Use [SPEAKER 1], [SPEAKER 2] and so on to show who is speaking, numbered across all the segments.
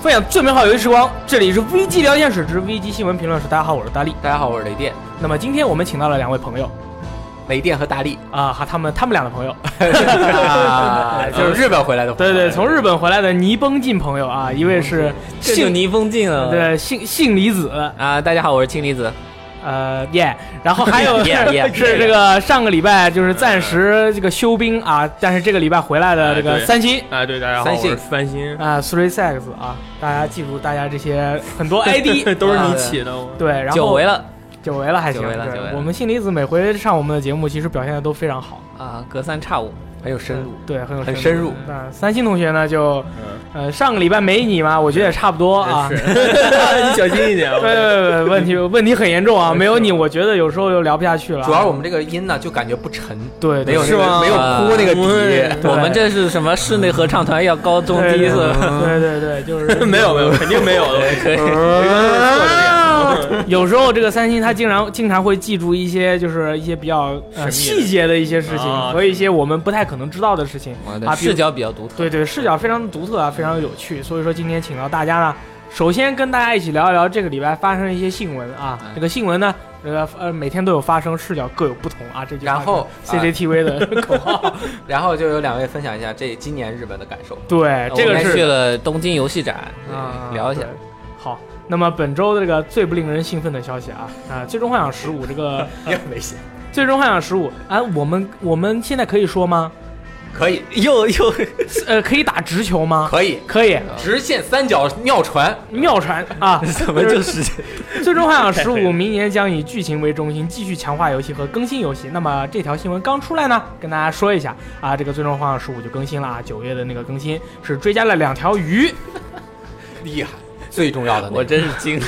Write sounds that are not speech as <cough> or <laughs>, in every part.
[SPEAKER 1] 分享最美好游戏时光，这里是 VG 聊天室之 VG 新闻评论室。大家好，我是大力。
[SPEAKER 2] 大家好，我是雷电，
[SPEAKER 1] 那么今天我们请到了两位朋友
[SPEAKER 2] 雷电和大力，
[SPEAKER 1] 啊，哈，他们他们俩的朋友，
[SPEAKER 2] <laughs>
[SPEAKER 1] <laughs>
[SPEAKER 2] 啊就是日本回来的朋
[SPEAKER 1] 对
[SPEAKER 2] 友，
[SPEAKER 1] 对，从日本回来的泥崩进朋友啊，一位是
[SPEAKER 3] 就
[SPEAKER 1] 姓
[SPEAKER 3] 泥风镜啊，
[SPEAKER 1] 对姓姓李子，
[SPEAKER 2] 啊，大家好，我是氢离子，
[SPEAKER 1] 呃耶，然后还有
[SPEAKER 2] Yeah,
[SPEAKER 1] <laughs>
[SPEAKER 2] yeah,
[SPEAKER 1] 是这个上个礼拜就是暂时这个休兵啊，但是这个礼拜回来的这个
[SPEAKER 4] 哎对
[SPEAKER 1] 三星。
[SPEAKER 4] 哎，对，大家好，
[SPEAKER 2] 三
[SPEAKER 4] 我
[SPEAKER 2] 星
[SPEAKER 4] 是三星，
[SPEAKER 1] 啊，Three Six 啊，大家记住大家这些很
[SPEAKER 4] <laughs>
[SPEAKER 1] 多 ID，
[SPEAKER 4] 都是你起的，我
[SPEAKER 1] 对，然后
[SPEAKER 2] 久违了
[SPEAKER 1] 久违了还行，
[SPEAKER 2] 久违了
[SPEAKER 1] 对
[SPEAKER 2] 久违了
[SPEAKER 1] 我们信离子每回上我们的节目，其实表现的都非常好，
[SPEAKER 2] 啊，隔三差五，很有深入，
[SPEAKER 1] 对，很有
[SPEAKER 2] 很深入。
[SPEAKER 1] 那三星同学呢，就
[SPEAKER 4] 嗯
[SPEAKER 1] 呃上个礼拜没你
[SPEAKER 2] 嗯
[SPEAKER 1] 嘛，我觉得也差不多啊。
[SPEAKER 4] 是，你小心一点，
[SPEAKER 1] <laughs>
[SPEAKER 4] 啊
[SPEAKER 1] 对 <laughs> 对
[SPEAKER 4] 我
[SPEAKER 1] 对，
[SPEAKER 2] <laughs>
[SPEAKER 1] 问题问题很严重啊，没有你，我觉得有时候就聊不下去了啊。
[SPEAKER 2] 主要我们这个音呢，就感觉不沉，
[SPEAKER 1] 对
[SPEAKER 2] 没
[SPEAKER 1] 对
[SPEAKER 2] 有那个
[SPEAKER 4] 是吗
[SPEAKER 2] 没有哭那个底，
[SPEAKER 1] 对
[SPEAKER 3] 我们这是什么室内合唱团要高中
[SPEAKER 1] 对
[SPEAKER 3] 低
[SPEAKER 1] 对
[SPEAKER 3] 是吧？
[SPEAKER 2] 嗯
[SPEAKER 1] 对对对，就是
[SPEAKER 2] <laughs>
[SPEAKER 4] 没有没有，肯定没有的，我
[SPEAKER 2] 可以
[SPEAKER 1] <laughs> 有时候这个三星他经常经常会记住一些就是一些比较呃
[SPEAKER 4] 神秘的
[SPEAKER 1] 细节的一些事情
[SPEAKER 4] 啊
[SPEAKER 1] 和一些我们不太可能知道的事情
[SPEAKER 2] 我
[SPEAKER 1] 啊，
[SPEAKER 2] 的
[SPEAKER 1] 比如
[SPEAKER 2] 视角比较独特，
[SPEAKER 1] 对对，视角非常独特啊，非常有趣。所以说今天请到大家呢，首先跟大家一起聊一聊这个礼拜发生的一些新闻啊
[SPEAKER 2] 哎。
[SPEAKER 1] 这个新闻呢，呃呃，每天都有发生，视角各有不同啊。这就
[SPEAKER 2] 然后啊
[SPEAKER 1] 是 CCTV 的口
[SPEAKER 2] <laughs>
[SPEAKER 1] 号，
[SPEAKER 2] 然后就有两位分享一下这今年日本的感受，
[SPEAKER 1] 对，这
[SPEAKER 2] 我
[SPEAKER 1] 个
[SPEAKER 2] 们去
[SPEAKER 1] 是
[SPEAKER 2] 了东京游戏展
[SPEAKER 1] 啊，
[SPEAKER 2] 聊一下
[SPEAKER 1] 对。好，那么本周的这个最不令人兴奋的消息啊啊，《最终幻想十五》这个
[SPEAKER 2] <laughs> 又没戏，
[SPEAKER 1] 《最终幻想十五》啊，我们我们现在可以说吗？
[SPEAKER 2] 可以， <laughs> 又又
[SPEAKER 1] 呃，可以打直球吗？
[SPEAKER 2] 可以，
[SPEAKER 1] 可以，
[SPEAKER 2] 直线三角尿船，
[SPEAKER 1] 妙传啊！
[SPEAKER 3] <laughs> 怎么就是
[SPEAKER 1] 最终幻想十五明年将以剧情为中心，继续强化游戏和更新游戏。那么这条新闻刚出来呢，跟大家说一下啊，这个最终幻想十五就更新了啊，九月的那个更新是追加了两条鱼，
[SPEAKER 2] 厉害，最重 <laughs> 要的那个
[SPEAKER 3] 我真是惊了，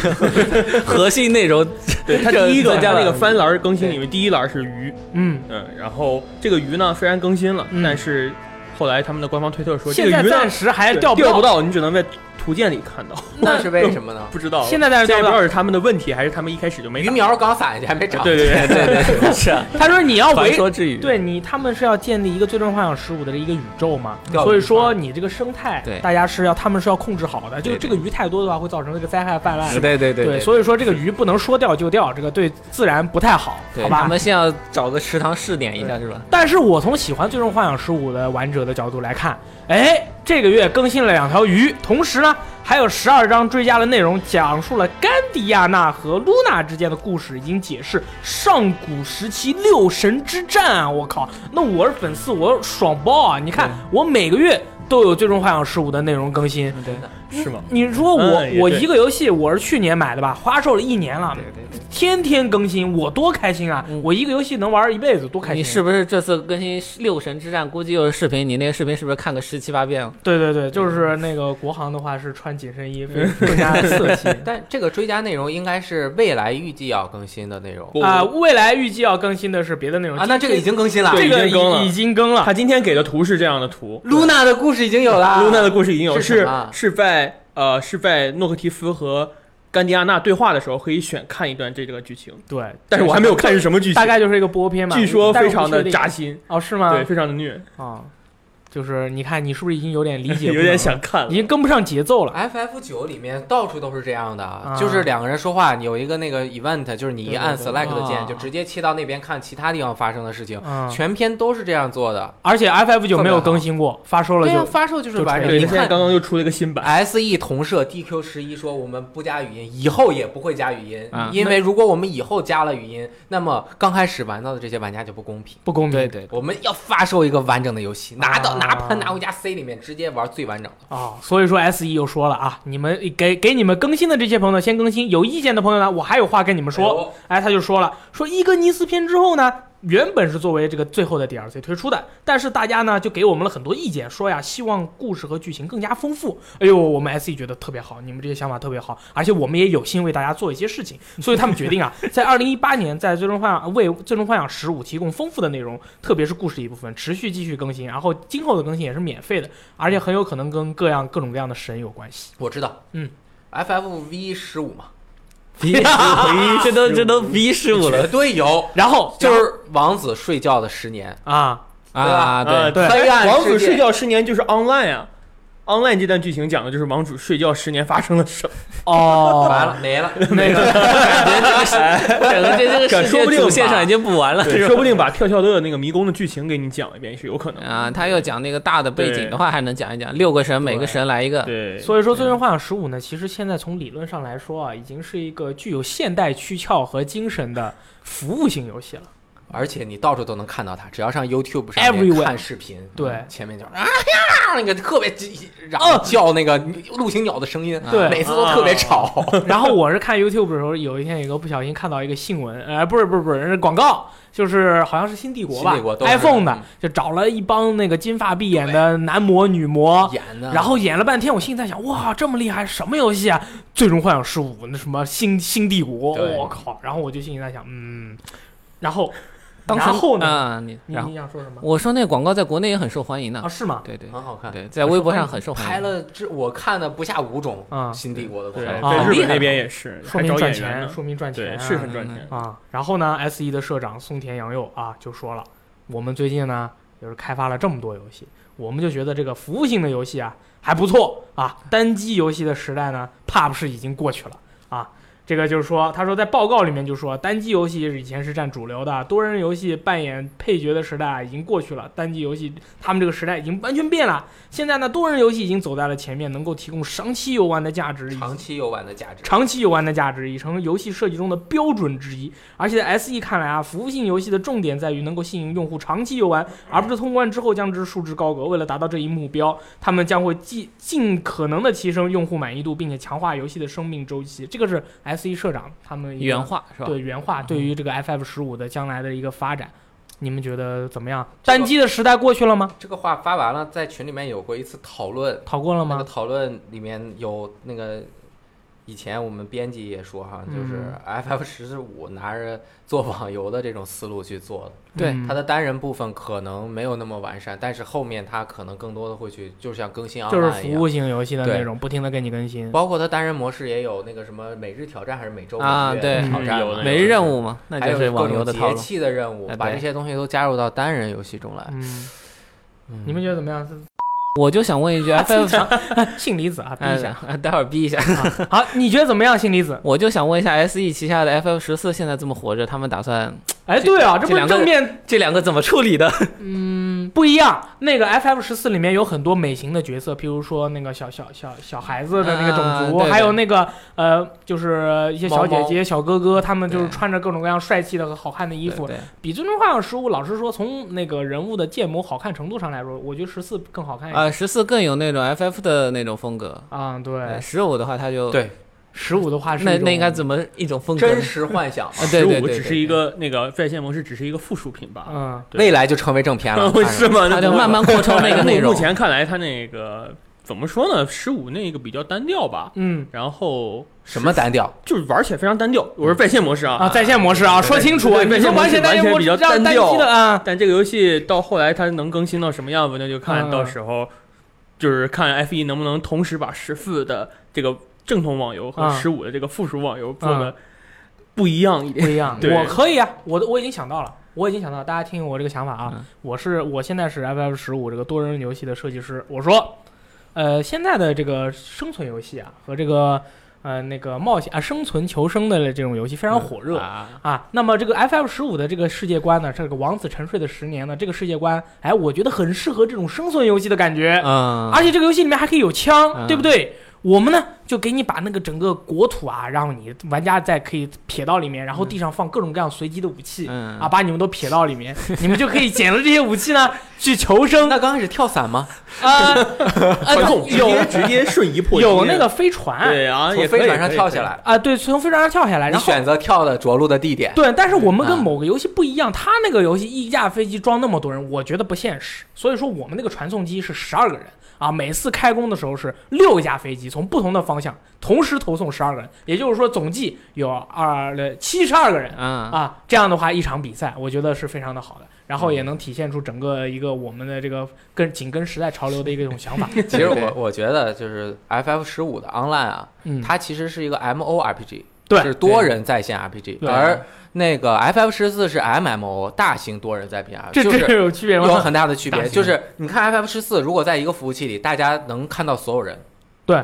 [SPEAKER 3] 核心内 <laughs> 容
[SPEAKER 4] 对，它第一个
[SPEAKER 3] 增
[SPEAKER 4] 它
[SPEAKER 3] 加了
[SPEAKER 4] 那个翻栏更新里面第一栏是鱼，
[SPEAKER 1] 嗯，
[SPEAKER 4] 嗯，然后这个鱼呢虽然更新了
[SPEAKER 1] 嗯，
[SPEAKER 4] 但是后来他们的官方推特说
[SPEAKER 1] 现
[SPEAKER 4] 这个
[SPEAKER 1] 在
[SPEAKER 4] 鱼呢
[SPEAKER 1] 暂时还
[SPEAKER 4] 对
[SPEAKER 1] 钓
[SPEAKER 4] 钓
[SPEAKER 1] 不
[SPEAKER 4] 不。到，你只能在图鉴里看到，
[SPEAKER 2] 那是为什么呢？
[SPEAKER 4] 不知道，
[SPEAKER 1] 现在暂时
[SPEAKER 4] 现在
[SPEAKER 1] 钓不
[SPEAKER 4] 不
[SPEAKER 1] 到
[SPEAKER 4] 知道。是他们的问题还是他们一开始就没
[SPEAKER 2] <laughs> 鱼
[SPEAKER 4] 打，
[SPEAKER 2] 苗刚撒下去还没长，
[SPEAKER 4] 对对对，
[SPEAKER 3] 对
[SPEAKER 2] <laughs>
[SPEAKER 3] 对对是啊，
[SPEAKER 1] 他说你要
[SPEAKER 3] 传
[SPEAKER 1] 维
[SPEAKER 3] 说之语，
[SPEAKER 1] 对你，他们是要建立一个最终幻想十五的一个宇宙嘛，
[SPEAKER 2] 钓鱼
[SPEAKER 1] 所以说你这个生态，
[SPEAKER 3] 对
[SPEAKER 1] 大家是要他们是要控制好的，就
[SPEAKER 3] 对
[SPEAKER 1] 是
[SPEAKER 3] 对
[SPEAKER 1] 这个鱼太多的话会造成这个灾害泛滥。
[SPEAKER 3] 对对对
[SPEAKER 1] 对，所以说这个鱼不能说钓就钓，这个对自然不太好，
[SPEAKER 3] 对
[SPEAKER 1] 好
[SPEAKER 3] 他
[SPEAKER 1] 吧？
[SPEAKER 3] 们先要找个池塘试点一下是吧？
[SPEAKER 1] 但是我从喜欢《最终幻想十五》的玩者的角度来看，哎，这个月更新了两条鱼，同时呢，还有十二章追加的内容，讲述了甘迪亚娜和露娜之间的故事，已经解释上古时期六神之战啊！我靠，那我是粉丝，我爽爆啊！你看，我每个月都有《最终幻想十五》的内容更新。
[SPEAKER 3] 嗯对
[SPEAKER 4] 是吗？
[SPEAKER 1] 你说我、
[SPEAKER 4] 嗯也
[SPEAKER 1] 我
[SPEAKER 4] 对
[SPEAKER 1] 一个游戏，我是去年买的吧，花售了一年了，
[SPEAKER 3] 对
[SPEAKER 1] 天天更新，我多开心啊！
[SPEAKER 4] 嗯
[SPEAKER 1] 我一个游戏能玩一辈子，多开心！
[SPEAKER 3] 对，你是不是这次更新《六神之战》估计又是视频？你那个视频是不是看个十七八遍了？
[SPEAKER 1] 对对对，就是那个国行的话是穿紧身
[SPEAKER 4] <laughs>
[SPEAKER 1] 衣，非更加刺激。
[SPEAKER 2] 但这个追加内容应该是未来预计要更新的内容
[SPEAKER 4] 不
[SPEAKER 1] 啊、未来预计要更新的是别的内容
[SPEAKER 2] 啊。那这个已经更新了。
[SPEAKER 1] 这个
[SPEAKER 4] 已经更了
[SPEAKER 1] 已已经更了
[SPEAKER 4] 他今天给的图是这样的图，
[SPEAKER 2] 露娜的故事已经有
[SPEAKER 1] 啊
[SPEAKER 2] 了。
[SPEAKER 4] 露娜的故事已经有，
[SPEAKER 2] 是什
[SPEAKER 4] 是
[SPEAKER 2] 么
[SPEAKER 4] 是在呃是在诺克提斯和甘迪亚娜对话的时候可以选看一段这这个剧情，
[SPEAKER 1] 对，
[SPEAKER 4] 但是我还没有看是什么剧情，
[SPEAKER 1] 大概就是一个播片嘛。
[SPEAKER 4] 据说非常
[SPEAKER 1] 但是我
[SPEAKER 4] 的
[SPEAKER 1] 不确定
[SPEAKER 4] 扎心，
[SPEAKER 1] 哦，是吗？
[SPEAKER 4] 对，非常的虐，
[SPEAKER 1] 啊，就是你看你是不是已经有点理解，
[SPEAKER 4] <laughs> 有点，想看
[SPEAKER 1] 已
[SPEAKER 4] 了。
[SPEAKER 1] 经跟不上节奏了。
[SPEAKER 2] F F 九里面到处都是这样的，啊就是两个人说话，有一个那个 event，就是你一按
[SPEAKER 1] 啊对对
[SPEAKER 2] select 的键，
[SPEAKER 3] 啊
[SPEAKER 2] 就直接切到那边看其他地方发生的事情，
[SPEAKER 1] 嗯，
[SPEAKER 2] 全篇都是这样做的。
[SPEAKER 1] 而且 F F 九没有
[SPEAKER 2] 特别好
[SPEAKER 1] 更新过，发售了
[SPEAKER 2] 对呀，啊
[SPEAKER 1] 就
[SPEAKER 2] 发售就是完整。
[SPEAKER 4] 对，
[SPEAKER 2] 你
[SPEAKER 4] 他现在
[SPEAKER 2] 看
[SPEAKER 4] 刚刚又出了一个新版，
[SPEAKER 2] S E 同社 D Q 十一说，我们不加语音，以后也不会加语音，
[SPEAKER 3] 啊
[SPEAKER 2] 因为如果我们以后加了语音，那么刚开始玩到的这些玩家就不公平。
[SPEAKER 1] 不公平。
[SPEAKER 3] 对，
[SPEAKER 2] 我们要发售一个完整的游戏，拿到
[SPEAKER 1] 啊
[SPEAKER 2] 拿盘拿回家塞里面，直接玩最完整的。
[SPEAKER 1] 哦，所以说 S E 又说了啊，你们给给你们更新的这些朋友呢，先更新；有意见的朋友呢，我还有话跟你们说。哎，他就说了，说伊格尼斯篇之后呢，原本是作为这个最后的 DLC 推出的，但是大家呢就给我们了很多意见，说呀，希望故事和剧情更加丰富。哎呦，我们 SE 觉得特别好，你们这些想法特别好，而且我们也有心为大家做一些事情，所以他们决定啊，在二零一八年在最终幻想为最终幻想十五提供丰富的内容，特别是故事一部分，持续继续更新，然后今后的更新也是免费的，而且很有可能跟各样各种各样的神有关系。
[SPEAKER 2] 我知道，
[SPEAKER 1] 嗯
[SPEAKER 2] ，F F V 十五嘛，
[SPEAKER 3] 逼十五， <laughs> 这都这都逼十
[SPEAKER 2] <laughs>
[SPEAKER 3] 五
[SPEAKER 2] 绝
[SPEAKER 3] 了
[SPEAKER 2] 对有，
[SPEAKER 1] 然后
[SPEAKER 2] 就是王子睡觉的十年，
[SPEAKER 1] 啊，
[SPEAKER 3] 啊！
[SPEAKER 4] 呃
[SPEAKER 3] 对，
[SPEAKER 1] 对
[SPEAKER 2] 黑暗
[SPEAKER 4] 王
[SPEAKER 2] 世
[SPEAKER 4] 子
[SPEAKER 2] 界
[SPEAKER 4] 睡觉十年就是 online 啊， Online 这段剧情讲的就是王主睡觉十年发生的事儿，
[SPEAKER 1] 哦
[SPEAKER 2] 完，了没
[SPEAKER 1] <laughs>
[SPEAKER 2] 了，
[SPEAKER 1] 那个
[SPEAKER 3] 感觉这个世，整个这这个世
[SPEAKER 4] 说
[SPEAKER 3] 界
[SPEAKER 4] 不定吧
[SPEAKER 3] 主线上已经补完了。
[SPEAKER 4] 对，说不定把跳跳乐那个迷宫的剧情给你讲一遍也是有可能的。
[SPEAKER 3] <laughs> 啊，他要讲那个大的背景的话，还能讲一讲六个神，每个神来一个。
[SPEAKER 4] 对，
[SPEAKER 1] 所以说《最终幻想十五》呢，其实现在从理论上来说啊，已经是一个具有现代躯壳和精神的服务型游戏了。 <laughs>
[SPEAKER 2] 而且你到处都能看到它，只要上 YouTube 上面
[SPEAKER 1] Everywhere
[SPEAKER 2] 看视频，
[SPEAKER 1] 对
[SPEAKER 2] 前面就是啊呀，那个特别急嚷叫那个陆行鸟的声音，
[SPEAKER 1] 对
[SPEAKER 2] 每次都特别吵，
[SPEAKER 1] 然后我是看 YouTube 的时候，有一天有一个不小心看到一个新闻，呃，不是不是不是是广告，就是好像是新帝国吧
[SPEAKER 2] 新帝国都是
[SPEAKER 1] i p h o n e 的
[SPEAKER 2] 嗯，
[SPEAKER 1] 就找了一帮那个金发碧眼的男模女模。
[SPEAKER 2] 演的，
[SPEAKER 1] 啊然后演了半天，我心里在想，哇，这么厉害，什么游戏啊？最终幻想十五，那什么新新帝国，
[SPEAKER 2] 对
[SPEAKER 1] 我靠！然后我就心里在想，嗯，然后，
[SPEAKER 3] 当时
[SPEAKER 1] 然后呢？
[SPEAKER 3] 啊，你
[SPEAKER 1] 你
[SPEAKER 3] 然后
[SPEAKER 1] 你想说什么？
[SPEAKER 3] 我说那广告在国内也很受欢迎
[SPEAKER 1] 啊，
[SPEAKER 3] 呢。
[SPEAKER 1] 是吗？
[SPEAKER 3] 对对
[SPEAKER 2] 很好看，
[SPEAKER 3] 对，在微博上很受欢迎。
[SPEAKER 2] 拍了这我看了不下五种
[SPEAKER 1] 啊
[SPEAKER 2] 新帝国的
[SPEAKER 4] 对，
[SPEAKER 2] 广告，
[SPEAKER 4] 在
[SPEAKER 1] 啊
[SPEAKER 4] 日本那边也是，
[SPEAKER 1] 说
[SPEAKER 4] 还
[SPEAKER 1] 明
[SPEAKER 4] 找
[SPEAKER 1] 赚
[SPEAKER 4] 演员
[SPEAKER 1] 钱，
[SPEAKER 4] 呢，
[SPEAKER 1] 说明赚钱
[SPEAKER 4] 对，
[SPEAKER 1] 啊，
[SPEAKER 4] 是很赚钱。
[SPEAKER 1] 啊，然后呢，S E 的社长松田洋佑啊就说了，我们最近呢就是开发了这么多游戏，我们就觉得这个服务性的游戏啊还不错啊，单机游戏的时代呢，PUB 是已经过去了啊。这个就是说，他说在报告里面就说，单机游戏以前是占主流的，多人游戏扮演配角的时代啊已经过去了，单机游戏他们这个时代已经完全变了。现在呢，多人游戏已经走在了前面，能够提供长期游玩的价值，以及
[SPEAKER 2] 长期游玩的价值。
[SPEAKER 1] 长期游玩的价值已成游戏设计中的标准之一。而且在 SE 看来啊，服务性游戏的重点在于能够吸引用户长期游玩，而不是通关之后将之束之高阁。为了达到这一目标，他们将会尽尽可能的提升用户满意度，并且强化游戏的生命周期。这个是 SE 社长他们一个
[SPEAKER 3] 原话是吧？
[SPEAKER 1] 对原话对于这个 FF 十五的将来的一个发展。你们觉得怎么样？
[SPEAKER 2] 这个
[SPEAKER 1] 单机的时代过去了吗？
[SPEAKER 2] 这个话发完了，在群里面有过一次讨论，
[SPEAKER 1] 逃过了
[SPEAKER 2] 那个
[SPEAKER 1] 吗？
[SPEAKER 2] 讨论里面有那个以前我们编辑也说哈，就是 FF 十五拿着做网游的这种思路去做的，
[SPEAKER 3] 对
[SPEAKER 1] 嗯
[SPEAKER 2] 它的单人部分可能没有那么完善，但是后面它可能更多的会去，就像更新
[SPEAKER 1] 就是
[SPEAKER 2] online 一
[SPEAKER 1] 服
[SPEAKER 2] 样。
[SPEAKER 1] 务型游戏的
[SPEAKER 2] 对
[SPEAKER 1] 那种，不停的给你更新。
[SPEAKER 2] 包括它单人模式也有那个什么每日挑战还是每周
[SPEAKER 3] 啊
[SPEAKER 2] 每月
[SPEAKER 3] 对
[SPEAKER 2] 挑战
[SPEAKER 4] 嗯有的
[SPEAKER 2] 嘛
[SPEAKER 3] 每日任务嘛，那
[SPEAKER 2] 还
[SPEAKER 3] 就
[SPEAKER 2] 有
[SPEAKER 3] 是
[SPEAKER 2] 各
[SPEAKER 3] 网游
[SPEAKER 2] 种
[SPEAKER 3] 的套
[SPEAKER 2] 节
[SPEAKER 3] 路。
[SPEAKER 2] 气的任务
[SPEAKER 3] 哎，对
[SPEAKER 2] 把这些东西都加入到单人游戏中来。
[SPEAKER 1] 嗯，
[SPEAKER 2] 嗯
[SPEAKER 1] 你们觉得怎么样？
[SPEAKER 3] 我就想问一句，FF
[SPEAKER 1] 性离子啊，逼
[SPEAKER 3] 哎
[SPEAKER 1] 一下。
[SPEAKER 3] 哎 <laughs> 待会儿逼一下。
[SPEAKER 1] 好，你觉得怎么样，性离子？
[SPEAKER 3] 我就想问一下，SE 旗下的 FF 十四现在这么火热，他们打算 <laughs>
[SPEAKER 1] 哎，对啊，
[SPEAKER 3] 这
[SPEAKER 1] 这不是
[SPEAKER 3] 两个
[SPEAKER 1] 正面
[SPEAKER 3] 这两个怎么处理的？
[SPEAKER 1] 嗯不一样。那个 FF 十四里面有很多美型的角色，譬如说那个小小小小孩子的那个种族，
[SPEAKER 3] 啊对对
[SPEAKER 1] 还有那个呃，就是一些小姐姐、小哥哥，他们就是
[SPEAKER 3] 对
[SPEAKER 1] 穿着各种各样帅气的和好看的衣服。
[SPEAKER 3] 对对
[SPEAKER 1] 比《最终幻想十五》，老实说，从那个人物的建模好看程度上来说，我觉得十四更好看一点。
[SPEAKER 3] 啊，十四更有那种 FF 的那种风格。
[SPEAKER 1] 啊、对，
[SPEAKER 3] 十呃五的话，他就
[SPEAKER 2] 对，
[SPEAKER 1] 十五的话是
[SPEAKER 3] 哎那
[SPEAKER 1] 一种
[SPEAKER 3] 那应该怎么一种风格呢？
[SPEAKER 2] 真实幻想，
[SPEAKER 3] 啊，对对
[SPEAKER 4] 15
[SPEAKER 3] 对，
[SPEAKER 4] 只是一个那个在线模式，只是一个附属品吧。
[SPEAKER 1] 嗯
[SPEAKER 4] 对
[SPEAKER 2] 未来就成为正
[SPEAKER 4] <laughs>
[SPEAKER 2] 片了。看着
[SPEAKER 4] 是吗？
[SPEAKER 3] 他嗯
[SPEAKER 4] 那
[SPEAKER 3] 就
[SPEAKER 4] 不会吧
[SPEAKER 3] 慢慢
[SPEAKER 4] <laughs>
[SPEAKER 3] 扩充那个内
[SPEAKER 2] <laughs>
[SPEAKER 3] 容
[SPEAKER 4] 目。前看来，他那个怎么说呢？十五那个比较单调吧，
[SPEAKER 1] 嗯
[SPEAKER 4] 然后
[SPEAKER 2] 什么单调？
[SPEAKER 4] 就是玩起来非常单调。我说在线模式啊，
[SPEAKER 3] 嗯
[SPEAKER 1] 啊，在线模式啊，
[SPEAKER 4] 对
[SPEAKER 1] 说清楚，
[SPEAKER 4] 对
[SPEAKER 1] 你说
[SPEAKER 4] 在线模式
[SPEAKER 1] 线单机
[SPEAKER 4] 完全
[SPEAKER 1] 模
[SPEAKER 4] 比
[SPEAKER 1] 式
[SPEAKER 4] 较
[SPEAKER 1] 这样
[SPEAKER 4] 单
[SPEAKER 1] 单
[SPEAKER 4] 调
[SPEAKER 1] 机的啊，
[SPEAKER 4] 但这个游戏到后来它能更新到什么样子，那就看
[SPEAKER 1] 嗯
[SPEAKER 4] 到时候就是看 F 一能不能同时把十四的这个正统网游和
[SPEAKER 1] 嗯
[SPEAKER 4] 十五的这个附属网
[SPEAKER 3] 嗯
[SPEAKER 4] 游做的不一样一点。
[SPEAKER 1] 不一样。
[SPEAKER 4] 对
[SPEAKER 1] 我可以啊，我都我已经想到了，我已经想到了，大家听我这个想法啊。
[SPEAKER 3] 嗯
[SPEAKER 1] 我是我现在是 FF 十五这个多人游戏的设计师，我说，呃，现在的这个生存游戏啊和这个呃那个冒险啊生存求生的这种游戏非常火热。
[SPEAKER 3] 啊，
[SPEAKER 1] 啊，那么这个 F F 十五的这个世界观呢，这个王子沉睡的十年呢，这个世界观，哎，我觉得很适合这种生存游戏的感觉。
[SPEAKER 3] 嗯，
[SPEAKER 1] 而且这个游戏里面还可以有枪，
[SPEAKER 3] 嗯
[SPEAKER 1] 对不对？我们呢就给你把那个整个国土啊，让你玩家再可以撇到里面，然后地上放各种各样随机的武器、
[SPEAKER 3] 嗯
[SPEAKER 1] 啊，，把你们都撇到里面， <laughs> 你们就可以捡了这些武器呢去求生啊
[SPEAKER 2] <laughs> 那刚开始跳伞吗？
[SPEAKER 1] 啊，
[SPEAKER 4] 传统直
[SPEAKER 1] 有
[SPEAKER 4] 接直接瞬移破
[SPEAKER 1] 有
[SPEAKER 4] 一
[SPEAKER 1] 那个飞船
[SPEAKER 4] 对啊，
[SPEAKER 2] 从
[SPEAKER 4] 也可以
[SPEAKER 2] 飞船上跳下。
[SPEAKER 4] 可以可以
[SPEAKER 2] 来，哎
[SPEAKER 1] 啊，对，从飞船上跳下来，
[SPEAKER 2] 你
[SPEAKER 1] 然后。
[SPEAKER 2] 选择跳的着陆的地
[SPEAKER 1] <laughs>
[SPEAKER 2] 点。
[SPEAKER 1] 对，但是我们跟
[SPEAKER 3] 啊
[SPEAKER 1] 某个游戏不一样，它那个游戏一架飞机装那么多人，我觉得不现实。所以说我们那个传送机是十二个人啊，每次开工的时候是六架飞机从不同的方向同时投送十二个人，也就是说总计有二呃七十二个人
[SPEAKER 3] 嗯，
[SPEAKER 1] 啊。这样的话，一场比赛我觉得是非常的好的，然后
[SPEAKER 2] 嗯
[SPEAKER 1] 也能体现出整个一个我们的这个跟紧跟时代潮流的一个一种想
[SPEAKER 2] <laughs>
[SPEAKER 1] 法。
[SPEAKER 2] 其实我我觉得就是 F F 十五的 Online 啊，
[SPEAKER 1] 嗯，
[SPEAKER 2] 它其实是一个 M O R P G，
[SPEAKER 1] 对
[SPEAKER 2] 是多人在线 RPG，
[SPEAKER 1] 对啊
[SPEAKER 2] 而那个 FF 十四是 MMO 大型多人在线 RPG，
[SPEAKER 1] 这
[SPEAKER 2] 就
[SPEAKER 1] 这
[SPEAKER 2] 是
[SPEAKER 1] 是有区别
[SPEAKER 2] 有
[SPEAKER 1] 吗？
[SPEAKER 2] 很大的区
[SPEAKER 1] 大
[SPEAKER 2] 别。
[SPEAKER 1] 型
[SPEAKER 2] 就是你看 FF 十四，如果在一个服务器里，大家能看到所有人，
[SPEAKER 1] 嗯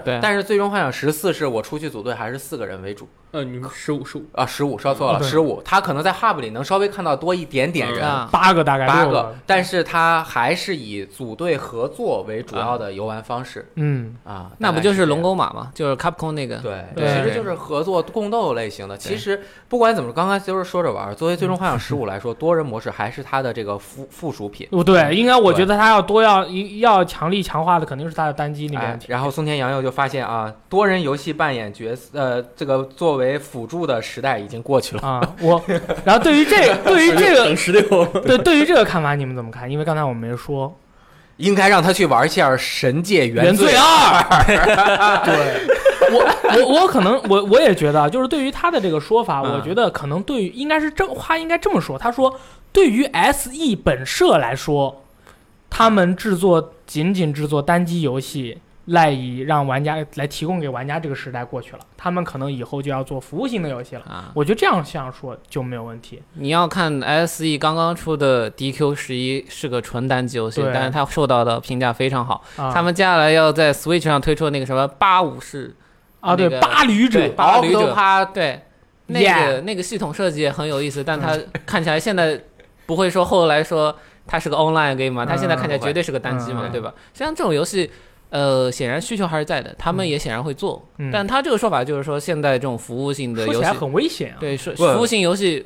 [SPEAKER 3] 对，
[SPEAKER 2] 但是最终幻想十四是我出去组队还是四个人为主
[SPEAKER 4] 呃，你们十五十五，
[SPEAKER 2] 啊？十五说错
[SPEAKER 1] 嗯
[SPEAKER 2] 了，
[SPEAKER 1] 对嗯
[SPEAKER 2] 十五，他可能在 Hub 里能稍微看到多一点点人，
[SPEAKER 3] 啊，
[SPEAKER 1] 八个大概
[SPEAKER 2] 八
[SPEAKER 1] 六
[SPEAKER 2] 个，但是他还是以组队合作为主要的游玩方式
[SPEAKER 1] 嗯，
[SPEAKER 2] 啊。
[SPEAKER 3] 那不
[SPEAKER 2] 大概
[SPEAKER 3] 就是
[SPEAKER 2] 这
[SPEAKER 3] 龙
[SPEAKER 2] 样？
[SPEAKER 3] 沟马吗？就是 Capcom 那个，
[SPEAKER 2] 对，
[SPEAKER 1] 对
[SPEAKER 2] 其实就是合作共斗类型的。其
[SPEAKER 3] 对
[SPEAKER 2] 实不管怎么，刚刚就是说着玩儿。作为《最终幻想十五》来说，多人模式还是它的这个附附属品。
[SPEAKER 1] 哦对，应该我觉得他要多要一要强力强化的肯定是他的单机里
[SPEAKER 2] 哎
[SPEAKER 1] 面，
[SPEAKER 2] 然后松田洋佑就发现啊，多人游戏扮演角色，呃，这个作为辅助的时代已经过去了。
[SPEAKER 1] 啊，我，然后对于这个，对于这
[SPEAKER 4] <laughs>
[SPEAKER 1] 个，
[SPEAKER 4] 等十六，
[SPEAKER 1] 对，对于这个看法你们怎么看？因为刚才我没说，
[SPEAKER 2] 应该让他去玩一下《神界
[SPEAKER 1] 原
[SPEAKER 2] 罪
[SPEAKER 1] 罪》啊二。 <laughs> 对，我我我可能我我也觉得啊，就是对于他的这个说法，
[SPEAKER 2] 嗯
[SPEAKER 1] 我觉得可能对于应该是这话应该这么说，他说对于 SE 本社来说，他们制作仅仅制作单机游戏。赖以让玩家来提供给玩家这个时代过去了，他们可能以后就要做服务性的游戏了。
[SPEAKER 3] 啊，
[SPEAKER 1] 我觉得这样这样说就没有问题。
[SPEAKER 3] 你要看 SE 刚刚出的 DQ 十一是个纯单机游戏
[SPEAKER 1] 对，
[SPEAKER 3] 但是它受到的评价非常好。
[SPEAKER 1] 啊、
[SPEAKER 3] 他们接下来要在 Switch 上推出那个什么八武士，
[SPEAKER 1] 啊，对
[SPEAKER 3] 那，个
[SPEAKER 1] 八旅者
[SPEAKER 3] 对，八旅者，
[SPEAKER 2] 他
[SPEAKER 3] 对，那
[SPEAKER 1] Yeah 嗯
[SPEAKER 3] 个那个系统设计也很有意思，但它 <laughs> 看起来现在不会说后来说它是个 online game 嘛，它现在看起来绝对是个单机嘛
[SPEAKER 1] 嗯，
[SPEAKER 3] 对吧？实际上这种游戏。呃，显然需求还是在的，他们也显然会做，
[SPEAKER 1] 嗯
[SPEAKER 3] 但他这个说法就是说，现在这种服务性的
[SPEAKER 1] 说起
[SPEAKER 3] 游戏
[SPEAKER 1] 来，很危险啊。
[SPEAKER 3] 对，是
[SPEAKER 2] 不
[SPEAKER 3] 服务性游戏，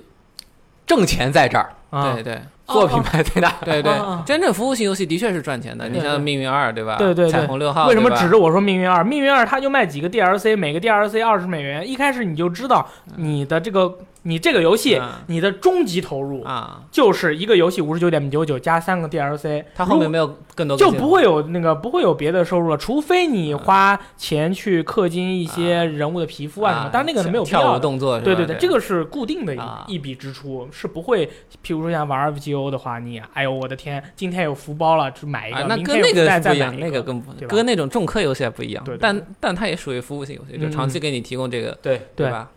[SPEAKER 2] 挣钱在这儿，
[SPEAKER 1] 啊
[SPEAKER 3] 对对
[SPEAKER 2] 做品牌最大。
[SPEAKER 3] 对对
[SPEAKER 1] 啊啊，
[SPEAKER 3] <laughs> 真正服务性游戏的确是赚钱的。
[SPEAKER 1] 对
[SPEAKER 3] 你像
[SPEAKER 1] 对
[SPEAKER 3] 《命运二》对吧？
[SPEAKER 1] 对对对
[SPEAKER 3] 彩虹六号
[SPEAKER 1] 为什么
[SPEAKER 3] 啊对吧
[SPEAKER 1] 指着我说命运二？命运二它就卖几个 DLC，每个 DLC 二十美元。一开始你就知道你的这个你这个游戏
[SPEAKER 3] 嗯
[SPEAKER 1] 你的终极投入
[SPEAKER 3] 啊？
[SPEAKER 1] 就是一个游戏五十九点九九加三个 DLC，
[SPEAKER 3] 它后
[SPEAKER 1] 如
[SPEAKER 3] 面没有更多
[SPEAKER 1] 就
[SPEAKER 3] 更新
[SPEAKER 1] 不会有那个不会有别的收入了，除非你花钱去氪金一些人物的皮肤啊什么
[SPEAKER 3] 啊，
[SPEAKER 1] 但是那个是没有必
[SPEAKER 3] 跳
[SPEAKER 1] 要
[SPEAKER 3] 舞
[SPEAKER 1] 的。
[SPEAKER 3] 动作是吧，
[SPEAKER 1] 对对
[SPEAKER 3] 对
[SPEAKER 1] 对，这个是固定的一
[SPEAKER 3] 啊
[SPEAKER 1] 一笔支出，是不会，譬如说像玩 FGO 的话，你哎呦我的天，今天有福包了，就买一
[SPEAKER 3] 啊
[SPEAKER 1] 个，，
[SPEAKER 3] 那
[SPEAKER 1] 明
[SPEAKER 3] 跟
[SPEAKER 1] 天有
[SPEAKER 3] 那
[SPEAKER 1] 福袋
[SPEAKER 3] 个
[SPEAKER 1] 再
[SPEAKER 3] 不一
[SPEAKER 1] 买
[SPEAKER 3] 样，
[SPEAKER 1] 一
[SPEAKER 3] 那
[SPEAKER 1] 个
[SPEAKER 3] 个跟不
[SPEAKER 1] 对吧
[SPEAKER 3] 跟那种重氪游戏还不一样
[SPEAKER 1] 对对。对
[SPEAKER 3] 但但它也属于服务性游戏，就长期给你提供这个，
[SPEAKER 2] 对，
[SPEAKER 1] 对
[SPEAKER 3] 吧？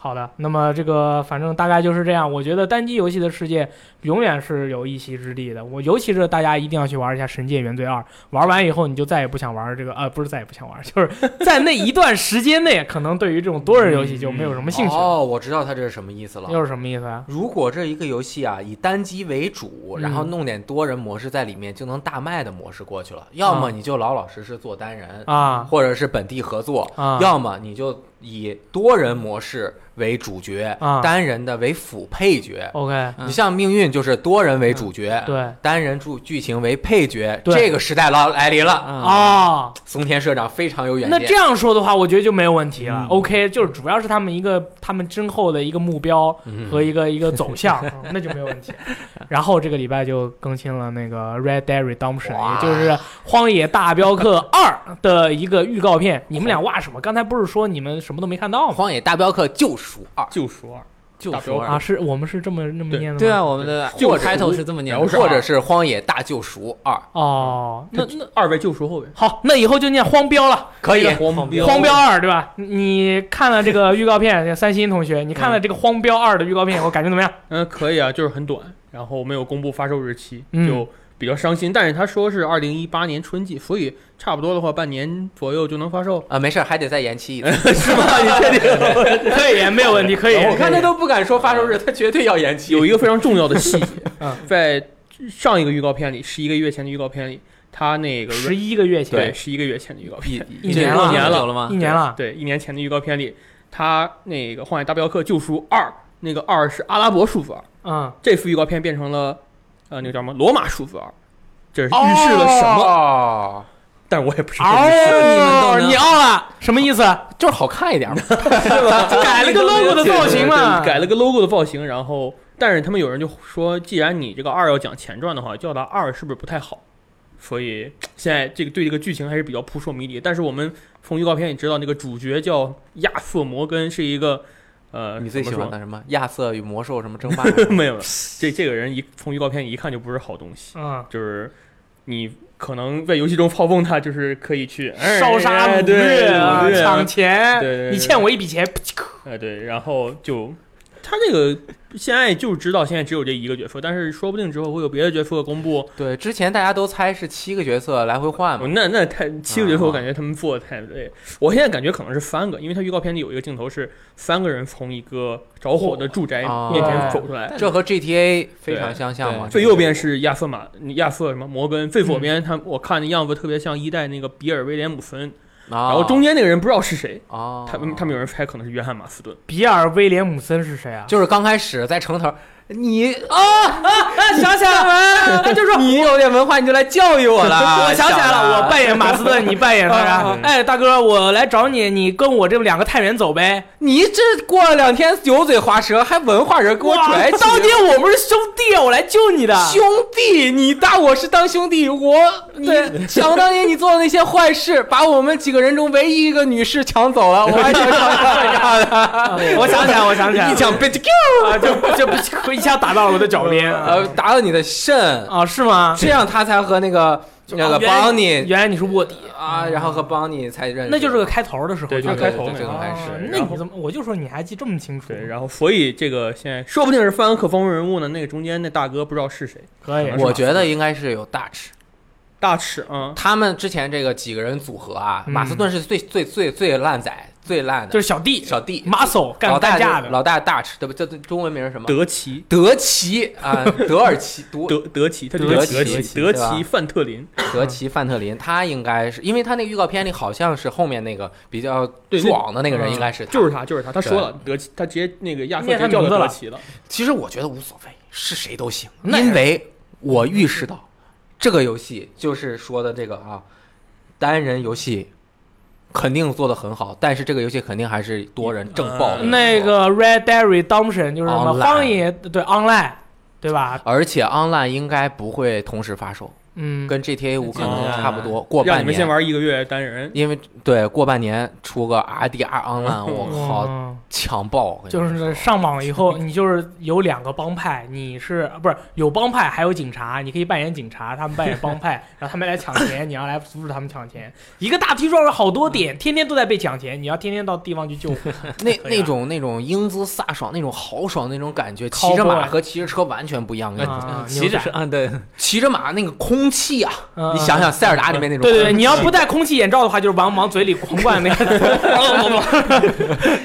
[SPEAKER 1] 好的，那么这个反正大概就是这样。我觉得单机游戏的世界永远是有一席之地的。我尤其是大家一定要去玩一下《神界原罪二》，玩完以后你就再也不想玩这个，呃，不是再也不想玩，就是 <laughs> 在那一段时间内，可能对于这种多人游戏就没有什么兴趣。啊
[SPEAKER 2] 哦，我知道他这是什么意思了。
[SPEAKER 1] 又是什么意思啊？
[SPEAKER 2] 如果这一个游戏啊以单机为主，
[SPEAKER 1] 嗯
[SPEAKER 2] 然后弄点多人模式在里面，就能大卖的模式过去了。要么你就老老实实做单人，
[SPEAKER 1] 啊
[SPEAKER 2] 或者是本地合作；
[SPEAKER 1] 啊
[SPEAKER 2] 要么你就以多人模式为主角，
[SPEAKER 1] 啊
[SPEAKER 2] 单人的为辅配角。
[SPEAKER 1] ！OK，
[SPEAKER 3] 嗯
[SPEAKER 2] 你像命运就是多人为主角，
[SPEAKER 1] 啊对
[SPEAKER 2] 单人剧剧情为配角，
[SPEAKER 1] 对
[SPEAKER 2] 这个时代老来临了。
[SPEAKER 3] 啊，
[SPEAKER 1] 啊，
[SPEAKER 2] 松田社长非常有远
[SPEAKER 1] 那
[SPEAKER 2] 见。
[SPEAKER 1] 这样说的话，我觉得就没有问题了。
[SPEAKER 2] 嗯
[SPEAKER 1] OK，就是主要是他们一个他们之后的一个目标，
[SPEAKER 2] 嗯
[SPEAKER 1] 和一个一个走向，嗯那就没有问题。然后这个礼拜就更新了那个《Red Dead Redemption》，
[SPEAKER 2] 哇
[SPEAKER 1] 也就是《荒野大镖客二》的一个预告片。你们俩哇什么？刚才不是说你们什么都没看到吗？
[SPEAKER 2] 荒野大镖客救赎二》，
[SPEAKER 4] 就数二，
[SPEAKER 3] 就
[SPEAKER 4] 打
[SPEAKER 3] 说
[SPEAKER 4] 折
[SPEAKER 1] 啊，是我们是这么那么
[SPEAKER 4] 对
[SPEAKER 1] 念的
[SPEAKER 3] 对
[SPEAKER 1] 吗？
[SPEAKER 3] 啊，我们的
[SPEAKER 4] 就
[SPEAKER 3] 开头是这么念
[SPEAKER 4] 然后
[SPEAKER 3] 的，
[SPEAKER 4] 是
[SPEAKER 2] 或者是《荒野大救赎二》，
[SPEAKER 1] 哦，那那
[SPEAKER 4] 二位救赎后卫，
[SPEAKER 1] 好，那以后就念《荒标》了，
[SPEAKER 2] 可以
[SPEAKER 4] 这个黄标
[SPEAKER 1] 《荒标二》对吧？你你看了这个预告片，三星同学，你看了这个《荒标二》的预告片以后，感觉怎么样？ <laughs>
[SPEAKER 4] 嗯，可以啊，就是很短，然后没有公布发售日期，
[SPEAKER 1] 嗯
[SPEAKER 4] 就比较伤心。但是他说是二零一八年春季，所以差不多的话，半年左右就能发售。
[SPEAKER 2] 啊，没事儿，还得再延期一次。
[SPEAKER 4] <laughs> 是吗？你确定？
[SPEAKER 1] 可以，没有问题，可以。
[SPEAKER 2] <laughs> 我看他都不敢说发售日，他绝对要延期。 <laughs>
[SPEAKER 4] 有一个非常重要的细
[SPEAKER 1] <laughs>
[SPEAKER 4] 节
[SPEAKER 1] 嗯，
[SPEAKER 4] 在上一个预告片里，十一个月前的预告片里，他那个
[SPEAKER 1] 十一个月前，
[SPEAKER 4] 对十一个月前的预告片，
[SPEAKER 2] 比
[SPEAKER 1] 一
[SPEAKER 3] 这
[SPEAKER 1] 年
[SPEAKER 3] 过
[SPEAKER 1] 了
[SPEAKER 3] 年了吗
[SPEAKER 1] 一？年了，
[SPEAKER 4] 对一年前的预告片里，他那个《荒野大镖客：救赎二》那个二是阿拉伯数字二，
[SPEAKER 1] 嗯，
[SPEAKER 4] 这幅预告片变成了呃那个叫什么罗马数字二，这是
[SPEAKER 1] 哦
[SPEAKER 4] 预示了什么？
[SPEAKER 2] 么？
[SPEAKER 4] <laughs> 但我也不是很明
[SPEAKER 1] 哦，
[SPEAKER 4] 白
[SPEAKER 3] 你们都能
[SPEAKER 1] 你傲了，什么意思？
[SPEAKER 2] 就是好看一点 <laughs> 嘛。
[SPEAKER 1] 改了个 logo 的造型嘛，
[SPEAKER 4] 对改了个 logo 的造型，然后，但是他们有人就说，既然你这个二要讲前传的话，叫它二是不是不太好？所以现在这个对这个剧情还是比较扑朔迷离。但是我们从预告片也知道，那个主角叫亚瑟·摩根，是一个呃，
[SPEAKER 2] 你最喜
[SPEAKER 4] 怎么
[SPEAKER 2] 欢
[SPEAKER 4] 说
[SPEAKER 2] 的什么？亚瑟与魔
[SPEAKER 4] <laughs>
[SPEAKER 2] 兽什么争霸？
[SPEAKER 4] 没有了？这这个人一从预告片一看就不是好东西，
[SPEAKER 1] 嗯
[SPEAKER 4] 就是你可能在游戏中嘲讽他，就是可以去哎
[SPEAKER 1] 烧杀
[SPEAKER 4] 哎
[SPEAKER 1] 掳
[SPEAKER 4] 对
[SPEAKER 1] 掠啊，
[SPEAKER 4] 掳掠
[SPEAKER 1] 抢钱，
[SPEAKER 4] 对对对
[SPEAKER 1] 你欠我一笔钱，
[SPEAKER 4] 哎，对，然后就他这个现在就知道现在只有这一个角色，但是说不定之后会有别的角色公布。
[SPEAKER 2] <laughs> 对，之前大家都猜是七个角色来回换嘛，
[SPEAKER 4] 哦那那太七个角色，
[SPEAKER 2] 啊
[SPEAKER 4] 我感觉他们做的太累。我现在感觉可能是三个，因为他预告片里有一个镜头是三个人从一个着火的住宅
[SPEAKER 2] 哦
[SPEAKER 4] 面前走出来，
[SPEAKER 2] 这和 GTA 非常相像
[SPEAKER 1] 哦
[SPEAKER 2] 嘛。
[SPEAKER 4] 最右边是亚瑟马亚瑟什么摩根，最左
[SPEAKER 1] 嗯
[SPEAKER 4] 边他我看那样子特别像一代那个比尔威廉姆森，
[SPEAKER 2] 然
[SPEAKER 4] 然后中间那个人不知道是谁，
[SPEAKER 2] 啊哦，
[SPEAKER 4] 他们他们有人猜可能是约翰马斯顿。
[SPEAKER 1] 比尔威廉姆森是谁啊？
[SPEAKER 2] 就是刚开始在城头，你啊
[SPEAKER 1] 啊，想起来了，他就说
[SPEAKER 2] 你有点文化，你就来教育我
[SPEAKER 3] <laughs>
[SPEAKER 2] 了。
[SPEAKER 1] 我想起来了，我扮演马斯顿，你扮演他
[SPEAKER 4] 啊
[SPEAKER 1] 啥
[SPEAKER 4] 啊？
[SPEAKER 1] 哎，大哥，我来找你，你跟我这两个探员走呗。
[SPEAKER 2] 你这过了两天油嘴滑舌，还文化人给我
[SPEAKER 1] 哇
[SPEAKER 2] 拽起。
[SPEAKER 1] 当年我们是兄弟，我来救你的。
[SPEAKER 2] 兄弟，你当我是当兄弟，我你想当年你做的那些坏事，把我们几个人中唯一一个女士抢走了，我还想要的。
[SPEAKER 1] 我想起来，我想起来，
[SPEAKER 2] 一枪 b i t
[SPEAKER 1] 啊，就就不一下打到了我的脚边
[SPEAKER 2] 呃，打到你的肾，
[SPEAKER 1] 啊，是吗？
[SPEAKER 2] 这样他才和那个那个
[SPEAKER 1] 原来
[SPEAKER 2] 邦尼
[SPEAKER 1] 原来你是卧底，
[SPEAKER 2] 啊，然后和邦尼才认识，
[SPEAKER 1] 那就是个开头的时候，
[SPEAKER 4] 对
[SPEAKER 2] 对
[SPEAKER 4] 就是开
[SPEAKER 2] 对
[SPEAKER 4] 头
[SPEAKER 2] 对
[SPEAKER 4] 那
[SPEAKER 2] 这
[SPEAKER 4] 个
[SPEAKER 2] 个
[SPEAKER 1] 哦
[SPEAKER 2] 开始。
[SPEAKER 1] 那你怎么？我就说你还记这么清楚，
[SPEAKER 4] 对，然后所以这个现在嗯说不定是范恩克风人物呢，那个中间那大哥不知道是谁，
[SPEAKER 1] 可以
[SPEAKER 4] 然后。
[SPEAKER 2] 我觉得应该是有大尺。
[SPEAKER 4] 大尺啊，
[SPEAKER 2] 他们之前这个几个人组合啊，
[SPEAKER 1] 嗯
[SPEAKER 2] 马斯顿是最最最最烂仔，最烂的，
[SPEAKER 1] 就是小弟
[SPEAKER 2] 小弟，
[SPEAKER 1] muscle 干
[SPEAKER 2] 老大
[SPEAKER 1] 干架
[SPEAKER 2] 就
[SPEAKER 1] 的，
[SPEAKER 2] 老大大尺，对不？这这中文名是什么？
[SPEAKER 4] 德奇
[SPEAKER 2] 德奇 <laughs> 啊，德尔奇，德
[SPEAKER 4] 德德奇，他就
[SPEAKER 2] 德
[SPEAKER 4] 叫
[SPEAKER 2] 奇
[SPEAKER 4] 德
[SPEAKER 2] 德
[SPEAKER 4] 奇
[SPEAKER 2] 奇
[SPEAKER 4] 德
[SPEAKER 2] 对吧
[SPEAKER 4] 奇范特林，
[SPEAKER 2] 德奇范特林，他应该是，因为他那个预告片里好像是后面那个比较
[SPEAKER 4] 对那
[SPEAKER 2] 壮的那个人，
[SPEAKER 1] 嗯
[SPEAKER 2] 应该是他。
[SPEAKER 4] 就是他，就是他，他
[SPEAKER 2] 对
[SPEAKER 4] 说了德奇，他直接那个亚瑟
[SPEAKER 1] 念
[SPEAKER 4] 直
[SPEAKER 1] 他
[SPEAKER 4] 接叫
[SPEAKER 1] 名字
[SPEAKER 4] 他德
[SPEAKER 1] 了
[SPEAKER 4] 奇了，
[SPEAKER 2] 其实我觉得无所谓，是谁都行，
[SPEAKER 1] 那
[SPEAKER 2] 因为我预识到这个游戏就是说的这个啊，单人游戏肯定做得很好，但是这个游戏肯定还是多人正爆的
[SPEAKER 4] 嗯
[SPEAKER 1] 那。个 Red Dead Redemption 就是什么
[SPEAKER 2] Online
[SPEAKER 1] 荒野对 online 对吧？
[SPEAKER 2] 而且 online 应该不会同时发售，
[SPEAKER 1] 嗯，
[SPEAKER 2] 跟 GTA 五可能
[SPEAKER 4] 嗯
[SPEAKER 2] 差不多。过
[SPEAKER 4] 让
[SPEAKER 2] 半
[SPEAKER 4] 你们先
[SPEAKER 2] 年，
[SPEAKER 4] 玩一个月单人，
[SPEAKER 2] 因为对过半年出个 RDR
[SPEAKER 1] 嗯
[SPEAKER 2] online，啊我靠，强爆！我跟你
[SPEAKER 1] 就
[SPEAKER 2] 说
[SPEAKER 1] 是上网以
[SPEAKER 2] <laughs>
[SPEAKER 1] 后，你就是有两个帮派，你是啊不是有帮派，还有警察，你可以扮演警察，他们扮演帮
[SPEAKER 2] <laughs>
[SPEAKER 1] 派，然后他们来抢钱，你要来阻止他们抢钱。一个大体上有好多点，天天都在被抢钱，你要天天到地方去救。
[SPEAKER 2] <laughs> 那
[SPEAKER 1] <laughs> 可以
[SPEAKER 2] 那
[SPEAKER 1] 啊
[SPEAKER 2] 种那种英姿飒爽、那种豪爽那种感觉，
[SPEAKER 1] Cowboy
[SPEAKER 2] 骑着马和骑着车完全不一样。的。
[SPEAKER 1] 啊
[SPEAKER 3] 骑着是啊，对，
[SPEAKER 2] 骑着马那个空气啊，
[SPEAKER 1] 嗯
[SPEAKER 2] 你想想塞尔达里面那种，
[SPEAKER 1] 对对对，你要不戴空气眼罩的话，就是往往嘴里狂灌
[SPEAKER 2] <laughs>
[SPEAKER 1] 那 <laughs> 个，
[SPEAKER 3] <laughs>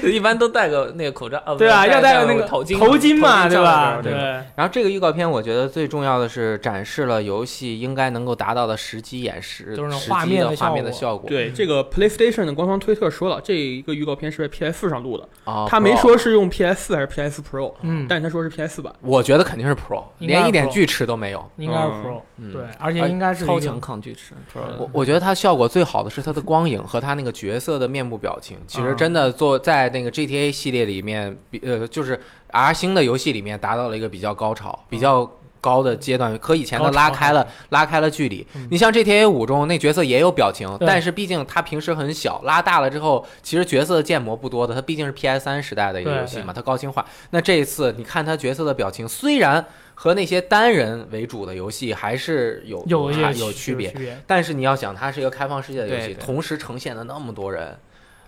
[SPEAKER 3] 一般都戴个那个口罩，啊
[SPEAKER 1] 对吧？
[SPEAKER 3] 不
[SPEAKER 1] 要戴
[SPEAKER 3] 戴
[SPEAKER 1] 那个
[SPEAKER 3] 头巾，
[SPEAKER 1] 头巾嘛，
[SPEAKER 3] 头
[SPEAKER 1] 对
[SPEAKER 3] 罩
[SPEAKER 1] 吧？
[SPEAKER 3] 着
[SPEAKER 1] 对
[SPEAKER 3] 对，
[SPEAKER 2] 然后这个预告片，我觉得最重要的是展示了游戏应该能够达到的实际演示，
[SPEAKER 1] 就是那种
[SPEAKER 2] 实
[SPEAKER 1] 画
[SPEAKER 2] 际
[SPEAKER 1] 面的
[SPEAKER 2] 的画面的
[SPEAKER 1] 效
[SPEAKER 2] 效果。
[SPEAKER 4] 对，这个 PlayStation 的官方推特说了，这一个预告片是在 PS 上录的，
[SPEAKER 2] 啊，
[SPEAKER 4] 他没
[SPEAKER 2] Pro
[SPEAKER 4] 说，是用 PS 4还是 PS Pro，
[SPEAKER 1] 嗯，
[SPEAKER 4] 但是他说是 PS 版。
[SPEAKER 2] 我觉得肯定是 Pro，
[SPEAKER 1] 应该是
[SPEAKER 2] 连一点
[SPEAKER 1] Pro
[SPEAKER 2] 锯齿都没有。
[SPEAKER 1] 应该是
[SPEAKER 4] 嗯
[SPEAKER 1] Pro，
[SPEAKER 2] 嗯
[SPEAKER 1] 对，，而且应该是
[SPEAKER 3] 超
[SPEAKER 1] 一个嗯
[SPEAKER 3] 强抗锯齿。
[SPEAKER 2] 我我觉得它效果最好的是它的光影和它那个角色的面部表情。其实
[SPEAKER 1] 嗯
[SPEAKER 2] 真的做在那个 GTA 系列里面，比呃就是 R 星的游戏里面达到了一个比较高潮、比较高的阶段，和以前的
[SPEAKER 1] 嗯高潮
[SPEAKER 2] 拉开了拉开了距离
[SPEAKER 1] 嗯。
[SPEAKER 2] 你像 GTA 五中那角色也有表情，
[SPEAKER 1] 对
[SPEAKER 2] 但是毕竟它平时很小，拉大了之后，其实角色的建模不多的。它毕竟是 PS 3时代的一个
[SPEAKER 1] 对
[SPEAKER 2] 游戏嘛，它高清化。那这一次你看它角色的表情，虽然和那些单人为主的游戏还是有
[SPEAKER 1] 有
[SPEAKER 2] 还
[SPEAKER 1] 有
[SPEAKER 2] 有区别
[SPEAKER 1] 有，区别，
[SPEAKER 2] <laughs> 但是你要想，它是一个开放世界的游戏，
[SPEAKER 3] 对对
[SPEAKER 2] 同时呈现了那么多人，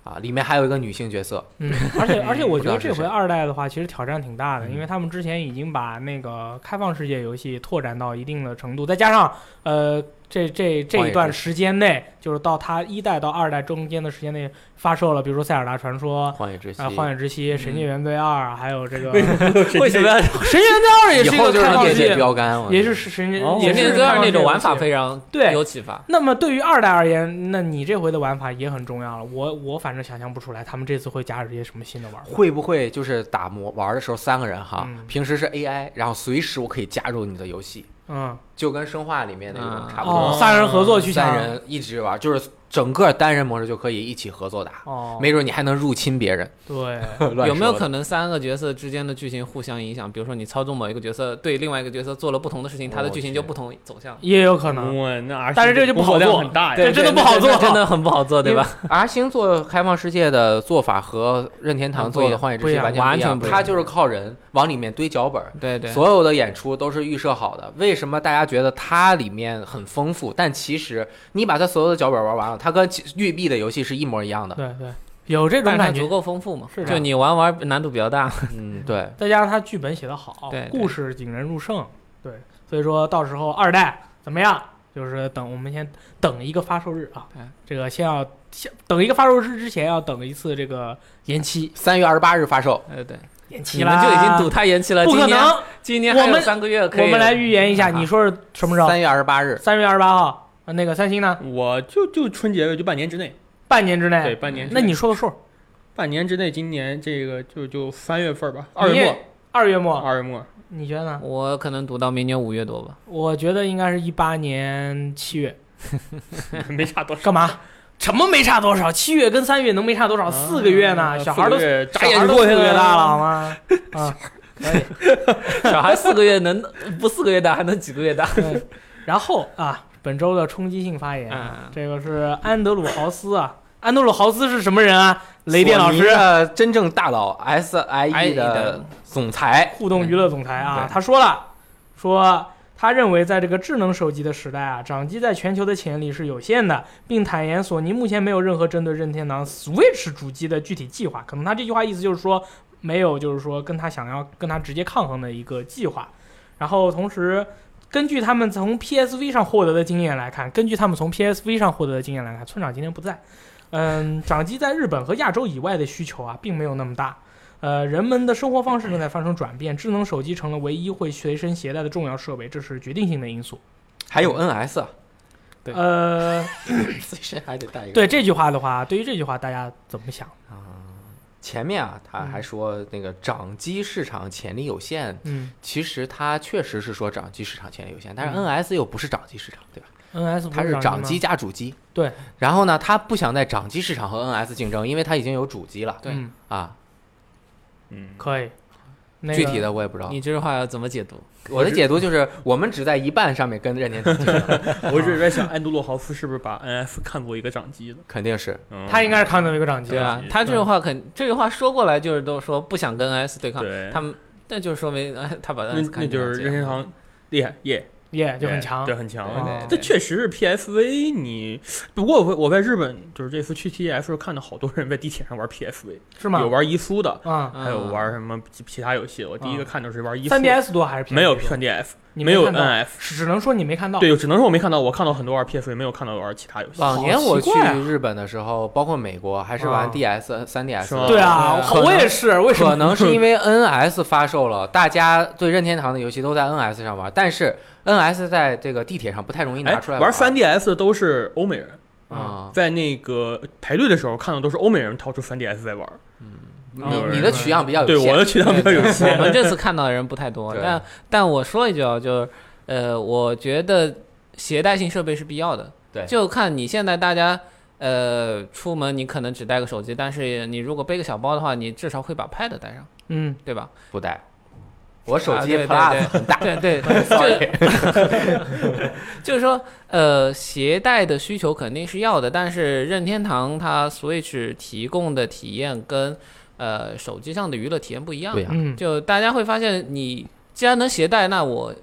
[SPEAKER 2] 啊，里面还有一个女性角色，
[SPEAKER 1] 嗯，而且而且我觉得
[SPEAKER 2] 不知
[SPEAKER 1] 这
[SPEAKER 2] 道是
[SPEAKER 1] 回
[SPEAKER 2] 谁
[SPEAKER 1] 二代的话，其实挑战挺大的，
[SPEAKER 2] 嗯
[SPEAKER 1] 因为他们之前已经把那个开放世界游戏拓展到一定的程度，再加上呃这这这
[SPEAKER 2] 荒
[SPEAKER 1] 一
[SPEAKER 2] 野
[SPEAKER 1] 段
[SPEAKER 2] 之
[SPEAKER 1] 时间内，就是到它一代到二代中间的时间内，发售了，比如说《塞尔达传说》
[SPEAKER 2] 《荒野之息》
[SPEAKER 1] 啊，《荒野之息》《神界原罪二》，啊还有这个《
[SPEAKER 3] 嗯为什么要？
[SPEAKER 2] <laughs>
[SPEAKER 1] 神界原罪二》也
[SPEAKER 2] 以
[SPEAKER 1] 是一
[SPEAKER 2] 后
[SPEAKER 1] 个
[SPEAKER 2] 就是
[SPEAKER 1] 开放
[SPEAKER 2] 业
[SPEAKER 1] 世
[SPEAKER 2] 界
[SPEAKER 1] 界，
[SPEAKER 2] 标杆，我
[SPEAKER 1] 也
[SPEAKER 2] 觉
[SPEAKER 1] 是
[SPEAKER 2] 得
[SPEAKER 1] 神
[SPEAKER 4] 哦
[SPEAKER 1] 也
[SPEAKER 3] 前
[SPEAKER 1] 是
[SPEAKER 3] 面
[SPEAKER 1] 神
[SPEAKER 3] 哥
[SPEAKER 1] 界
[SPEAKER 3] 二那种玩
[SPEAKER 1] 游
[SPEAKER 3] 法
[SPEAKER 1] 戏
[SPEAKER 3] 非常
[SPEAKER 1] 对
[SPEAKER 3] 有启发。
[SPEAKER 1] 那么对于二代而言，那你这回的玩法也很重要了。我我反正想象不出来他们这次会加入一些什么新的玩法。
[SPEAKER 2] 会不会就是打磨玩的时候三个人哈，
[SPEAKER 1] 嗯
[SPEAKER 2] 平时是 AI，然后随时我可以加入你的游戏，
[SPEAKER 1] 嗯，
[SPEAKER 2] 就跟生化里面那种差不多。
[SPEAKER 1] 啊哦，三人合作去
[SPEAKER 2] 三
[SPEAKER 1] 想
[SPEAKER 2] 人一直玩，就是整个单人模式就可以一起合作打，
[SPEAKER 1] 哦，
[SPEAKER 2] 没准你还能入侵
[SPEAKER 1] <laughs>
[SPEAKER 2] 别人。
[SPEAKER 1] 对，
[SPEAKER 2] 乱
[SPEAKER 3] 有没有
[SPEAKER 2] 说的
[SPEAKER 3] 可能三个角色之间的剧情互相影响？比如说你操纵某一个角色，对另外一个角色做了不同的事情，他的
[SPEAKER 2] 我
[SPEAKER 3] 剧情
[SPEAKER 2] 去
[SPEAKER 3] 就不同走向。
[SPEAKER 1] 也有可能。
[SPEAKER 4] 哇，那 R
[SPEAKER 1] 但是这个就不好做
[SPEAKER 4] 很大呀。
[SPEAKER 1] 对这都
[SPEAKER 3] 那
[SPEAKER 1] 不好做
[SPEAKER 3] 那真的很不好做，对吧？
[SPEAKER 2] <laughs> ？R 星做开放世界的做法和任天堂做的《荒野之
[SPEAKER 1] 嗯不一
[SPEAKER 2] 息》
[SPEAKER 1] 样
[SPEAKER 2] 完全
[SPEAKER 3] 完
[SPEAKER 2] 一
[SPEAKER 3] 全
[SPEAKER 2] 样，
[SPEAKER 3] 不一样
[SPEAKER 2] 它就是靠人往里面堆脚本儿，
[SPEAKER 3] 对对，
[SPEAKER 2] 所有的演出都是预设好的。为什么大家觉得它里面很丰富？但其实你把它所有的脚本玩完了，它跟其育碧的游戏是一模一
[SPEAKER 1] <laughs>
[SPEAKER 2] 样的。
[SPEAKER 1] 对对，有这
[SPEAKER 3] 嗯但
[SPEAKER 1] 种
[SPEAKER 3] 是它
[SPEAKER 1] 感
[SPEAKER 3] 足
[SPEAKER 1] 觉，
[SPEAKER 3] 够丰富嘛
[SPEAKER 1] 是？的
[SPEAKER 3] 就你玩玩难度比较大，
[SPEAKER 2] 嗯，对，
[SPEAKER 1] 再加上他剧本写得好，
[SPEAKER 3] 对对
[SPEAKER 1] 故事引人入胜，对，所以说到时候二代怎么样？就是等我们先等一个发售日啊
[SPEAKER 3] 对，
[SPEAKER 1] 这个先要先等一个发售日之前要等一次这个延
[SPEAKER 2] <laughs>
[SPEAKER 1] 期，
[SPEAKER 2] <laughs> 三月二十八日发售。
[SPEAKER 3] 对对，
[SPEAKER 1] 延期
[SPEAKER 3] 你们就已经赌
[SPEAKER 1] 啦，
[SPEAKER 3] 它延期了，
[SPEAKER 1] 不可
[SPEAKER 3] 今年
[SPEAKER 1] 能，
[SPEAKER 3] 今年还
[SPEAKER 1] 我
[SPEAKER 3] 有
[SPEAKER 1] 们
[SPEAKER 3] 三个月可以。
[SPEAKER 1] 我们来预言一下，你说是什么时候？
[SPEAKER 2] 三月二十八日。
[SPEAKER 1] 三月二十八号，呃那个三星呢？
[SPEAKER 4] 我就就春节就半年之内，
[SPEAKER 1] 半年之
[SPEAKER 4] 对，
[SPEAKER 1] 内，
[SPEAKER 4] 半年之
[SPEAKER 1] 哎
[SPEAKER 4] 内。
[SPEAKER 1] 那你说个数，
[SPEAKER 4] 半年之内，今年这个就就三月份吧，二
[SPEAKER 1] 你
[SPEAKER 4] 月
[SPEAKER 1] 也二月哦
[SPEAKER 4] 末，
[SPEAKER 1] 末，
[SPEAKER 4] 二月末。
[SPEAKER 1] 你觉得呢？
[SPEAKER 3] 我可能赌到明年五月多吧。
[SPEAKER 1] 我觉得应该是一八年七月，
[SPEAKER 4] <laughs> 没差多少，
[SPEAKER 1] 干嘛？什么没差多少？七月跟三月能没差
[SPEAKER 4] 啊
[SPEAKER 1] 多少？四个月呢，小孩儿都小
[SPEAKER 4] 眨
[SPEAKER 1] 孩
[SPEAKER 4] 眼
[SPEAKER 1] 儿
[SPEAKER 4] 就
[SPEAKER 1] 都
[SPEAKER 4] 过
[SPEAKER 1] 四
[SPEAKER 4] 去
[SPEAKER 1] 个
[SPEAKER 4] 了，
[SPEAKER 1] 月大了好吗？啊，可以。
[SPEAKER 3] 小孩四个月能不四个月大，还能几个月大？
[SPEAKER 1] 对然后啊，本周的冲击性发言，
[SPEAKER 3] 嗯
[SPEAKER 1] 这个是安德鲁豪斯啊。安德鲁豪斯是什么人啊？雷电老
[SPEAKER 2] 索尼
[SPEAKER 1] 师，
[SPEAKER 2] 的真正大佬 S I E 的总裁，
[SPEAKER 1] 互动娱乐总裁啊
[SPEAKER 2] 对，
[SPEAKER 1] 他说了，说他认为在这个智能手机的时代啊，掌机在全球的潜力是有限的，并坦言索尼目前没有任何针对任天堂 Switch 主机的具体计划。可能他这句话意思就是说，没有就是说跟他想要跟他直接抗衡的一个计划。然后同时。根据他们从 PSV 上获得的经验来看，根据他们从 PSV 上获得的经验来看，村长今天不在。嗯，掌机在日本和亚洲以外的需求啊，并没有那么大。呃，人们的生活方式正在发生转变，智能手机成了唯一会随身携带的重要设备，这是决定性的因素。
[SPEAKER 2] 还有 N S，对啊
[SPEAKER 1] 呃，
[SPEAKER 2] 随身还得带一个。
[SPEAKER 1] 对这句话的话，对于这句话大家怎么想？
[SPEAKER 2] 前面啊，他还说那个掌机市场潜力有限，
[SPEAKER 1] 嗯
[SPEAKER 2] 其实他确实是说掌机市场潜力有限，但是
[SPEAKER 1] 嗯
[SPEAKER 2] NS 又不是掌机市场，对吧？
[SPEAKER 1] ，NS
[SPEAKER 2] 嗯它
[SPEAKER 1] 不
[SPEAKER 2] 是掌
[SPEAKER 1] 掌
[SPEAKER 2] 机
[SPEAKER 1] 机吗，
[SPEAKER 2] 加主机。
[SPEAKER 1] 对。
[SPEAKER 2] 然后呢，他不想在掌机市场和 NS 竞争，因为他已经有主机了
[SPEAKER 3] 对
[SPEAKER 1] 嗯，
[SPEAKER 2] 啊。
[SPEAKER 4] 嗯，
[SPEAKER 1] 可以。那个
[SPEAKER 2] 具体的我也不知道。
[SPEAKER 3] 啊你这句话要怎么解读？
[SPEAKER 2] 我的解读就是，我们只在一半上面跟任天堂
[SPEAKER 1] <laughs>
[SPEAKER 2] 竞争，
[SPEAKER 4] 我一
[SPEAKER 1] 啊
[SPEAKER 4] 直在想，安德鲁豪夫是不是把 NF 看作一个掌机的？
[SPEAKER 2] 肯定是。
[SPEAKER 4] 嗯
[SPEAKER 1] 他应该是看到一个掌机
[SPEAKER 3] 对
[SPEAKER 1] 了，
[SPEAKER 3] 啊，他这句话肯这句话说过来就是都说不想跟 S 对抗，
[SPEAKER 4] 对，
[SPEAKER 3] 他们那就是说明哎他把
[SPEAKER 4] 那
[SPEAKER 3] S 看
[SPEAKER 4] 那就是
[SPEAKER 3] 成
[SPEAKER 4] 任天
[SPEAKER 3] 这样
[SPEAKER 4] 堂厉害耶，
[SPEAKER 1] 耶、就很强
[SPEAKER 4] 对，。很强
[SPEAKER 1] 对。
[SPEAKER 3] 对对
[SPEAKER 4] 这确实是 PSV，你不过我我在日本就是这次去 TGF 时候看到好多人在地铁上玩 PSV，
[SPEAKER 1] 是吗
[SPEAKER 4] 有？玩遗书的，
[SPEAKER 1] 啊、
[SPEAKER 3] 嗯
[SPEAKER 4] 还有玩什么其其他游戏的。我第一个
[SPEAKER 1] 嗯
[SPEAKER 4] 看到是玩遗书
[SPEAKER 1] 三
[SPEAKER 4] 的，
[SPEAKER 1] 3DS 多还是 PS
[SPEAKER 4] 没有
[SPEAKER 1] 多
[SPEAKER 4] 3DF，
[SPEAKER 1] 你
[SPEAKER 4] 没有
[SPEAKER 1] 看到哦
[SPEAKER 4] NF，
[SPEAKER 1] 只能说你没看到。
[SPEAKER 4] 对，只能说我没看到，我看到很多玩 PSV，没有看到玩其他游戏。
[SPEAKER 2] 往年
[SPEAKER 1] 好
[SPEAKER 2] 我
[SPEAKER 1] 奇
[SPEAKER 2] 去
[SPEAKER 1] 怪啊
[SPEAKER 2] 日本的时候，包括美国，还是
[SPEAKER 1] 啊
[SPEAKER 2] 玩 DS、三 DS
[SPEAKER 4] 是吗
[SPEAKER 2] 的。
[SPEAKER 1] 对啊，
[SPEAKER 3] 可
[SPEAKER 1] 我
[SPEAKER 2] 能
[SPEAKER 1] 我也是，为什么？
[SPEAKER 2] 可能是
[SPEAKER 1] <laughs>
[SPEAKER 2] 因为 NS 发售了，大家对任天堂的游戏都在 NS 上玩，但是 NS 在这个地铁上不太容易拿
[SPEAKER 4] 哎
[SPEAKER 2] 出来，
[SPEAKER 4] 玩 3DS 的都是欧美人，
[SPEAKER 2] 啊。
[SPEAKER 4] 在那个排队的时候看到都是欧美人掏出 3DS 在玩。
[SPEAKER 2] 你哦你的取样比较
[SPEAKER 4] 对，
[SPEAKER 2] 有
[SPEAKER 4] 我
[SPEAKER 2] 限，
[SPEAKER 4] 的渠道比较有 <laughs>
[SPEAKER 3] 我
[SPEAKER 4] 限。
[SPEAKER 3] 们这次看到的人不太多，
[SPEAKER 2] 对
[SPEAKER 3] 但但我说一句啊，就是呃，我觉得携带性设备是必要的，
[SPEAKER 2] 对
[SPEAKER 3] 就看你现在大家。呃，出门你可能只带个手机，但是你如果背个小包的话，你至少会把 Pad 带上，
[SPEAKER 1] 嗯，
[SPEAKER 3] 对吧？
[SPEAKER 2] 不带。我手机
[SPEAKER 3] 啊对
[SPEAKER 2] Plus 很大，<laughs>
[SPEAKER 3] 对对，
[SPEAKER 2] sorry，
[SPEAKER 3] 就是 <laughs> 说，呃，携带的需求肯定是要的，但是任天堂它 Switch 提供的体验跟呃手机上的娱乐体验不一样。
[SPEAKER 2] 对呀，
[SPEAKER 1] 嗯，
[SPEAKER 3] 就大家会发现，你既然能携带，那我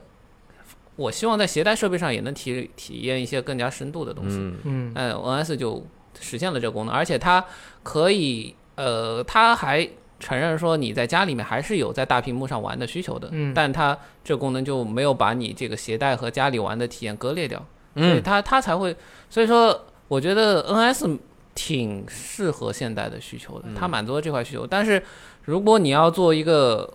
[SPEAKER 3] 我希望在携带设备上也能体体验一些更加深度的东西。
[SPEAKER 2] 嗯，
[SPEAKER 1] 嗯，
[SPEAKER 3] 嗯，NS 就实现了这个功能，而且它可以，呃，它还承认说你在家里面还是有在大屏幕上玩的需求的，
[SPEAKER 1] 嗯
[SPEAKER 3] 但它这功能就没有把你这个携带和家里玩的体验割裂掉，所以
[SPEAKER 2] 嗯，
[SPEAKER 3] 它它才会，所以说我觉得 NS 挺适合现代的需求的，
[SPEAKER 2] 嗯
[SPEAKER 3] 它满足了这块需求，但是如果你要做一个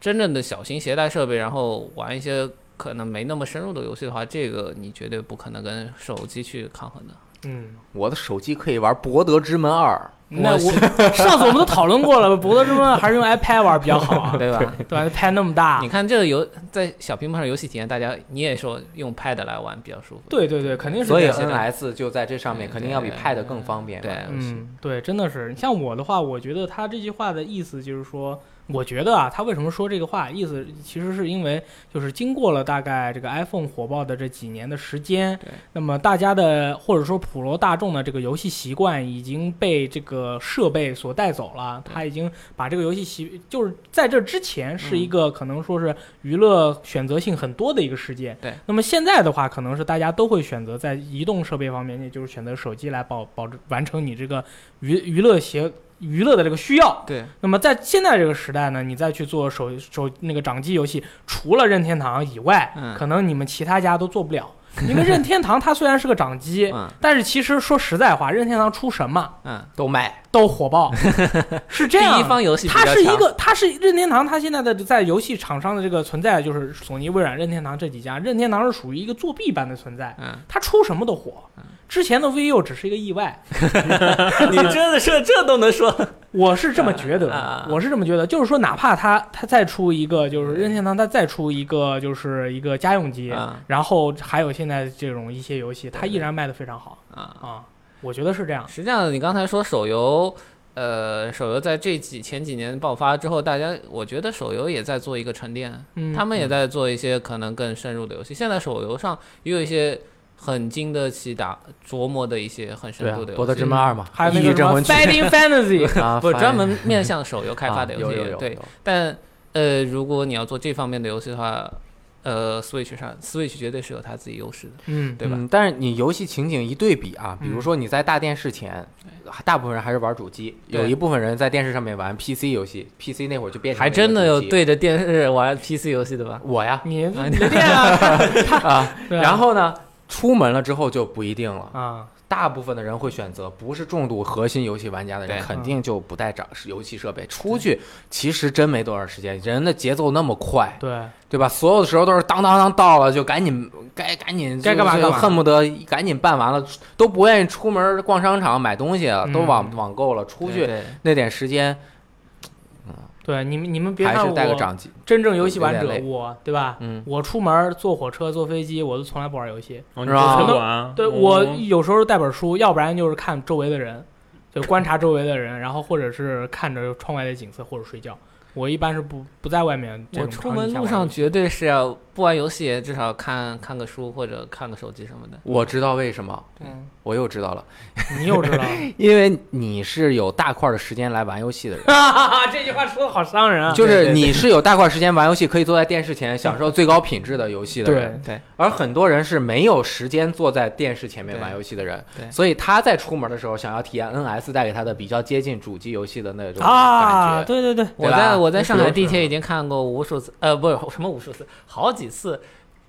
[SPEAKER 3] 真正的小型携带设备，然后玩一些。可能没那么深入的游戏的话，这个你绝对不可能跟手机去抗衡的。
[SPEAKER 2] <laughs>
[SPEAKER 1] 嗯，
[SPEAKER 2] 我的手机可以玩《博德之门二》，
[SPEAKER 1] <laughs> 那我上次我们都讨论过了，博德之门还是用 iPad 玩比较好
[SPEAKER 3] <laughs>
[SPEAKER 1] 啊，
[SPEAKER 3] 对吧？
[SPEAKER 1] 对吧？拍那么大
[SPEAKER 3] 你，看这个游在小屏幕上游戏体验，大家你也说用 Pad 来玩比较舒服。
[SPEAKER 1] 对对对，肯定是
[SPEAKER 2] 所以
[SPEAKER 1] 这样。
[SPEAKER 2] NS 就在这上面
[SPEAKER 3] 嗯
[SPEAKER 2] 肯定要比
[SPEAKER 3] 对
[SPEAKER 2] Pad 更方便。
[SPEAKER 3] 对，，
[SPEAKER 1] 嗯，对，真的是。你像我的话，我觉得他这句话的意思就是说，我觉得啊，他为什么说这个话，意思其实是因为就是经过了大概这个 iPhone 火爆的这几年的时间
[SPEAKER 3] 对，
[SPEAKER 1] 那么大家的或者说普罗大众的这个游戏习惯已经被这个设备所带走了，
[SPEAKER 3] 对嗯
[SPEAKER 1] 他已经把这个游戏习就是在这之前是一个可能说是娱乐选择性很多的一个世界。
[SPEAKER 3] 对，
[SPEAKER 1] 那么现在的话，可能是大家都会选择在移动设备方面，也就是选择手机来保保完成你这个娱娱乐协娱乐的这个需要。
[SPEAKER 3] 对，
[SPEAKER 1] 那么在现在这个时代呢，你再去做手手那个掌机游戏，除了任天堂以外，
[SPEAKER 3] 嗯
[SPEAKER 1] 可能你们其他家都做不
[SPEAKER 3] <laughs>
[SPEAKER 1] 了，因为任天堂它虽然是个掌机，
[SPEAKER 3] 嗯
[SPEAKER 1] 但是其实说实在话，任天堂出什么
[SPEAKER 3] 嗯，
[SPEAKER 2] 都卖。
[SPEAKER 1] 都火
[SPEAKER 3] <laughs>
[SPEAKER 1] 爆，是这
[SPEAKER 3] 第
[SPEAKER 1] 样的。
[SPEAKER 3] 一方游戏比
[SPEAKER 1] 它
[SPEAKER 3] 较
[SPEAKER 1] 是一
[SPEAKER 3] 强
[SPEAKER 1] 个，它是任天堂，它现在的在游戏厂商的这个存在，就是索尼、微软、任天堂这几家。任天堂是属于一个作弊般的存在，
[SPEAKER 3] 嗯，
[SPEAKER 1] 它出什么都火。之前的 VU 只是一个意外，
[SPEAKER 3] 你真的是这都能说？
[SPEAKER 1] 我是这么觉
[SPEAKER 2] 嗯
[SPEAKER 3] 啊啊啊
[SPEAKER 1] 得，我是这么觉得，就是说，哪怕它它再出一个，就是任天堂它再出一个，就是一个家用机
[SPEAKER 2] 嗯
[SPEAKER 3] 啊，
[SPEAKER 1] 然后还有现在这种一些游戏，它
[SPEAKER 3] 对对
[SPEAKER 1] 依然卖的非常好
[SPEAKER 2] 嗯
[SPEAKER 3] 啊，
[SPEAKER 1] 啊。我觉得是这样，
[SPEAKER 3] 实际上你刚才说手游，呃，手游在这几前几年爆发之后，大家我觉得手游也在做一个沉淀，
[SPEAKER 1] 嗯，
[SPEAKER 3] 他们也在做一些可能更深入的游戏。现在手游上也有一些很经得起打琢磨的一些很深度的
[SPEAKER 2] 啊
[SPEAKER 3] 游戏，
[SPEAKER 2] 博德之门二嘛，
[SPEAKER 1] 还有那
[SPEAKER 2] 异
[SPEAKER 1] 个
[SPEAKER 2] 域
[SPEAKER 1] 什
[SPEAKER 2] 镇
[SPEAKER 1] 么
[SPEAKER 2] 魂
[SPEAKER 1] 《
[SPEAKER 2] 曲
[SPEAKER 1] Fighting
[SPEAKER 2] <laughs>
[SPEAKER 1] Fantasy》，
[SPEAKER 2] 啊，
[SPEAKER 3] <laughs> 不是
[SPEAKER 2] 翻
[SPEAKER 3] 专门面向手游开发的
[SPEAKER 2] 啊
[SPEAKER 3] 游戏，
[SPEAKER 2] 有有有
[SPEAKER 3] 对
[SPEAKER 2] 有。
[SPEAKER 3] 但呃，如果你要做这方面的游戏的话，呃，Switch 上 Switch 绝对是有它自己优势的。
[SPEAKER 1] 嗯，
[SPEAKER 3] 对吧
[SPEAKER 2] 嗯但是你游戏情景一对比啊，比如
[SPEAKER 1] 嗯
[SPEAKER 2] 说你在大电视前，大部分人还是玩主机，有
[SPEAKER 3] 对
[SPEAKER 2] 一部分人在电视上面玩 PC 游戏，PC 那会儿就变成
[SPEAKER 3] 还
[SPEAKER 2] 了一个
[SPEAKER 3] 真的有
[SPEAKER 2] 主机
[SPEAKER 3] 对着电视玩 PC 游戏的吧？
[SPEAKER 2] 我 <laughs> 呀
[SPEAKER 1] 你随便嗯啊，
[SPEAKER 2] 啊，
[SPEAKER 1] 对啊
[SPEAKER 2] 然后呢，出门了之后就不一定了。
[SPEAKER 1] 啊，
[SPEAKER 2] 大部分的人会选择不是重度核心游戏玩家的人，
[SPEAKER 3] 对
[SPEAKER 2] 肯定就不带掌游戏设备出去。其实真没多长时间，人的节奏那么快，
[SPEAKER 1] 对，
[SPEAKER 2] 对吧？所有的时候都是当当当到了就赶紧该赶紧
[SPEAKER 1] 该干嘛
[SPEAKER 2] 就
[SPEAKER 1] 干嘛
[SPEAKER 2] 恨不得赶紧办完了，都不愿意出门逛商场买东西了，
[SPEAKER 1] 嗯
[SPEAKER 2] 都网网购了。出
[SPEAKER 3] 对
[SPEAKER 2] 去
[SPEAKER 3] 对
[SPEAKER 2] 那点时间
[SPEAKER 1] 对，你们你们别
[SPEAKER 2] 还
[SPEAKER 1] 看
[SPEAKER 2] 是带个
[SPEAKER 1] 我
[SPEAKER 2] 掌机，
[SPEAKER 1] 真正游戏玩
[SPEAKER 2] 有
[SPEAKER 1] 者
[SPEAKER 2] 点，累
[SPEAKER 1] 我对吧？
[SPEAKER 2] 嗯，
[SPEAKER 1] 我出门坐火车、坐飞机，我都从来不玩游戏。
[SPEAKER 4] 哦，
[SPEAKER 2] 是
[SPEAKER 4] 你
[SPEAKER 2] 吧
[SPEAKER 4] 说管啊？
[SPEAKER 1] 对
[SPEAKER 4] 哦
[SPEAKER 1] 我有时候带本书，要不然就是看周围的人，就观察周围的人，然后或者是看着窗外的景色，或者睡觉。我一般是不不在外面这
[SPEAKER 3] 我
[SPEAKER 1] 种
[SPEAKER 3] 出
[SPEAKER 1] 场景
[SPEAKER 3] 门
[SPEAKER 1] 下玩游戏。
[SPEAKER 3] 路上绝对是要不玩游戏，也至少看看个书或者看个手机什么的。
[SPEAKER 2] 我知道为什么，
[SPEAKER 1] 嗯，
[SPEAKER 2] 我又知道了，
[SPEAKER 1] 你又知
[SPEAKER 3] <laughs>
[SPEAKER 1] 道了，
[SPEAKER 2] 因为你是有大块的时间来玩游戏的人。
[SPEAKER 1] 这句话说的好伤人啊！
[SPEAKER 2] 就是你是有大块时间玩游戏，可以坐在电视前享受最高品质的游戏的人，
[SPEAKER 1] 对
[SPEAKER 3] 对，
[SPEAKER 2] 而很多人是没有时间坐在电视前面玩游戏的人
[SPEAKER 3] 对，对
[SPEAKER 2] 所以他在出门的时候想要体验 NS 带给他的比较接近主机游戏的那种
[SPEAKER 1] 啊，
[SPEAKER 2] 感觉。
[SPEAKER 1] 对对对，
[SPEAKER 2] 对
[SPEAKER 4] 哦
[SPEAKER 3] 我
[SPEAKER 2] 吧
[SPEAKER 3] 在我在上海地
[SPEAKER 4] 是
[SPEAKER 3] 铁已经看过无数次，呃，不是什么无数次，好几次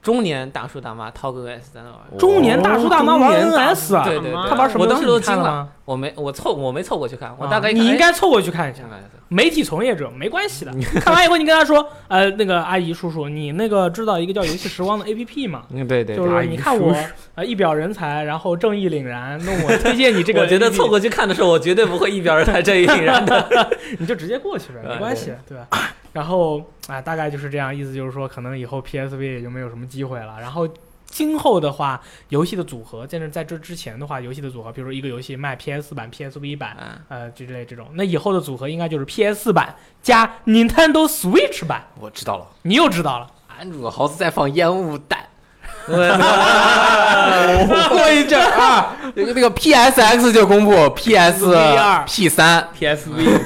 [SPEAKER 3] 中年大叔大妈掏个 S 在那玩。
[SPEAKER 2] 我
[SPEAKER 1] 中年大叔大妈玩
[SPEAKER 4] 中年大
[SPEAKER 1] NS 啊，
[SPEAKER 3] 对对对
[SPEAKER 1] 他玩什么游
[SPEAKER 3] 我当
[SPEAKER 1] 戏
[SPEAKER 3] 时都
[SPEAKER 1] 你看
[SPEAKER 3] 惊了
[SPEAKER 1] 吗？
[SPEAKER 3] 我没我凑我没凑过去看，我
[SPEAKER 1] 啊
[SPEAKER 3] 大概一看
[SPEAKER 1] 你应
[SPEAKER 3] 哎
[SPEAKER 1] 该凑过去看一下
[SPEAKER 3] 看。看
[SPEAKER 1] 媒体从业者没关系的，
[SPEAKER 3] <laughs>
[SPEAKER 1] 看完以后你跟他说，呃，那个阿姨叔叔，你那个知道一个叫游戏时光的 APP 吗？
[SPEAKER 3] 嗯对对
[SPEAKER 1] 就
[SPEAKER 3] 对，
[SPEAKER 1] 是你看我
[SPEAKER 4] 阿姨叔
[SPEAKER 1] 呃一表人才，然后正义凛然，那我推荐
[SPEAKER 3] <laughs>
[SPEAKER 1] 你这个 APP，
[SPEAKER 3] 我觉得凑过去看的时候，我绝对不会一表人才这一然 <laughs> 的。
[SPEAKER 1] 你就直接过去呗，
[SPEAKER 3] 哎对
[SPEAKER 1] 没关系，对吧？然后啊、大概就是这样，意思就是说，可能以后 PSV 也就没有什么机会了。然后今后的话，游戏的组合，在这在这之前的话，游戏的组合，比如说一个游戏卖 PS 版、PSV 版，
[SPEAKER 3] 嗯
[SPEAKER 1] 呃之类这种，那以后的组合应该就是 PS 版加 Nintendo Switch 版。
[SPEAKER 2] 我知道了，
[SPEAKER 1] 你又知道了。
[SPEAKER 2] 男主豪斯在放烟雾
[SPEAKER 1] <laughs>
[SPEAKER 2] 弹。
[SPEAKER 3] 我
[SPEAKER 2] 过一阵儿啊，那个那个 PSX 就公布 PS
[SPEAKER 1] VR
[SPEAKER 2] P 三，
[SPEAKER 1] <laughs>
[SPEAKER 4] PSV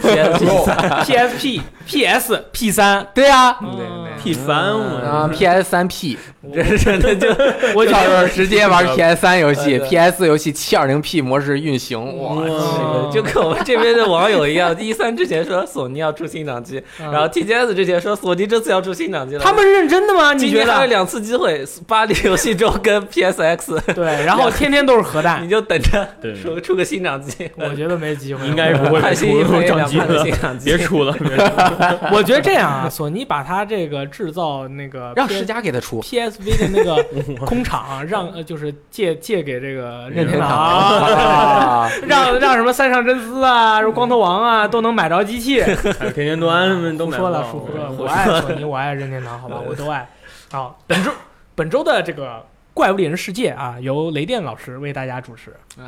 [SPEAKER 1] ，PSP、PS、P 三，
[SPEAKER 2] 对呀，
[SPEAKER 1] 嗯
[SPEAKER 4] P 三，
[SPEAKER 2] 啊
[SPEAKER 4] 我
[SPEAKER 2] PS 三 P，
[SPEAKER 3] 真是的就
[SPEAKER 1] 我
[SPEAKER 2] 到时候直接玩 PS 三游戏
[SPEAKER 3] 对嗯对
[SPEAKER 2] ，PS 游戏七二零 P 模式运行，哇，
[SPEAKER 1] 哦
[SPEAKER 3] 就跟我们这边的网友一样，一三之前说索尼要出新掌机，
[SPEAKER 1] 嗯
[SPEAKER 3] 然后 TGS 之前说索尼这次要出新掌机了。
[SPEAKER 1] 他们是认真的吗？你
[SPEAKER 3] 今
[SPEAKER 1] 觉
[SPEAKER 3] 天还有
[SPEAKER 1] 得？
[SPEAKER 3] 两次机会，巴黎游戏周跟 <laughs> PSX，
[SPEAKER 1] 对，然后天天都是核弹
[SPEAKER 3] <laughs> 你，就等着
[SPEAKER 4] 对
[SPEAKER 3] 出出个新掌机。
[SPEAKER 1] 我觉得没机会，
[SPEAKER 4] 应该是不会
[SPEAKER 3] 潘
[SPEAKER 4] 被
[SPEAKER 3] 兴一
[SPEAKER 4] 出
[SPEAKER 3] 回
[SPEAKER 4] 掌
[SPEAKER 3] 两
[SPEAKER 4] 机
[SPEAKER 3] 万个
[SPEAKER 4] 的
[SPEAKER 3] 新，掌机，
[SPEAKER 4] 别出了，别出了
[SPEAKER 1] 我觉得这样啊， <laughs> 索尼把它这个制造那个
[SPEAKER 2] 让
[SPEAKER 1] PS
[SPEAKER 2] 世嘉给他
[SPEAKER 1] 嗯
[SPEAKER 2] 出。
[SPEAKER 1] PSV 的那个空场，让呃就是借借给这个任天堂，
[SPEAKER 2] 啊，
[SPEAKER 1] <laughs> 让让什么三上真司啊、什么光头王啊都能买着机器。
[SPEAKER 4] 还有天天端什么都
[SPEAKER 1] 不
[SPEAKER 4] 买
[SPEAKER 1] 啊说
[SPEAKER 4] 不
[SPEAKER 1] 了，
[SPEAKER 4] 到
[SPEAKER 1] 不说了，我
[SPEAKER 4] 我
[SPEAKER 1] 爱索尼，我爱任天堂，好吧，我都爱。好，本周本周的这个怪物猎人世界啊，由雷电老师为大家主持
[SPEAKER 2] <laughs>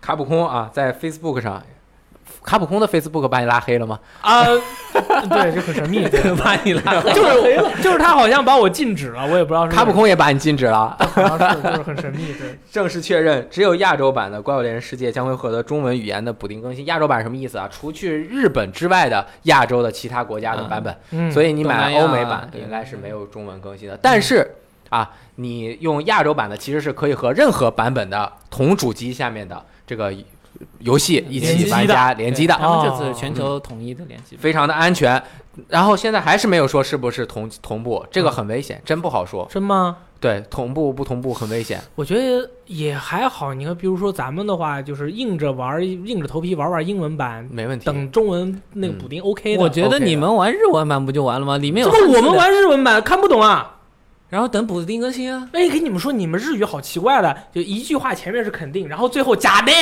[SPEAKER 2] 卡普空啊，在 Facebook 上，卡普空的 Facebook 把你拉黑了吗？
[SPEAKER 1] 啊， <laughs> 对，就很神秘，对
[SPEAKER 2] 把你拉
[SPEAKER 1] <laughs>
[SPEAKER 2] 黑，
[SPEAKER 1] 就是就是他好像把我禁止了，我也不知道是
[SPEAKER 2] 卡普，空也把你禁止了。 <laughs>
[SPEAKER 1] 好像是就是很神秘，对。
[SPEAKER 2] 正式确认，只有亚洲版的《怪物猎人世界》将会获得中文语言的补丁更新。亚洲版什么意思啊？除去日本之外的亚洲的其他国家的版本，
[SPEAKER 1] <laughs> 嗯，
[SPEAKER 2] 所
[SPEAKER 1] 以
[SPEAKER 2] 以你
[SPEAKER 3] 东南
[SPEAKER 2] 买
[SPEAKER 3] 亚
[SPEAKER 2] 欧美版
[SPEAKER 3] 对
[SPEAKER 2] 应该是没有中文更新的。但是啊，你用亚洲版的其实是可以和任何版本的同主机下面的这个游戏一
[SPEAKER 1] 嗯联机
[SPEAKER 2] 起
[SPEAKER 1] 的
[SPEAKER 2] 玩家联机的
[SPEAKER 3] 对，他们这次
[SPEAKER 1] 哦
[SPEAKER 3] 全球统一的联系。
[SPEAKER 2] 非常的安全。然后现在还是没有说是不是同同步，
[SPEAKER 1] 嗯
[SPEAKER 2] 这个很危险，真不好说。
[SPEAKER 1] 真吗？
[SPEAKER 2] 对，同步不同步很危险。
[SPEAKER 1] 我觉得也还好。你看，比如说咱们的话，就是硬着玩儿，硬着头皮玩玩英文版，
[SPEAKER 2] 没问题。
[SPEAKER 1] 等中文那个补丁 OK 的。
[SPEAKER 3] 我觉得
[SPEAKER 2] OK 的
[SPEAKER 3] 你们玩日文版不就完了吗？里面
[SPEAKER 1] 这
[SPEAKER 3] 有
[SPEAKER 1] 个
[SPEAKER 3] 汉字
[SPEAKER 1] 我们
[SPEAKER 3] 的，
[SPEAKER 1] 玩日文版看不懂啊。
[SPEAKER 3] 然后等补丁更新啊。
[SPEAKER 1] 哎，给你们说，你们日语好奇怪的，就一句话前面是肯定，然后最后假内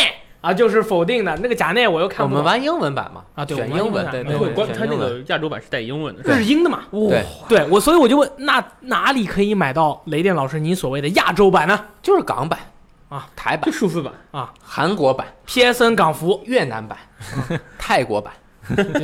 [SPEAKER 1] 啊就是否定的，那个假内我又看
[SPEAKER 2] 我
[SPEAKER 1] 不
[SPEAKER 2] 们
[SPEAKER 1] 懂。
[SPEAKER 2] 玩英文版嘛？
[SPEAKER 1] 啊对
[SPEAKER 2] 选
[SPEAKER 1] 我们玩
[SPEAKER 2] 英
[SPEAKER 1] 英文
[SPEAKER 2] 文，
[SPEAKER 1] 版
[SPEAKER 2] 对
[SPEAKER 4] 对
[SPEAKER 2] 对
[SPEAKER 1] 没
[SPEAKER 4] 关
[SPEAKER 2] 对，
[SPEAKER 4] 他
[SPEAKER 2] 选
[SPEAKER 4] 那
[SPEAKER 2] 英文。
[SPEAKER 4] 个亚洲版是带英文的，
[SPEAKER 1] 这是英的嘛？
[SPEAKER 2] 对
[SPEAKER 1] 对，我所以我就问，那哪里可以买到雷电老师您所谓的亚洲版呢
[SPEAKER 2] 就是港版
[SPEAKER 1] 啊，
[SPEAKER 2] 台版
[SPEAKER 4] <laughs> 就、数字版，
[SPEAKER 2] 韩国版、
[SPEAKER 1] ？PSN 港服，
[SPEAKER 2] 越
[SPEAKER 1] <laughs>
[SPEAKER 2] 南版、泰国版，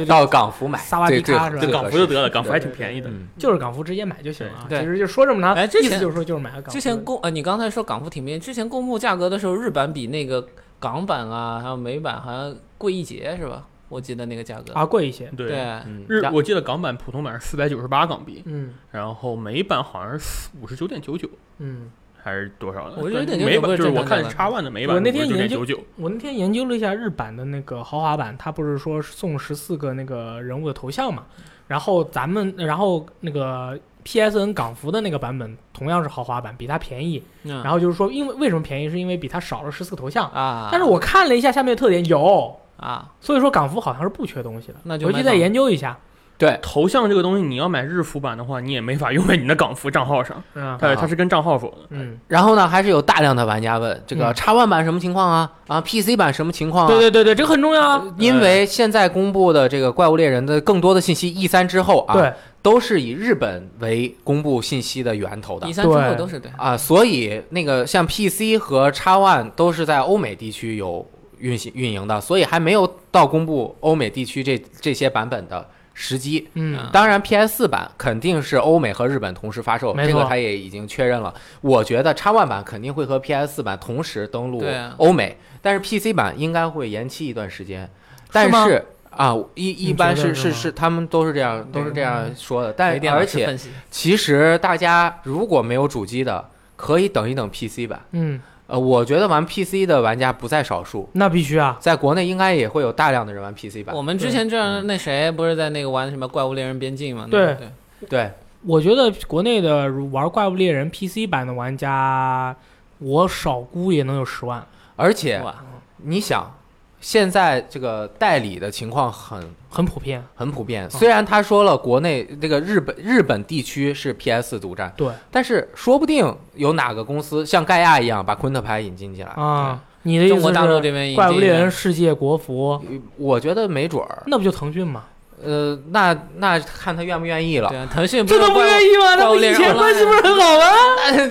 [SPEAKER 2] 到港服买
[SPEAKER 1] 萨，瓦迪
[SPEAKER 2] 对
[SPEAKER 1] 卡
[SPEAKER 2] 对
[SPEAKER 1] 是吧，这
[SPEAKER 2] 最
[SPEAKER 4] 就港
[SPEAKER 2] 合
[SPEAKER 4] 服
[SPEAKER 2] 适
[SPEAKER 4] 就得了，港服还挺便宜的。
[SPEAKER 2] 嗯，
[SPEAKER 1] 就是港服直接买就行了啊。
[SPEAKER 3] 对
[SPEAKER 1] 其实就说这么长，
[SPEAKER 3] 哎之
[SPEAKER 1] 意
[SPEAKER 3] 前
[SPEAKER 1] 思就是说就是买个港服。
[SPEAKER 3] 之前公呃，你刚才说港服挺便宜，之前公布价格的时候，日版比那个港版啊，还有美版好像贵一截是吧？我记得那个价格。
[SPEAKER 1] 啊贵一些，
[SPEAKER 4] 对，
[SPEAKER 3] 对，
[SPEAKER 2] 嗯
[SPEAKER 4] 日
[SPEAKER 2] 然
[SPEAKER 4] 我记得港版普通版是四百九十八港币，
[SPEAKER 1] 嗯
[SPEAKER 4] 然后美版好像是五十九点九九
[SPEAKER 1] 嗯。
[SPEAKER 4] 还是多少的？
[SPEAKER 3] 我觉得
[SPEAKER 4] 但
[SPEAKER 3] 9.99
[SPEAKER 4] 美版
[SPEAKER 3] 不是
[SPEAKER 4] 就是我
[SPEAKER 3] 正常
[SPEAKER 4] 看
[SPEAKER 3] 的
[SPEAKER 4] 叉 one 的美版，
[SPEAKER 1] 我那天研
[SPEAKER 4] 点
[SPEAKER 1] 究
[SPEAKER 4] 九九，
[SPEAKER 1] 我那天研究了一下日版的那个豪华版，它不是说送十四个那个人物的头像嘛？然后咱们，然后那个 PSN 港服的那个版本同样是豪华版，比它便宜。
[SPEAKER 3] 嗯
[SPEAKER 1] 然后就是说，因为为什么便宜，是因为比它少了十四个头像。
[SPEAKER 3] 啊，
[SPEAKER 1] 但是我看了一下下面的特点有，
[SPEAKER 3] 啊，
[SPEAKER 1] 所以说港服好像是不缺东西的。
[SPEAKER 3] 那就
[SPEAKER 1] 回
[SPEAKER 3] 买
[SPEAKER 1] 去再
[SPEAKER 3] 港
[SPEAKER 1] 研究一下。
[SPEAKER 2] 对
[SPEAKER 4] 头像这个东西，你要买日服版的话，你也没法用在你的港服账号上，
[SPEAKER 1] 嗯
[SPEAKER 4] 它它是跟账号否的。
[SPEAKER 1] 嗯，
[SPEAKER 2] 然后呢，还是有大量的玩家问这个
[SPEAKER 1] 嗯
[SPEAKER 2] 叉 One 版什么情况啊？啊，PC 版什么情况啊？
[SPEAKER 1] 对对对对，这个很重要啊。
[SPEAKER 2] 因为现在公布的这个《怪物猎人》的更多的信息，E 三之后啊，
[SPEAKER 1] 对，
[SPEAKER 2] 都是以日本为公布信息的源头的
[SPEAKER 3] 一三之后
[SPEAKER 1] 对
[SPEAKER 3] 都是对。
[SPEAKER 2] 啊，所以那个像 PC 和 X One 都是在欧美地区有运行运营的，所以还没有到公布欧美地区这这些版本的时机。
[SPEAKER 3] 啊
[SPEAKER 1] 嗯，
[SPEAKER 2] 当然，PS 4版肯定是欧美和日本同时发售，
[SPEAKER 1] 没
[SPEAKER 2] 这个
[SPEAKER 1] 错
[SPEAKER 2] 它也已经确认了。我觉得 X One 版肯定会和 PS 4版同时登陆
[SPEAKER 3] 对啊
[SPEAKER 2] 欧美，但是 PC 版应该会延期一段时间。但
[SPEAKER 1] 吗
[SPEAKER 2] 是啊，一一
[SPEAKER 1] 你
[SPEAKER 2] 般
[SPEAKER 1] 觉得
[SPEAKER 2] 是
[SPEAKER 1] 是
[SPEAKER 2] 是
[SPEAKER 1] 吗嗯
[SPEAKER 2] 是，他们都是这样都是这样说的。但
[SPEAKER 3] 雷电老
[SPEAKER 2] 而
[SPEAKER 3] 师
[SPEAKER 2] 且
[SPEAKER 3] 分析
[SPEAKER 2] 其实大家如果没有主机的，可以等一等 PC 版。
[SPEAKER 1] 嗯，
[SPEAKER 2] 呃，我觉得玩 PC 的玩家不在少数，
[SPEAKER 1] 那必须啊。
[SPEAKER 2] 在国内应该也会有大量的人玩 PC 版
[SPEAKER 3] 我。们之前这样，那谁不是在那个玩什么《怪物猎人边境》吗？
[SPEAKER 1] 嗯对
[SPEAKER 3] 对，
[SPEAKER 2] 对，
[SPEAKER 1] 我觉得国内的玩《怪物猎人》PC 版的玩家，我少估也能有十万。
[SPEAKER 2] 而且
[SPEAKER 3] 哇，
[SPEAKER 2] 你想，现在这个代理的情况很
[SPEAKER 1] 很普遍。
[SPEAKER 2] 很普
[SPEAKER 3] 嗯
[SPEAKER 2] 遍。虽然他说了国内这个日本日本地区是 PS 独占，
[SPEAKER 1] 对
[SPEAKER 2] 但是说不定有哪个公司像盖亚一样把昆特牌引进进来。
[SPEAKER 3] 嗯
[SPEAKER 1] 啊，你的意
[SPEAKER 3] 中
[SPEAKER 1] 思
[SPEAKER 3] 国大陆
[SPEAKER 1] 是
[SPEAKER 3] 这边已
[SPEAKER 1] 怪物
[SPEAKER 3] 经嗯
[SPEAKER 1] 猎人世界国服，
[SPEAKER 2] 呃我觉得没准儿，
[SPEAKER 1] 那不就腾讯吗？
[SPEAKER 2] 呃，那那看他愿不愿意了
[SPEAKER 3] 对。啊，腾讯
[SPEAKER 1] 这
[SPEAKER 3] 是
[SPEAKER 1] 都不
[SPEAKER 3] 怪物
[SPEAKER 1] 愿意吗？
[SPEAKER 3] 怪
[SPEAKER 1] 那
[SPEAKER 3] 物
[SPEAKER 1] 不
[SPEAKER 3] 猎
[SPEAKER 1] 以
[SPEAKER 3] 人
[SPEAKER 1] 前关系
[SPEAKER 3] Online 啊
[SPEAKER 1] 不是很好吗？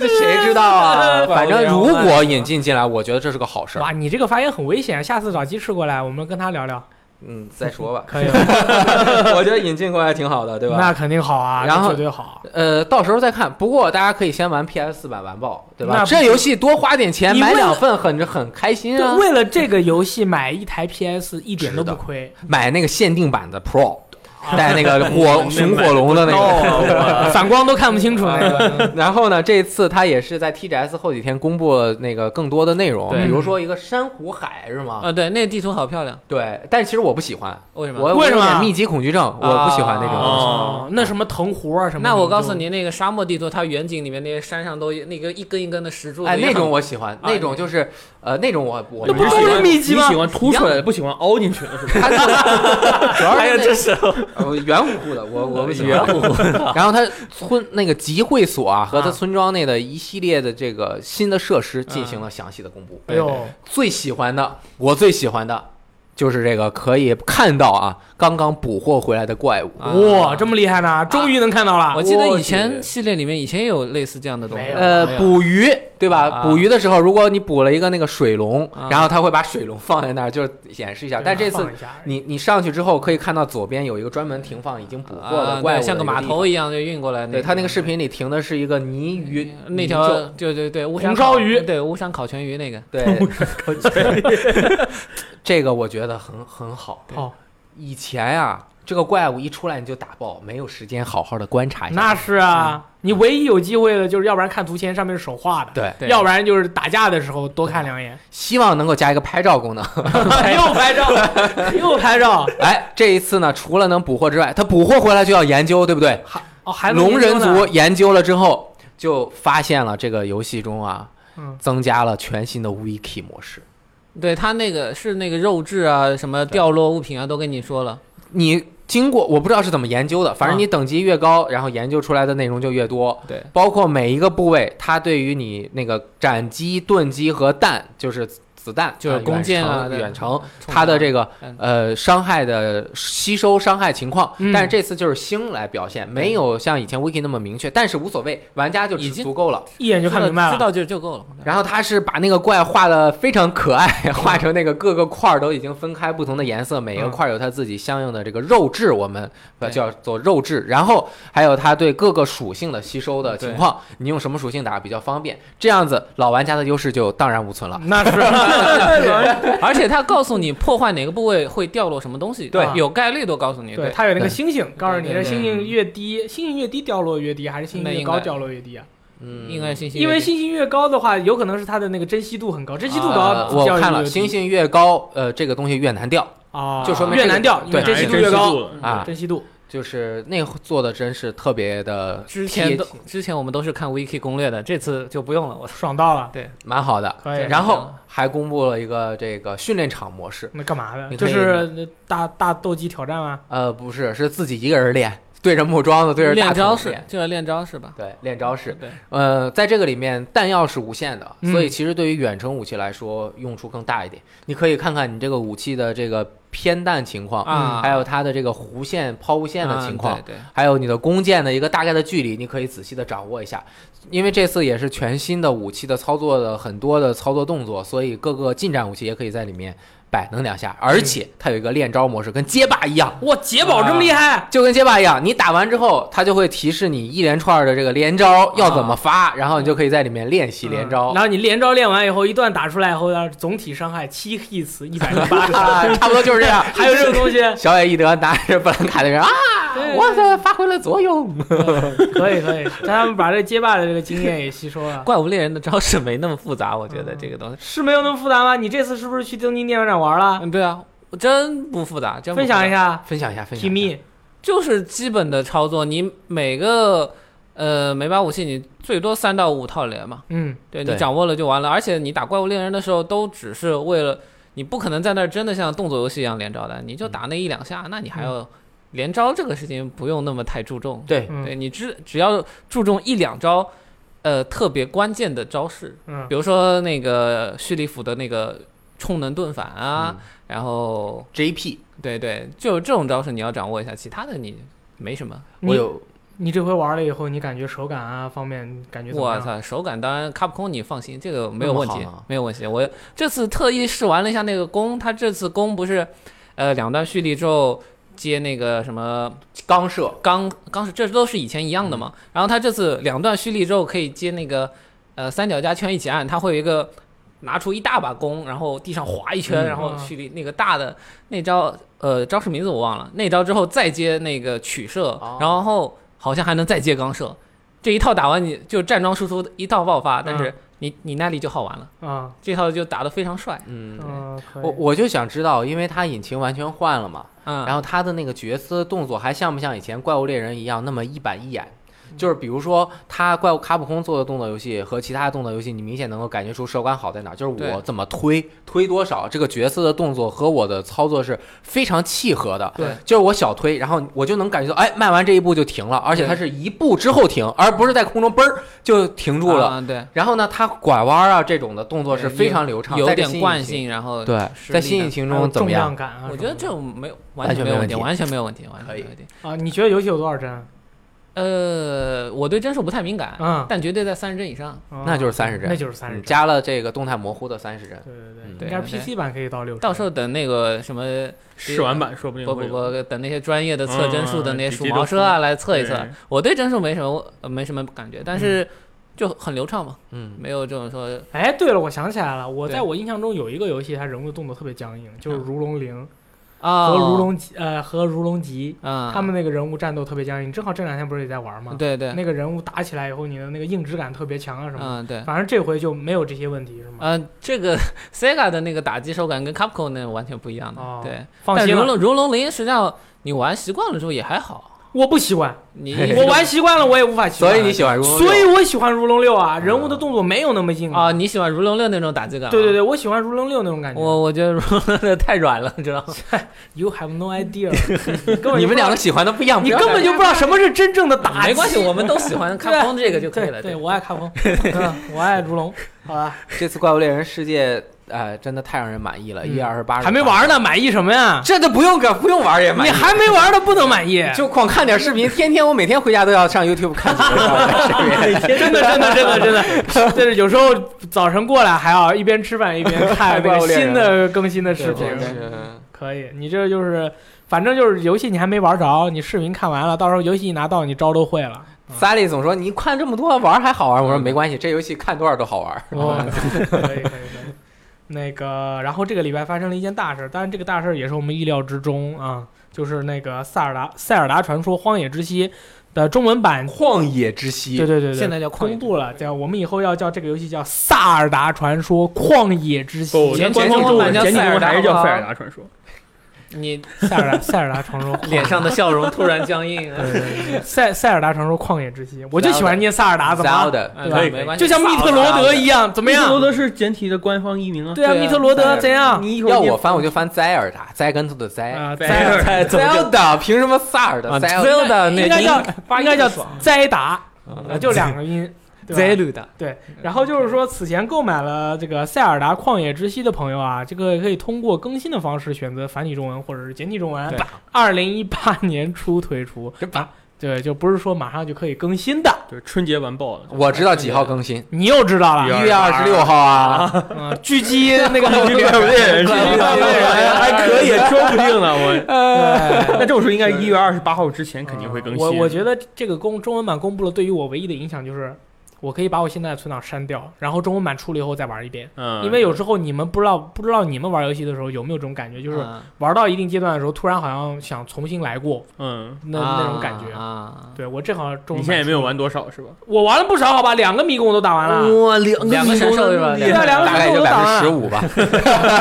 [SPEAKER 2] <laughs> 这谁知道啊？
[SPEAKER 3] 怪
[SPEAKER 2] 反
[SPEAKER 3] <laughs> 不
[SPEAKER 2] 正
[SPEAKER 3] 得
[SPEAKER 2] 如
[SPEAKER 3] 我
[SPEAKER 2] 果引进进来，我觉得这是个好事儿。
[SPEAKER 1] 哇，你这个发言很危险，下次找鸡翅过来，我们跟他聊聊，。
[SPEAKER 2] 嗯，再说吧 <laughs>
[SPEAKER 1] <laughs> 可以吧？
[SPEAKER 2] 我觉得引进过来挺好的，对吧？
[SPEAKER 1] 那肯定好啊，
[SPEAKER 2] 然后
[SPEAKER 1] 那绝对好。
[SPEAKER 2] 呃，到时候再看。不过大家可以先玩 PS 4版完爆，对
[SPEAKER 1] 那
[SPEAKER 2] 吧？
[SPEAKER 1] 不
[SPEAKER 2] 这游戏多花点钱
[SPEAKER 1] 你
[SPEAKER 2] 买
[SPEAKER 1] 为了
[SPEAKER 2] 两份很很开心啊
[SPEAKER 1] 就！为了这个游戏买一台 PS 一点都不
[SPEAKER 2] 值得
[SPEAKER 1] 亏，
[SPEAKER 2] 买那个限定版的 Pro，带
[SPEAKER 1] 啊 <laughs>
[SPEAKER 2] 那个火熊火龙的那 <laughs> 个。
[SPEAKER 3] 啊
[SPEAKER 1] 反光都看不清楚那
[SPEAKER 3] <laughs>
[SPEAKER 1] 个。
[SPEAKER 2] 然后呢，这次他也是在 TGS 后几天公布了那个更多的内容，
[SPEAKER 3] 对
[SPEAKER 2] 比如说一个珊瑚海是吗？
[SPEAKER 3] 啊，对，那个地图好漂亮，
[SPEAKER 2] 对，但其实我不喜欢，
[SPEAKER 3] 为什么？
[SPEAKER 2] 我
[SPEAKER 1] 为什么啊
[SPEAKER 2] 我有点密集恐惧症，我不喜欢那种东西。
[SPEAKER 4] 哦，
[SPEAKER 1] 那什么藤壶啊什么的，
[SPEAKER 3] 那我告诉你，那个沙漠地图，它远景里面那些山上都有那个一根一根的石
[SPEAKER 1] 哦
[SPEAKER 3] 柱的
[SPEAKER 2] 哎，
[SPEAKER 3] 样子，
[SPEAKER 2] 那种我喜欢，
[SPEAKER 3] 那
[SPEAKER 2] 那
[SPEAKER 3] 种
[SPEAKER 2] 种就是呃，那种我我
[SPEAKER 1] 啊那不
[SPEAKER 4] 你
[SPEAKER 1] 是
[SPEAKER 2] <laughs>
[SPEAKER 4] 喜
[SPEAKER 1] 都
[SPEAKER 4] 欢
[SPEAKER 1] 是秘籍吗
[SPEAKER 4] 你喜欢凸出来的，不喜欢凹进去的，是吧？
[SPEAKER 2] 哎他主要是那
[SPEAKER 3] 是
[SPEAKER 2] 呃圆乎乎的，我我不喜欢
[SPEAKER 3] 呃圆乎乎
[SPEAKER 2] <laughs>
[SPEAKER 3] 的，
[SPEAKER 2] 然后他村那个集会所啊，和他村庄内的一系列的这个新的设施进行了详细的公布。
[SPEAKER 1] 哎呦，
[SPEAKER 2] 最喜欢的，我最喜欢的就是这个可以看到啊，刚刚捕获回来的怪物。
[SPEAKER 3] 啊
[SPEAKER 1] 哇，这么厉害呢，终于能看到
[SPEAKER 3] 我
[SPEAKER 1] 了。
[SPEAKER 3] 记得
[SPEAKER 2] 我
[SPEAKER 3] 以前
[SPEAKER 2] 去
[SPEAKER 3] 系列里面以前也有类似这样的东西
[SPEAKER 1] 没有，
[SPEAKER 2] 呃，捕鱼对吧？
[SPEAKER 3] 啊
[SPEAKER 2] 捕鱼的时候，如果你捕了一个那个水龙
[SPEAKER 3] 啊，
[SPEAKER 2] 然后他会把水龙放在那儿，就是演示一下。但这次
[SPEAKER 1] 放一下
[SPEAKER 2] 你你上去之后，可以看到左边有一个专门停放已经捕获
[SPEAKER 3] 啊
[SPEAKER 2] 的怪物，
[SPEAKER 3] 对像
[SPEAKER 2] 个
[SPEAKER 3] 个码
[SPEAKER 2] 地
[SPEAKER 3] 头
[SPEAKER 2] 方。
[SPEAKER 3] 一样就运过来。
[SPEAKER 2] 对他那个视频里停的是一个泥鱼，
[SPEAKER 3] 那
[SPEAKER 2] 泥
[SPEAKER 3] 条
[SPEAKER 2] 鳅
[SPEAKER 3] 对对对，乌
[SPEAKER 1] 红
[SPEAKER 3] 山
[SPEAKER 1] 烧
[SPEAKER 3] 烤
[SPEAKER 1] 鱼
[SPEAKER 3] 对乌山烤全鱼那个，
[SPEAKER 2] 对， <laughs> 这个我觉得很很好。
[SPEAKER 1] 好，
[SPEAKER 2] 以前啊，这个怪物一出来你就打爆，没有时间好好的观察一下。
[SPEAKER 1] 那是啊，你唯一有机会的就是，要不然看图签上面是手画的，
[SPEAKER 2] 嗯对，
[SPEAKER 3] 对
[SPEAKER 1] 要不然就是打架的时候多看
[SPEAKER 2] <laughs>
[SPEAKER 1] 两眼。
[SPEAKER 2] 希望能够加一个拍照功能。
[SPEAKER 1] 又拍照， <laughs> 又拍照，
[SPEAKER 2] 哎，这一次呢，除了能捕获之外，它捕获回来就要研究，对不对？
[SPEAKER 1] 还哦还能
[SPEAKER 2] 龙人
[SPEAKER 1] 研究
[SPEAKER 2] 族
[SPEAKER 1] 呢，
[SPEAKER 2] 研究了之后，就发现了这个游戏中啊，
[SPEAKER 1] 嗯，
[SPEAKER 2] 增加了全新的 wiki 模式。
[SPEAKER 3] 对他那个是那个肉质啊，什么掉落物品啊，都跟你说了。
[SPEAKER 2] 你经过我不知道是怎么研究的，反正你等级越高，然后研究出来的内容就越多。
[SPEAKER 3] 嗯对，
[SPEAKER 2] 包括每一个部位，它对于你那个斩击、钝击和弹，就是子弹，
[SPEAKER 3] 就是
[SPEAKER 2] 呃
[SPEAKER 3] 弓箭
[SPEAKER 2] 远
[SPEAKER 3] 啊
[SPEAKER 2] 程
[SPEAKER 3] 对
[SPEAKER 2] 远程，
[SPEAKER 3] 冲
[SPEAKER 2] 它的
[SPEAKER 3] 上
[SPEAKER 2] 这个
[SPEAKER 3] 嗯
[SPEAKER 2] 呃伤害的吸收伤害情况。
[SPEAKER 1] 嗯
[SPEAKER 2] 但是这次就是星来表现，没有像以前 Wiki 那么明确，但是无所谓，玩家就
[SPEAKER 3] 已
[SPEAKER 2] 只
[SPEAKER 3] 经
[SPEAKER 2] 足够了。
[SPEAKER 1] 一眼就看明白
[SPEAKER 3] 知
[SPEAKER 1] 了。
[SPEAKER 3] 道就就够了。
[SPEAKER 2] 然后他是把那个怪画的非常可爱， <laughs> 画成那个各个块儿都已经分开不同的颜色，每一个块儿有它自己相应的这个肉质，我们把
[SPEAKER 3] 对
[SPEAKER 2] 叫做肉质。然后还有它对各个属性的吸收的情况，你用什么属性打比较方便，这样子老玩家的优势就荡然无存了。
[SPEAKER 1] 那
[SPEAKER 2] <laughs>
[SPEAKER 1] 是，
[SPEAKER 3] 而且他告诉你破坏哪个部位会掉落什么东西，
[SPEAKER 1] 对
[SPEAKER 3] 有概率都告诉你。
[SPEAKER 1] 对，，它有那个星星，告诉你这
[SPEAKER 3] 对对
[SPEAKER 1] 星星越低，星星越低掉落越低，还是星星越高掉落越低啊？
[SPEAKER 2] 嗯，
[SPEAKER 3] 应该信息
[SPEAKER 1] 因为星星越高的话，有可能是它的那个珍稀度很高，珍稀度
[SPEAKER 2] 呃
[SPEAKER 1] 高，
[SPEAKER 2] 我
[SPEAKER 1] 掉落
[SPEAKER 2] 看
[SPEAKER 1] 越
[SPEAKER 2] 了
[SPEAKER 1] 低
[SPEAKER 2] 星星越高，呃，这个东西越难掉，
[SPEAKER 1] 啊，
[SPEAKER 2] 就说明
[SPEAKER 1] 越
[SPEAKER 2] 这个
[SPEAKER 1] 难掉，因为
[SPEAKER 2] 对
[SPEAKER 1] 珍稀
[SPEAKER 4] 哎
[SPEAKER 1] 度越高
[SPEAKER 4] 了
[SPEAKER 2] 啊
[SPEAKER 1] 珍稀度
[SPEAKER 2] 就是那做的真是特别的
[SPEAKER 3] 之前
[SPEAKER 2] 贴
[SPEAKER 3] 都之前我们都是看 wiki 攻略的，这次就不用了。
[SPEAKER 1] <laughs>
[SPEAKER 3] 我
[SPEAKER 1] 爽到了，
[SPEAKER 2] 蛮好的。
[SPEAKER 1] 可以。
[SPEAKER 2] 然后还公布了一个这个训练场模式，
[SPEAKER 1] 那干嘛的？
[SPEAKER 2] 你
[SPEAKER 1] 就
[SPEAKER 2] 可以
[SPEAKER 1] 是大大斗鸡挑战啊，
[SPEAKER 2] 呃，不是，是自己一个人练，对着木桩子，对着大
[SPEAKER 3] 练
[SPEAKER 2] 头
[SPEAKER 3] 招
[SPEAKER 2] 子
[SPEAKER 3] 式
[SPEAKER 2] 练，
[SPEAKER 3] 就要练招式吧。
[SPEAKER 2] 对，练招式。
[SPEAKER 3] 对，
[SPEAKER 2] 呃，在这个里面弹药是无限的，所以
[SPEAKER 1] 嗯
[SPEAKER 2] 其实对于远程武器来说用处更大一点。你可以看看你这个武器的这个偏弹情况，
[SPEAKER 3] 啊
[SPEAKER 2] 还有它的这个弧线、抛物线的情况，
[SPEAKER 3] 嗯对对
[SPEAKER 2] 还有你的弓箭的一个大概的距离，你可以仔细的掌握一下。因为这次也是全新的武器的操作的很多的操作动作，所以各个近战武器也可以在里面摆弄两下，
[SPEAKER 3] 嗯
[SPEAKER 2] 而且它有一个练招模式，跟街霸一样。
[SPEAKER 1] 哇，解宝这么厉害，
[SPEAKER 2] 就跟街霸一样，你打完之后，它就会提示你一连串的这个连招要怎么发，然后你就可以在里面练习连招
[SPEAKER 1] 嗯。然后你连招练完以后，一段打出来以后，要是总体伤害七 hits 一百零 <laughs> 八个伤害，
[SPEAKER 2] 啊， <laughs> 差不多就是这样。
[SPEAKER 1] 还有这种东西，
[SPEAKER 2] 小野义德拿着布兰卡的人啊，
[SPEAKER 1] 对
[SPEAKER 2] 我操，发挥了作用。
[SPEAKER 1] 可以可以， <laughs> 他们把这街霸的这个经验也吸收了。
[SPEAKER 3] 怪物猎人的招式没那么复杂，我觉得这个东西。
[SPEAKER 1] 是没有那么复杂吗？你这次是不是去东京电玩展玩了？
[SPEAKER 3] 嗯，对啊，真不复杂，真不
[SPEAKER 1] 分
[SPEAKER 3] 复
[SPEAKER 1] 嗯
[SPEAKER 3] 杂
[SPEAKER 1] 享一，下
[SPEAKER 2] 分享一下，分
[SPEAKER 1] 提
[SPEAKER 2] 享一下。
[SPEAKER 1] 密，
[SPEAKER 3] 就是基本的操作，你每个。呃，每把武器你最多三到五套连嘛，
[SPEAKER 1] 嗯，
[SPEAKER 3] 对
[SPEAKER 2] 对
[SPEAKER 3] 你掌握了就完了。而且你打怪物猎人的时候，都只是为了你不可能在那儿真的像动作游戏一样连招的，你就打那一两下，那你还要连招这个事情不用那么太注重。
[SPEAKER 2] 对，
[SPEAKER 1] 嗯
[SPEAKER 3] 对你只只要注重一两招，呃，特别关键的招式，
[SPEAKER 1] 嗯
[SPEAKER 3] 比如说那个蓄力斧的那个充能盾反啊，
[SPEAKER 2] 嗯
[SPEAKER 3] 然后
[SPEAKER 2] ，JP，
[SPEAKER 3] 对对，就这种招式你要掌握一下，其他的你没什么。
[SPEAKER 2] 我有
[SPEAKER 1] 你这回玩了以后，你感觉手感啊方面感觉怎么
[SPEAKER 3] 我
[SPEAKER 1] 样？
[SPEAKER 3] 操，手感当然 Capcom 你放心，这个没
[SPEAKER 2] 那
[SPEAKER 3] 有
[SPEAKER 2] 么
[SPEAKER 3] 问题
[SPEAKER 2] 好呢，
[SPEAKER 3] 没有问题。我这次特意试玩了一下那个弓，它这次弓不是，呃，两段蓄力之后接那个什么
[SPEAKER 2] 刚射，
[SPEAKER 3] 钢钢是，这都是以前一样的
[SPEAKER 2] 嗯
[SPEAKER 3] 嘛。然后它这次两段蓄力之后可以接那个呃三角加圈一起按，它会有一个拿出一大把弓，然后地上划一圈，
[SPEAKER 2] 嗯
[SPEAKER 3] 然后
[SPEAKER 1] 啊
[SPEAKER 3] 蓄力那个大的那招呃招式名字我忘了，那招之后再接那个曲射，
[SPEAKER 2] 哦
[SPEAKER 3] 然后好像还能再接钢射，这一套打完你就站桩输出一套爆发，但
[SPEAKER 2] 嗯
[SPEAKER 3] 是你你耐力就耗完了，
[SPEAKER 1] 啊，
[SPEAKER 3] 这套就打得非常帅，
[SPEAKER 2] 嗯。
[SPEAKER 1] 嗯，可以
[SPEAKER 2] 我我就想知道，因为它引擎完全换了嘛，
[SPEAKER 3] 嗯，
[SPEAKER 2] 然后它的那个角色动作还像不像以前怪物猎人一样那么一板一眼？
[SPEAKER 3] 嗯
[SPEAKER 2] 就是比如说他怪物卡普空做的动作游戏和其他的动作游戏，你明显能够感觉出手感好在哪儿，就是我
[SPEAKER 3] 对
[SPEAKER 2] 怎么推推多少，这个角色的动作和我的操作是非常契合的。
[SPEAKER 3] 对，
[SPEAKER 2] 就是我小推，然后我就能感觉到，哎，迈完这一步就停了，而且它是一步之后停，而不是在空中嘣儿就停住了。
[SPEAKER 3] 啊，对，
[SPEAKER 2] 然后呢，它拐弯啊这种的动作是非常流畅，
[SPEAKER 3] 有
[SPEAKER 2] 在这
[SPEAKER 3] 点
[SPEAKER 2] 新
[SPEAKER 3] 惯
[SPEAKER 2] 引擎。
[SPEAKER 3] 性，然后
[SPEAKER 2] 对，
[SPEAKER 3] 实
[SPEAKER 2] 在
[SPEAKER 3] 力
[SPEAKER 2] 新
[SPEAKER 3] 呢
[SPEAKER 2] 引擎
[SPEAKER 1] 还有
[SPEAKER 2] 中怎么
[SPEAKER 1] 重
[SPEAKER 2] 样
[SPEAKER 1] 量？感啊什么的？
[SPEAKER 3] 我觉得这种没有
[SPEAKER 2] 完
[SPEAKER 3] 完
[SPEAKER 2] 全
[SPEAKER 3] 全
[SPEAKER 2] 没
[SPEAKER 3] 没有
[SPEAKER 2] 问
[SPEAKER 3] 问题，
[SPEAKER 2] 题
[SPEAKER 3] 完全没有问题，完全没有问题。
[SPEAKER 1] 啊，你觉得游戏有多少帧？
[SPEAKER 3] 呃，我对帧数不太敏感，
[SPEAKER 1] 嗯，
[SPEAKER 3] 但绝对在三十帧以上。
[SPEAKER 2] 那就是三十帧
[SPEAKER 1] 哦那就是三十
[SPEAKER 2] 嗯
[SPEAKER 1] 帧。
[SPEAKER 2] 加了这个动态模糊的三十帧。
[SPEAKER 1] 对对
[SPEAKER 2] 嗯
[SPEAKER 1] 应该是 PC 版可以到六十。
[SPEAKER 3] 到时候等那个什么
[SPEAKER 4] 试玩版说不定
[SPEAKER 3] 不
[SPEAKER 4] 会
[SPEAKER 3] 不
[SPEAKER 4] 有
[SPEAKER 3] 不，等那些专业的测帧数的
[SPEAKER 4] 嗯
[SPEAKER 3] 那些
[SPEAKER 4] 几
[SPEAKER 3] 数
[SPEAKER 4] 几
[SPEAKER 3] 毛
[SPEAKER 4] 都
[SPEAKER 3] 车啊来测一测
[SPEAKER 4] 对。
[SPEAKER 3] 我对帧数没什么呃没什么感觉，但
[SPEAKER 1] 嗯
[SPEAKER 3] 是就很流畅嘛，
[SPEAKER 2] 嗯，
[SPEAKER 3] 没有这种说
[SPEAKER 1] 哎，对了，我想起来了，我
[SPEAKER 3] 对
[SPEAKER 1] 在我印象中有一个游戏，它人物动作特别僵硬，就是《如龙零》
[SPEAKER 3] 啊
[SPEAKER 1] 和《如龙集》呃和《如龙集》，
[SPEAKER 3] 啊，
[SPEAKER 1] 他们那个人物战斗特别僵硬。正好这两天不是也在玩吗？
[SPEAKER 3] 对对
[SPEAKER 1] 那个人物打起来以后，你的那个硬质感特别强啊什么的。
[SPEAKER 3] 嗯对。
[SPEAKER 1] 反正这回就没有这些问题，是吗？
[SPEAKER 3] 嗯，这个 <laughs> Sega 的那个打击手感跟 Capcom 那完全不一样的，
[SPEAKER 1] 哦
[SPEAKER 3] 对。
[SPEAKER 1] 放
[SPEAKER 3] 但
[SPEAKER 1] 心
[SPEAKER 3] 如
[SPEAKER 1] 了，
[SPEAKER 3] 龙如龙零实际上你玩习惯了之后也还好，
[SPEAKER 1] 我不习惯， <laughs>
[SPEAKER 3] 你
[SPEAKER 1] 我玩习惯了，我也无法习惯。
[SPEAKER 2] 所以你喜欢如龙六？
[SPEAKER 1] 所以我喜欢《如龙六》啊，人物的动作没有那么硬
[SPEAKER 3] 啊，。你喜欢如龙六那种打击感？
[SPEAKER 1] 对对对，，我喜欢《如龙六》那种感觉。
[SPEAKER 3] 我我觉得如龙六太软了，你知道 <laughs> 吗？
[SPEAKER 1] You have no idea，你根本就不知道
[SPEAKER 2] 你们两个喜欢的不一样，
[SPEAKER 1] 你
[SPEAKER 2] 不要
[SPEAKER 1] 根本就不知道什么是真正的打击。
[SPEAKER 3] 没关系，我们都喜欢看风这个就可以了。
[SPEAKER 1] 对，
[SPEAKER 3] 啊对，
[SPEAKER 1] 我爱看风，嗯我爱如龙，好吧，
[SPEAKER 2] 这次《怪物猎人世界》呃，真的太让人满意了，一月二十八
[SPEAKER 1] 还没玩，呢，满意什么呀？
[SPEAKER 2] 这都不用个不用玩也满
[SPEAKER 1] 你
[SPEAKER 2] 意。
[SPEAKER 1] 还没玩呢，不能满意。
[SPEAKER 2] 就光看点视频，天天我每天回家都要上 YouTube 看几个视频。
[SPEAKER 1] 真的，真的，真的，真的，就是有时候早晨过来还要一边吃饭一边看
[SPEAKER 2] 怪
[SPEAKER 1] 那
[SPEAKER 2] 物
[SPEAKER 1] 个
[SPEAKER 2] 猎人
[SPEAKER 1] 新的更新的视频
[SPEAKER 2] 对，
[SPEAKER 4] 这个
[SPEAKER 2] 嗯
[SPEAKER 1] 可以。你这就是，反正就是游戏你还没玩着，你视频看完了，到时候游戏一拿到，你招都会了。
[SPEAKER 2] 萨利总说你看这么多玩还好玩，我说没关系，这游戏看多少都好玩。
[SPEAKER 1] 哦，可以可以可以。那个，然后这个礼拜发生了一件大事儿，当然这个大事儿也是我们意料之中啊，就是那个《塞尔达塞尔达传说：荒野之息》的中文版，
[SPEAKER 2] 旷野之息，
[SPEAKER 1] 对对对对，
[SPEAKER 3] 现在叫旷野
[SPEAKER 1] 公布了，叫我们以后要叫这个游戏叫《萨尔达传说：旷野之息》
[SPEAKER 4] 不，
[SPEAKER 3] 前
[SPEAKER 4] 咱官方
[SPEAKER 3] 前中文
[SPEAKER 4] 中
[SPEAKER 3] 版叫
[SPEAKER 4] 前几
[SPEAKER 3] 塞尔
[SPEAKER 4] 中
[SPEAKER 3] 达
[SPEAKER 4] 还是叫
[SPEAKER 3] 好不好
[SPEAKER 4] 塞尔达传说，
[SPEAKER 3] 你
[SPEAKER 1] 塞尔达塞尔达传说旷野 <laughs>
[SPEAKER 3] <laughs> 脸上的笑容突然僵 <laughs> 硬啊了，
[SPEAKER 1] 对对对对塞塞尔达传说：旷野之息》，我就喜欢念萨尔达，怎么
[SPEAKER 2] Zelda，
[SPEAKER 3] 嗯
[SPEAKER 4] 可以
[SPEAKER 3] 没关
[SPEAKER 1] 就
[SPEAKER 3] 系，
[SPEAKER 1] 像密特罗德一样，怎么
[SPEAKER 4] 密特罗
[SPEAKER 1] 样？
[SPEAKER 4] 德是简体的官方译名啊。
[SPEAKER 1] 对啊，
[SPEAKER 3] 对啊
[SPEAKER 1] 密特罗
[SPEAKER 2] 塞尔
[SPEAKER 1] 德
[SPEAKER 2] 达
[SPEAKER 1] 怎样？
[SPEAKER 4] 你一会儿
[SPEAKER 2] 要
[SPEAKER 4] 念
[SPEAKER 2] 我翻我就翻栽尔达，栽跟头的栽。
[SPEAKER 1] 啊，
[SPEAKER 4] 塞尔
[SPEAKER 1] 塞
[SPEAKER 4] 达
[SPEAKER 3] 哎怎么
[SPEAKER 2] Zelda 凭什么萨尔达
[SPEAKER 3] 啊
[SPEAKER 2] ？Zelda
[SPEAKER 3] Zelda 那
[SPEAKER 1] 应该叫
[SPEAKER 3] 发
[SPEAKER 1] 应该叫
[SPEAKER 3] 音爽
[SPEAKER 1] 栽达，啊，就两个音。对吧
[SPEAKER 3] Zelu 的，
[SPEAKER 1] 然后就是说，此前购买了这个《塞尔达旷野之息》的朋友啊，这个可以通过更新的方式选择繁体中文或者是简体中文
[SPEAKER 3] 对。
[SPEAKER 1] 二零一八年初推出，
[SPEAKER 2] 真棒
[SPEAKER 1] 啊对，就不是说马上就可以更新的。
[SPEAKER 4] 对春节完爆了，
[SPEAKER 2] 我知道几号更新，
[SPEAKER 1] 你又知道了，
[SPEAKER 4] 1
[SPEAKER 2] 一月二十六号啊。
[SPEAKER 1] 嗯，狙击那个
[SPEAKER 3] <laughs>
[SPEAKER 4] 人
[SPEAKER 2] 怪物猎人
[SPEAKER 4] 还可以，说不定呢。我
[SPEAKER 1] 呃，
[SPEAKER 4] 那这么说，应该一月二十八号之前肯定会更新。
[SPEAKER 1] 我我觉得这个公中文版公布了，对于我唯一的影响就是，我可以把我现在的存档删掉，然后中文版出了以后再玩一遍。
[SPEAKER 4] 嗯，
[SPEAKER 1] 因为有时候你们不知道不知道你们玩游戏的时候有没有这种感觉，就是
[SPEAKER 3] 啊
[SPEAKER 1] 玩到一定阶段的时候，突然好像想重新来过，
[SPEAKER 4] 嗯，
[SPEAKER 1] 那、
[SPEAKER 3] 啊
[SPEAKER 1] 那种感觉。
[SPEAKER 3] 啊，
[SPEAKER 1] 对我正好中
[SPEAKER 4] 你
[SPEAKER 1] 文
[SPEAKER 4] 现在也
[SPEAKER 1] 版，
[SPEAKER 4] 没有玩多少是吧？
[SPEAKER 1] 我玩了不少，好吧，两个迷宫我都打完了，
[SPEAKER 2] 哇， <laughs> 两
[SPEAKER 3] 两个神兽是吧？
[SPEAKER 1] 对啊，两个
[SPEAKER 2] 大概
[SPEAKER 1] 神兽
[SPEAKER 2] 就
[SPEAKER 1] 我都打
[SPEAKER 2] 百分之
[SPEAKER 1] 完
[SPEAKER 2] 十
[SPEAKER 1] 了，
[SPEAKER 2] 五吧。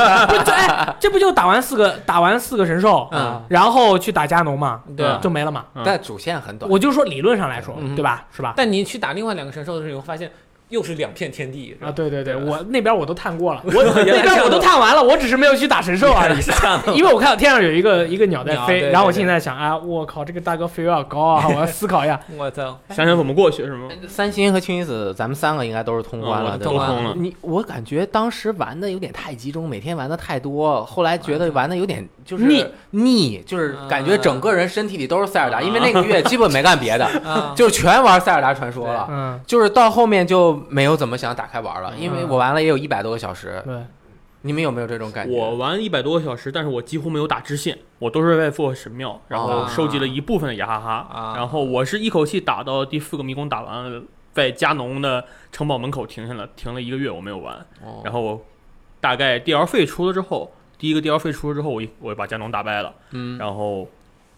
[SPEAKER 1] 这不就打完四个打完四个神兽，
[SPEAKER 3] 嗯
[SPEAKER 1] 然后去打加农嘛，
[SPEAKER 3] 对啊
[SPEAKER 1] 就没了嘛。
[SPEAKER 4] 嗯
[SPEAKER 2] <laughs> 但主线很短。
[SPEAKER 1] 我就说理论上来说，
[SPEAKER 2] 嗯
[SPEAKER 1] 对吧？是吧？
[SPEAKER 3] 但你去打另外两个神兽的时候，你会发现又是两片天地
[SPEAKER 1] 啊，
[SPEAKER 3] 啊，
[SPEAKER 1] 对对对，
[SPEAKER 3] 对
[SPEAKER 1] 我那边我都探
[SPEAKER 3] <laughs>
[SPEAKER 1] 过了，我那边我都探完了，我只是没有去打神兽而已。
[SPEAKER 3] 是这样的。
[SPEAKER 1] 因为我看到天上有一个一个鸟在
[SPEAKER 3] 鸟对
[SPEAKER 1] 飞，
[SPEAKER 3] 对
[SPEAKER 1] 然后我
[SPEAKER 3] 对
[SPEAKER 1] 现在想啊，我靠，这个大哥飞有点高啊，
[SPEAKER 3] <laughs>
[SPEAKER 1] 我要思考一下。
[SPEAKER 3] 我操，
[SPEAKER 4] 想想怎么过去是吗？
[SPEAKER 2] 三星和青离子，咱们三个应该都是通关
[SPEAKER 4] 嗯我
[SPEAKER 2] 了，
[SPEAKER 4] 都
[SPEAKER 2] 对
[SPEAKER 3] 通
[SPEAKER 2] 吧？
[SPEAKER 4] 关了
[SPEAKER 2] 你我感觉当时玩的有点太集中，每天玩的太多，后来觉得玩的有点就是
[SPEAKER 1] 腻嗯
[SPEAKER 2] 腻，就是感觉整个人身体里都是塞尔达，因为那个月基本没干别
[SPEAKER 1] <laughs>
[SPEAKER 2] 的，
[SPEAKER 3] 啊，
[SPEAKER 2] 就是全玩塞尔达传说了。
[SPEAKER 1] 嗯，
[SPEAKER 2] 就是到后面就没有怎么想打开玩了，因为
[SPEAKER 1] 嗯
[SPEAKER 2] 我玩了也有一百多个小时。
[SPEAKER 3] <laughs>
[SPEAKER 1] 对，
[SPEAKER 2] 你们有没有这种感觉？
[SPEAKER 4] 我玩一百多个小时，但是我几乎没有打支线，我都是在做神庙，然后
[SPEAKER 2] 啊
[SPEAKER 4] 收集了一部分的雅哈
[SPEAKER 3] 啊
[SPEAKER 4] 哈，然后我是一口气打到第四个迷宫打完了，在加农的城堡门口停下了，停了一个月我没有玩，
[SPEAKER 2] 哦
[SPEAKER 4] 然后我大概 d l 费出了之后，第一个 d l 费出了之后，我一我把加农打败了，
[SPEAKER 2] 嗯，
[SPEAKER 4] 然后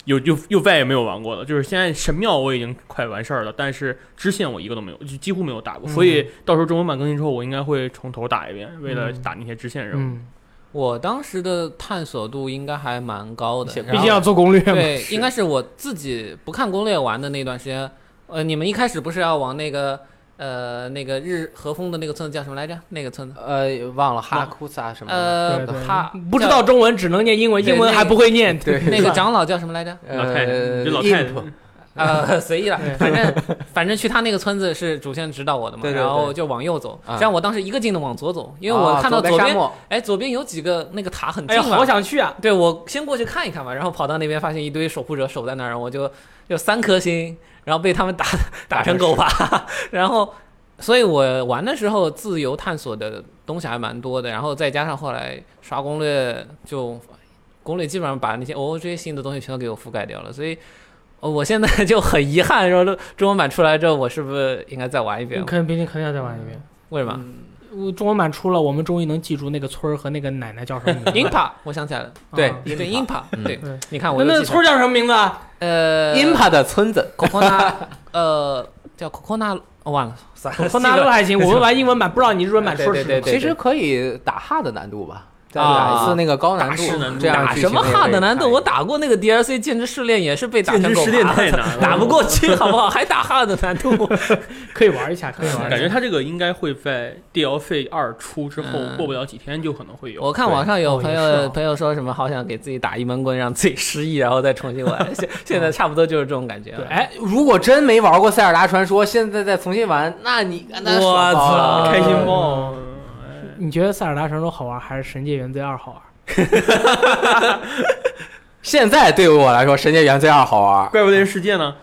[SPEAKER 4] 又又又再也没有玩过了。就是现在神庙我已经快完事儿了，但是支线我一个都没有，就几乎没有打过。
[SPEAKER 1] 嗯
[SPEAKER 4] 所以到时候中文版更新之后，我应该会从头打一遍，为了打那些支线任务。
[SPEAKER 1] 嗯，
[SPEAKER 3] 我当时的探索度应该还蛮高的，
[SPEAKER 2] 毕竟
[SPEAKER 3] 然
[SPEAKER 1] 毕
[SPEAKER 3] 后
[SPEAKER 1] 竟要做攻略嘛。
[SPEAKER 3] 对，应该是我自己不看攻略玩的那段时间，呃，你们一开始不是要往那个呃那个日和风的那个村子叫什么来着？那个村子
[SPEAKER 2] 呃，忘了哈库萨什么的，
[SPEAKER 3] 呃
[SPEAKER 1] 对对
[SPEAKER 3] 哈
[SPEAKER 1] 不知道中文只能念英文，
[SPEAKER 3] 对
[SPEAKER 1] 英文还不会念。
[SPEAKER 2] 对
[SPEAKER 3] 那个长老叫什么来着？
[SPEAKER 4] 老太太，
[SPEAKER 2] 呃
[SPEAKER 4] 你这老太太
[SPEAKER 2] imp，
[SPEAKER 3] 呃，随意了
[SPEAKER 1] 对，
[SPEAKER 3] 反正反正去他那个村子是主线指导我的嘛，
[SPEAKER 2] 对对对
[SPEAKER 3] 然后就往右走，
[SPEAKER 2] 啊
[SPEAKER 3] 这样我当时一个劲的往左走，因为
[SPEAKER 2] 哦
[SPEAKER 3] 我看到
[SPEAKER 2] 在
[SPEAKER 3] 左
[SPEAKER 2] 沙
[SPEAKER 3] 边，
[SPEAKER 2] 漠
[SPEAKER 3] 哎，左边有几个那个塔很
[SPEAKER 1] 哎
[SPEAKER 3] 近
[SPEAKER 1] 呀，
[SPEAKER 3] 了，
[SPEAKER 1] 好想去啊！
[SPEAKER 3] 对我先过去看一看吧，然后跑到那边发现一堆守护者守在那儿，我就有三颗星，然后被他们打打成狗吧， <laughs> 然后。所以我玩的时候自由探索的东西还蛮多的，然后再加上后来刷攻略，就攻略基本上把那些哦这些新的东西全都给我覆盖掉了，所以呃我现在就很遗憾，说中文版出来之后，我是不是应该再玩一遍？
[SPEAKER 1] 肯定肯定要再玩一遍。
[SPEAKER 3] 为什么
[SPEAKER 1] 我中文版出了，我们终于能记住那个村儿和那个奶奶叫什么
[SPEAKER 3] <laughs>
[SPEAKER 1] 名字。
[SPEAKER 3] ？Impa，我想起来了，
[SPEAKER 2] 对
[SPEAKER 1] 啊
[SPEAKER 3] 对
[SPEAKER 2] impa
[SPEAKER 3] Impa，
[SPEAKER 2] 嗯
[SPEAKER 3] 对
[SPEAKER 1] 对，
[SPEAKER 3] 你看我
[SPEAKER 1] 那
[SPEAKER 3] 又
[SPEAKER 1] 那
[SPEAKER 3] 记得
[SPEAKER 1] 村儿叫什么名字啊？
[SPEAKER 3] 呃
[SPEAKER 2] impa 的村子，
[SPEAKER 3] Cocona，呃，叫 Cocona，我忘了，算了，
[SPEAKER 1] 和纳勒
[SPEAKER 3] <laughs>
[SPEAKER 1] 还行，我们玩英文版，不知道你日文版说是
[SPEAKER 3] 对对
[SPEAKER 1] 什
[SPEAKER 3] 对
[SPEAKER 1] 么。
[SPEAKER 2] 其实可以打哈的难度吧，再
[SPEAKER 3] 啊
[SPEAKER 2] 打一次那个高难
[SPEAKER 4] 大师
[SPEAKER 2] 度
[SPEAKER 4] 难，度
[SPEAKER 2] 这样
[SPEAKER 3] 打
[SPEAKER 2] 剧
[SPEAKER 3] 啊什么
[SPEAKER 2] 情也
[SPEAKER 3] 哈
[SPEAKER 2] 可以
[SPEAKER 3] 的难
[SPEAKER 2] 看
[SPEAKER 3] 度？
[SPEAKER 2] 一
[SPEAKER 3] 我
[SPEAKER 2] 下
[SPEAKER 3] 打过那个 DLC 剑之试炼，也是被打
[SPEAKER 4] 简
[SPEAKER 3] 成
[SPEAKER 4] 直
[SPEAKER 3] 狗
[SPEAKER 4] 失恋
[SPEAKER 3] 爬
[SPEAKER 4] 太难了，
[SPEAKER 3] 打不过去，好不好？还打哈的难度，
[SPEAKER 1] 可以玩一下，可以玩一下。
[SPEAKER 4] 感觉他这个应该会在 DLC 二出之后
[SPEAKER 3] 嗯，
[SPEAKER 4] 过不了几天就可能会有。
[SPEAKER 3] 我看网上有
[SPEAKER 1] 对哦
[SPEAKER 3] 朋
[SPEAKER 1] 也是
[SPEAKER 3] 友
[SPEAKER 1] 哦
[SPEAKER 3] 朋友说什么，好想给自己打一闷棍，让自己失忆，然后再重新玩。现现在差不多就是这种感觉。啊
[SPEAKER 1] 对，
[SPEAKER 3] 了。
[SPEAKER 1] 哎，
[SPEAKER 2] 如果真没玩过《塞尔达传说》，现在再重新玩，那你那爽爆了
[SPEAKER 3] 我操
[SPEAKER 4] 开心爆！
[SPEAKER 1] 呃你觉得《塞尔达传说》好玩还是《神界原罪二》好玩？
[SPEAKER 2] 现在对于我来说，《神界原罪二》好玩，
[SPEAKER 4] 怪不得世界呢，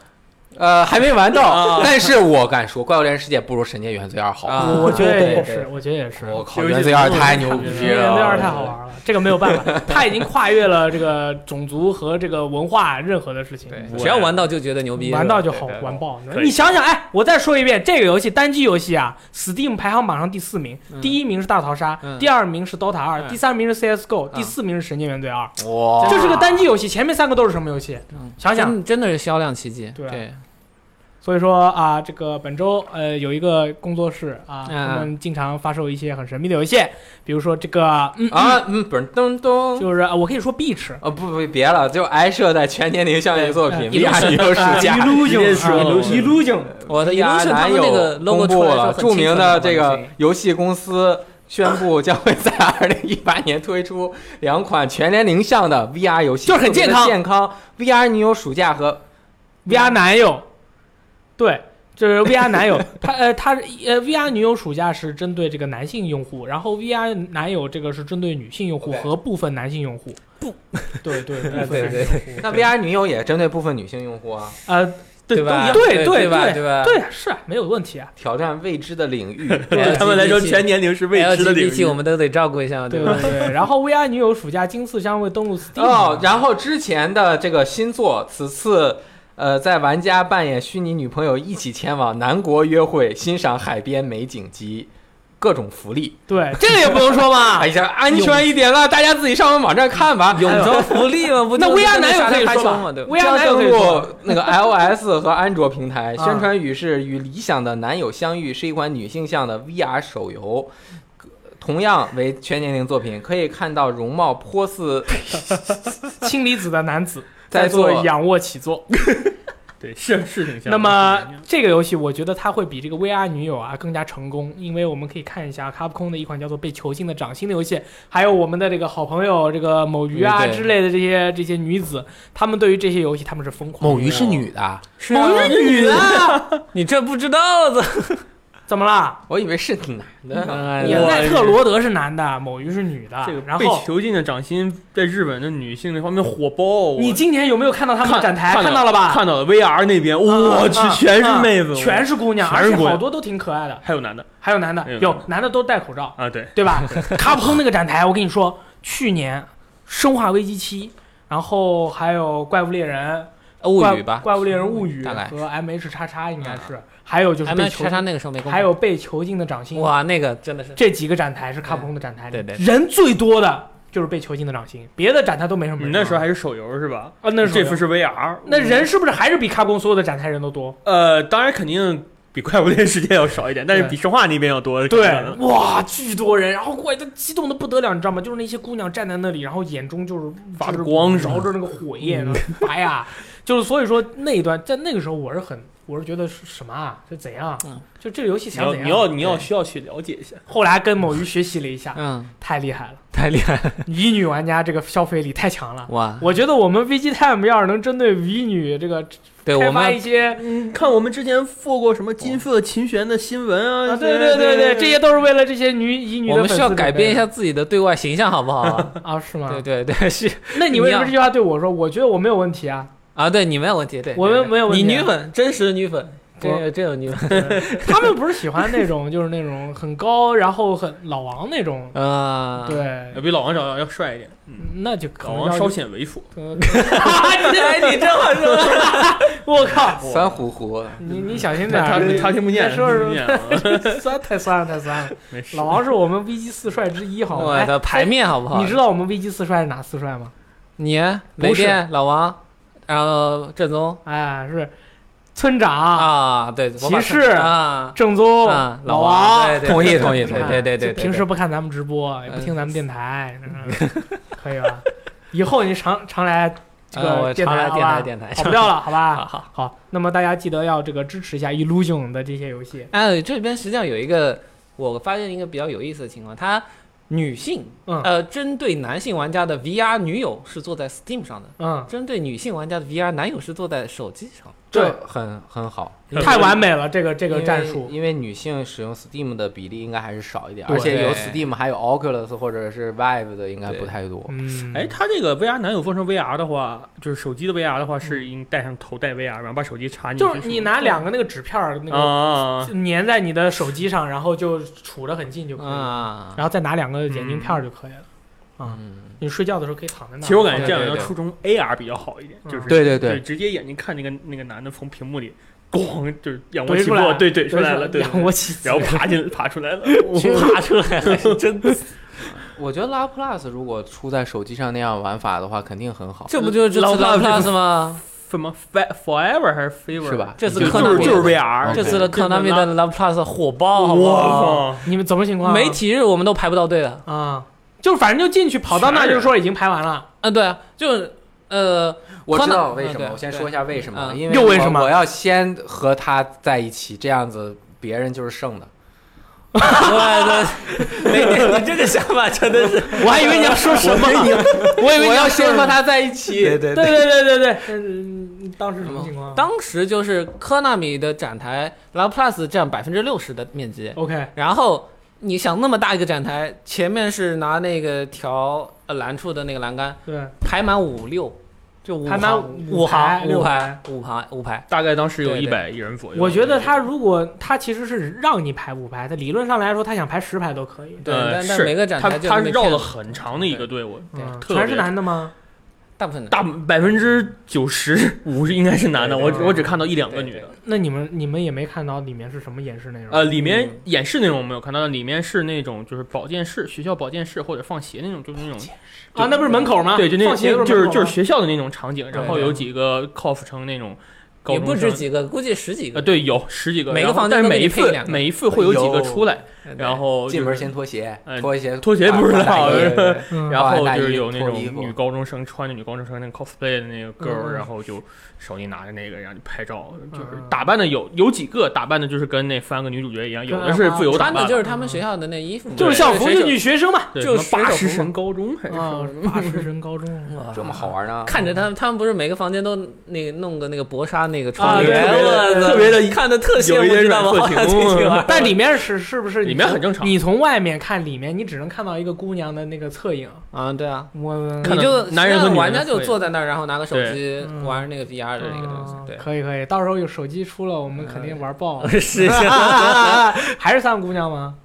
[SPEAKER 2] 呃，还没玩到
[SPEAKER 4] 啊，
[SPEAKER 2] 但是我敢说，《怪物猎人世界》不如《神界原罪二》好
[SPEAKER 3] 啊
[SPEAKER 2] 玩。
[SPEAKER 1] 我我觉得
[SPEAKER 2] 对
[SPEAKER 1] 也
[SPEAKER 2] 对
[SPEAKER 1] 是，我觉得也是。
[SPEAKER 2] 我
[SPEAKER 1] 《
[SPEAKER 2] 靠，《原罪二》太牛
[SPEAKER 1] 神
[SPEAKER 2] 逼
[SPEAKER 1] 界
[SPEAKER 2] 了，
[SPEAKER 1] 原罪二》太好。玩了，这个没有办法，他已经跨越了这个种族和这个文化任何的事情。
[SPEAKER 3] 对，只要玩到就觉得牛逼，
[SPEAKER 1] 玩到就
[SPEAKER 3] 对
[SPEAKER 1] 好
[SPEAKER 3] 对对
[SPEAKER 1] 玩爆。
[SPEAKER 4] 可以
[SPEAKER 1] 你想想，哎，我再说一遍，这个游戏单机游戏啊，Steam 排行榜上第四名，
[SPEAKER 3] 嗯
[SPEAKER 1] 第一名是大逃杀，
[SPEAKER 3] 嗯
[SPEAKER 1] 第二名是 DOTA 二、
[SPEAKER 3] 嗯
[SPEAKER 1] 第三名是 CSGO，、
[SPEAKER 3] 嗯
[SPEAKER 1] 第四名是神界原罪二、
[SPEAKER 2] 哇，
[SPEAKER 1] 这是个单机游戏，前面三个都是什么游戏？
[SPEAKER 3] 嗯
[SPEAKER 1] 想想
[SPEAKER 3] 真真的是销量奇迹。
[SPEAKER 1] 对啊
[SPEAKER 3] 对，
[SPEAKER 1] 所以说啊，这个本周呃有一个工作室啊，
[SPEAKER 3] 嗯
[SPEAKER 1] 他们经常发售一些很神秘的游戏，比如说这个，嗯，
[SPEAKER 2] 啊，嗯，不是咚咚，
[SPEAKER 1] 就是呃我可以说 Beach，
[SPEAKER 2] 呃，不不，别了，就挨射在全年龄向
[SPEAKER 1] 对
[SPEAKER 2] 的作
[SPEAKER 1] 哎
[SPEAKER 3] 嗯
[SPEAKER 2] 品《利亚女友暑
[SPEAKER 3] 啊
[SPEAKER 2] 假》
[SPEAKER 4] 直接说
[SPEAKER 1] Illusion，Illusion，Illusion，
[SPEAKER 3] 我的
[SPEAKER 2] 利亚
[SPEAKER 3] Illusion 他
[SPEAKER 2] 男
[SPEAKER 3] 们
[SPEAKER 2] 友
[SPEAKER 3] 那个 logo
[SPEAKER 2] 公
[SPEAKER 3] 出
[SPEAKER 2] 布
[SPEAKER 3] 来的时候
[SPEAKER 2] 了，
[SPEAKER 3] 很
[SPEAKER 2] 著名的这
[SPEAKER 3] 清楚
[SPEAKER 2] 个
[SPEAKER 3] 地
[SPEAKER 2] 游戏公司宣布将会在 <laughs> 二零一八年推出两款全年龄向的 VR 游戏，
[SPEAKER 1] 就是很健康
[SPEAKER 2] 健康 VR 女友暑假和
[SPEAKER 1] VR 男友，对，就是 VR 男友，他呃他呃 VR 女友暑假是针对这个男性用户，然后 VR 男友这个是针对女性用户
[SPEAKER 2] OK
[SPEAKER 1] 和部分男性用户。不，对对，部分
[SPEAKER 2] 对
[SPEAKER 1] 男性
[SPEAKER 2] 对
[SPEAKER 1] 用户。
[SPEAKER 2] 那 <laughs> VR 女友也针对部分女性用户啊，
[SPEAKER 1] 呃，
[SPEAKER 3] 对吧？
[SPEAKER 1] 对
[SPEAKER 3] 对
[SPEAKER 1] 对
[SPEAKER 3] 吧？
[SPEAKER 1] 对
[SPEAKER 3] 对吧？
[SPEAKER 1] 对，是啊没有问题啊。
[SPEAKER 2] 挑战未知的领域。
[SPEAKER 4] 对他们来说
[SPEAKER 3] LGBT
[SPEAKER 4] 全年龄是未知的领
[SPEAKER 3] LGBT 我
[SPEAKER 4] 域。
[SPEAKER 3] 们都得照顾一下嘛，
[SPEAKER 1] 对
[SPEAKER 3] 吧？
[SPEAKER 1] 对对，然后 VR 女友暑假今次将会登陆 Steam
[SPEAKER 2] 哦，然后之前的这个新作，此次。呃，在玩家扮演虚拟女朋友一起前往南国约会，欣赏海边美景及各种福利。
[SPEAKER 1] 对，
[SPEAKER 2] 这个也不能说嘛，哎呀，安全一点了，大家自己上我们网站看吧。
[SPEAKER 3] <laughs>
[SPEAKER 2] 哎
[SPEAKER 3] 永州福利嘛，不
[SPEAKER 1] <laughs> 那
[SPEAKER 3] 就
[SPEAKER 1] VR
[SPEAKER 3] 是
[SPEAKER 1] 男友
[SPEAKER 3] 沙
[SPEAKER 1] 可以
[SPEAKER 3] 滩
[SPEAKER 1] 说
[SPEAKER 3] 球
[SPEAKER 1] 吧
[SPEAKER 3] 嘛对吧
[SPEAKER 1] VR
[SPEAKER 2] 将
[SPEAKER 1] 男友可
[SPEAKER 2] 登
[SPEAKER 1] 以说
[SPEAKER 2] 陆那个 iOS 和安卓平 <laughs> 台。
[SPEAKER 1] 啊
[SPEAKER 2] 宣传语是“与理想的男友相遇”，是一款女性向的 VR 手游。同样为全年龄作品，可以看到容貌颇似
[SPEAKER 1] 氢离子的男子
[SPEAKER 2] <laughs> 在做
[SPEAKER 1] 仰卧起坐。
[SPEAKER 4] 对，是是挺像的。
[SPEAKER 1] 那么这个游戏，我觉得它会比这个 VR 女友啊更加成功，因为我们可以看一下卡普空的一款叫做《被囚禁的掌心》的游戏，还有我们的这个好朋友这个某鱼啊
[SPEAKER 2] 嗯对
[SPEAKER 1] 之类的这些这些女子，她们对于这些游戏她们是疯狂的。
[SPEAKER 2] 某鱼是女的，
[SPEAKER 3] 是
[SPEAKER 1] 某
[SPEAKER 3] 啊
[SPEAKER 1] 鱼是啊女的，
[SPEAKER 3] <laughs> 你这不知
[SPEAKER 1] <laughs>
[SPEAKER 3] 道的，
[SPEAKER 1] 怎么啦？
[SPEAKER 2] 我以为是男的。
[SPEAKER 4] 哎
[SPEAKER 1] 也
[SPEAKER 3] 我
[SPEAKER 1] 奈特罗德是男的，某鱼是女的
[SPEAKER 4] 这个，
[SPEAKER 1] 然
[SPEAKER 4] 被
[SPEAKER 1] 后。
[SPEAKER 4] 囚禁的掌心在日本的女性那方面火爆啊，
[SPEAKER 1] 你今年有没有看到他们的展台？
[SPEAKER 4] 看
[SPEAKER 1] 看到了吧？
[SPEAKER 4] 看到了 VR 那边，我去
[SPEAKER 1] 啊，
[SPEAKER 4] 全是妹子，
[SPEAKER 1] 啊全是姑娘，
[SPEAKER 4] 全
[SPEAKER 1] 而
[SPEAKER 4] 是
[SPEAKER 1] 且
[SPEAKER 4] 姑娘
[SPEAKER 1] 好多都挺可爱的，
[SPEAKER 4] 还有男的
[SPEAKER 1] 还有男的
[SPEAKER 4] 哎，呦
[SPEAKER 1] 有男的都戴口罩，
[SPEAKER 4] 啊，对，
[SPEAKER 1] 对吧？ <laughs> 卡普空那个展台，我跟你说，去年《生化危机七》，然后还有《怪物猎人》
[SPEAKER 3] 物
[SPEAKER 1] 怪
[SPEAKER 3] 语吧，
[SPEAKER 1] 怪物猎人物语》
[SPEAKER 3] 大概
[SPEAKER 1] 和 M H 叉叉应该是，还有就是
[SPEAKER 3] 还
[SPEAKER 1] 被
[SPEAKER 3] 没
[SPEAKER 1] 囚
[SPEAKER 3] 叉叉那个时候没公布，
[SPEAKER 1] 还有被囚禁的掌心，
[SPEAKER 3] 哇，那个真
[SPEAKER 1] <laughs>
[SPEAKER 3] 的是
[SPEAKER 1] 这几个展台是卡普空的展台，
[SPEAKER 3] 对对
[SPEAKER 1] 人最多的就是被囚禁的掌心，别的展台都没什么
[SPEAKER 4] 你
[SPEAKER 1] 人。
[SPEAKER 4] 那时候还是手游是吧？
[SPEAKER 1] 啊，那时
[SPEAKER 4] 这
[SPEAKER 1] 候
[SPEAKER 4] 副
[SPEAKER 1] 有。
[SPEAKER 4] 是 VR，
[SPEAKER 1] 那人是不是还是比卡普空所有的展台人都多？
[SPEAKER 4] 呃，当然肯定比怪物猎人世界要少一点，但是
[SPEAKER 1] 对
[SPEAKER 4] 比生化那边要多。肯定的
[SPEAKER 1] 哇，巨多人，然后过来，他激动的不得了，你知道吗？就是那些姑娘站在那里，然后眼中就是
[SPEAKER 4] 发
[SPEAKER 1] 就是
[SPEAKER 4] 着光是吧
[SPEAKER 1] 啊
[SPEAKER 3] 嗯
[SPEAKER 1] 着那个火焰，哎呀，就是所以说那一段在那个时候我是很我是觉得是什么啊？这怎样啊
[SPEAKER 3] 嗯？
[SPEAKER 1] 就这个游戏
[SPEAKER 4] 你
[SPEAKER 1] 想
[SPEAKER 4] 要
[SPEAKER 1] 怎样？
[SPEAKER 4] 你要你要
[SPEAKER 1] 对
[SPEAKER 4] 需要去了解一下，
[SPEAKER 1] 后来还跟某鱼学习了一下，
[SPEAKER 3] 嗯，
[SPEAKER 1] 太厉害了，
[SPEAKER 3] 太厉害了，
[SPEAKER 1] 乙女玩家这个消费力太强了。
[SPEAKER 3] 哇！
[SPEAKER 1] 我觉得我们 VGTime 要是能针对乙女这个
[SPEAKER 3] 对我
[SPEAKER 1] 开发一
[SPEAKER 3] 们
[SPEAKER 1] 些
[SPEAKER 4] 嗯，看我们之前做过什么金色琴弦的新闻啊，
[SPEAKER 1] 啊，对对对对，这些都是为了这些女乙女的
[SPEAKER 3] 我们
[SPEAKER 1] 粉
[SPEAKER 3] 需
[SPEAKER 1] 丝
[SPEAKER 3] 要
[SPEAKER 1] 准
[SPEAKER 3] 改
[SPEAKER 1] 备
[SPEAKER 3] 变一
[SPEAKER 1] 的
[SPEAKER 3] 下自己的对外形象，好
[SPEAKER 1] <laughs>
[SPEAKER 3] 不好？
[SPEAKER 1] 啊，是吗？
[SPEAKER 3] 对对对， <laughs> 是
[SPEAKER 1] <laughs> 那你为什么这句话对我说？我觉得我没有问题啊。
[SPEAKER 3] 啊，对你没有问题，对，
[SPEAKER 1] 我们
[SPEAKER 3] 对对
[SPEAKER 1] 没有问题啊
[SPEAKER 3] 你女粉，真实的女粉，
[SPEAKER 1] 我
[SPEAKER 3] 真真有女粉，
[SPEAKER 1] <laughs> 他们不是喜欢那种就是那种很高，然后很老王那种，
[SPEAKER 3] 啊，
[SPEAKER 1] 对，
[SPEAKER 4] 比老王长得要帅一点，嗯，
[SPEAKER 1] 那就可
[SPEAKER 4] 老
[SPEAKER 1] 能
[SPEAKER 4] 王
[SPEAKER 1] 要
[SPEAKER 4] 稍显猥琐，
[SPEAKER 1] 呃 <laughs>
[SPEAKER 3] 哎，你这话说的，
[SPEAKER 1] 我靠，
[SPEAKER 2] 酸乎乎，
[SPEAKER 1] 你你小心点
[SPEAKER 4] 他
[SPEAKER 1] 儿，
[SPEAKER 4] 他听不见，
[SPEAKER 1] 啊再
[SPEAKER 4] 他
[SPEAKER 1] 说
[SPEAKER 4] 听不
[SPEAKER 1] 说 <laughs>
[SPEAKER 4] 见啊，
[SPEAKER 1] 酸太酸了太酸了。
[SPEAKER 4] 没事
[SPEAKER 1] 老
[SPEAKER 4] <laughs>
[SPEAKER 1] 王是我们 VG 四帅之一，好吗？
[SPEAKER 3] 我
[SPEAKER 1] 哎
[SPEAKER 3] 的牌面好不啊好？
[SPEAKER 1] 你知道我们 VG 四帅是哪四帅吗？
[SPEAKER 3] 你
[SPEAKER 1] 不
[SPEAKER 3] 雷
[SPEAKER 1] 是
[SPEAKER 3] 电老王，然后正宗
[SPEAKER 1] 哎，是村长、
[SPEAKER 3] 啊，对，我把
[SPEAKER 1] 骑士
[SPEAKER 3] 啊
[SPEAKER 1] 正宗、
[SPEAKER 3] 啊，
[SPEAKER 1] 老
[SPEAKER 3] 王，对对
[SPEAKER 2] 同意同意同
[SPEAKER 3] 对
[SPEAKER 2] 意
[SPEAKER 1] 啊。
[SPEAKER 3] 对对对，对
[SPEAKER 1] 就平时不看咱们直播，也不
[SPEAKER 3] 嗯
[SPEAKER 1] 听咱们电台，嗯可以吧？以后你常常来这
[SPEAKER 3] 呃
[SPEAKER 1] 个
[SPEAKER 3] 我
[SPEAKER 1] 电
[SPEAKER 3] 常
[SPEAKER 1] 台，
[SPEAKER 3] 来
[SPEAKER 1] 好
[SPEAKER 3] 电台
[SPEAKER 1] 吧？
[SPEAKER 3] 电台，
[SPEAKER 1] 跑不掉了，好
[SPEAKER 3] 好
[SPEAKER 1] 吧？
[SPEAKER 3] 好。
[SPEAKER 1] 好，那么大家记得要这个支持一下 Illusion 的这些游戏。
[SPEAKER 3] 哎，这边实际上有一个我发现一个比较有意思的情况，它女性
[SPEAKER 1] 嗯
[SPEAKER 3] 呃针对男性玩家的 VR 女友是做在 Steam 上的。
[SPEAKER 1] 嗯，
[SPEAKER 3] 针对女性玩家的 VR 男友是坐在手机上，
[SPEAKER 1] 对
[SPEAKER 2] 这很很好。
[SPEAKER 4] 嗯
[SPEAKER 1] 太完美了，这个这
[SPEAKER 2] 这
[SPEAKER 1] 个战术。
[SPEAKER 2] 因为女性使用 Steam 的比例应该还是少一点，
[SPEAKER 1] 对
[SPEAKER 2] 而且有 Steam 还有 Oculus 或者是 Vive 的应该不太多。
[SPEAKER 1] 嗯，
[SPEAKER 4] 哎，，他这个 VR 男友做成 VR 的话，就是手机的 VR 的话，是应戴上头戴 VR，然后把手机插进去吗，
[SPEAKER 1] 就是你拿两个那个纸片儿，那
[SPEAKER 4] 啊
[SPEAKER 1] 个
[SPEAKER 4] 啊，啊
[SPEAKER 1] 粘在你的手机上，然后就杵得很近就可以了，
[SPEAKER 3] 啊，
[SPEAKER 1] 然后再拿两个眼镜片儿就可以了。
[SPEAKER 2] 嗯，
[SPEAKER 1] 你睡觉的时候可以躺在那儿。
[SPEAKER 4] 其实我感觉这
[SPEAKER 3] 对
[SPEAKER 4] 样
[SPEAKER 3] 对
[SPEAKER 4] 要
[SPEAKER 3] 对
[SPEAKER 4] 初中 AR 比较好一点，
[SPEAKER 1] 嗯
[SPEAKER 4] 就是
[SPEAKER 2] 对对
[SPEAKER 4] 对，
[SPEAKER 2] 对，
[SPEAKER 4] 直接眼睛看那个那个男的从屏幕里咣就是仰卧
[SPEAKER 1] 怼
[SPEAKER 4] 起
[SPEAKER 1] 出
[SPEAKER 4] 坐，
[SPEAKER 1] 来，
[SPEAKER 4] 对对出来了，对，
[SPEAKER 1] 仰
[SPEAKER 4] 对
[SPEAKER 1] 卧起
[SPEAKER 4] 然
[SPEAKER 1] <laughs>
[SPEAKER 4] 后
[SPEAKER 1] 坐。
[SPEAKER 4] 爬进爬出来了，
[SPEAKER 2] 其实
[SPEAKER 3] 爬出来了，真的，
[SPEAKER 2] 我觉得 La Plus 如果出在手机上那样玩法的话，肯定很好，
[SPEAKER 3] 这不就是这
[SPEAKER 4] 老
[SPEAKER 3] 次
[SPEAKER 4] 怕
[SPEAKER 3] 的
[SPEAKER 4] 这
[SPEAKER 3] 呃 Plus 吗？
[SPEAKER 4] <laughs> 什么 fa- forever 还是 favor
[SPEAKER 2] 是吧？？
[SPEAKER 3] 这次
[SPEAKER 4] 就
[SPEAKER 3] 柯
[SPEAKER 4] 就
[SPEAKER 3] 南
[SPEAKER 4] 是
[SPEAKER 3] 也
[SPEAKER 4] 就是是 VR，
[SPEAKER 2] OK
[SPEAKER 3] 这次的
[SPEAKER 4] 这
[SPEAKER 3] Konami
[SPEAKER 4] 这
[SPEAKER 3] 的 Love Plus 火爆，好不好？
[SPEAKER 4] 哇，
[SPEAKER 1] 你们怎么情况啊？
[SPEAKER 3] 媒体日我们都排不到队了。
[SPEAKER 1] 啊，就反正就进去跑到那儿就说已经排完了，
[SPEAKER 3] 啊，对啊，就 <laughs> 呃，
[SPEAKER 2] 我知道
[SPEAKER 3] 嗯
[SPEAKER 2] 为什么，
[SPEAKER 3] 对
[SPEAKER 2] 我先说一下为什么，
[SPEAKER 3] 嗯
[SPEAKER 2] 因为
[SPEAKER 1] 又为什么
[SPEAKER 2] 我我要先和他在一起，这样子别人就是剩的。
[SPEAKER 3] 我的，雷电，你这个想法真的是，
[SPEAKER 1] 我还以为你要说什么，我以为
[SPEAKER 2] 我
[SPEAKER 1] 你
[SPEAKER 2] 要
[SPEAKER 1] 说
[SPEAKER 2] 先
[SPEAKER 1] 什
[SPEAKER 2] 和
[SPEAKER 1] 么。
[SPEAKER 2] 他在一起。对对
[SPEAKER 1] 对对对对对，嗯，当时什么情况？
[SPEAKER 3] 当时就是科纳米的展台 l o v Plus 占百分之六十的面积，
[SPEAKER 1] OK，
[SPEAKER 3] 然后你想那么大一个展台，前面是拿那个调呃栏处的那个栏杆
[SPEAKER 1] 对，
[SPEAKER 3] 排满五六，就五
[SPEAKER 1] 排满
[SPEAKER 3] 行
[SPEAKER 1] 五
[SPEAKER 3] 五
[SPEAKER 1] 排
[SPEAKER 3] 行
[SPEAKER 1] 六
[SPEAKER 3] 五排五排五排，
[SPEAKER 4] 大概当时有
[SPEAKER 3] 对
[SPEAKER 4] 一
[SPEAKER 3] 对
[SPEAKER 4] 百一人左右。
[SPEAKER 1] 我觉得他如果他其实是让你排五排，他理论上来说他想排十排都可以。
[SPEAKER 3] 对，
[SPEAKER 4] 呃
[SPEAKER 3] 但但
[SPEAKER 4] 是
[SPEAKER 3] 每个展
[SPEAKER 4] 他
[SPEAKER 3] 台就
[SPEAKER 4] 他
[SPEAKER 3] 那么
[SPEAKER 4] 绕
[SPEAKER 3] 片
[SPEAKER 4] 了很长的一个队伍，
[SPEAKER 3] 对
[SPEAKER 1] 嗯
[SPEAKER 4] 特别
[SPEAKER 1] 全是男的吗？
[SPEAKER 3] 大部分的
[SPEAKER 4] 大百分之九十五应该是男的，
[SPEAKER 3] 对
[SPEAKER 4] 我
[SPEAKER 3] 对
[SPEAKER 4] 只
[SPEAKER 1] 对
[SPEAKER 4] 我只看到一两个
[SPEAKER 3] 对
[SPEAKER 4] 女
[SPEAKER 3] 对
[SPEAKER 4] 的。
[SPEAKER 1] 那你们你们也没看到里面是什么演示内容？
[SPEAKER 4] 呃，里
[SPEAKER 3] 嗯
[SPEAKER 4] 面演示那种我没有看到，里面是那种就是保健室、学校保健室或者放鞋那种，就是那种
[SPEAKER 1] 啊，那不是门口吗？
[SPEAKER 4] 对，就那
[SPEAKER 1] 放鞋的
[SPEAKER 4] 那
[SPEAKER 1] 时候
[SPEAKER 4] 就是
[SPEAKER 1] 门口
[SPEAKER 4] 就是
[SPEAKER 1] 吗
[SPEAKER 4] 学校的那种场景，
[SPEAKER 1] 对
[SPEAKER 4] 然后有几个 cof 成那种高
[SPEAKER 3] 也
[SPEAKER 4] 中
[SPEAKER 3] 不
[SPEAKER 4] 生
[SPEAKER 3] 止几个，估计十几
[SPEAKER 4] 呃，
[SPEAKER 3] 个。
[SPEAKER 4] 对，有十几个，
[SPEAKER 3] 每个
[SPEAKER 4] 然后
[SPEAKER 3] 房
[SPEAKER 4] 但
[SPEAKER 3] 间
[SPEAKER 4] 是
[SPEAKER 3] 都给
[SPEAKER 4] 每
[SPEAKER 3] 你
[SPEAKER 4] 一
[SPEAKER 3] 配
[SPEAKER 4] 次
[SPEAKER 3] 两个
[SPEAKER 4] 每一次会有几个出来，
[SPEAKER 3] 对对
[SPEAKER 4] 呃然后
[SPEAKER 2] 进
[SPEAKER 4] 就是
[SPEAKER 2] 门先脱鞋
[SPEAKER 4] 呃，
[SPEAKER 2] 哎脱鞋
[SPEAKER 4] 脱鞋不知道
[SPEAKER 2] 啊对对对 <laughs> 对
[SPEAKER 1] 嗯
[SPEAKER 4] 然后
[SPEAKER 2] 大
[SPEAKER 4] 就是
[SPEAKER 2] 衣
[SPEAKER 4] 有那
[SPEAKER 2] 脱
[SPEAKER 4] 种
[SPEAKER 2] 衣服
[SPEAKER 4] 女高中生穿着女高中生那个 cosplay 的那个
[SPEAKER 1] 嗯
[SPEAKER 4] girl，
[SPEAKER 1] 嗯
[SPEAKER 4] 然后就手里拿着那个让你拍照，就是
[SPEAKER 1] 嗯
[SPEAKER 4] 打扮的有有几个打扮的就是跟那三个女主角一样，有的
[SPEAKER 1] 跟
[SPEAKER 4] 是
[SPEAKER 1] 阿花
[SPEAKER 4] 自由打
[SPEAKER 3] 穿的
[SPEAKER 4] 扮
[SPEAKER 3] 就是他们学校的那衣服嘛，
[SPEAKER 1] 嗯就是校服，
[SPEAKER 3] 水
[SPEAKER 1] 就
[SPEAKER 3] 手
[SPEAKER 1] 女学生嘛。
[SPEAKER 4] 对
[SPEAKER 3] 就是
[SPEAKER 4] 什么八
[SPEAKER 3] 水手
[SPEAKER 4] 十
[SPEAKER 3] 服嘛
[SPEAKER 4] 神高中还是什
[SPEAKER 1] 啊
[SPEAKER 4] 么，
[SPEAKER 1] 八十人高中，
[SPEAKER 2] 这么好 <laughs> 玩呢？
[SPEAKER 3] 啊看着他们，他们不是每个房间都那个弄个那个薄纱那个
[SPEAKER 1] 啊
[SPEAKER 3] 窗
[SPEAKER 1] 对
[SPEAKER 3] 帘，
[SPEAKER 1] 特别
[SPEAKER 4] 的
[SPEAKER 3] 我操
[SPEAKER 4] 特别的
[SPEAKER 3] <laughs> 看的特羡
[SPEAKER 4] 有一
[SPEAKER 3] 慕，
[SPEAKER 4] 点
[SPEAKER 3] 知道
[SPEAKER 4] 软
[SPEAKER 3] 吗？
[SPEAKER 4] 色情
[SPEAKER 3] <laughs> 这句话
[SPEAKER 1] 但里面是是不是你
[SPEAKER 4] 里面
[SPEAKER 1] 从
[SPEAKER 4] 很正常
[SPEAKER 1] 你从外面看里面，你只能看到一个姑娘的那个侧影。
[SPEAKER 3] 啊，对啊，
[SPEAKER 1] 我
[SPEAKER 4] 看
[SPEAKER 3] 你
[SPEAKER 4] 到
[SPEAKER 3] 就
[SPEAKER 4] 男人和
[SPEAKER 3] 像
[SPEAKER 4] 女人
[SPEAKER 3] 玩家
[SPEAKER 4] 的
[SPEAKER 3] 就
[SPEAKER 4] 会
[SPEAKER 3] 坐在那儿，然后拿个手机
[SPEAKER 1] 对
[SPEAKER 3] 玩那个 VR 的那个东西
[SPEAKER 1] 啊，
[SPEAKER 3] 对。
[SPEAKER 1] 可以可以，到时候有手机出了，我们肯定玩爆。
[SPEAKER 3] 是
[SPEAKER 1] <laughs> 还是三个姑娘吗？嗯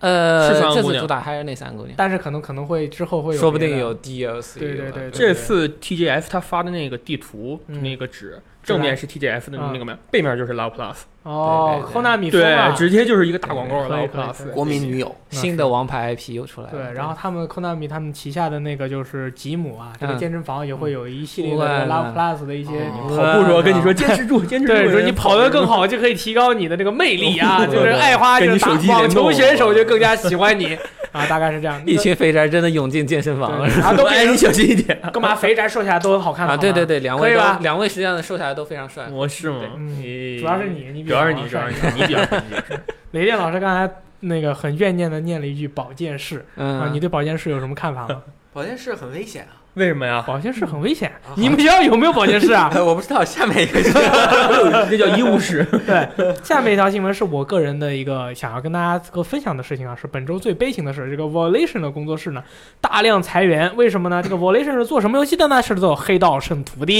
[SPEAKER 3] 呃，
[SPEAKER 4] 是三个
[SPEAKER 3] 这
[SPEAKER 4] 姑
[SPEAKER 3] 次
[SPEAKER 4] 娘
[SPEAKER 3] 主打还是那三个姑娘，
[SPEAKER 1] 但是可能可能会之后会有，
[SPEAKER 3] 说不定有。DLC。
[SPEAKER 1] 对对对
[SPEAKER 4] 这次 TGF 他发的那个地图
[SPEAKER 1] 嗯
[SPEAKER 4] 那个纸，正面是 TGF 的那个面，背面就是 Love Plus，
[SPEAKER 1] 哦，
[SPEAKER 2] 对对对
[SPEAKER 1] 科纳米疯了
[SPEAKER 4] 对，。直接就是一个大广告
[SPEAKER 1] 可以
[SPEAKER 4] Love
[SPEAKER 1] 可以可以
[SPEAKER 4] Plus。
[SPEAKER 2] 国民女友，
[SPEAKER 3] 新的王牌 IP 又出来了。
[SPEAKER 1] 对，然后他们科纳米他们旗下的那个就是吉姆啊，这个
[SPEAKER 3] 嗯
[SPEAKER 1] 健身房也会有一系列
[SPEAKER 3] 哇
[SPEAKER 1] 的 Love
[SPEAKER 3] 那
[SPEAKER 1] Plus 的一些
[SPEAKER 2] 哦
[SPEAKER 4] 好不说，跟你说坚持住，坚持住。
[SPEAKER 1] <laughs> 对，说你跑得更好，就可以提高你的这个魅力啊，
[SPEAKER 4] 嗯
[SPEAKER 1] 就是爱花，
[SPEAKER 4] 跟
[SPEAKER 1] 就是打
[SPEAKER 4] 你手机
[SPEAKER 1] 网
[SPEAKER 4] 联
[SPEAKER 1] 球
[SPEAKER 4] 动
[SPEAKER 1] 选手
[SPEAKER 4] 了
[SPEAKER 1] 就更加喜欢你。啊，大概是这
[SPEAKER 3] <laughs>
[SPEAKER 1] 样。
[SPEAKER 3] 一群肥宅真的涌进健身房了，
[SPEAKER 1] <laughs> 对啊，
[SPEAKER 3] <laughs>
[SPEAKER 1] 都
[SPEAKER 4] 哎，你
[SPEAKER 1] 给
[SPEAKER 4] 小心一点。
[SPEAKER 1] 干嘛？肥宅瘦下来都很好看
[SPEAKER 3] 啊！对对，对，两位
[SPEAKER 1] 可以吧
[SPEAKER 3] 都两位实际上瘦下来都非常帅。
[SPEAKER 4] 我是吗？
[SPEAKER 1] 嗯
[SPEAKER 4] 你
[SPEAKER 1] 主要是你，你比
[SPEAKER 4] 主要是
[SPEAKER 1] 较
[SPEAKER 4] 你，主要
[SPEAKER 1] 帅
[SPEAKER 4] 是你，你比较你比较帅
[SPEAKER 1] 雷电老师刚才那个很怨念的念了一句保健室啊，
[SPEAKER 3] 嗯
[SPEAKER 1] 你，对保健室有什么看法吗？
[SPEAKER 2] 保健室很危险啊！
[SPEAKER 4] 为什么呀？
[SPEAKER 1] 保健室很危险
[SPEAKER 2] 啊，
[SPEAKER 1] 你们学校有没有保健室
[SPEAKER 2] <laughs>
[SPEAKER 1] 啊？
[SPEAKER 2] 哎我不知道下面一 <laughs> 个是
[SPEAKER 4] 那叫医务室。
[SPEAKER 1] <laughs> 对，下面一条新闻是我个人的一个想要跟大家这个分享的事情啊，是本周最悲情的事。这个 Volition 的工作室呢，大量裁员，为什么呢？这个 Volition 是做什么游戏的呢？是做黑道圣徒的。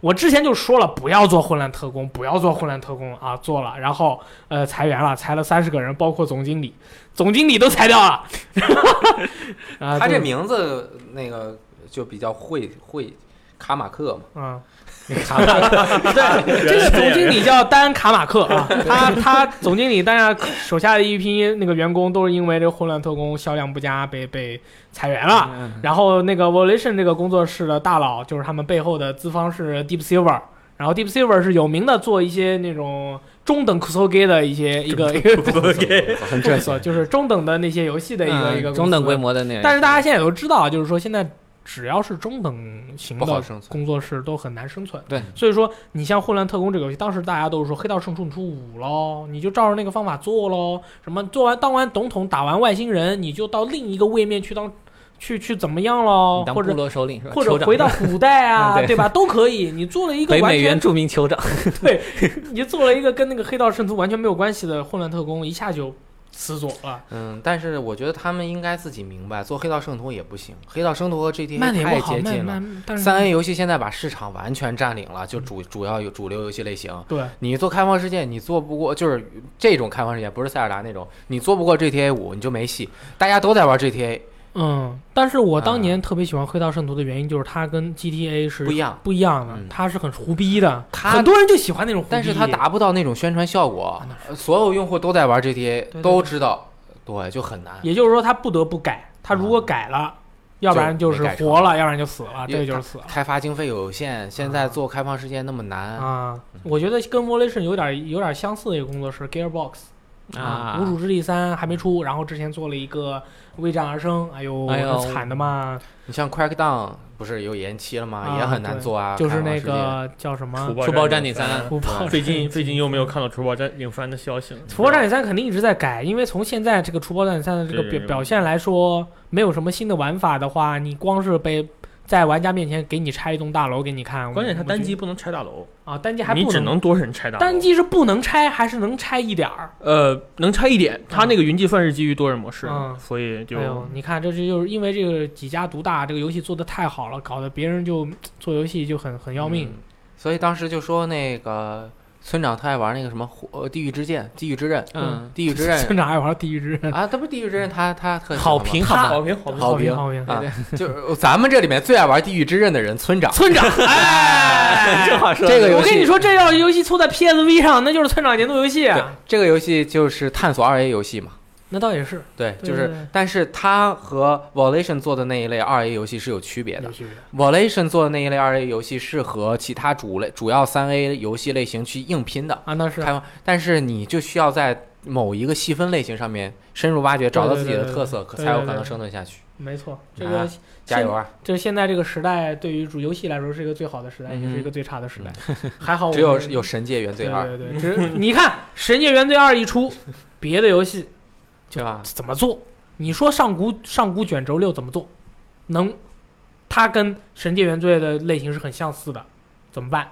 [SPEAKER 1] 我之前就说了，不要做混乱特工，不要做混乱特工啊，做了，然后呃裁员了，裁了三十个人，包括总经理，总经理都裁掉了。 <laughs> 啊，
[SPEAKER 2] <laughs> 他这
[SPEAKER 1] 对
[SPEAKER 2] 名字那个就比较会会卡马克嘛，
[SPEAKER 1] <laughs> 嗯，
[SPEAKER 4] 对，
[SPEAKER 1] 这个总经理叫丹卡马克啊，他他总经理，但是手下的一批那个员工都是因为这个混乱特工销量不佳被被裁员了。
[SPEAKER 3] 嗯
[SPEAKER 1] 然后那个 Volition 这个工作室的大佬，就是他们背后的资方是 Deep Silver，然后 Deep Silver 是有名的做一些那种中等 c u s o g a 的一些一个一个哎
[SPEAKER 4] OK，
[SPEAKER 2] 很
[SPEAKER 1] 公司， <laughs> 就是中等的那些游戏的一个一个
[SPEAKER 3] 嗯中等规
[SPEAKER 1] 模。
[SPEAKER 3] 模的那，
[SPEAKER 1] 但是大家现在也都知道啊，就是说现在只要是中等型
[SPEAKER 2] 不好
[SPEAKER 1] 的
[SPEAKER 2] 生存。
[SPEAKER 1] 工作室都很难生存。
[SPEAKER 2] 对，
[SPEAKER 1] 所以说你像《混乱特工》这个游戏，当时大家都说黑道胜出出五喽，你就照着那个方法做喽，什么做完当完总统，打完外星人，你就到另一个位面去当去去怎么样喽
[SPEAKER 3] 你，当部
[SPEAKER 1] 或者。
[SPEAKER 3] 落首领是吧？
[SPEAKER 1] 或
[SPEAKER 3] 酋
[SPEAKER 1] 者
[SPEAKER 3] 长
[SPEAKER 1] 回到古代
[SPEAKER 3] 嗯
[SPEAKER 1] 啊，
[SPEAKER 3] <laughs> 对
[SPEAKER 1] 对吧？都可以。你做了一个
[SPEAKER 3] 北
[SPEAKER 1] 完
[SPEAKER 3] 美原
[SPEAKER 1] 全，
[SPEAKER 3] 住民酋长，
[SPEAKER 1] 你做了一个跟那个黑道圣徒完全没有关系的混乱特工，一下就死左了。
[SPEAKER 2] 嗯，但是我觉得他们应该自己明白，做黑道圣徒也不行，黑道圣徒和 GTA
[SPEAKER 1] 慢点
[SPEAKER 2] 太
[SPEAKER 1] 不好，
[SPEAKER 2] 接
[SPEAKER 1] 慢
[SPEAKER 2] 近了。
[SPEAKER 1] 慢，但是
[SPEAKER 2] 三 A 游戏现在把市场完全占领了，就主主要有主流游戏类型。
[SPEAKER 1] 对，
[SPEAKER 2] 你做开放世界，你做不过，就是这种开放世界，不是塞尔达那种，你做不过 GTA 五，你就没戏。大家都在玩 GTA，
[SPEAKER 1] 嗯。但是我当年特别喜欢黑道圣徒的原因，就是它跟 GTA 是
[SPEAKER 2] 不一样。
[SPEAKER 1] 不一样的
[SPEAKER 2] 嗯，
[SPEAKER 1] 他是很胡逼的，
[SPEAKER 2] 他
[SPEAKER 1] 很多人就喜欢那种胡逼。
[SPEAKER 2] 但是它达不到那种宣传效果，呃所有用户都在玩 GTA，
[SPEAKER 1] 啊对
[SPEAKER 2] 都知道，对，就很难。
[SPEAKER 1] 也就是说他不得不改，他如果改了，要不然就是
[SPEAKER 2] 嗯没改成
[SPEAKER 1] 活了，要不然就死了，
[SPEAKER 2] 因
[SPEAKER 1] 这
[SPEAKER 2] 为
[SPEAKER 1] 个就是死了
[SPEAKER 2] 开发经费有限，现在做开放世界那么难，
[SPEAKER 1] 啊。
[SPEAKER 2] 嗯
[SPEAKER 1] 我觉得跟 Volition 有点有点相似的一个工作室 Gearbox
[SPEAKER 3] 啊
[SPEAKER 1] 无主之地三还没出，然后之前做了一个为战而生，哎呦，
[SPEAKER 3] 哎呦
[SPEAKER 1] 惨的嘛，
[SPEAKER 2] 你像 Crackdown 不是有延期了吗？
[SPEAKER 1] 啊
[SPEAKER 2] 也很难做啊。
[SPEAKER 1] 就是那
[SPEAKER 2] 开放世界
[SPEAKER 1] 个叫什么
[SPEAKER 3] 出包占领三
[SPEAKER 1] 《
[SPEAKER 2] 对
[SPEAKER 1] 暴
[SPEAKER 4] 啊最近最近又没有看到除暴战领番的消息了。
[SPEAKER 1] 除暴战警三肯定一直在改，因为从现在这个除暴战警三的这个表
[SPEAKER 4] 对对对
[SPEAKER 1] 表现来说，没有什么新的玩法的话，你光是被在玩家面前给你拆一栋大楼给你看，
[SPEAKER 4] 关键它
[SPEAKER 1] 我觉得
[SPEAKER 4] 单机不能拆大楼，
[SPEAKER 1] 啊，单机还
[SPEAKER 4] 你
[SPEAKER 1] 不
[SPEAKER 4] 只能多人拆大楼。
[SPEAKER 1] 单机是不能拆，还是能拆一点儿？
[SPEAKER 4] 呃能拆一点，它那个云计算是基于多人模式
[SPEAKER 1] 嗯，
[SPEAKER 4] 所以就
[SPEAKER 1] 哎呦，你看，这就是因为这个几家独大，这个游戏做的太好了，搞得别人就做游戏就很很要命。
[SPEAKER 2] 嗯所以当时就说那个村长特爱玩那个什么火呃地狱之剑、地狱之刃、
[SPEAKER 3] 嗯，
[SPEAKER 2] 地狱之
[SPEAKER 1] <laughs>
[SPEAKER 2] 刃
[SPEAKER 1] 村长爱玩地狱之刃，
[SPEAKER 2] 啊，他不是地狱之刃，他他特喜欢
[SPEAKER 3] 好
[SPEAKER 2] 吗
[SPEAKER 3] 评好
[SPEAKER 4] 好
[SPEAKER 3] 吧？
[SPEAKER 4] 评好评
[SPEAKER 2] 好
[SPEAKER 1] 评
[SPEAKER 2] 评
[SPEAKER 1] 好评。
[SPEAKER 2] 啊，就是咱们这里面最爱玩地狱之刃的人，村长。村长，哎，
[SPEAKER 3] 这话说
[SPEAKER 2] 嗯这个游
[SPEAKER 1] 我
[SPEAKER 2] 戏
[SPEAKER 1] 跟你说，这要是游戏出在 PSV 上，那就是村长年度游戏啊。
[SPEAKER 2] <laughs> 对这个游戏就是探索二 A 游戏嘛。
[SPEAKER 1] 那倒也是
[SPEAKER 2] 对，
[SPEAKER 1] 对
[SPEAKER 2] 就
[SPEAKER 1] 对对
[SPEAKER 2] 是，但是它和 Volition 做的那一类二 A 游戏是有区别的
[SPEAKER 1] 有。区别
[SPEAKER 2] Volition 做的那一类二 A 游戏是和其他主类主要三 A 游戏类型去硬拼的，
[SPEAKER 1] 啊，那是啊
[SPEAKER 2] 开放，但是你就需要在某一个细分类型上面深入挖掘，找到自己的特色，可
[SPEAKER 1] 对对对对
[SPEAKER 2] 才有可能生存下去。
[SPEAKER 1] 没错，这
[SPEAKER 2] 啊
[SPEAKER 1] 个
[SPEAKER 2] 加油啊！
[SPEAKER 1] 就是现在这个时代，对于主游戏来说是一个最好的时代，
[SPEAKER 2] 嗯
[SPEAKER 1] 也是一个最差的时代。 <laughs> 还好我
[SPEAKER 2] 只有
[SPEAKER 1] 们
[SPEAKER 2] 有《神界：原罪
[SPEAKER 1] 对
[SPEAKER 2] 二》，
[SPEAKER 1] 对对，只你看《神界原罪二》一
[SPEAKER 2] <laughs>
[SPEAKER 1] 出，别的游戏
[SPEAKER 2] 对
[SPEAKER 1] <laughs>
[SPEAKER 2] 吧？
[SPEAKER 1] 怎么做？你说上古上古卷轴六怎么做？能，它跟《神界原罪》的类型是很相似的，怎么办？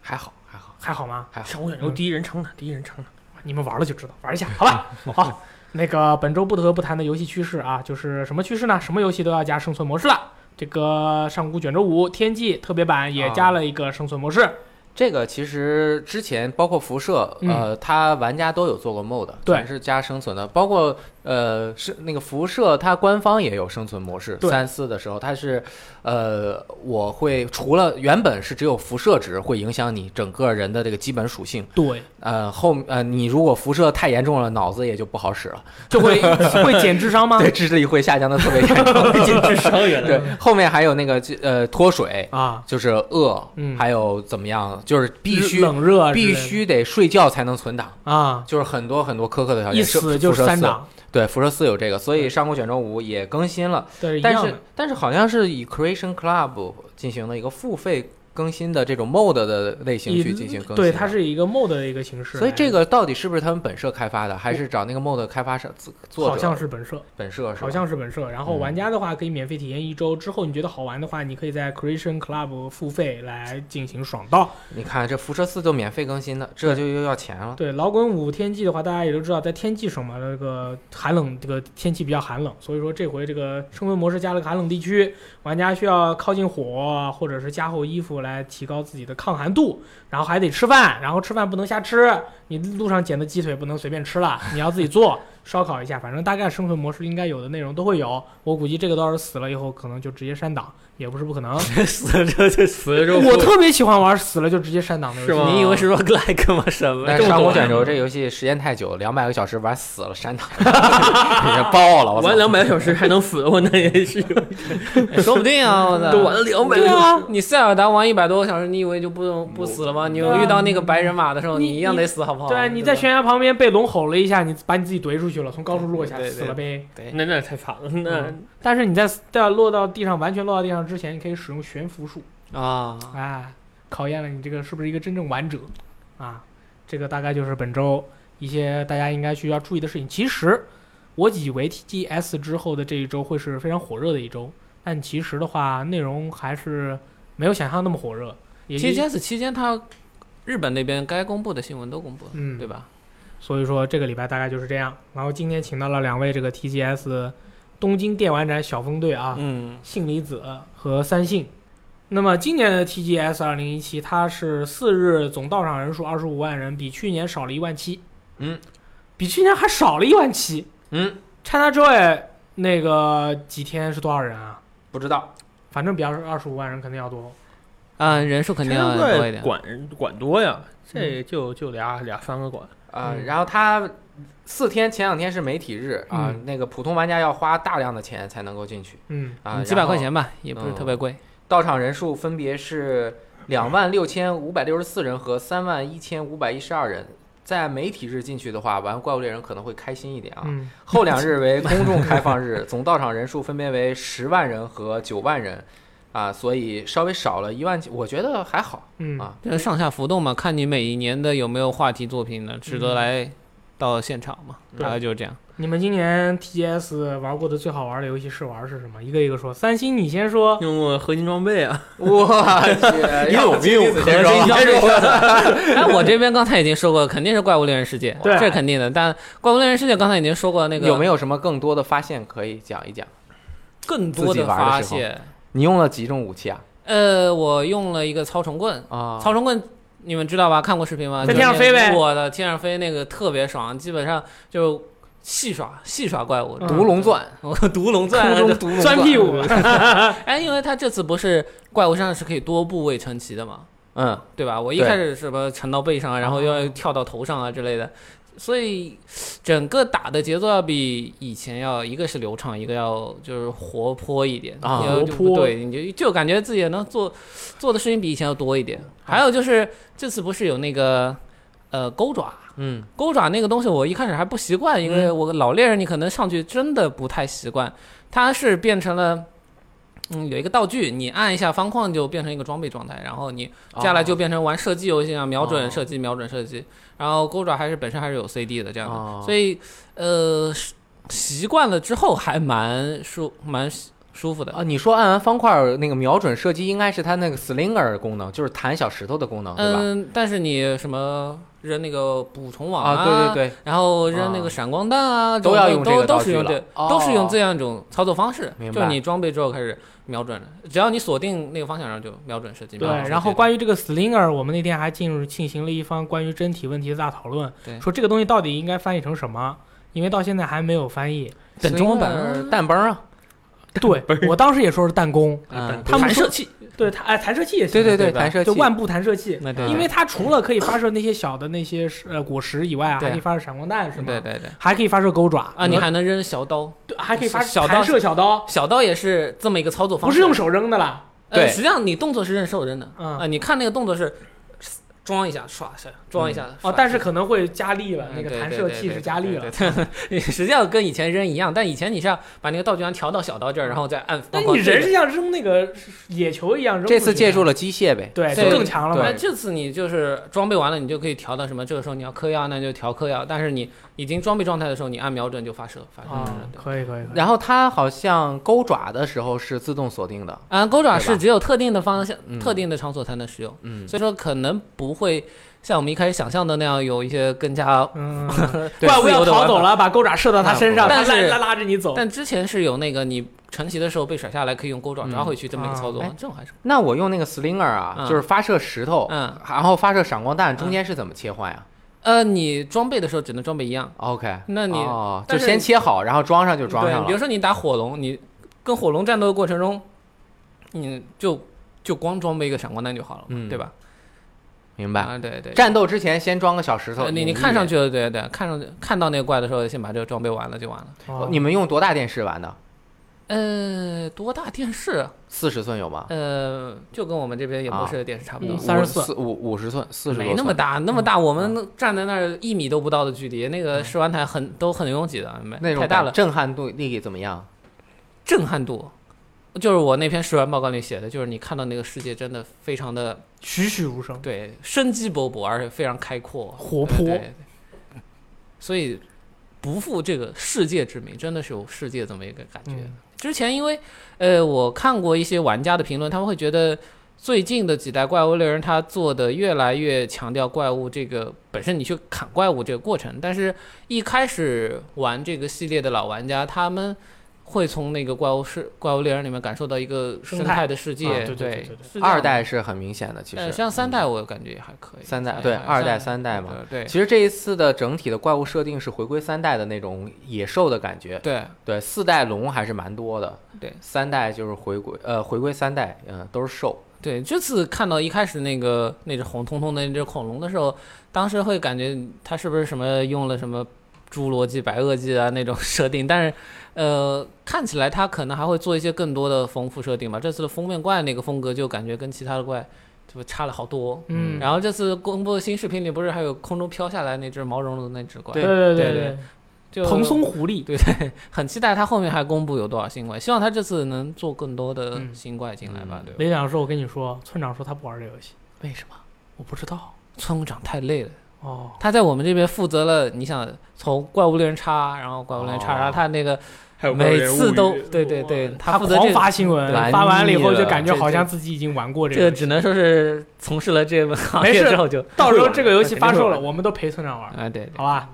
[SPEAKER 2] 还好，还好。
[SPEAKER 1] 还好吗？
[SPEAKER 2] 还好
[SPEAKER 4] 上古卷轴第一人称的，第一人称的。
[SPEAKER 1] 你们玩了就知道，玩一下，好
[SPEAKER 2] <laughs>
[SPEAKER 1] 吧？好，那个本周不得不谈的游戏趋势啊，就是什么趋势呢？什么游戏都要加生存模式了。这个《上古卷轴五》天际特别版也加了一个生存模式，
[SPEAKER 2] 这个其实之前包括辐射，呃，它玩家都有做过 mod，
[SPEAKER 1] 嗯对
[SPEAKER 2] 全是加生存的，包括呃是那个辐射，它官方也有生存模式。
[SPEAKER 1] 对
[SPEAKER 2] 三四的时候，它是呃，我会除了原本是只有辐射值会影响你整个人的这个基本属性，
[SPEAKER 1] 对，
[SPEAKER 2] 呃后呃你如果辐射太严重了，脑子也就不好使了，
[SPEAKER 1] 就
[SPEAKER 2] <laughs>
[SPEAKER 1] 会会减智商吗？
[SPEAKER 2] 对智力会下降的特别严重。
[SPEAKER 4] 智商原
[SPEAKER 1] <laughs>
[SPEAKER 2] 对，后面还有那个呃脱水，
[SPEAKER 4] <laughs>
[SPEAKER 1] 啊，
[SPEAKER 2] 就是饿，
[SPEAKER 1] 嗯
[SPEAKER 2] 还有怎么样，就是必须
[SPEAKER 1] 冷热之类的
[SPEAKER 2] 必须得睡觉才能存档，
[SPEAKER 1] 啊，
[SPEAKER 2] 就是很多很多苛刻的条件，
[SPEAKER 1] 一
[SPEAKER 2] 是
[SPEAKER 1] 死就
[SPEAKER 2] 辐射
[SPEAKER 1] 是三
[SPEAKER 2] 四
[SPEAKER 1] 档，
[SPEAKER 2] 对，辐射四有这个，所以上古卷轴五也更新了，
[SPEAKER 1] 但是一
[SPEAKER 2] 但
[SPEAKER 1] 样
[SPEAKER 2] 是
[SPEAKER 1] 的，
[SPEAKER 2] 但是好像是以 Creation Club 进行了一个付费更新的这种 mod 的类型
[SPEAKER 1] 以
[SPEAKER 2] 去进行更新，啊
[SPEAKER 1] 对，它。是一个 mod 的一个形式来的，
[SPEAKER 2] 所以这个到底是不是他们本社开发的，还是找那个 mod 开发商自作者？
[SPEAKER 1] 好像是本社，
[SPEAKER 2] 本社是吧
[SPEAKER 1] 好像是本社。然后
[SPEAKER 2] 嗯
[SPEAKER 1] 玩家的话可以免费体验一周，之后你觉得好玩的话，你可以在 Creation Club 付费来进行爽到。
[SPEAKER 2] 你看这辐射四就免费更新的，这就又要钱
[SPEAKER 4] 啊
[SPEAKER 2] 了。
[SPEAKER 1] 对，老滚五天际的话，大家也都知道，在天际省嘛，这个寒冷，这个天气比较寒冷，所以说这回这个生存模式加了个寒冷地区，玩家需要靠近火或者是加厚衣服来提高自己的抗寒度，然后还得吃饭，然后吃饭不能瞎吃，你路上捡的鸡腿不能随便吃了，你要自己做。烧烤一下，反正大概生存模式应该有的内容都会有。我估计这个到时候死了以后，可能就直接删档，也不是不
[SPEAKER 4] <laughs>
[SPEAKER 1] 可能。
[SPEAKER 3] 死了这这死了之
[SPEAKER 1] 我特别喜欢玩死了就直接删档的游戏
[SPEAKER 4] 是，吗
[SPEAKER 3] 你以为是 roguelike 吗？什么？
[SPEAKER 2] 但
[SPEAKER 4] 这
[SPEAKER 2] 是
[SPEAKER 4] 么
[SPEAKER 2] 上古
[SPEAKER 4] 短
[SPEAKER 2] 卷轴这游戏时间太久，两百个小时玩死了，删 <laughs> 档也爆了。我操
[SPEAKER 4] 玩两百小时还能死，我那也是有，
[SPEAKER 3] 说不定啊！我操，
[SPEAKER 4] 都玩了两百
[SPEAKER 3] 对
[SPEAKER 4] 小时。
[SPEAKER 3] 啊，你塞尔达玩一百多个小时，你以为就不用不死了吗？你
[SPEAKER 1] 对啊
[SPEAKER 3] 遇到那个白人马的时候，
[SPEAKER 1] 你
[SPEAKER 3] 你一样得死，好不好？
[SPEAKER 1] 对啊，你在
[SPEAKER 3] 吧
[SPEAKER 1] 悬崖旁边被龙吼了一下，你把你自己怼出去了，从高处落下
[SPEAKER 3] 对对
[SPEAKER 1] 死了呗。
[SPEAKER 4] 那那太惨了，那
[SPEAKER 1] 嗯但是你在在落到地上完全落到地上之前，你可以使用悬浮术
[SPEAKER 3] 啊，
[SPEAKER 1] 啊，考验了你这个是不是一个真正玩者啊。这个大概就是本周一些大家应该需要注意的事情。其实我以为 TGS 之后的这一周会是非常火热的一周，但其实的话，内容还是没有想象那么火热。也就
[SPEAKER 3] TGS 期间，他日本那边该公布的新闻都公布了，
[SPEAKER 1] 嗯
[SPEAKER 3] 对吧？
[SPEAKER 1] 所以说这个礼拜大概就是这样。然后今天请到了两位这个 TGS 东京电玩展小分队啊，
[SPEAKER 3] 嗯，
[SPEAKER 1] 杏离子和三信。那么今年的 TGS 二零一七，它是四日总到场人数二十五万人，比去年少了一万七，
[SPEAKER 2] 嗯，
[SPEAKER 1] 比去年还少了一万七。
[SPEAKER 2] 嗯，
[SPEAKER 1] ChinaJoy 那个几天是多少人啊？
[SPEAKER 2] 不知道，
[SPEAKER 1] 反正比二二十五万人肯定要多。
[SPEAKER 3] 啊，人数肯定要多一点。
[SPEAKER 4] 管管多呀，这就就俩俩三个管，
[SPEAKER 2] 啊，
[SPEAKER 1] 嗯
[SPEAKER 2] 然后它四天前两天是媒体日啊，
[SPEAKER 1] 嗯
[SPEAKER 2] 那个普通玩家要花大量的钱才能够进去
[SPEAKER 1] 嗯，
[SPEAKER 2] 啊，
[SPEAKER 3] 几百
[SPEAKER 2] 然后
[SPEAKER 3] 块钱吧，也不是特别贵。
[SPEAKER 2] 到场人数分别是两万六千五百六十四人和三万一千五百一十二人。在媒体日进去的话，玩《怪物猎人》可能会开心一点啊。
[SPEAKER 1] 嗯，
[SPEAKER 2] 后两日为公众开放日，总到场人数分别为十万人和九万人，啊，所以稍微少了一万几，我觉得还 <laughs> 好。
[SPEAKER 1] 嗯
[SPEAKER 2] 啊
[SPEAKER 3] 这上下浮动嘛，看你每一年的有没有话题作品呢，值得来到现场嘛，
[SPEAKER 2] 嗯
[SPEAKER 3] 大概就是这样。
[SPEAKER 1] 你们今年 TGS 玩过的最好玩的游戏试玩是什么？一个一个说。三星，你先说。
[SPEAKER 4] 用过核心装备啊，
[SPEAKER 2] 我
[SPEAKER 4] 哎
[SPEAKER 2] 去，有病！先说吧，
[SPEAKER 3] 哎，我这边刚才已经说过，肯定是怪物猎人世界，
[SPEAKER 1] 对
[SPEAKER 3] 这是肯定的。但怪物猎人世界刚才已经说过那个
[SPEAKER 2] 有没有什么更多的发现可以讲一讲？
[SPEAKER 3] 更多
[SPEAKER 2] 自己
[SPEAKER 3] 的
[SPEAKER 2] 玩的
[SPEAKER 3] 发
[SPEAKER 2] 时候
[SPEAKER 3] 现？
[SPEAKER 2] 你用了几种武器啊？
[SPEAKER 3] 呃，我用了一个操虫棍，
[SPEAKER 2] 啊，
[SPEAKER 3] 操虫棍你们知道吧？看过视频吗？
[SPEAKER 1] 在天上飞呗
[SPEAKER 3] 就是那个我的天上飞那个特别爽，基本上就戏耍戏耍怪物，
[SPEAKER 1] 嗯
[SPEAKER 2] 毒龙
[SPEAKER 3] <laughs>
[SPEAKER 2] 钻，
[SPEAKER 3] 我毒
[SPEAKER 1] <laughs>
[SPEAKER 3] 龙钻，
[SPEAKER 2] 空中毒龙
[SPEAKER 1] 钻屁股。
[SPEAKER 3] 哎，因为它这次不是怪物身上是可以多部位乘骑的嘛，
[SPEAKER 2] 嗯，
[SPEAKER 3] 对吧？我一
[SPEAKER 2] 对
[SPEAKER 3] 开始什么沉到背上啊，然后又要跳到头上啊之类的，所以整个打的节奏要比以前要一个是流畅，一个要就是活泼一点
[SPEAKER 2] 啊
[SPEAKER 3] 要就
[SPEAKER 1] 活泼
[SPEAKER 3] 对，你就就感觉自己能做做的事情比以前要多一点。还有就是这次不是有那个呃钩爪。
[SPEAKER 2] 嗯，
[SPEAKER 3] 钩爪那个东西，我一开始还不习惯，因为我老猎人，你可能上去真的不太习惯。它是变成了，嗯，有一个道具，你按一下方框就变成一个装备状态，然后你
[SPEAKER 2] 哦
[SPEAKER 3] 下来就变成玩射击游戏啊，瞄准射击，瞄准射击。然后钩爪还是本身还是有 CD 的这样
[SPEAKER 2] 哦
[SPEAKER 3] 的，所以呃，是习惯了之后还蛮舒蛮舒服的。
[SPEAKER 2] 啊，你说按完方块儿那个瞄准射击，应该是它那个 slinger 功能，就是弹小石头的功能，对吧？
[SPEAKER 3] 嗯，但是你什么扔那个捕虫网
[SPEAKER 2] 啊，对对对，
[SPEAKER 3] 然后扔那
[SPEAKER 2] 啊
[SPEAKER 3] 个闪光弹啊，
[SPEAKER 2] 都
[SPEAKER 3] 这种
[SPEAKER 2] 要用
[SPEAKER 3] 东
[SPEAKER 2] 这个
[SPEAKER 3] 西都
[SPEAKER 2] 道
[SPEAKER 3] 都是
[SPEAKER 2] 具
[SPEAKER 3] 用
[SPEAKER 2] 了
[SPEAKER 3] 这，
[SPEAKER 2] 哦
[SPEAKER 3] 都是用这样一种操作方式
[SPEAKER 2] 明。
[SPEAKER 3] 就
[SPEAKER 2] 白
[SPEAKER 3] 是你装备之后开始瞄准了，只要你锁定那个方向，然后就瞄准射击。
[SPEAKER 1] 对
[SPEAKER 3] 瞄准，射
[SPEAKER 1] 然后
[SPEAKER 3] 击
[SPEAKER 1] 关于这个 Slinger，我们那天还进入进行了一番关于真体问题的大讨论，
[SPEAKER 3] 对
[SPEAKER 1] 说这个东西到底应该翻译成什么，因为到现在还没有翻译。
[SPEAKER 3] 等中文版啊
[SPEAKER 2] Slinger 弹崩啊，
[SPEAKER 1] 对我当时也说是弹弓，
[SPEAKER 2] 嗯
[SPEAKER 1] 他们
[SPEAKER 3] 弹
[SPEAKER 1] 说
[SPEAKER 3] 射器，
[SPEAKER 1] <laughs> 对它哎弹射器也行，
[SPEAKER 2] 对对对
[SPEAKER 1] 吧
[SPEAKER 2] 弹射器
[SPEAKER 1] 就万步弹射器，
[SPEAKER 3] 那
[SPEAKER 2] 对
[SPEAKER 1] 因为它除了可以发射那些小的那些呃果实以外啊，
[SPEAKER 3] 对
[SPEAKER 1] 还可以发射闪光弹是吗？
[SPEAKER 3] 对对对
[SPEAKER 1] 还可以发射钩爪
[SPEAKER 3] 啊，你还能扔小刀，
[SPEAKER 1] 对还可以发
[SPEAKER 3] 小刀
[SPEAKER 1] 弹射小刀，
[SPEAKER 3] 小刀也是这么一个操作方
[SPEAKER 1] 不
[SPEAKER 3] 式。
[SPEAKER 1] 是用手扔的啦。
[SPEAKER 3] 呃
[SPEAKER 2] 对
[SPEAKER 3] 实际上你动作是扔手扔的
[SPEAKER 1] 嗯
[SPEAKER 3] 啊，你看那个动作是装一下，唰一下，装一下。
[SPEAKER 1] 哦，
[SPEAKER 3] 唰
[SPEAKER 1] 但是可能会加力了，
[SPEAKER 3] 嗯
[SPEAKER 1] 那个
[SPEAKER 3] 对
[SPEAKER 1] 弹
[SPEAKER 3] 对
[SPEAKER 1] 射
[SPEAKER 3] 对
[SPEAKER 1] 器
[SPEAKER 3] 对
[SPEAKER 1] 是加力
[SPEAKER 3] 对
[SPEAKER 1] 了。
[SPEAKER 3] 对对对 <laughs> 实际上跟以前扔一样，但以前你是要把那个道具箱调到小刀这儿，然后再按。
[SPEAKER 1] 但
[SPEAKER 3] 往
[SPEAKER 1] 你
[SPEAKER 3] 这
[SPEAKER 1] 人
[SPEAKER 3] 边
[SPEAKER 1] 是像扔那个野球一样扔出去
[SPEAKER 2] 这
[SPEAKER 1] 的。
[SPEAKER 2] 次借助了机械呗，
[SPEAKER 1] 对，就
[SPEAKER 3] 对
[SPEAKER 1] 更强了
[SPEAKER 3] 那
[SPEAKER 1] 嘛。啊
[SPEAKER 3] 这次你就是装备完了，你就可以调到什么？这个时候你要嗑药，那就调嗑药。但是你已经装备状态的时候，你按瞄准就发射，发射。发射
[SPEAKER 1] 啊，
[SPEAKER 3] 对
[SPEAKER 1] 可以可以可以。
[SPEAKER 2] 然后它好像钩爪的时候是自动锁定的，
[SPEAKER 3] 啊，钩爪
[SPEAKER 2] 对
[SPEAKER 3] 是
[SPEAKER 2] 吧
[SPEAKER 3] 只有特定的方向、
[SPEAKER 2] 嗯
[SPEAKER 3] 特定的场所才能使用，
[SPEAKER 2] 嗯，
[SPEAKER 3] 所以说可能不会像我们一开始想象的那样有一些更加。
[SPEAKER 1] 嗯，
[SPEAKER 3] <laughs>
[SPEAKER 2] 对
[SPEAKER 1] 怪不
[SPEAKER 3] 自由
[SPEAKER 1] 得
[SPEAKER 3] 的
[SPEAKER 1] 逃
[SPEAKER 3] 玩
[SPEAKER 1] 走
[SPEAKER 3] 法
[SPEAKER 1] 了，把钩爪射到他身上，他
[SPEAKER 3] 那不
[SPEAKER 1] 拉
[SPEAKER 3] 但是
[SPEAKER 1] 拉拉着你走。
[SPEAKER 3] 但之前是有那个你乘旗的时候被甩下来，可以用钩爪抓回去这么一个
[SPEAKER 1] 啊
[SPEAKER 3] 操作
[SPEAKER 2] 哎，哦
[SPEAKER 3] 这种还是
[SPEAKER 2] 那我用那个 slinger 啊，
[SPEAKER 3] 嗯
[SPEAKER 2] 就是发射石头，
[SPEAKER 3] 嗯
[SPEAKER 2] 然后发射闪光弹，中间是怎么切换呀、
[SPEAKER 3] 呃，你装备的时候只能装备一样，
[SPEAKER 2] OK，
[SPEAKER 3] 那你
[SPEAKER 2] 哦、就
[SPEAKER 3] 但是
[SPEAKER 2] 先切好，然后装上就装
[SPEAKER 3] 对，
[SPEAKER 2] 上
[SPEAKER 3] 比如
[SPEAKER 2] 了。
[SPEAKER 3] 说你打火龙，你跟火龙战斗的过程中，你就就光装备一个闪光弹就好了嘛，
[SPEAKER 2] 嗯
[SPEAKER 3] 对吧？
[SPEAKER 2] 明白。
[SPEAKER 3] 啊，对对。
[SPEAKER 2] 战斗之前先装个小石头，
[SPEAKER 3] 呃你
[SPEAKER 2] 你
[SPEAKER 3] 你看上去了，对对，看上去看到那个怪的时候，先把这个装备完了就完了。
[SPEAKER 1] 哦
[SPEAKER 2] 你们用多大电视玩的？
[SPEAKER 3] 呃，多大电视？
[SPEAKER 2] 四十寸有吗？
[SPEAKER 3] 呃，就跟我们这边演播室的电视差不多
[SPEAKER 1] 嗯，三十四
[SPEAKER 2] 四五五十寸，四十
[SPEAKER 3] 没那么
[SPEAKER 2] 大，
[SPEAKER 3] 大，那么大，我们站在那儿一米都不到的距离，那个试玩台很都很拥挤的，没
[SPEAKER 2] 那种
[SPEAKER 3] 太大
[SPEAKER 2] 感
[SPEAKER 3] 了，
[SPEAKER 2] 震撼度力怎么样？
[SPEAKER 3] 震撼度。就是我那篇试玩报告里写的，就是你看到那个世界真的非常的
[SPEAKER 1] 栩栩如生，
[SPEAKER 3] 对，生机勃勃，而且非常开阔
[SPEAKER 1] 活
[SPEAKER 3] 对
[SPEAKER 1] 泼。
[SPEAKER 3] 对对所以不负这个世界之名，真的是有世界这么一个感觉。
[SPEAKER 1] 嗯
[SPEAKER 3] 之前因为呃，我看过一些玩家的评论，他们会觉得最近的几代怪物猎人他做的越来越强调怪物这个本身你去砍怪物这个过程，但是一开始玩这个系列的老玩家他们。会从那个怪物世怪物猎人里面感受到一个
[SPEAKER 1] 生
[SPEAKER 3] 生
[SPEAKER 1] 态
[SPEAKER 3] 态的世界，
[SPEAKER 1] 啊对对对
[SPEAKER 3] 对
[SPEAKER 1] 对对
[SPEAKER 3] 是这样
[SPEAKER 2] 二
[SPEAKER 3] 的
[SPEAKER 2] 代是很明显的，其
[SPEAKER 3] 呃，
[SPEAKER 2] 实
[SPEAKER 3] 像三代我感觉也还可以。
[SPEAKER 2] 三代
[SPEAKER 3] 还
[SPEAKER 2] 对
[SPEAKER 3] 还
[SPEAKER 2] 二代
[SPEAKER 3] 三
[SPEAKER 2] 三代嘛。，
[SPEAKER 3] 对
[SPEAKER 2] 其实这一次的整体的怪物设定是回归三代的那种野兽的感觉，
[SPEAKER 3] 对
[SPEAKER 2] 对，四代龙还是蛮多的，
[SPEAKER 3] 对
[SPEAKER 2] 三代就是回归呃回归三代，嗯、都是兽，
[SPEAKER 3] 对。这次看到一开始那个那只红彤彤的那只恐龙的时候，当时会感觉它是不是什么用了什么侏罗纪、白垩纪啊那种 <laughs> 设定，但是呃，看起来它可能还会做一些更多的丰富设定吧。这次的封面怪那个风格就感觉跟其他的怪就差了好多。
[SPEAKER 1] 嗯，
[SPEAKER 3] 然后这次公布的新视频里不是还有空中飘下来那只毛茸茸的那只怪？
[SPEAKER 1] 对对
[SPEAKER 3] 对
[SPEAKER 1] 对
[SPEAKER 3] 就
[SPEAKER 1] 蓬松狐狸，
[SPEAKER 3] 对对，很期待他后面还公布有多少新怪，希望他这次能做更多的
[SPEAKER 1] 嗯
[SPEAKER 3] 新怪进来吧。对吧，
[SPEAKER 1] 雷长说：“我跟你说，村长说他不玩这游戏，
[SPEAKER 2] 为什么？
[SPEAKER 1] 我不知道。
[SPEAKER 3] 村长太累了，”
[SPEAKER 1] 哦，
[SPEAKER 3] 他在我们这边负责了，你想从怪物猎人叉，然后怪物猎人叉，
[SPEAKER 2] 哦
[SPEAKER 3] 然后他那个
[SPEAKER 4] 还有
[SPEAKER 3] 每次
[SPEAKER 4] 怪
[SPEAKER 3] 都
[SPEAKER 4] 物猎人物语
[SPEAKER 3] 对对对，
[SPEAKER 1] 他
[SPEAKER 3] 负责
[SPEAKER 1] 狂
[SPEAKER 3] 这
[SPEAKER 1] 发新闻
[SPEAKER 2] 对，
[SPEAKER 1] 发完了以后就感觉
[SPEAKER 3] 这
[SPEAKER 1] 好像自己已经玩过
[SPEAKER 3] 这
[SPEAKER 1] 个
[SPEAKER 3] 个
[SPEAKER 1] 游戏。
[SPEAKER 3] 只能说是从事了这个行
[SPEAKER 1] 没
[SPEAKER 3] 业
[SPEAKER 1] 事
[SPEAKER 3] 之后就
[SPEAKER 1] 到时候这个游戏
[SPEAKER 3] 肯
[SPEAKER 1] 发
[SPEAKER 3] 定会
[SPEAKER 1] 售
[SPEAKER 3] 玩
[SPEAKER 1] 了，我们都陪村长玩，
[SPEAKER 3] 啊对，对
[SPEAKER 1] 好吧？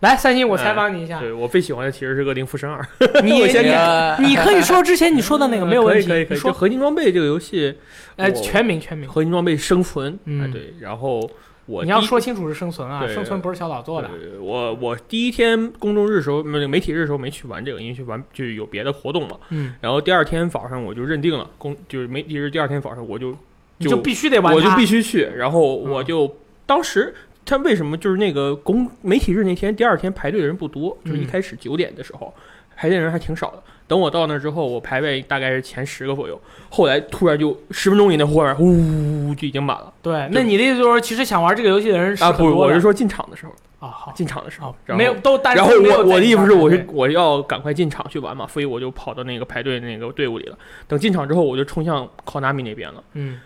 [SPEAKER 1] 来，三星，我采访你一下，
[SPEAKER 4] 对我最喜欢的其实是《恶灵附身二》，
[SPEAKER 1] 你
[SPEAKER 4] 我先
[SPEAKER 1] 你
[SPEAKER 2] 呃
[SPEAKER 3] <laughs>
[SPEAKER 1] 你可以说之前你说的那个没有问题，
[SPEAKER 4] 可以可以可以。
[SPEAKER 1] 你
[SPEAKER 4] 就
[SPEAKER 1] 说
[SPEAKER 4] 合金装备这个游戏，
[SPEAKER 1] 哎，
[SPEAKER 4] 我
[SPEAKER 1] 全名全名，
[SPEAKER 4] 合金装备生存，
[SPEAKER 1] 嗯
[SPEAKER 4] 哎对，然后我
[SPEAKER 1] 你要
[SPEAKER 4] 第一
[SPEAKER 1] 说清楚是生存啊，
[SPEAKER 4] 对
[SPEAKER 1] 生存不是小岛做的，
[SPEAKER 4] 对我我第一天公众日时候，没媒体日时候没去玩这个，因为去玩就有别的活动嘛。
[SPEAKER 1] 嗯，
[SPEAKER 4] 然后第二天早上我就认定了公，就是媒体日第二天早上我就
[SPEAKER 1] 你就必须得玩它，
[SPEAKER 4] 我就必须去，然后
[SPEAKER 1] 嗯
[SPEAKER 4] 我就、当时。他为什么就是那个公媒体日那天第二天排队的人不多？就是一
[SPEAKER 1] 嗯
[SPEAKER 4] 开始九点的时候，排队的人还挺少的。等我到那之后，我排位大概是前十个左右。后来突然就十分钟以内，忽然呜呜呜就已经满了
[SPEAKER 1] 对。那你的意思就是，其实想玩这个游戏的人是
[SPEAKER 4] 啊！
[SPEAKER 1] 很
[SPEAKER 4] 不，
[SPEAKER 1] 多
[SPEAKER 4] 我
[SPEAKER 1] 的
[SPEAKER 4] 是说进场的时候，
[SPEAKER 1] 啊，好，
[SPEAKER 4] 进场的时候
[SPEAKER 1] 好，
[SPEAKER 4] 然后
[SPEAKER 1] 没有都单，
[SPEAKER 4] 然后
[SPEAKER 1] 没有
[SPEAKER 4] 我
[SPEAKER 1] 在
[SPEAKER 4] 我的
[SPEAKER 1] 你
[SPEAKER 4] 意思
[SPEAKER 1] 上
[SPEAKER 4] 是，我是
[SPEAKER 1] 对
[SPEAKER 4] 我要赶快进场去玩嘛，所以我就跑到那个排队那个队伍里了。等进场之后，我就冲向 Konami 那边了。
[SPEAKER 1] 嗯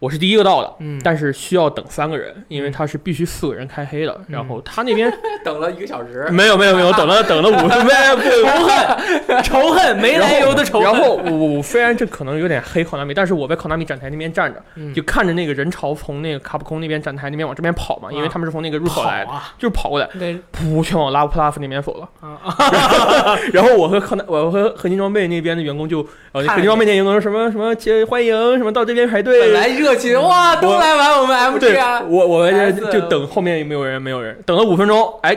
[SPEAKER 4] 我是第一个到的，
[SPEAKER 1] 嗯，
[SPEAKER 4] 但是需要等三个人，因为
[SPEAKER 1] 嗯
[SPEAKER 4] 他是必须四个人开黑的。然
[SPEAKER 1] 嗯
[SPEAKER 4] 后他那边
[SPEAKER 2] 等了一个小时，
[SPEAKER 4] 没有没有没有，等了等了五分
[SPEAKER 1] 仇恨 <laughs> 仇恨没来由的仇恨，
[SPEAKER 4] 然后我我虽然这可能有点黑 Konami，但是我在 Konami 展台那边站着，
[SPEAKER 1] 嗯
[SPEAKER 4] 就看着那个人潮从那个卡普空那边展台那边往这边跑嘛，因为
[SPEAKER 1] 啊
[SPEAKER 4] 他们是从那个入口
[SPEAKER 1] 跑
[SPEAKER 4] 来的，
[SPEAKER 1] 啊
[SPEAKER 4] 就是跑过来，
[SPEAKER 3] 对
[SPEAKER 4] 噗，全往拉普拉夫那边走了。
[SPEAKER 1] 啊啊 <laughs>
[SPEAKER 4] 然后我和康南，我和合金装备那边的员工就，呃，
[SPEAKER 1] 看，
[SPEAKER 4] 合金装备那员工说什么什么接欢迎，什么到这边排
[SPEAKER 2] 本
[SPEAKER 4] 队。
[SPEAKER 2] 来热情哇，都来玩嗯我们 MG
[SPEAKER 4] 对
[SPEAKER 2] 啊，，
[SPEAKER 4] 我我
[SPEAKER 2] 孩子
[SPEAKER 4] 就就等后面有没有人，没有人，等了五分钟，哎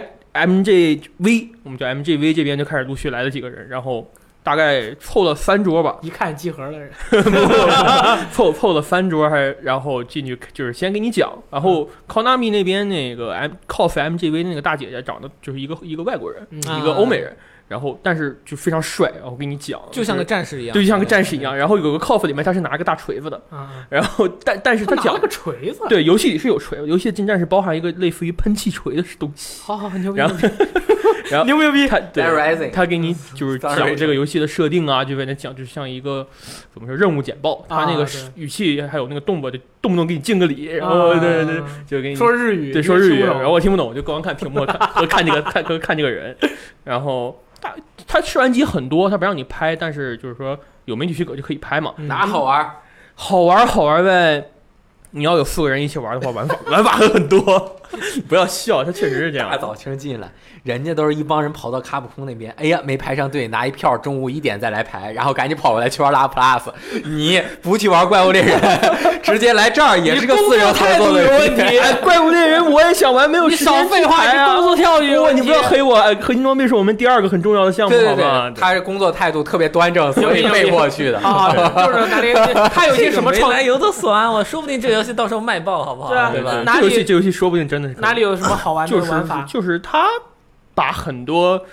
[SPEAKER 4] ，MJV，我们叫 MJV 这边就开始陆续来了几个人，然后大概凑了三桌吧
[SPEAKER 1] <laughs> 一看集合的人，
[SPEAKER 4] 凑凑了三桌，还然后进去就是先给你讲，然后 Konami 那边那个 M cos MJV 那个大姐姐长得就是一个一个外国人，
[SPEAKER 1] 嗯
[SPEAKER 4] 一个欧美人，然后但是就非常帅，然后我跟你讲，
[SPEAKER 3] 就像个战士一样，
[SPEAKER 4] 对，就像个战士一样。然后有个 COF 里面他是拿个大锤子的，
[SPEAKER 1] 啊，
[SPEAKER 4] 然后但但是
[SPEAKER 1] 他 <laughs> 拿
[SPEAKER 4] 他讲
[SPEAKER 1] 了个锤子，
[SPEAKER 4] 对，游戏里是有锤，游戏的近战是包含一个类似于喷气锤的东
[SPEAKER 1] <laughs>
[SPEAKER 4] 西。
[SPEAKER 1] 好好好牛逼，
[SPEAKER 4] 然后
[SPEAKER 1] 牛逼
[SPEAKER 4] 然后
[SPEAKER 1] 牛不牛逼？
[SPEAKER 4] 他对
[SPEAKER 2] Dead Rising
[SPEAKER 4] 他给你就是讲
[SPEAKER 2] Sorry
[SPEAKER 4] 这个游戏的设定啊，就给你讲，就像一个怎么说任务简报，他那
[SPEAKER 1] 啊
[SPEAKER 4] 个
[SPEAKER 1] 对
[SPEAKER 4] 语气还有那个动作，就动不动给你敬个礼，然后
[SPEAKER 1] 啊
[SPEAKER 4] 对对对，就给你
[SPEAKER 1] 说日语，
[SPEAKER 4] 对说日语，
[SPEAKER 1] 听不懂
[SPEAKER 4] 然 <laughs> 后我听不懂，我就光看屏幕看和看这个看和看这个人，然后他他试玩机很多，他不让你拍，但是就是说有媒体许可就可以拍嘛，
[SPEAKER 1] 嗯
[SPEAKER 2] 哪好玩儿？
[SPEAKER 4] 好玩好玩呗。你要有四个人一起玩的话，玩法玩法会很多， <laughs> 哎不要笑，他确实是这样
[SPEAKER 2] 大。早清进来，人家都是一帮人跑到卡普空那边，哎呀，没排上队，拿一票，中午一点再来排，然后赶紧跑过来去玩拉普拉斯。你不去玩怪物猎人， <laughs> 直接来这儿也是个四人合作的游戏。
[SPEAKER 4] 哎 <laughs> 怪物猎人我也想玩，没有
[SPEAKER 1] 你
[SPEAKER 4] 时间
[SPEAKER 1] 少废话，
[SPEAKER 4] 去排
[SPEAKER 1] 你
[SPEAKER 4] 啊
[SPEAKER 1] 动作跳
[SPEAKER 4] <laughs>
[SPEAKER 1] 跃有
[SPEAKER 4] 哇，
[SPEAKER 1] 问
[SPEAKER 4] 你
[SPEAKER 1] 题，
[SPEAKER 4] 不要黑我！哎合金装备是我们第二个很重要的项目，
[SPEAKER 2] 对对
[SPEAKER 4] 好吧
[SPEAKER 2] 对，？他是工作态度特别端正，所以被迫去的。
[SPEAKER 1] 啊， <laughs> 就是哪里他有一些什么
[SPEAKER 3] 这个
[SPEAKER 1] 创
[SPEAKER 3] 没来由都酸，我说不定这游戏到时候卖爆，好不好？
[SPEAKER 1] 对啊
[SPEAKER 4] 对
[SPEAKER 3] 吧？
[SPEAKER 4] 对，
[SPEAKER 1] 哪里
[SPEAKER 4] 这游戏这游戏说不定真的是可以
[SPEAKER 1] 哪里有什么好玩的
[SPEAKER 4] 就是
[SPEAKER 1] 玩法？
[SPEAKER 4] 就是他把很多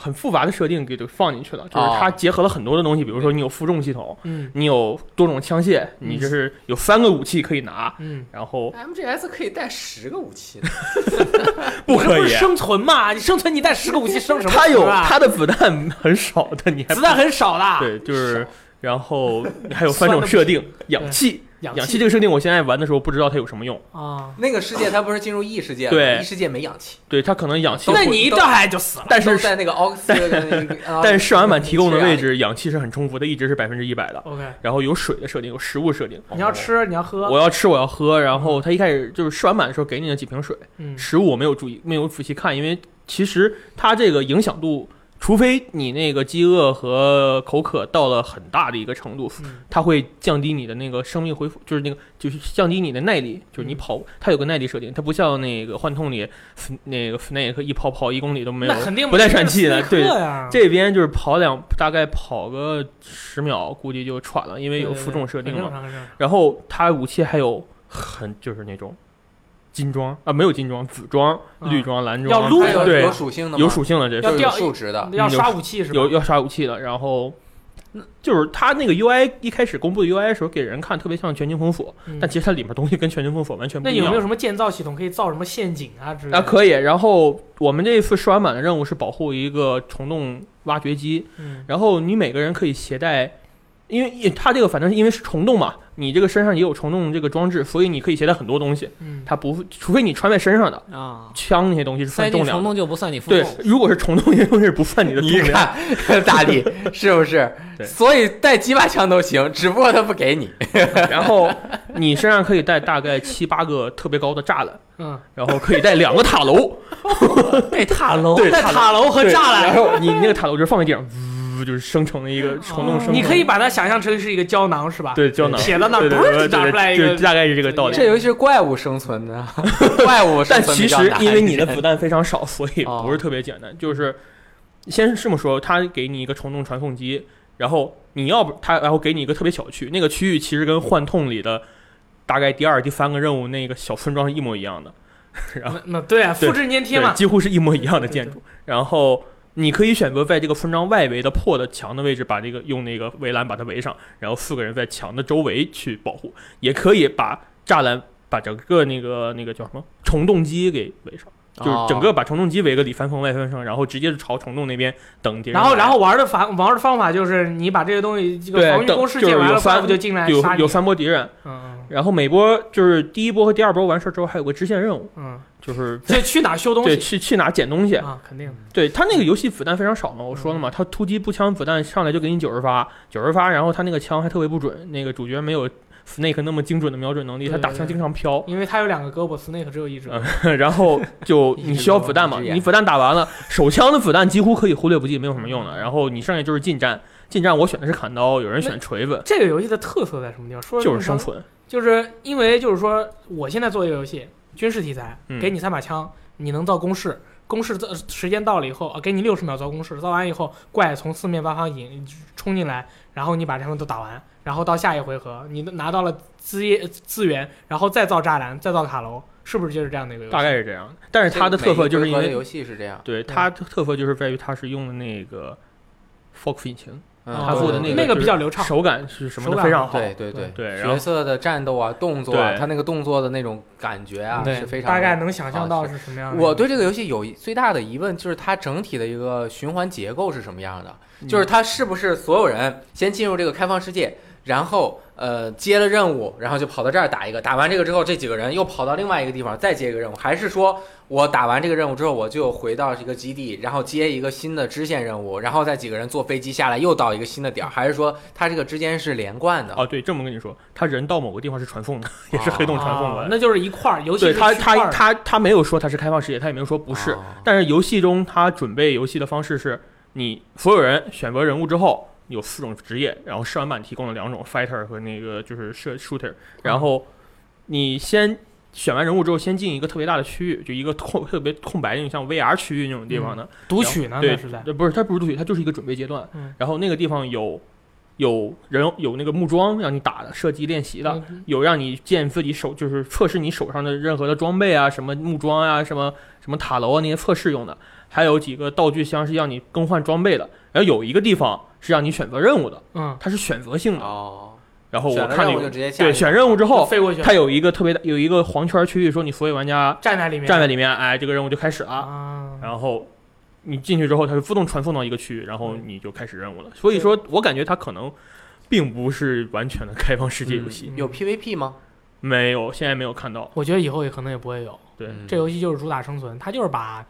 [SPEAKER 4] 很复杂的设定给就放进去
[SPEAKER 1] 哦
[SPEAKER 4] 了，就是他结合了很多的东西，比如说你有负重系统，
[SPEAKER 1] 嗯
[SPEAKER 4] 你有多种枪械，你就是有三个武器可以拿，
[SPEAKER 1] 嗯，
[SPEAKER 4] 然后
[SPEAKER 2] MGS 可以带十个武器，
[SPEAKER 4] 不可
[SPEAKER 1] 这
[SPEAKER 4] 以
[SPEAKER 1] 是。生存嘛？你生存你带十个武器生什么
[SPEAKER 4] 他有
[SPEAKER 1] 存啊
[SPEAKER 4] 他的子弹很少
[SPEAKER 1] <laughs>
[SPEAKER 4] 的，你还
[SPEAKER 1] 子弹很少的，
[SPEAKER 4] 对，就是然后你还有三种设定，氧气，
[SPEAKER 1] 氧
[SPEAKER 4] 氧气这个设定我现在玩的时候不知道它有什么用，
[SPEAKER 1] 啊。
[SPEAKER 2] 那个世界它不是进入异世界吗？
[SPEAKER 4] 对
[SPEAKER 2] 异世界没氧气，
[SPEAKER 4] 对它可能氧气
[SPEAKER 2] 都
[SPEAKER 1] 那
[SPEAKER 4] 会，
[SPEAKER 1] 你一掉下来就死了。
[SPEAKER 4] 但
[SPEAKER 2] 都
[SPEAKER 4] 是
[SPEAKER 2] 在那个 Ox，
[SPEAKER 4] 但是试玩版提供的位
[SPEAKER 2] 啊，
[SPEAKER 4] 置氧气是很充足的，一直是百分之一百的。
[SPEAKER 1] OK，
[SPEAKER 4] 然后有水的设定，有食物设定。
[SPEAKER 1] 你要吃，你要喝，
[SPEAKER 4] 哦我要吃，我要喝。然后他一开始就是试玩版的时候给你了几瓶水，
[SPEAKER 1] 嗯，
[SPEAKER 4] 食物我没有注意，没有仔细看，因为其实它这个影响度，除非你那个饥饿和口渴到了很大的一个程度，
[SPEAKER 1] 嗯
[SPEAKER 4] 它会降低你的那个生命恢复，就是那个就是降低你的耐力，就是你
[SPEAKER 1] 嗯
[SPEAKER 4] 跑，它有个耐力设定，它不像那个幻痛里那个 Snake 一跑跑一公里都没有
[SPEAKER 1] 那，肯定
[SPEAKER 4] 不带喘气的对
[SPEAKER 1] 这
[SPEAKER 4] 这边就是跑两大概跑个十秒，估计就喘了，因为有负重设定啊嘛
[SPEAKER 1] 很。正常很正常
[SPEAKER 4] 然后它武器还有很就是那种金装啊，没有金装，紫装、
[SPEAKER 1] 啊
[SPEAKER 4] 绿装、蓝装，
[SPEAKER 1] 要撸
[SPEAKER 2] 还有
[SPEAKER 4] 对
[SPEAKER 2] 有属性的吗？
[SPEAKER 4] 有属性的这
[SPEAKER 1] 要
[SPEAKER 2] 都
[SPEAKER 4] 是
[SPEAKER 2] 是
[SPEAKER 1] 掉
[SPEAKER 2] 有数值的，
[SPEAKER 1] 要刷武器是吧？
[SPEAKER 4] 有要杀武器的。然后就是它那个 UI 一开始公布的 UI 的时候，给人看特别像《全境封锁》
[SPEAKER 1] 嗯，
[SPEAKER 4] 但其实它里面东西跟《全境封锁》完全不
[SPEAKER 1] 那
[SPEAKER 4] 一
[SPEAKER 1] 有没有
[SPEAKER 4] 样。
[SPEAKER 1] 什么建造系统可以造什么陷阱啊之类的？
[SPEAKER 4] 啊，可以。然后我们这一次试玩版的任务是保护一个虫洞挖掘机，
[SPEAKER 1] 嗯，
[SPEAKER 4] 然后你每个人可以携带，因为因它这个反正是因为是虫洞嘛，你这个身上也有虫洞这个装置，所以你可以携带很多东西。
[SPEAKER 1] 嗯
[SPEAKER 4] 它不，除非你穿在身上的
[SPEAKER 3] 啊，
[SPEAKER 4] 枪那些东西是
[SPEAKER 3] 塞
[SPEAKER 4] 算
[SPEAKER 3] 进
[SPEAKER 4] 重
[SPEAKER 3] 虫
[SPEAKER 4] 量的。
[SPEAKER 3] 洞就不算你负
[SPEAKER 4] 对
[SPEAKER 3] 重。，
[SPEAKER 4] 如果是虫洞，那些东西是不算 <laughs> 你的重
[SPEAKER 2] 你
[SPEAKER 4] 量。
[SPEAKER 2] 看 <laughs> 大力是不是？
[SPEAKER 4] <laughs> 对
[SPEAKER 2] 所以带几把枪都行，只不过他不给你。
[SPEAKER 4] 然后你身上可以带大概七八个特别高的栅栏，
[SPEAKER 1] 嗯，
[SPEAKER 4] 然后可以带两个塔楼，
[SPEAKER 3] 带塔楼，
[SPEAKER 4] 对
[SPEAKER 1] 带塔楼和栅
[SPEAKER 4] 对然
[SPEAKER 1] 栏，
[SPEAKER 4] 后你那个塔楼就是放在地上，呜， <laughs> 就是生成了一个虫洞生
[SPEAKER 1] 嗯
[SPEAKER 4] 成。
[SPEAKER 1] 你可以把它想象成是一个胶囊是吧？，
[SPEAKER 4] 对胶囊，
[SPEAKER 1] 写到那儿
[SPEAKER 4] 对对
[SPEAKER 1] 不是
[SPEAKER 4] 对对
[SPEAKER 1] 拿出来一
[SPEAKER 4] 对
[SPEAKER 1] 个
[SPEAKER 4] 大概是这个道理。
[SPEAKER 2] 这游戏是怪物生存
[SPEAKER 4] <laughs>
[SPEAKER 2] 的，怪物生
[SPEAKER 4] 但
[SPEAKER 2] 存
[SPEAKER 4] 其
[SPEAKER 2] 比较
[SPEAKER 4] 实
[SPEAKER 2] 难
[SPEAKER 4] 因为你的子弹非常少， <laughs> 所以
[SPEAKER 2] 哦
[SPEAKER 4] 不是特别简单。就是先是这么说，他给你一个虫洞传送机，然后你要不他，然后给你一个特别小的区域，那个区域其实跟幻痛里的大概第二、第三个任务那个小村庄是一模一样的，然后
[SPEAKER 1] 那那对啊，
[SPEAKER 4] 对
[SPEAKER 1] 复制粘贴
[SPEAKER 4] 对，
[SPEAKER 1] 嘛，
[SPEAKER 4] 几乎是一模一样的建筑。然后你可以选择在这个村庄外围的破的墙的位置，把这个用那个围栏把它围上，然后四个人在墙的周围去保护，也可以把栅栏把整个那个那个叫什么虫洞机给围上。
[SPEAKER 1] 哦
[SPEAKER 4] 就是
[SPEAKER 2] 哦
[SPEAKER 4] 整个把虫洞机围个里三层外三层，然后直接就朝虫洞那边等敌人来。
[SPEAKER 1] 然后，然后玩的法玩的方法就是你把这个东西这个
[SPEAKER 4] 对
[SPEAKER 1] 防御
[SPEAKER 4] 等
[SPEAKER 1] 工事
[SPEAKER 4] 就是
[SPEAKER 1] 建完
[SPEAKER 4] 有
[SPEAKER 1] 了，
[SPEAKER 4] 翻
[SPEAKER 1] 怪物就进来
[SPEAKER 4] 有
[SPEAKER 1] 杀你
[SPEAKER 4] 有。三波敌人，
[SPEAKER 1] 嗯
[SPEAKER 4] 然后每波就是第一波和第二波完事儿之后，还有个支线任务，
[SPEAKER 1] 嗯嗯，
[SPEAKER 4] 就是
[SPEAKER 1] 这去哪儿修东
[SPEAKER 4] 对嗯
[SPEAKER 1] 西
[SPEAKER 4] 去去哪儿捡东西。
[SPEAKER 1] 啊？肯定的。
[SPEAKER 4] 对他那个游戏子弹非常少嘛，我说了嘛，他突击步枪子弹上来就给你九十发，九十发，然后他那个枪还特别不准，那个主角没有 Snake 那么精准的瞄准能力，
[SPEAKER 1] 对
[SPEAKER 4] 他打枪经常
[SPEAKER 1] <laughs>
[SPEAKER 4] 飘。
[SPEAKER 1] 因为他有两个胳膊，Snake 只有一只。
[SPEAKER 4] 嗯然后就你需要子弹嘛，
[SPEAKER 2] 一只眼
[SPEAKER 4] 你子弹打完了，手枪的子弹几乎可以忽略不计，没有什么用的。然后你剩下就是近战，近战我选的是砍刀，有人选锤子，
[SPEAKER 1] 这个游戏的特色在什么地方？说
[SPEAKER 4] 就是
[SPEAKER 1] 生
[SPEAKER 4] 生存。
[SPEAKER 1] 就是因为就是说，我现在做一个游戏，军事题材，
[SPEAKER 4] 嗯
[SPEAKER 1] 给你三把枪，你能造工事，工事造时间到了以后，啊，给你六十秒造工事，造完以后，怪从四面八方引冲进来，然后你把他们都打完，然后到下一回合你拿到了资业资源，然后再造栅栏，再造卡楼，是不是就是这样的一个游戏？
[SPEAKER 4] 大概是这样。但是它的特色就是因
[SPEAKER 2] 每一个回合的
[SPEAKER 4] 为，
[SPEAKER 2] 游戏是这样，
[SPEAKER 4] 对它的特色就是在于它是用的那个 Fox 引擎，
[SPEAKER 2] 嗯
[SPEAKER 1] 哦
[SPEAKER 4] 它做的
[SPEAKER 2] 对
[SPEAKER 4] 那
[SPEAKER 1] 那个
[SPEAKER 4] 个就是
[SPEAKER 1] 比较流畅
[SPEAKER 4] 手感是什么
[SPEAKER 1] 手
[SPEAKER 4] 都
[SPEAKER 1] 感
[SPEAKER 4] 非常好。
[SPEAKER 2] 对对对
[SPEAKER 4] 对然后
[SPEAKER 2] 角色的战斗啊、动作啊，
[SPEAKER 4] 对
[SPEAKER 2] 他那个动作的那种感觉啊，
[SPEAKER 3] 对
[SPEAKER 2] 是非常
[SPEAKER 1] 大概。能想象到
[SPEAKER 2] 啊
[SPEAKER 1] 是什么样的。
[SPEAKER 2] 我对这个游戏有一最大的疑问，就是它整体的一个循环结构是什么样的？
[SPEAKER 4] 嗯
[SPEAKER 2] 就是它是不是所有人先进入这个开放世界，然后呃接了任务，然后就跑到这儿打一个，打完这个之后，这几个人又跑到另外一个地方再接一个任务，还是说我打完这个任务之后，我就回到一个基地，然后接一个新的支线任务，然后再几个人坐飞机下来又到一个新的点儿，还是说它这个之间是连贯的？
[SPEAKER 4] 哦，对，这么跟你说，他人到某个地方是传送的，也是黑洞传送
[SPEAKER 1] 啊
[SPEAKER 4] 的。
[SPEAKER 1] 那就是一块儿，尤其
[SPEAKER 4] 对
[SPEAKER 1] 是
[SPEAKER 4] 他，
[SPEAKER 1] 区块
[SPEAKER 4] 他
[SPEAKER 1] 儿
[SPEAKER 4] 他他没有说他是开放世界，他也没有说不是。
[SPEAKER 2] 哦
[SPEAKER 4] 但是游戏中他准备游戏的方式是，你所有人选择人物之后有四种职业，然后试玩版提供了两种 fighter 和那个就是射 shooter，然
[SPEAKER 2] 嗯
[SPEAKER 4] 后你先。选完人物之后，先进一个特别大的区域，就一个空特别空白的那种像 VR 区域那种地方呢。
[SPEAKER 2] 嗯
[SPEAKER 1] 读取呢，
[SPEAKER 4] 对
[SPEAKER 1] 那是在
[SPEAKER 4] 对，不是，它不是读取，它就是一个准备阶段。
[SPEAKER 1] 嗯
[SPEAKER 4] 然后那个地方有有人有那个木桩让你打的，射击练习的，
[SPEAKER 1] 嗯
[SPEAKER 4] 有让你建自己手，就是测试你手上的任何的装备啊，什么木桩啊，什么什么塔楼啊那些测试用的，还有几个道具箱是让你更换装备的，然后有一个地方是让你选择任务的，
[SPEAKER 1] 嗯，
[SPEAKER 4] 它是选择性的。
[SPEAKER 2] 哦，
[SPEAKER 4] 然后我
[SPEAKER 2] 选了
[SPEAKER 4] 看
[SPEAKER 2] 任务
[SPEAKER 4] 那
[SPEAKER 2] 就
[SPEAKER 4] 个
[SPEAKER 2] 直接下
[SPEAKER 4] 对
[SPEAKER 2] 一个
[SPEAKER 4] 选任务之后，
[SPEAKER 1] 飞过去了，
[SPEAKER 4] 它有一个特别的有一个黄圈区域，说你所有玩家
[SPEAKER 1] 站在里面，
[SPEAKER 4] 站在里面，哎，这个任务就开始了。
[SPEAKER 1] 啊，
[SPEAKER 4] 然后你进去之后，它就自动传送到一个区域，然后你就开始任务了。所以说我感觉它可能并不是完全的开放世界游戏，
[SPEAKER 1] 嗯
[SPEAKER 2] 有 PVP 吗？
[SPEAKER 4] 没有，现在没有看到。
[SPEAKER 1] 我觉得以后也可能也不会有。
[SPEAKER 4] 对，
[SPEAKER 2] 嗯
[SPEAKER 1] 这游戏就是主打生存，它就是把，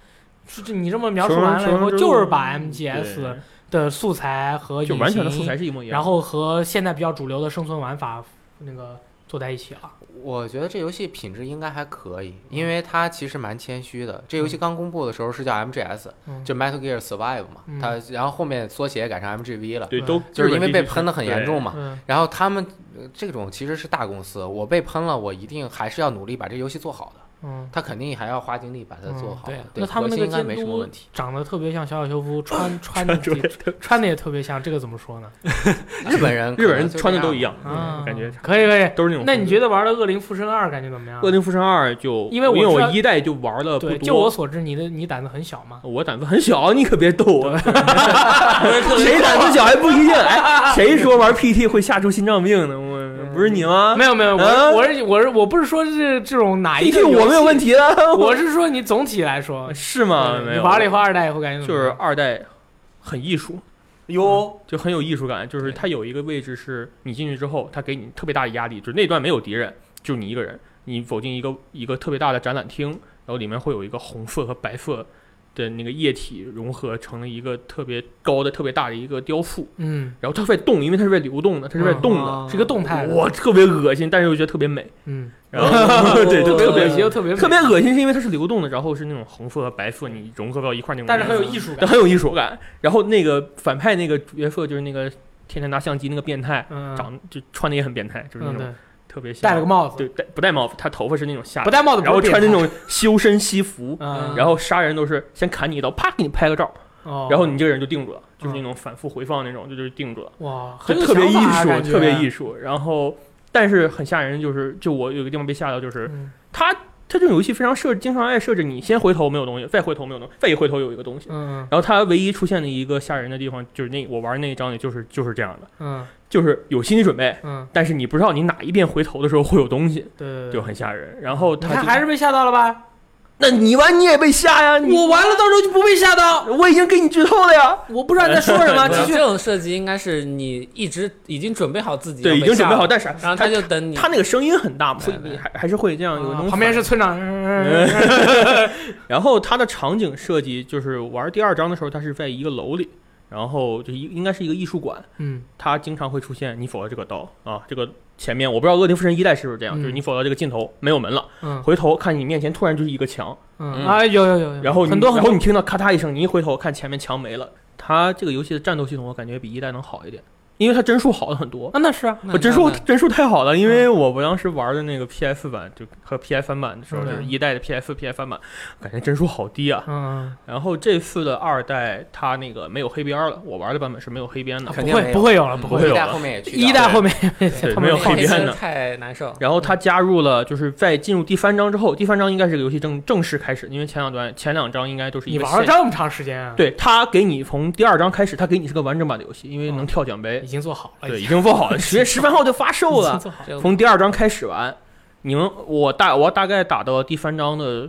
[SPEAKER 1] 是这你这么描述
[SPEAKER 4] 求生
[SPEAKER 1] 完了以后，
[SPEAKER 4] 求生之
[SPEAKER 1] 就是
[SPEAKER 4] 路
[SPEAKER 1] 把
[SPEAKER 4] 对
[SPEAKER 1] MGS 的素材和
[SPEAKER 4] 就
[SPEAKER 1] 引
[SPEAKER 4] 完全的
[SPEAKER 1] 擎
[SPEAKER 4] 素材是一模一样。
[SPEAKER 1] 然后和现在比较主流的生存玩法那个做在一起了。
[SPEAKER 2] 我觉得这游戏品质应该还可以，
[SPEAKER 1] 嗯
[SPEAKER 2] 因为它其实蛮谦虚的。这游戏刚公布的时候是叫 MGS，、
[SPEAKER 1] 嗯
[SPEAKER 2] 就 Metal Gear Survive 嘛，
[SPEAKER 1] 嗯
[SPEAKER 2] 它然后后面缩写改成 MGV 了，
[SPEAKER 4] 对，
[SPEAKER 1] 嗯
[SPEAKER 4] 都
[SPEAKER 2] 就是因为被喷的很严重。
[SPEAKER 4] 日本地
[SPEAKER 2] 嘛。
[SPEAKER 4] 区
[SPEAKER 1] 嗯，
[SPEAKER 2] 然后他们呃这种其实是大公司，我被喷了，我一定还是要努力把这游戏做好的。
[SPEAKER 1] 嗯，
[SPEAKER 2] 他肯定还要花精力把它做好的。
[SPEAKER 3] 嗯
[SPEAKER 2] 对，
[SPEAKER 1] 那他们那
[SPEAKER 2] 核
[SPEAKER 1] 个
[SPEAKER 2] 心应该没
[SPEAKER 1] 监
[SPEAKER 2] 什么
[SPEAKER 1] 督
[SPEAKER 2] 问题。
[SPEAKER 1] 长得特别像小小修
[SPEAKER 4] <laughs>
[SPEAKER 1] 夫，穿穿的
[SPEAKER 4] 着也
[SPEAKER 1] 穿的也特别像，这个怎么说呢？
[SPEAKER 2] 日本人
[SPEAKER 4] <laughs> 对日本人穿的都一
[SPEAKER 2] 样。
[SPEAKER 4] 样，
[SPEAKER 1] 啊，
[SPEAKER 4] 感
[SPEAKER 2] 嗯
[SPEAKER 4] 觉
[SPEAKER 1] 可以可以。
[SPEAKER 4] 都是那种。
[SPEAKER 1] 那你觉得玩了《恶灵附身二》感觉怎么样？
[SPEAKER 4] 《恶灵附身二》就
[SPEAKER 1] 因为我
[SPEAKER 4] 因为
[SPEAKER 1] 知
[SPEAKER 4] 我
[SPEAKER 1] 道
[SPEAKER 4] 一代就玩了不
[SPEAKER 1] 对，
[SPEAKER 4] 多，
[SPEAKER 1] 就我所知，你的你胆子很小嘛。
[SPEAKER 4] 我胆子很小，啊你可别逗 <laughs> 我。谁胆子小还不
[SPEAKER 1] <laughs>
[SPEAKER 4] 一定？哎，谁说玩 PT 会吓出心脏病呢？我不是你 <laughs> 吗
[SPEAKER 1] 嗯没有没有，我
[SPEAKER 4] 啊
[SPEAKER 1] 是我是我是我不是说是这种哪一个
[SPEAKER 4] ？PT 我没有问
[SPEAKER 1] 题，
[SPEAKER 4] 题啊， <laughs>
[SPEAKER 1] 我是说你总体来说，
[SPEAKER 4] 是吗？
[SPEAKER 1] 对
[SPEAKER 4] 没
[SPEAKER 1] 你
[SPEAKER 4] 有，
[SPEAKER 1] 玩了以后二代以后感觉怎
[SPEAKER 4] 就
[SPEAKER 1] 么
[SPEAKER 4] 是
[SPEAKER 1] 样
[SPEAKER 4] 二代很艺术，嗯
[SPEAKER 2] 哟，
[SPEAKER 4] 就很有艺术感。就是它有一个位置是你进去之后，它给你特别大的压力，就是那段没有敌人，就你一个人，你走进一个一个特别大的展览厅，然后里面会有一个红色和白色的那个液体融合成了一个特别高的、特别大的一个雕塑，
[SPEAKER 1] 嗯，
[SPEAKER 4] 然后它会动，因为它是在流动的，它是在动的。
[SPEAKER 1] 是个嗯动态的，
[SPEAKER 4] 我特别恶心，但是又觉得特别
[SPEAKER 1] <laughs>
[SPEAKER 4] 美。
[SPEAKER 1] 嗯，
[SPEAKER 4] 然后
[SPEAKER 1] <laughs>
[SPEAKER 4] 对，就特别
[SPEAKER 1] 恶心又特别美
[SPEAKER 4] 特别，恶心，是因为它是流动的，然后是那种红色和白色你融合到一块儿那种，
[SPEAKER 1] 但是很有艺术
[SPEAKER 4] 但
[SPEAKER 1] 感。
[SPEAKER 4] 很有艺术感。然后那个反派那个角色就是那个天天拿相机那个变态，
[SPEAKER 1] 嗯，
[SPEAKER 4] 长就穿的也很变态，就是那
[SPEAKER 1] 嗯
[SPEAKER 4] 种
[SPEAKER 1] 对，
[SPEAKER 4] 特别像
[SPEAKER 1] 戴了个帽子，
[SPEAKER 4] 对戴不戴帽子，他头发是那种下
[SPEAKER 1] 不，戴帽子不
[SPEAKER 4] 然后
[SPEAKER 1] 是变态，
[SPEAKER 4] 穿那种修身西服，
[SPEAKER 1] 嗯，
[SPEAKER 4] 然后杀人都是先砍你一刀，啪给你拍个照，
[SPEAKER 1] 哦
[SPEAKER 4] 然后你这个人就定住了，就是
[SPEAKER 1] 嗯
[SPEAKER 4] 那种反复回放那种，这就是定住了。
[SPEAKER 1] 哇，
[SPEAKER 4] 就
[SPEAKER 1] 很有
[SPEAKER 4] 特别艺
[SPEAKER 1] 想法啊
[SPEAKER 4] 术，特别艺
[SPEAKER 1] 术，
[SPEAKER 4] 术。然后，但是很吓人，就是就我有个地方被吓到，就是
[SPEAKER 1] 嗯
[SPEAKER 4] 它它这种游戏非常设，经常爱设置你先回头没有东西，再回头没有东西，再一回头有一个东西。
[SPEAKER 1] 嗯
[SPEAKER 4] 然后它唯一出现的一个吓人的地方，就是那我玩那一章里就是就是这样的，
[SPEAKER 1] 嗯
[SPEAKER 4] 就是有心理准备，
[SPEAKER 1] 嗯，
[SPEAKER 4] 但是你不知道你哪一遍回头的时候会有东西，
[SPEAKER 1] 对对对，
[SPEAKER 4] 就很吓人。然后
[SPEAKER 1] 你
[SPEAKER 4] 它
[SPEAKER 1] 看
[SPEAKER 4] 就
[SPEAKER 1] 还是被吓到了吧？
[SPEAKER 4] 那你玩你也被吓呀，你
[SPEAKER 1] 我完了，到时候就不被吓到，
[SPEAKER 4] 我已经给你剧透了呀，
[SPEAKER 1] 我不知道你在说什么， <laughs>
[SPEAKER 4] 对
[SPEAKER 1] 继续
[SPEAKER 3] 啊这。种设计应该是你一直已经准备好自己，
[SPEAKER 4] 对，已经准备好，，但是
[SPEAKER 3] 然后他就等你。
[SPEAKER 4] 它那个声音很大嘛，会
[SPEAKER 3] 对对
[SPEAKER 4] 你还还是会这样有那
[SPEAKER 1] 啊
[SPEAKER 4] 种
[SPEAKER 1] 旁边
[SPEAKER 4] 反
[SPEAKER 1] 是村长，嗯
[SPEAKER 4] <laughs> 然后它的场景设计就是玩第二章的时候，它是在一个楼里，然后就一应该是一个艺术馆，
[SPEAKER 1] 嗯
[SPEAKER 4] 它经常会出现你否到这个刀啊，这个前面我不知道《恶灵附身一代》是不是这样，
[SPEAKER 1] 嗯
[SPEAKER 4] 就是你否到这个尽头没有门了，
[SPEAKER 1] 嗯
[SPEAKER 4] 回头看你面前突然就是一个墙，
[SPEAKER 1] 嗯啊，有有有有，
[SPEAKER 4] 然后你
[SPEAKER 1] 很多很
[SPEAKER 4] 然后
[SPEAKER 1] 多
[SPEAKER 4] 你听到咔嗒一声，你一回头看前面墙没了。它这个游戏的战斗系统我感觉比一代能好一点，因为它帧数好了很多。
[SPEAKER 1] 啊，那嗯是啊，
[SPEAKER 3] 那
[SPEAKER 4] 我帧
[SPEAKER 3] 那
[SPEAKER 4] 数
[SPEAKER 3] 那
[SPEAKER 4] 帧数太好了，因为我我当时玩的那个 PS 版就和 PS 版的时候，就是
[SPEAKER 1] 嗯
[SPEAKER 4] 一代的 PS、PS 版，感觉帧数好低啊。
[SPEAKER 1] 嗯，
[SPEAKER 4] 然后这次的二代它那个没有黑边了，我玩的版本是没有黑边
[SPEAKER 2] 啊，
[SPEAKER 4] 的
[SPEAKER 1] 不
[SPEAKER 2] 肯定没
[SPEAKER 1] 会
[SPEAKER 2] 有
[SPEAKER 1] 不会有了，不
[SPEAKER 4] 不
[SPEAKER 1] 会
[SPEAKER 4] 会有
[SPEAKER 2] 一代
[SPEAKER 4] 了
[SPEAKER 2] 后面也去
[SPEAKER 1] 一
[SPEAKER 2] 掉
[SPEAKER 1] 代
[SPEAKER 2] 了
[SPEAKER 1] 后面
[SPEAKER 4] 对，
[SPEAKER 1] <laughs> 他们
[SPEAKER 4] 没有
[SPEAKER 1] 那个
[SPEAKER 4] 黑
[SPEAKER 3] 黑
[SPEAKER 4] 边
[SPEAKER 3] 丝
[SPEAKER 4] 的。
[SPEAKER 3] 太难受。
[SPEAKER 4] 然后它加入了，就是在进入第三章之后，第三章应该是个游戏正正式开始，因为前两段前两章应该都是一
[SPEAKER 1] 你
[SPEAKER 4] 个
[SPEAKER 1] 玩了
[SPEAKER 4] 线
[SPEAKER 1] 这么长时间啊？，
[SPEAKER 4] 对，它给你从第二章开始，它给你是个完整版的游戏，因为能跳奖杯
[SPEAKER 1] 已，经做好了，
[SPEAKER 4] 对，
[SPEAKER 1] 已
[SPEAKER 4] 已
[SPEAKER 1] 经
[SPEAKER 4] 经做好了，十
[SPEAKER 1] <laughs>
[SPEAKER 4] 月十番号就发售
[SPEAKER 1] 已经 <laughs>
[SPEAKER 4] 了。
[SPEAKER 1] 做好了。
[SPEAKER 3] 就
[SPEAKER 4] 从第二章开始玩，你能我大我大概打到第三章的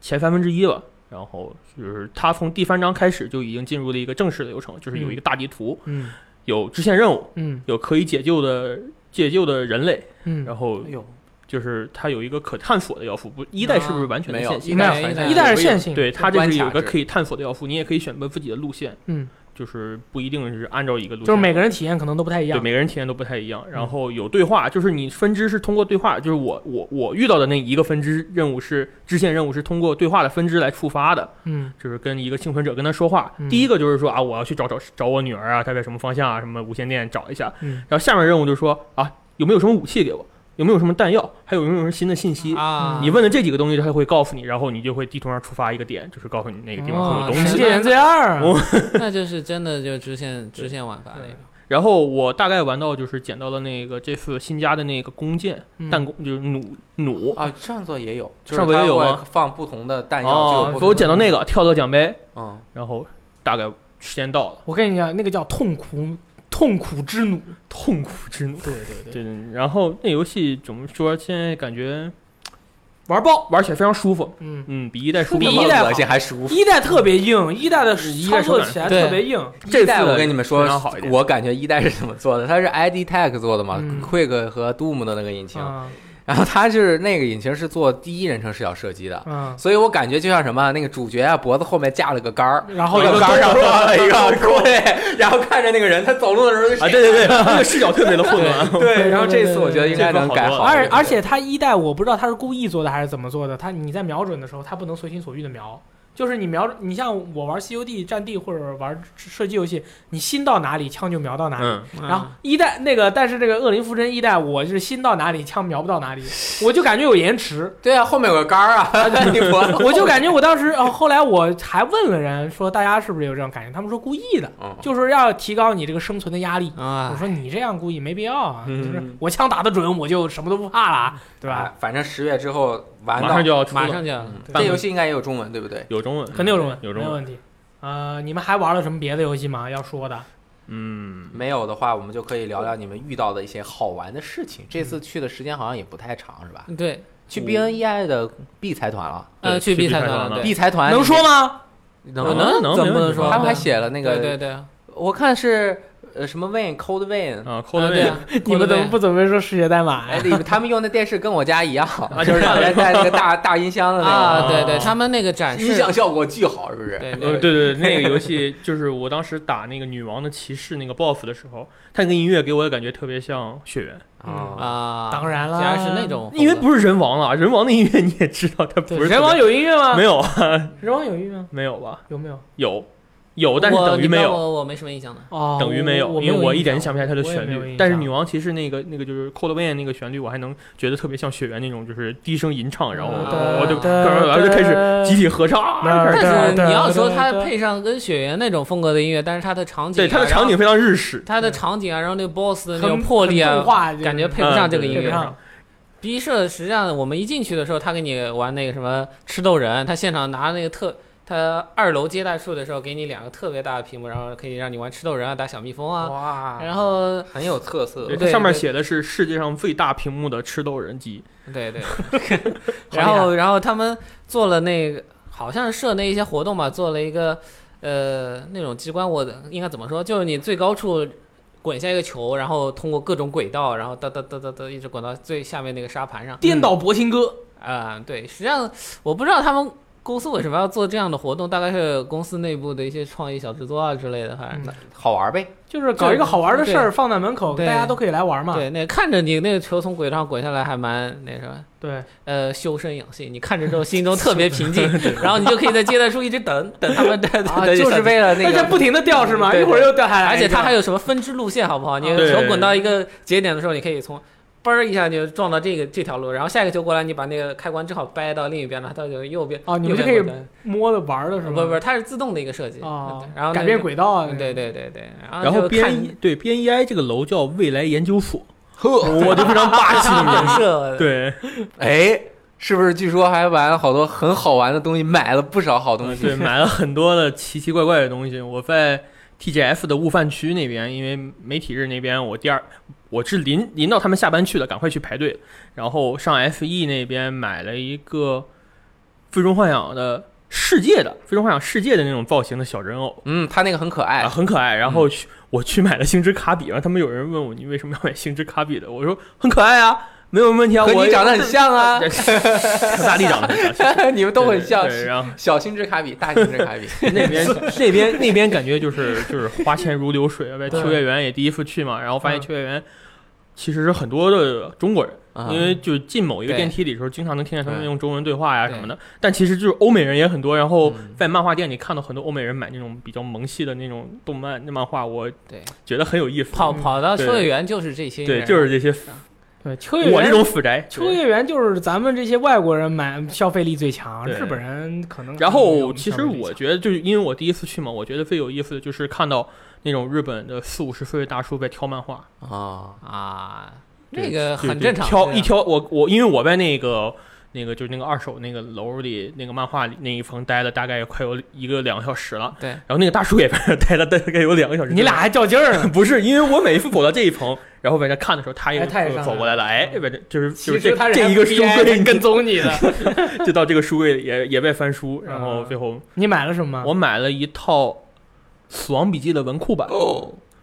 [SPEAKER 4] 前三分之一吧，然后就是它从第三章开始就已经进入了一个正式的流程，就是有一个大地图，
[SPEAKER 1] 嗯
[SPEAKER 4] 有支线任务，
[SPEAKER 1] 嗯
[SPEAKER 4] 有可以解救的解救的人类，
[SPEAKER 1] 嗯，
[SPEAKER 4] 然后
[SPEAKER 2] 哎呦，
[SPEAKER 4] 就是它有一个可探索的要素，不一代是不是完全的
[SPEAKER 2] 没有
[SPEAKER 4] 线性？
[SPEAKER 2] 一
[SPEAKER 1] 代
[SPEAKER 2] 一代
[SPEAKER 1] 一代是线性，
[SPEAKER 4] 对，它这
[SPEAKER 2] 关
[SPEAKER 4] 是
[SPEAKER 2] 卡
[SPEAKER 4] 有一个
[SPEAKER 2] 制
[SPEAKER 4] 可以探索的要素，你也可以选择自己的路线，
[SPEAKER 1] 嗯，
[SPEAKER 4] 就是不一定是按照一个路线，
[SPEAKER 1] 就是每个人体验可能都不太一样
[SPEAKER 4] 对，每个人体验都不太一样。然后有对话，就是你分支是通过对话，就是我我我遇到的那一个分支任务是支线任务是通过对话的分支来触发的，
[SPEAKER 1] 嗯
[SPEAKER 4] 就是跟一个幸存者跟他说话。
[SPEAKER 1] 嗯
[SPEAKER 4] 第一个就是说啊，我要去找找找我女儿啊，她在什么方向啊，什么无线电找一下。
[SPEAKER 1] 嗯
[SPEAKER 4] 然后下面任务就说啊，有没有什么武器给我？啊有没有什么弹药？还有没有什么新的信息？
[SPEAKER 3] 啊，
[SPEAKER 4] 你问的这几个东西，他会告诉你，然后你就会地图上触发一个点，就是告诉你那个地方会有
[SPEAKER 1] 哦，
[SPEAKER 4] 东
[SPEAKER 1] 神
[SPEAKER 4] 西。
[SPEAKER 1] 界原罪二啊，
[SPEAKER 4] 我
[SPEAKER 3] 那就是真的就支线支线玩法那
[SPEAKER 4] 对
[SPEAKER 3] 种。
[SPEAKER 4] 然后我大概玩到就是捡到了那个这次新加的那个弓箭，
[SPEAKER 1] 嗯
[SPEAKER 4] 弹弓就是弩弩
[SPEAKER 2] 啊，上座也有，就是
[SPEAKER 4] 上座也
[SPEAKER 2] 它
[SPEAKER 4] 有
[SPEAKER 2] 会
[SPEAKER 4] 吗
[SPEAKER 2] 放不同的弹药，就有
[SPEAKER 4] 哦
[SPEAKER 2] 不，
[SPEAKER 4] 给哦我
[SPEAKER 2] 同
[SPEAKER 4] 捡
[SPEAKER 2] 的
[SPEAKER 4] 到那个跳蚤奖杯，
[SPEAKER 2] 嗯，
[SPEAKER 4] 然后大概时间到了，
[SPEAKER 1] 我跟你讲，那个叫痛苦痛苦之弩，
[SPEAKER 4] 痛苦之弩。
[SPEAKER 1] 对对，
[SPEAKER 4] 对，然后那游戏怎么说？现在感觉玩爆，玩起来非常舒服，
[SPEAKER 1] 嗯，
[SPEAKER 4] 嗯，比一代舒服。
[SPEAKER 1] 比
[SPEAKER 2] 那
[SPEAKER 1] 一
[SPEAKER 2] 么
[SPEAKER 1] 代
[SPEAKER 2] 恶
[SPEAKER 1] 好
[SPEAKER 2] 心还舒服。
[SPEAKER 1] 一代特别硬，一代的
[SPEAKER 4] 嗯一
[SPEAKER 1] 操
[SPEAKER 4] 代手
[SPEAKER 1] 作
[SPEAKER 4] 感
[SPEAKER 1] 起来
[SPEAKER 3] 对
[SPEAKER 1] 特别硬，
[SPEAKER 4] 这
[SPEAKER 2] 一
[SPEAKER 4] 次
[SPEAKER 2] 代我跟你们说
[SPEAKER 4] 非常好一，点
[SPEAKER 2] 我感觉一代是怎么做的？它是 ID Tech 做的嘛、
[SPEAKER 1] 嗯
[SPEAKER 2] q u i c k 和 Doom 的那个引擎，
[SPEAKER 1] 嗯
[SPEAKER 2] 然后它是那个引擎是做第一人称视角射击的，
[SPEAKER 1] 嗯，
[SPEAKER 2] 所以我感觉就像什么那个主角啊，脖子后面架了个杆儿，
[SPEAKER 1] 然后
[SPEAKER 2] 那
[SPEAKER 1] 有
[SPEAKER 2] 个
[SPEAKER 1] 杆儿
[SPEAKER 2] 杆儿上放了一个棍，然后看着那个人，他走路的时候就
[SPEAKER 4] 啊，对 <laughs> 对对，那个视角特别的混乱。
[SPEAKER 2] 对，然后这次我觉得应该能改好，
[SPEAKER 1] 而而且它一代我不知道它是故意做的还是怎么做的，它你在瞄准的时候，它不能随心所欲的瞄。就是你瞄，你像我玩 COD 战地或者玩射击游戏，你心到哪里，枪就瞄到哪里。
[SPEAKER 4] 嗯，
[SPEAKER 1] 然后一代那个，但是这个恶灵附身一代，我是心到哪里，枪瞄不到哪里，我就感觉有延
[SPEAKER 2] <laughs>
[SPEAKER 1] 迟，
[SPEAKER 2] 对啊，后面有个杆儿啊，你脖子，
[SPEAKER 1] 我就感觉我当时，哦，后来我还问了人，说大家是不是有这种感觉？他们说故意的，
[SPEAKER 2] 嗯，
[SPEAKER 1] 就是要提高你这个生存的压力。我
[SPEAKER 3] 啊，
[SPEAKER 1] 说你这样故意没必要啊，
[SPEAKER 4] 嗯
[SPEAKER 1] 就是我枪打得准，我就什么都不怕了啊，对吧？
[SPEAKER 2] 哎？反正十月之后玩
[SPEAKER 4] 马
[SPEAKER 2] 到
[SPEAKER 4] 上就要出
[SPEAKER 3] 马
[SPEAKER 4] 了，
[SPEAKER 3] 上就要
[SPEAKER 2] 嗯
[SPEAKER 3] 对
[SPEAKER 2] 这游戏应该也有中文，对不对？
[SPEAKER 4] 有中
[SPEAKER 1] 嗯
[SPEAKER 4] 文，
[SPEAKER 1] 肯定有中文，
[SPEAKER 4] 有
[SPEAKER 1] 没
[SPEAKER 4] 中
[SPEAKER 1] 有
[SPEAKER 4] 文。
[SPEAKER 1] 问题。呃，你们还玩了什么别的游戏吗？要说的？
[SPEAKER 4] 嗯，
[SPEAKER 2] 没有的话，我们就可以聊聊你们遇到的一些好玩的事情。这次去的时间好像也不太长，是吧？
[SPEAKER 3] 对，
[SPEAKER 2] 去
[SPEAKER 4] 嗯
[SPEAKER 2] BNEI 的 B 财团了
[SPEAKER 3] 呃，
[SPEAKER 4] 对去
[SPEAKER 3] 去 B
[SPEAKER 4] 财
[SPEAKER 3] 团
[SPEAKER 4] 团了
[SPEAKER 3] 对，
[SPEAKER 2] ，B 财团
[SPEAKER 1] 能说吗？
[SPEAKER 2] 能
[SPEAKER 4] 能
[SPEAKER 3] 能
[SPEAKER 4] 能
[SPEAKER 3] 怎
[SPEAKER 4] 没
[SPEAKER 3] 么不能
[SPEAKER 4] 问题
[SPEAKER 3] 说？
[SPEAKER 2] 他们还写了那
[SPEAKER 3] 对对
[SPEAKER 2] 个，
[SPEAKER 3] 对，
[SPEAKER 2] 我看是呃什么 Win Cold Win，
[SPEAKER 4] 啊，扣
[SPEAKER 3] 啊
[SPEAKER 4] 的
[SPEAKER 3] 对啊，
[SPEAKER 1] 你们怎么不准备说《世界代码》
[SPEAKER 2] 哎，
[SPEAKER 1] 呀？
[SPEAKER 2] 里面他们用的电视跟我家一样，
[SPEAKER 4] 啊就是
[SPEAKER 2] 上来带那个大大音箱的那
[SPEAKER 3] 啊？
[SPEAKER 2] 个，
[SPEAKER 3] 对对，他们那个展
[SPEAKER 2] 音
[SPEAKER 3] 示，
[SPEAKER 2] 响效果巨好，是不是？
[SPEAKER 3] 对
[SPEAKER 4] 哦呃，
[SPEAKER 3] 对
[SPEAKER 4] 对对，对，那个游戏就是我当时打那个女王的骑士那个 BOSS 的时候，它那个音乐给我的感觉特别像血缘，
[SPEAKER 2] 啊，
[SPEAKER 3] 啊，
[SPEAKER 4] <laughs>
[SPEAKER 1] 当然啦
[SPEAKER 3] 竟然是
[SPEAKER 1] <laughs>
[SPEAKER 3] 那种风格，
[SPEAKER 4] 因为不是人王了，人王的音乐你也知道，它
[SPEAKER 1] 对
[SPEAKER 4] 不是
[SPEAKER 1] 人王
[SPEAKER 4] 特
[SPEAKER 1] 有音乐
[SPEAKER 4] 别
[SPEAKER 1] 吗？
[SPEAKER 4] 没，有
[SPEAKER 1] 人王有音乐吗？
[SPEAKER 4] 没有吧？
[SPEAKER 1] 有没有？
[SPEAKER 4] 有有，但是
[SPEAKER 3] 我
[SPEAKER 4] 等于
[SPEAKER 3] 你
[SPEAKER 4] 没
[SPEAKER 3] 知道
[SPEAKER 4] 有，
[SPEAKER 3] 我我没什么印象的。
[SPEAKER 1] 哦，
[SPEAKER 4] 等于没有，
[SPEAKER 1] 我
[SPEAKER 4] 因为我一点
[SPEAKER 1] 点
[SPEAKER 4] 都想不起来它的
[SPEAKER 1] 我也
[SPEAKER 4] 旋
[SPEAKER 1] 没有印
[SPEAKER 4] 律。
[SPEAKER 1] 象
[SPEAKER 4] 但是女王骑士那个那个就是 Cold Rain 那个旋律，我还能觉得特别像血缘那种，就是低声吟唱，然后
[SPEAKER 1] 嗯
[SPEAKER 4] 我就
[SPEAKER 1] 哒哒
[SPEAKER 4] 然后就开始集体合唱，啊就开始
[SPEAKER 3] 但是
[SPEAKER 1] 对
[SPEAKER 3] 你要说
[SPEAKER 1] 对
[SPEAKER 3] 它
[SPEAKER 1] 对
[SPEAKER 3] 配上跟雪原那种风格的音乐，但是它的场景啊，
[SPEAKER 4] 对它的场
[SPEAKER 3] 然
[SPEAKER 4] 景
[SPEAKER 3] 后，
[SPEAKER 4] 非常日式，
[SPEAKER 3] 它的场景啊，然后那个 BOSS 的那种
[SPEAKER 1] 很
[SPEAKER 3] 魄力
[SPEAKER 1] 很
[SPEAKER 3] 啊
[SPEAKER 1] 动，画就是
[SPEAKER 3] 感觉配不上这个
[SPEAKER 4] 嗯对
[SPEAKER 3] 音
[SPEAKER 1] 配
[SPEAKER 3] 乐
[SPEAKER 1] 不。上。
[SPEAKER 3] B 社实际上我们一进去的时候，他给你玩那个什么吃豆人，他现场拿那个特，他二楼接待处的时候给你两个特别大的屏幕，然后可以让你玩吃豆人啊，打小蜜蜂啊，
[SPEAKER 2] 哇，
[SPEAKER 3] 然后
[SPEAKER 2] 很有特色
[SPEAKER 4] 对，，它
[SPEAKER 3] 对
[SPEAKER 4] 上面
[SPEAKER 3] 对
[SPEAKER 4] 写的是世界上最大屏幕的吃豆人机，
[SPEAKER 3] 对对，然后然后他们做了那个好像是设那一些活动吧，做了一个呃那种机关，我应该怎么说？就是你最高处滚下一个球，然后通过各种轨道，然后哒哒哒哒哒一直滚到最下面那个沙盘上。
[SPEAKER 1] 颠倒博情哥，
[SPEAKER 3] 啊、对，实际上我不知道他们公司为什么要做这样的活动？大概是公司内部的一些创意小制作啊之类的，反正、
[SPEAKER 1] 嗯
[SPEAKER 2] 好玩呗。
[SPEAKER 1] 就是搞一个好玩的事儿放在门口，大
[SPEAKER 3] 对
[SPEAKER 1] 家都可以来玩嘛。
[SPEAKER 3] 对那看着你那个球从轨道上滚下来，还蛮那什么，
[SPEAKER 1] 对
[SPEAKER 3] 呃，修身养性。你看着之后心中特别平静，然后你就可以在接待处一直等等他们的，
[SPEAKER 2] 啊，
[SPEAKER 3] 等
[SPEAKER 2] 就是为了那
[SPEAKER 1] 大家
[SPEAKER 2] 个
[SPEAKER 1] 不停的掉是吗？
[SPEAKER 3] 对
[SPEAKER 1] 一
[SPEAKER 3] 对
[SPEAKER 1] 会儿又掉下来，
[SPEAKER 3] 而且它还
[SPEAKER 1] 有
[SPEAKER 3] 有什么分支路线，好不好？你
[SPEAKER 1] 对
[SPEAKER 3] 球滚到一个节点的时候，你可以从嘣儿一下就撞到这个这条路，然后下一个球过来，你把那个开关正好掰到另一边了，它就右边。
[SPEAKER 1] 哦你们
[SPEAKER 3] 右
[SPEAKER 1] 就可以
[SPEAKER 3] 边过来
[SPEAKER 1] 摸的玩的是吗？
[SPEAKER 3] 不不，它是自动的一个设计。
[SPEAKER 1] 啊
[SPEAKER 3] 对然后那
[SPEAKER 1] 改变
[SPEAKER 3] 个。
[SPEAKER 1] 轨道啊，
[SPEAKER 3] 嗯对对对对，
[SPEAKER 1] 啊
[SPEAKER 4] 然后
[SPEAKER 3] 就看
[SPEAKER 4] BNE 对 BNEI 这个楼叫未来研究所，
[SPEAKER 2] 呵，
[SPEAKER 4] 我就非常霸气的名
[SPEAKER 3] 人
[SPEAKER 1] <laughs>
[SPEAKER 4] 字。
[SPEAKER 3] 设，
[SPEAKER 4] 对，
[SPEAKER 2] 哎，是不是？据说还玩了好多很好玩的东西，买了不少好东
[SPEAKER 4] 嗯
[SPEAKER 2] 西。
[SPEAKER 4] 对，买了很多的奇奇怪怪的东西。我在 TGF 的悟饭区那边，因为媒体日那边我第二，我是临临到他们下班去的，赶快去排队。然后上 FE 那边买了一个《最终幻想》的世界的《最终幻想》世界的那种造型的小人偶。
[SPEAKER 2] 嗯，他那个很可
[SPEAKER 4] 啊，
[SPEAKER 2] 爱，嗯
[SPEAKER 4] 很可爱。然后去、我去买了星之卡比，然后他们有人问我你为什么要买星之卡比的，我说很可爱啊，没有问题啊，
[SPEAKER 2] 和
[SPEAKER 4] 我
[SPEAKER 2] 你长得很像啊，
[SPEAKER 4] 大力长得很 <laughs> 像，
[SPEAKER 2] 你 <laughs> 们都很像
[SPEAKER 4] 对，对然后
[SPEAKER 2] 小心之卡比，大心之
[SPEAKER 4] <laughs>
[SPEAKER 2] 卡比。
[SPEAKER 4] 那边那边那边感觉就是就是花钱如流水啊，在
[SPEAKER 1] 对
[SPEAKER 4] 秋叶原也第一次去嘛，然后发现
[SPEAKER 1] 嗯
[SPEAKER 4] 秋叶原其实是很多的中国人，
[SPEAKER 2] 啊
[SPEAKER 4] 因为就进某一个
[SPEAKER 2] 对
[SPEAKER 4] 电梯里的时候，经常能听见他们
[SPEAKER 2] 对
[SPEAKER 4] 用中文对话呀
[SPEAKER 2] 对
[SPEAKER 4] 什么的。但其实就是欧美人也很多，然后
[SPEAKER 2] 嗯
[SPEAKER 4] 在漫画店里看到很多欧美人买那种比较萌系的那种动漫那漫画，我
[SPEAKER 2] 对
[SPEAKER 4] 觉得很有意思。
[SPEAKER 3] 跑
[SPEAKER 1] 嗯
[SPEAKER 3] 跑到
[SPEAKER 4] 对
[SPEAKER 3] 秋叶原就是这些
[SPEAKER 4] 对，
[SPEAKER 3] 人，
[SPEAKER 4] 就是这些，
[SPEAKER 1] 对秋叶
[SPEAKER 4] 我这
[SPEAKER 1] 原。
[SPEAKER 4] 种死宅。
[SPEAKER 1] 秋叶原就是咱们这些外国人买消费力最强，
[SPEAKER 4] 对
[SPEAKER 1] 日本人可能。
[SPEAKER 4] 然后其实我觉得，就是因为我第一次去嘛，我觉得最有意思的就是看到那种日本的四五十岁的大叔在挑漫画，
[SPEAKER 2] 啊，
[SPEAKER 3] 啊，
[SPEAKER 4] 对
[SPEAKER 3] 那个
[SPEAKER 4] 就
[SPEAKER 3] 很
[SPEAKER 4] 就
[SPEAKER 3] 正常。
[SPEAKER 4] 挑
[SPEAKER 3] 对
[SPEAKER 4] 一
[SPEAKER 3] 啊
[SPEAKER 4] 挑，我我因为我在那个那个就是那个二手那个楼里那个漫画里那一层待了大概快有一个两个小时了，
[SPEAKER 3] 对
[SPEAKER 4] 然后那个大叔也在那儿 <laughs> 待了大概有两个小时。
[SPEAKER 1] 你俩还较劲儿呢，
[SPEAKER 4] 不是因为我每一次走到这一层，然后在那看的时候，他也
[SPEAKER 1] 哎他也上来嗯
[SPEAKER 4] 走过来了，哎，反正就是 <laughs> 就
[SPEAKER 1] 其
[SPEAKER 4] 是
[SPEAKER 1] 实
[SPEAKER 4] 这
[SPEAKER 1] 他是
[SPEAKER 4] 这一个书
[SPEAKER 1] FBI
[SPEAKER 4] 柜 <laughs>
[SPEAKER 1] 在跟踪你的。
[SPEAKER 4] 就到这个书柜里也也在翻书，然后
[SPEAKER 1] 嗯
[SPEAKER 4] 最后
[SPEAKER 1] 你买了什么
[SPEAKER 4] 我买了一套《死亡笔记》的文库版，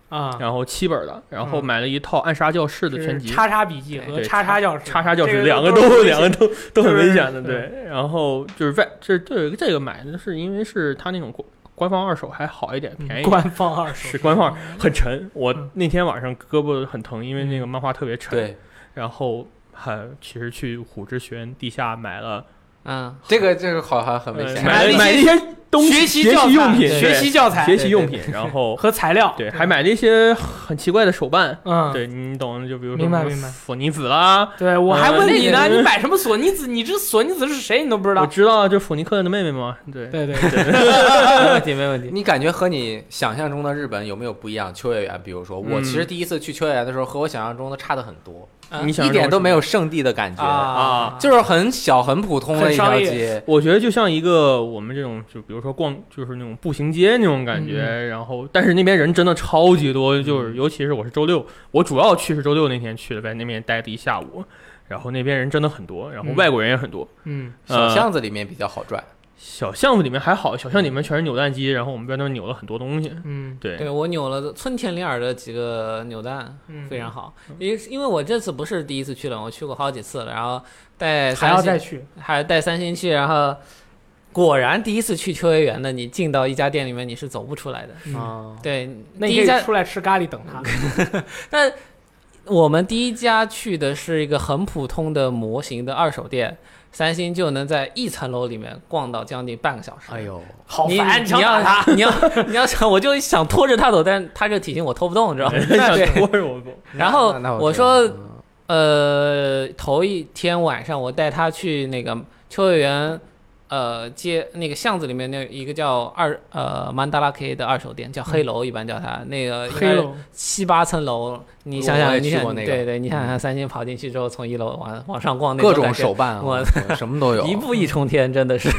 [SPEAKER 1] 啊？
[SPEAKER 4] 然后七本的，然后
[SPEAKER 1] 嗯
[SPEAKER 4] 买了一套《暗杀教室》的全
[SPEAKER 1] 是
[SPEAKER 4] 集，
[SPEAKER 1] 叉叉笔记和
[SPEAKER 4] 对
[SPEAKER 1] 叉叉教室，
[SPEAKER 4] 叉叉教
[SPEAKER 1] 这
[SPEAKER 4] 室
[SPEAKER 1] 个
[SPEAKER 4] 两个
[SPEAKER 1] 是
[SPEAKER 4] 都
[SPEAKER 1] 危险
[SPEAKER 4] 两个都都很
[SPEAKER 1] 就是
[SPEAKER 4] 危险
[SPEAKER 1] 对
[SPEAKER 4] 的，
[SPEAKER 1] 嗯
[SPEAKER 4] 对。然后就是在这这这个买的是因为是他那种官官方二手还好一点，便宜。
[SPEAKER 1] 嗯官方二手
[SPEAKER 4] 是官方很沉，
[SPEAKER 1] 嗯
[SPEAKER 4] 我那天晚上胳膊很疼，因为那个漫画特别沉。
[SPEAKER 2] 对，
[SPEAKER 4] 然后还其实去虎之学院地下买了，
[SPEAKER 3] 嗯，
[SPEAKER 2] 这个这个好像很危
[SPEAKER 4] 呃
[SPEAKER 2] 险。
[SPEAKER 4] 买
[SPEAKER 1] 了
[SPEAKER 4] 了
[SPEAKER 1] 一
[SPEAKER 4] 买了一些东西
[SPEAKER 1] 学
[SPEAKER 4] 习
[SPEAKER 1] 习教材
[SPEAKER 4] 用品，
[SPEAKER 1] 对
[SPEAKER 4] 对
[SPEAKER 1] 学习教材
[SPEAKER 4] 学习用品，
[SPEAKER 1] <laughs>
[SPEAKER 4] 然后
[SPEAKER 1] 和材料，
[SPEAKER 4] 对还买了一些很奇怪的手办，
[SPEAKER 1] 嗯，
[SPEAKER 4] 对你懂的，就比如说
[SPEAKER 1] 明白
[SPEAKER 4] 什么
[SPEAKER 1] 明白
[SPEAKER 4] 索尼子啦，
[SPEAKER 1] 对我还
[SPEAKER 4] 嗯
[SPEAKER 1] 问你呢，
[SPEAKER 4] 那个
[SPEAKER 1] 你买什么索尼子？你这索尼子是谁？你都不知
[SPEAKER 4] 我
[SPEAKER 1] 道。
[SPEAKER 4] 知道就索尼克的妹妹嘛，对，
[SPEAKER 1] 对对对，
[SPEAKER 3] 没问题，没问题。
[SPEAKER 1] <laughs>
[SPEAKER 2] 你感觉和你想象中的日本有没有不一样？秋叶原，比如说，我
[SPEAKER 4] 嗯
[SPEAKER 2] 其实第一次去秋叶原的时候，和我想象中的差的很多，
[SPEAKER 3] 啊
[SPEAKER 4] 你想
[SPEAKER 2] 一点都没
[SPEAKER 4] 有。
[SPEAKER 2] 有圣地的感觉，
[SPEAKER 4] 啊
[SPEAKER 2] 就是很小、很普通的一条
[SPEAKER 1] 很商
[SPEAKER 2] 街。
[SPEAKER 4] 我觉得就像一个我们这种，就比如说逛，就是那种步行街那种感觉。然后，但是那边人真的超级多，就是尤其是我是周六，我主要去是周六那天去的，在那边待了一下午。然后那边人真的很多，然后
[SPEAKER 1] 嗯
[SPEAKER 4] 外国人也很多。
[SPEAKER 1] 嗯，
[SPEAKER 2] 小
[SPEAKER 4] 呃
[SPEAKER 2] 巷子里面比较好转，
[SPEAKER 4] 小巷子里面还好，小巷里面全是扭蛋机，然后我们在那儿扭了很多东西。
[SPEAKER 1] 嗯
[SPEAKER 4] 对，
[SPEAKER 3] 对我扭了村田里尔的几个扭蛋，
[SPEAKER 1] 嗯，
[SPEAKER 3] 非常好。因为因为我这次不是第一次去了，我去过好几次了，然后
[SPEAKER 1] 还
[SPEAKER 3] 带三
[SPEAKER 1] 要
[SPEAKER 3] 星
[SPEAKER 1] 再去，
[SPEAKER 3] 还带三星去，然后果然第一次去秋叶原的，你进到一家店里面你是走不出来的。
[SPEAKER 1] 嗯，
[SPEAKER 2] 啊，
[SPEAKER 3] 对，
[SPEAKER 1] 那
[SPEAKER 3] 第
[SPEAKER 1] 你
[SPEAKER 3] 一
[SPEAKER 1] 可
[SPEAKER 3] 家
[SPEAKER 1] 以出来吃咖喱等他。
[SPEAKER 3] 但我们第一家去的是一个很普通的模型的二手店，三星就能在一层楼里面逛到将近半个小时。
[SPEAKER 2] 哎呦，
[SPEAKER 1] <laughs> 好
[SPEAKER 3] 你
[SPEAKER 1] 烦，
[SPEAKER 3] 你
[SPEAKER 1] 想打他。
[SPEAKER 3] 要 <laughs> 你要你要想，我就想拖着他走，但是他这体型我拖不动，你知道
[SPEAKER 4] <laughs>
[SPEAKER 3] 吗？
[SPEAKER 4] 想拖着我走。
[SPEAKER 3] <laughs> 然后
[SPEAKER 2] 那那
[SPEAKER 3] 我
[SPEAKER 2] 知道
[SPEAKER 3] 说
[SPEAKER 2] 嗯
[SPEAKER 3] 呃，头一天晚上我带他去那个秋叶原，呃，街那个巷子里面那一个叫二呃曼达拉 K 的二手店，叫黑楼，一般叫它那个应
[SPEAKER 1] 黑
[SPEAKER 3] 该
[SPEAKER 1] 楼，
[SPEAKER 3] 七八层楼，你
[SPEAKER 2] 我
[SPEAKER 3] 想
[SPEAKER 2] 我也
[SPEAKER 3] 想，你
[SPEAKER 2] 去
[SPEAKER 3] 想
[SPEAKER 2] 过那个
[SPEAKER 3] 对对，你想想三星跑进去之后，从一楼往往上逛那
[SPEAKER 2] 各
[SPEAKER 3] 感
[SPEAKER 2] 种
[SPEAKER 3] 觉
[SPEAKER 2] 手办啊，
[SPEAKER 3] 我
[SPEAKER 2] 什么都 <laughs> 有。
[SPEAKER 3] 一步一冲天，真的是，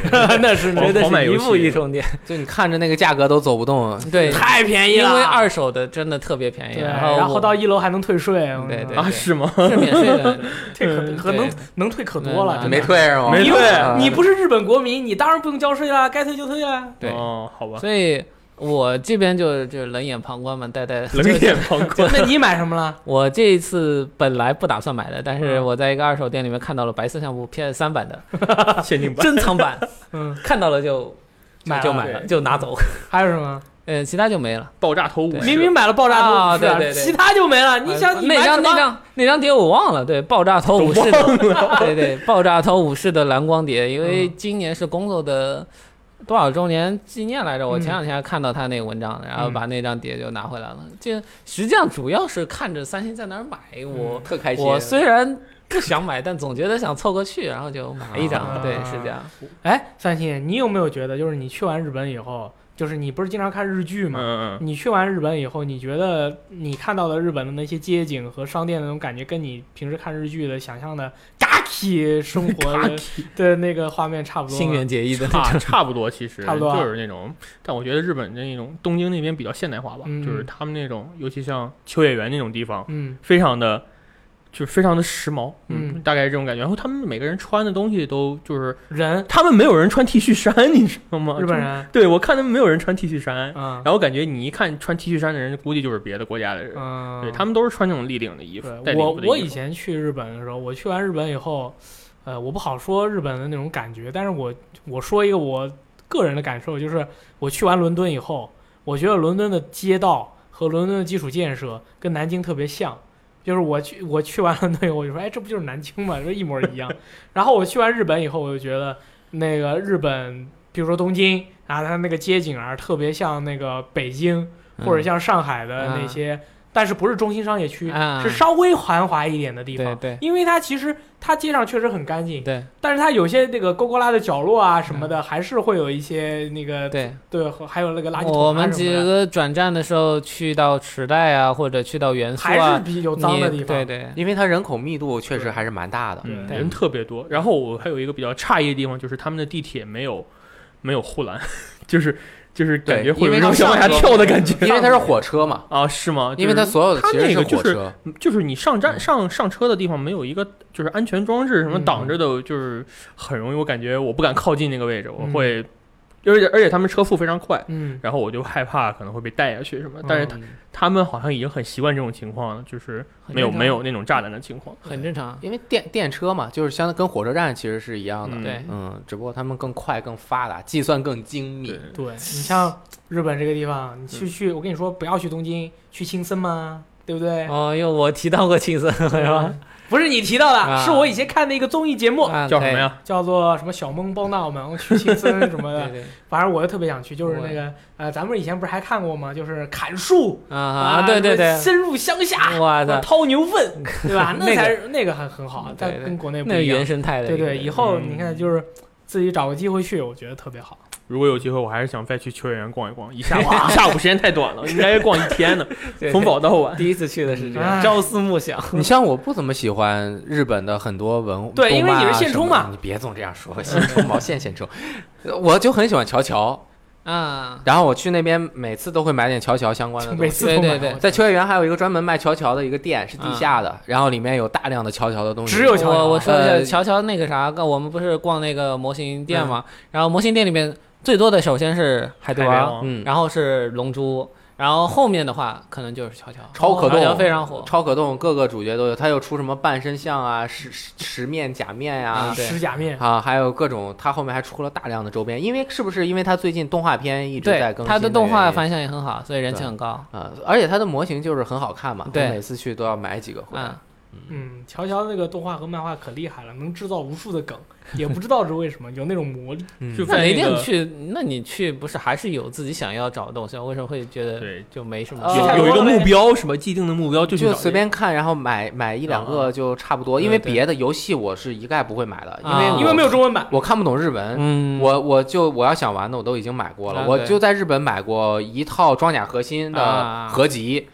[SPEAKER 3] 那是
[SPEAKER 4] 狂
[SPEAKER 3] 真的
[SPEAKER 4] 狂买
[SPEAKER 3] 是
[SPEAKER 4] 游
[SPEAKER 3] 一步
[SPEAKER 4] 戏 <laughs> 啊
[SPEAKER 3] 一冲天，
[SPEAKER 2] 就你看着那个价格都走不 <laughs> 动，啊
[SPEAKER 3] 对，
[SPEAKER 1] 太便宜
[SPEAKER 3] 因
[SPEAKER 1] 了。
[SPEAKER 3] 为二手的真的特别便宜，
[SPEAKER 1] 对，
[SPEAKER 3] 然后
[SPEAKER 1] 然后
[SPEAKER 3] 我
[SPEAKER 1] 到一楼还能退税，我
[SPEAKER 3] 对对
[SPEAKER 1] 操
[SPEAKER 4] 啊，是吗？
[SPEAKER 3] 是免税的，
[SPEAKER 1] 退可
[SPEAKER 4] 嗯
[SPEAKER 1] 可
[SPEAKER 3] 对
[SPEAKER 1] 能能退可多了，
[SPEAKER 3] 嗯
[SPEAKER 1] 真的
[SPEAKER 2] 没退是吗？嗯
[SPEAKER 4] 没
[SPEAKER 1] 因
[SPEAKER 4] 退
[SPEAKER 3] <laughs>
[SPEAKER 1] 为你不是日本国民，你当然不用交税啦，该退就退啊。
[SPEAKER 3] 对
[SPEAKER 4] 哦，好吧。
[SPEAKER 3] 所以我这边就就冷眼旁观嘛，呆 <laughs> 呆地
[SPEAKER 4] 冷眼旁
[SPEAKER 1] <laughs>
[SPEAKER 4] 观。
[SPEAKER 1] 那你买什么了？
[SPEAKER 3] 我这一次本来不打算买的，但是我在一个二手店里面看到了白色相簿 PS 三版 <laughs> 的
[SPEAKER 4] 限定版。
[SPEAKER 3] 珍藏版，
[SPEAKER 1] 嗯，
[SPEAKER 3] 看到了就就
[SPEAKER 1] 买
[SPEAKER 3] <laughs> 就
[SPEAKER 1] 了
[SPEAKER 3] 买了，
[SPEAKER 4] 对
[SPEAKER 3] 就拿走。
[SPEAKER 1] 还有什么？
[SPEAKER 3] 呃，其他就没了。
[SPEAKER 4] 爆炸头五
[SPEAKER 3] 对
[SPEAKER 4] 十，
[SPEAKER 1] 明明买了爆炸头
[SPEAKER 3] 啊
[SPEAKER 1] 武士啊
[SPEAKER 3] 对对对啊
[SPEAKER 1] 其他就没了。你想你买
[SPEAKER 3] 哎那
[SPEAKER 1] 什
[SPEAKER 3] 张那
[SPEAKER 1] 么？
[SPEAKER 3] 张那张碟我忘了，对，爆炸头武士的， <laughs> 对对，爆炸头武士的蓝光碟，因
[SPEAKER 1] 嗯
[SPEAKER 3] 为今年是工作的多少周年纪念来着？我
[SPEAKER 1] 嗯
[SPEAKER 3] 前两天还看到他那个文章，然后把那张碟就拿回来了。这实际上主要是看着三星在哪儿买，
[SPEAKER 1] 嗯
[SPEAKER 3] 我
[SPEAKER 2] 特开心。
[SPEAKER 3] 我虽然不想买，但总觉得想凑个趣，然后就买一
[SPEAKER 1] 啊
[SPEAKER 3] 张。对，是这样。
[SPEAKER 1] 哎，三星，你有没有觉得，就是你去完日本以后，就是你不是经常看日剧
[SPEAKER 4] 嗯
[SPEAKER 1] 吗？
[SPEAKER 4] 嗯，嗯
[SPEAKER 1] 你去完日本以后，你觉得你看到的日本的那些街景和商店的那种感觉，跟你平时看日剧的想象的 gaki 生活的的那个画面差不多
[SPEAKER 3] 新
[SPEAKER 1] 吗？
[SPEAKER 3] 垣结
[SPEAKER 4] <laughs>
[SPEAKER 3] 衣的那
[SPEAKER 4] 差
[SPEAKER 3] 种，
[SPEAKER 4] 啊差不多，其实
[SPEAKER 1] 差不多啊
[SPEAKER 4] 就是那种，但我觉得日本的那种东京那边比较现代化吧，
[SPEAKER 1] 嗯
[SPEAKER 4] 就是他们那种，尤其像秋叶原那种地方，
[SPEAKER 1] 嗯
[SPEAKER 4] 非常的，就是非常的时髦，
[SPEAKER 1] 嗯，
[SPEAKER 4] 大概是这种感觉。然后他们每个人穿的东西都就是，
[SPEAKER 1] 人，
[SPEAKER 4] 他们没有人穿 T 恤衫，你知道吗？
[SPEAKER 1] 日本
[SPEAKER 4] 就是，
[SPEAKER 1] 人
[SPEAKER 4] 对我看他们没有哦人穿 T 恤衫，
[SPEAKER 1] 啊，
[SPEAKER 4] 然后感觉你一看穿 T 恤衫的人，估计就是别的国家的人，
[SPEAKER 1] 嗯，
[SPEAKER 4] 对他们都是穿那种立领的衣服，带
[SPEAKER 1] 对
[SPEAKER 4] 领
[SPEAKER 1] 我
[SPEAKER 4] 子的
[SPEAKER 1] 我
[SPEAKER 4] 衣服
[SPEAKER 1] 以前去日本的时候，我去完日本以后，呃，我不好说日本的那种感觉，但是我我说一个我个人的感受，就是我去完伦敦以后，我觉得伦敦的街道和伦敦的基础建设跟南京特别像。就是我去我去完伦敦以后，我就说，哎，这不就是南京吗？这一模一样。然后我去完日本以后，我就觉得那个日本，比如说东京啊，它那个街景啊，特别像那个北京
[SPEAKER 4] 嗯
[SPEAKER 1] 或者像上海的那些，但是不是中心商业区，
[SPEAKER 3] 啊
[SPEAKER 1] 是稍微繁华一点的地
[SPEAKER 3] 对
[SPEAKER 1] 方。
[SPEAKER 3] 对
[SPEAKER 1] 因为它其实它街上确实很干净，
[SPEAKER 3] 对
[SPEAKER 1] 但是它有些那个勾勾拉的角落啊什么的，还是会有一些那个
[SPEAKER 3] 嗯对。
[SPEAKER 1] 对，还有那个垃圾桶啊
[SPEAKER 3] 我们
[SPEAKER 1] 什
[SPEAKER 3] 几
[SPEAKER 1] 么的，
[SPEAKER 3] 个转站的时候，去到池袋啊，或者去到元素
[SPEAKER 1] 还是
[SPEAKER 3] 啊，
[SPEAKER 1] 比较脏的
[SPEAKER 3] 你
[SPEAKER 1] 地方。
[SPEAKER 3] 对对，
[SPEAKER 2] 因为它人口密度确实还啊是蛮大的，
[SPEAKER 4] 嗯，
[SPEAKER 1] 对
[SPEAKER 4] 人特别多。然后我还有一个比较诧异的地方，就是他们的地铁没有没有护栏，就是就是感
[SPEAKER 2] 对
[SPEAKER 4] 觉会有
[SPEAKER 2] 因为
[SPEAKER 4] 一
[SPEAKER 2] 它
[SPEAKER 4] 种想往下
[SPEAKER 2] 上
[SPEAKER 4] 跳的感觉
[SPEAKER 2] 因为它是火车嘛，
[SPEAKER 4] 啊，是吗？
[SPEAKER 2] 因为它
[SPEAKER 4] 就是
[SPEAKER 2] 所有的
[SPEAKER 4] 它
[SPEAKER 2] 其实
[SPEAKER 4] 那个
[SPEAKER 2] 火
[SPEAKER 4] 就是
[SPEAKER 2] 车，
[SPEAKER 4] 就是你上站上上车的地方没有一个就是安全装置什么
[SPEAKER 1] 嗯
[SPEAKER 4] 挡着的，就是很容易我感觉我不敢靠近那个位置，我
[SPEAKER 1] 嗯
[SPEAKER 4] 会，而且而且他们车速非常快。
[SPEAKER 1] 嗯，
[SPEAKER 4] 然后我就害怕可能会被带下去什
[SPEAKER 2] 嗯
[SPEAKER 4] 么，但是他他们好像已经很习惯这种情况了，就是没有
[SPEAKER 3] 很正常
[SPEAKER 4] 没有那种栅栏的情况。
[SPEAKER 3] 很正常。
[SPEAKER 2] 因为电电车嘛，就是相当跟火车站其实是一样的，
[SPEAKER 4] 嗯
[SPEAKER 3] 对
[SPEAKER 2] 嗯，只不过他们更快、更发达，计算更精密
[SPEAKER 4] 对，，
[SPEAKER 1] 对你像日本这个地方，你
[SPEAKER 3] 嗯
[SPEAKER 1] 去去，我跟你说，不要去东京，去青森嘛，对不对？
[SPEAKER 3] 哦，因为我提到过青森，是吧？
[SPEAKER 1] 不是你提到的，
[SPEAKER 3] 啊
[SPEAKER 1] 是我以前看的一个综艺节目，
[SPEAKER 3] 啊
[SPEAKER 4] 叫什么？呀？
[SPEAKER 1] 叫做什么“小梦包纳们”，我
[SPEAKER 3] <laughs>
[SPEAKER 1] 去青森什么
[SPEAKER 3] 对
[SPEAKER 1] 的。
[SPEAKER 3] 对对
[SPEAKER 1] 反正我就特别想去，就是那个呃，咱们以前不是还看过吗？就是砍树
[SPEAKER 3] 啊啊，对对嗯
[SPEAKER 1] 什么
[SPEAKER 3] 对，
[SPEAKER 1] 深入乡下，
[SPEAKER 3] 哇塞，？
[SPEAKER 1] 掏牛粪，对吧
[SPEAKER 3] <laughs>
[SPEAKER 1] 那
[SPEAKER 3] 嗯那个嗯
[SPEAKER 1] 才是那个还很好，但
[SPEAKER 3] 对对
[SPEAKER 1] 跟国内不
[SPEAKER 3] 那是
[SPEAKER 1] 一
[SPEAKER 3] 原
[SPEAKER 1] 样。
[SPEAKER 3] 生态的一
[SPEAKER 1] 对
[SPEAKER 3] 个，
[SPEAKER 1] 对，以后
[SPEAKER 4] 嗯
[SPEAKER 1] 你看就是自己找个机会去，我觉得特别好。
[SPEAKER 4] 如果有机会，我还是想再去秋叶原逛一 <laughs> 逛。一下午啊一下午时间太短 <laughs> 了，应该逛一天呢，
[SPEAKER 3] 对
[SPEAKER 4] 从早到晚。
[SPEAKER 3] 第一次去的是这
[SPEAKER 1] 哎
[SPEAKER 3] 样，朝思暮想。
[SPEAKER 2] 你像我不怎么喜欢日本的很多文
[SPEAKER 1] 对因为你是
[SPEAKER 2] 动漫啊
[SPEAKER 1] 现充嘛
[SPEAKER 2] 什么的你别总这样说， <laughs> 现充毛线现
[SPEAKER 1] <laughs>
[SPEAKER 2] 充，我就很喜欢乔乔，
[SPEAKER 3] 啊，
[SPEAKER 2] 然后我去那边每次都会买点乔乔相关的东
[SPEAKER 1] <laughs> 每
[SPEAKER 2] 西。
[SPEAKER 1] 次都买
[SPEAKER 3] 对对
[SPEAKER 1] 我
[SPEAKER 2] 在秋叶原还有一个专门卖乔乔的一个店，是地下的，然后里面有大量的乔乔的东
[SPEAKER 1] 嗯
[SPEAKER 2] 西。
[SPEAKER 1] 只有乔乔
[SPEAKER 3] 我我说一下，
[SPEAKER 2] 呃
[SPEAKER 3] 乔乔那个啥，刚我们不是逛那个模型店嘛，然后模型店里面最多的首先是海贼
[SPEAKER 4] 海贼
[SPEAKER 3] 王
[SPEAKER 4] 王，
[SPEAKER 2] 嗯，
[SPEAKER 3] 然后是龙珠，然后后面的话可能就是乔乔，
[SPEAKER 2] 超可
[SPEAKER 3] 乔乔
[SPEAKER 2] 动
[SPEAKER 3] 非常火。
[SPEAKER 2] 超可动各个主角都有，他又出什么半身像啊、十十十面假面呀、
[SPEAKER 3] 啊对
[SPEAKER 1] 石甲嗯面，
[SPEAKER 2] 啊，还有各种，他后面还出了大量的周边，因为是不是因为他最近动画片一直在
[SPEAKER 3] 对
[SPEAKER 2] 更，新，
[SPEAKER 3] 他的动画
[SPEAKER 2] 反
[SPEAKER 3] 反响也很好，所以人气很高。
[SPEAKER 2] 啊、而且他的模型就是很好看嘛，我
[SPEAKER 3] 对
[SPEAKER 2] 每次去都要买几个回来。
[SPEAKER 3] 嗯，
[SPEAKER 1] 嗯，乔乔那个动画和漫画可厉害了，能制造无数的梗，也不知道是为什么，有那种魔力。
[SPEAKER 2] 嗯
[SPEAKER 4] 就
[SPEAKER 3] 那
[SPEAKER 4] 在
[SPEAKER 3] 雷
[SPEAKER 4] 那
[SPEAKER 3] 电
[SPEAKER 4] 个
[SPEAKER 3] 去，那你去不是还是有自己想要找的东西？为什么会觉得
[SPEAKER 4] 对，
[SPEAKER 3] 就没什么？
[SPEAKER 2] 呃
[SPEAKER 1] 太
[SPEAKER 4] 有有一
[SPEAKER 1] 多
[SPEAKER 4] 个
[SPEAKER 1] 了
[SPEAKER 4] 目
[SPEAKER 1] 呗
[SPEAKER 4] 标是吧？既定的目标就去
[SPEAKER 2] 就
[SPEAKER 4] 找
[SPEAKER 2] 随便看，然后买买一两个就差不多，
[SPEAKER 3] 对
[SPEAKER 2] 因为
[SPEAKER 3] 对
[SPEAKER 2] 别的游戏我是一概不会买的，因
[SPEAKER 3] 啊
[SPEAKER 2] 为
[SPEAKER 1] <laughs>
[SPEAKER 2] 我
[SPEAKER 1] 因为没有中文版，
[SPEAKER 2] 我看不懂日文，
[SPEAKER 3] 嗯，
[SPEAKER 2] 我我就我要想玩的我都已经买过了，
[SPEAKER 3] 啊
[SPEAKER 2] 我
[SPEAKER 3] 对
[SPEAKER 2] 就在日本买过一套装甲核心的
[SPEAKER 3] 啊
[SPEAKER 2] 合集，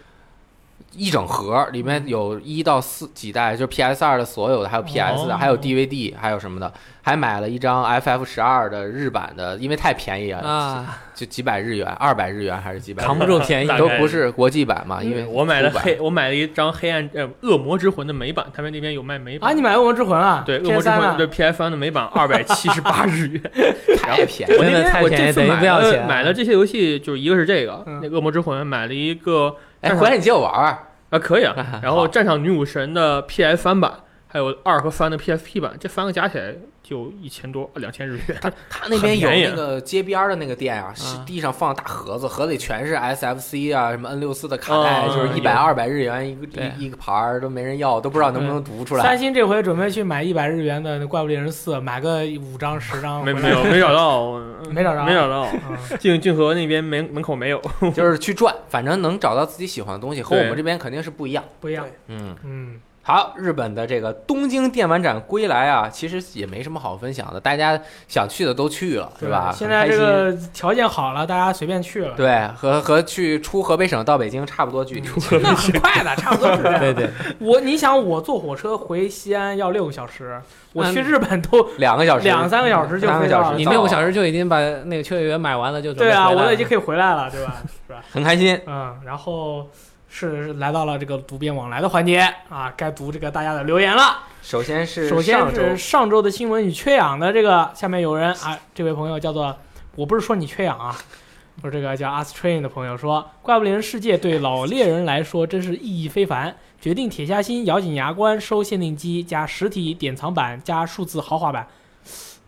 [SPEAKER 2] 一整盒，里面有一到四几代，就是 PS 二的所有的，还有 PS 的，
[SPEAKER 4] 哦
[SPEAKER 2] 还有 DVD，还有什么的，还买了一张 FF 十二的日版的，因为太便宜了，
[SPEAKER 3] 啊，
[SPEAKER 2] 就几百日元，二百日元还是几百日
[SPEAKER 3] 扛
[SPEAKER 2] 元，
[SPEAKER 3] 不住便宜
[SPEAKER 4] 大，概嗯
[SPEAKER 2] 都不是国际版嘛，因为
[SPEAKER 4] 我买了
[SPEAKER 2] 出版
[SPEAKER 4] 黑，我买了一张黑暗呃恶魔之魂的美版，他们那边有卖美
[SPEAKER 3] 嗯
[SPEAKER 4] 版
[SPEAKER 1] 啊，你买《恶魔之魂》啊？
[SPEAKER 4] 对恶魔
[SPEAKER 1] PS
[SPEAKER 4] 之
[SPEAKER 1] 三
[SPEAKER 4] 魂
[SPEAKER 1] 啊
[SPEAKER 4] 对？PFN 的美版二百七十八日 <laughs> 元。
[SPEAKER 2] 太便宜
[SPEAKER 4] 我
[SPEAKER 3] 真
[SPEAKER 4] 那
[SPEAKER 3] 的
[SPEAKER 4] 天
[SPEAKER 3] 太
[SPEAKER 4] 我
[SPEAKER 3] 便
[SPEAKER 4] 这
[SPEAKER 3] 宜，
[SPEAKER 4] 次
[SPEAKER 3] 等于
[SPEAKER 4] 买
[SPEAKER 3] 不要
[SPEAKER 4] 了
[SPEAKER 3] 钱。
[SPEAKER 4] 买了这些游戏，就是一个是这个
[SPEAKER 1] 嗯
[SPEAKER 4] 那个恶魔之魂，买了一个
[SPEAKER 2] 哎，
[SPEAKER 4] 但是
[SPEAKER 2] 回来你借我玩儿，
[SPEAKER 4] 啊可以啊
[SPEAKER 2] 好，
[SPEAKER 4] 然后战场女武神的 PS 翻版，还有二和三的 PSP 版，这三个加起来就一千多两千日元。
[SPEAKER 2] 他那边有
[SPEAKER 4] 很便宜
[SPEAKER 2] 那个街边儿的那个店啊，是地上放大盒子，盒子里全是 SFC 啊，什么 N 六四的卡带，
[SPEAKER 4] 嗯
[SPEAKER 2] 就是一百二百日元一个
[SPEAKER 3] 对
[SPEAKER 2] 一一个盘儿，都没人要，都不知道能不能读出来
[SPEAKER 1] 三。星这回准备去买一百日元的《怪物猎人四》，买个五张十张
[SPEAKER 4] 没
[SPEAKER 1] 啊回来。
[SPEAKER 4] 没有没找
[SPEAKER 1] <laughs>
[SPEAKER 4] 到，我
[SPEAKER 1] 没找着
[SPEAKER 4] 没找
[SPEAKER 1] <laughs>
[SPEAKER 4] 到。
[SPEAKER 1] 嗯
[SPEAKER 4] 静静和那边门门口没有，
[SPEAKER 2] 就是去转，反正能找到自己喜欢的东西，和我
[SPEAKER 4] 对
[SPEAKER 2] 们这边肯定是不一样。
[SPEAKER 1] 不一样。
[SPEAKER 2] 嗯，
[SPEAKER 1] 嗯，
[SPEAKER 2] 好，日本的这个东京电玩展归来啊，其实也没什么好分享的，大家想去的都去了，是吧？
[SPEAKER 1] 现在这
[SPEAKER 2] 很开心
[SPEAKER 1] 个条件好了，大家随便去了。
[SPEAKER 2] 对和和去出河北省到北京差不多距离。
[SPEAKER 1] 那很快的，差不多是
[SPEAKER 2] <laughs>
[SPEAKER 1] 这样。
[SPEAKER 3] 对对，
[SPEAKER 1] 我你想，我坐火车回西安要六个小时，我去
[SPEAKER 3] 嗯
[SPEAKER 1] 日本都
[SPEAKER 2] 两个小时，
[SPEAKER 1] 两三个小时就
[SPEAKER 2] 三个
[SPEAKER 1] 飞到
[SPEAKER 2] 小时，
[SPEAKER 1] 了
[SPEAKER 3] 你六个小时就已经把那个秋叶原买完了，就准备
[SPEAKER 1] 对啊，
[SPEAKER 3] 回来
[SPEAKER 1] 我
[SPEAKER 3] 了
[SPEAKER 1] 都已经可以回来了，对吧？
[SPEAKER 2] <laughs>
[SPEAKER 1] 是吧？
[SPEAKER 2] 很开心。
[SPEAKER 1] 嗯，然后是来到了这个读编往来的环节啊，该读这个大家的留言了。
[SPEAKER 2] 首先是
[SPEAKER 1] 首先
[SPEAKER 2] 上周
[SPEAKER 1] 是上周的新闻与缺氧的这个，下面
[SPEAKER 2] <laughs>
[SPEAKER 1] 有人啊，这位朋友叫做，我不是说你缺氧啊， <laughs> 我这个叫 a s t r a i n 的朋友啊说，怪物猎人世界对老猎人来说真是意义非凡，决定铁下心咬紧牙关收限定机加实体典藏版加数字豪华版，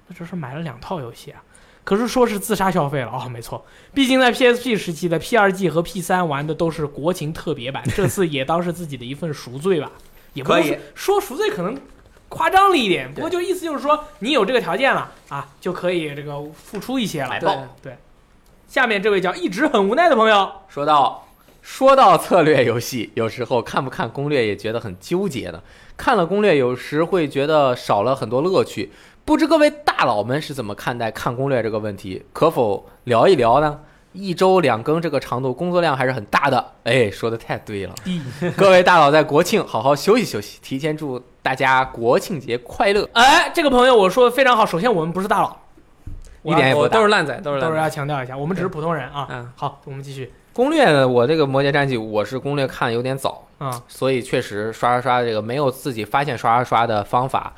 [SPEAKER 1] 那这是买了两套游戏啊。可是说是自杀消费了哦，没错，毕竟在 PSP 时期的 P 2 G 和 P 3玩的都是国情特别
[SPEAKER 2] <laughs>
[SPEAKER 1] 版，这次也当是自己的一份赎罪吧，也不
[SPEAKER 2] 可
[SPEAKER 1] 能
[SPEAKER 2] 以
[SPEAKER 1] 说说赎罪可能夸张了一点，不过
[SPEAKER 2] 对
[SPEAKER 1] 就意思就是说，你有这个条件了啊，就可以这个付出一些了。
[SPEAKER 2] 买
[SPEAKER 1] 对
[SPEAKER 2] 爆
[SPEAKER 1] 对，下面这位叫一直很无奈的朋友，
[SPEAKER 2] 说到说到策略游戏，有时候看不看攻略也觉得很纠结呢。看了攻略，有时会觉得少了很多乐趣。不知各位大佬们是怎么看待看攻略这个问题？可否聊一聊呢？一周两更这个长度，工作量还是很大的。哎，说的太对了， <laughs> 各位大佬在国庆好好休息休息，提前祝大家国庆节快乐。
[SPEAKER 1] <laughs> 哎，这个朋友我说的非常好，首先我们不是大佬，
[SPEAKER 2] 一点也不
[SPEAKER 3] 我
[SPEAKER 2] 大
[SPEAKER 3] 都是烂仔，都是
[SPEAKER 1] 都
[SPEAKER 3] 烂
[SPEAKER 1] 是要
[SPEAKER 3] 仔。
[SPEAKER 1] 强调一下，我们只是普通人啊。
[SPEAKER 3] 嗯，
[SPEAKER 1] 好，我们继续
[SPEAKER 2] 攻略呢，我这个《魔界战记》，我是攻略看有点早，
[SPEAKER 1] 啊，
[SPEAKER 2] 所以确实刷刷刷这个没有自己发现刷刷刷的方法，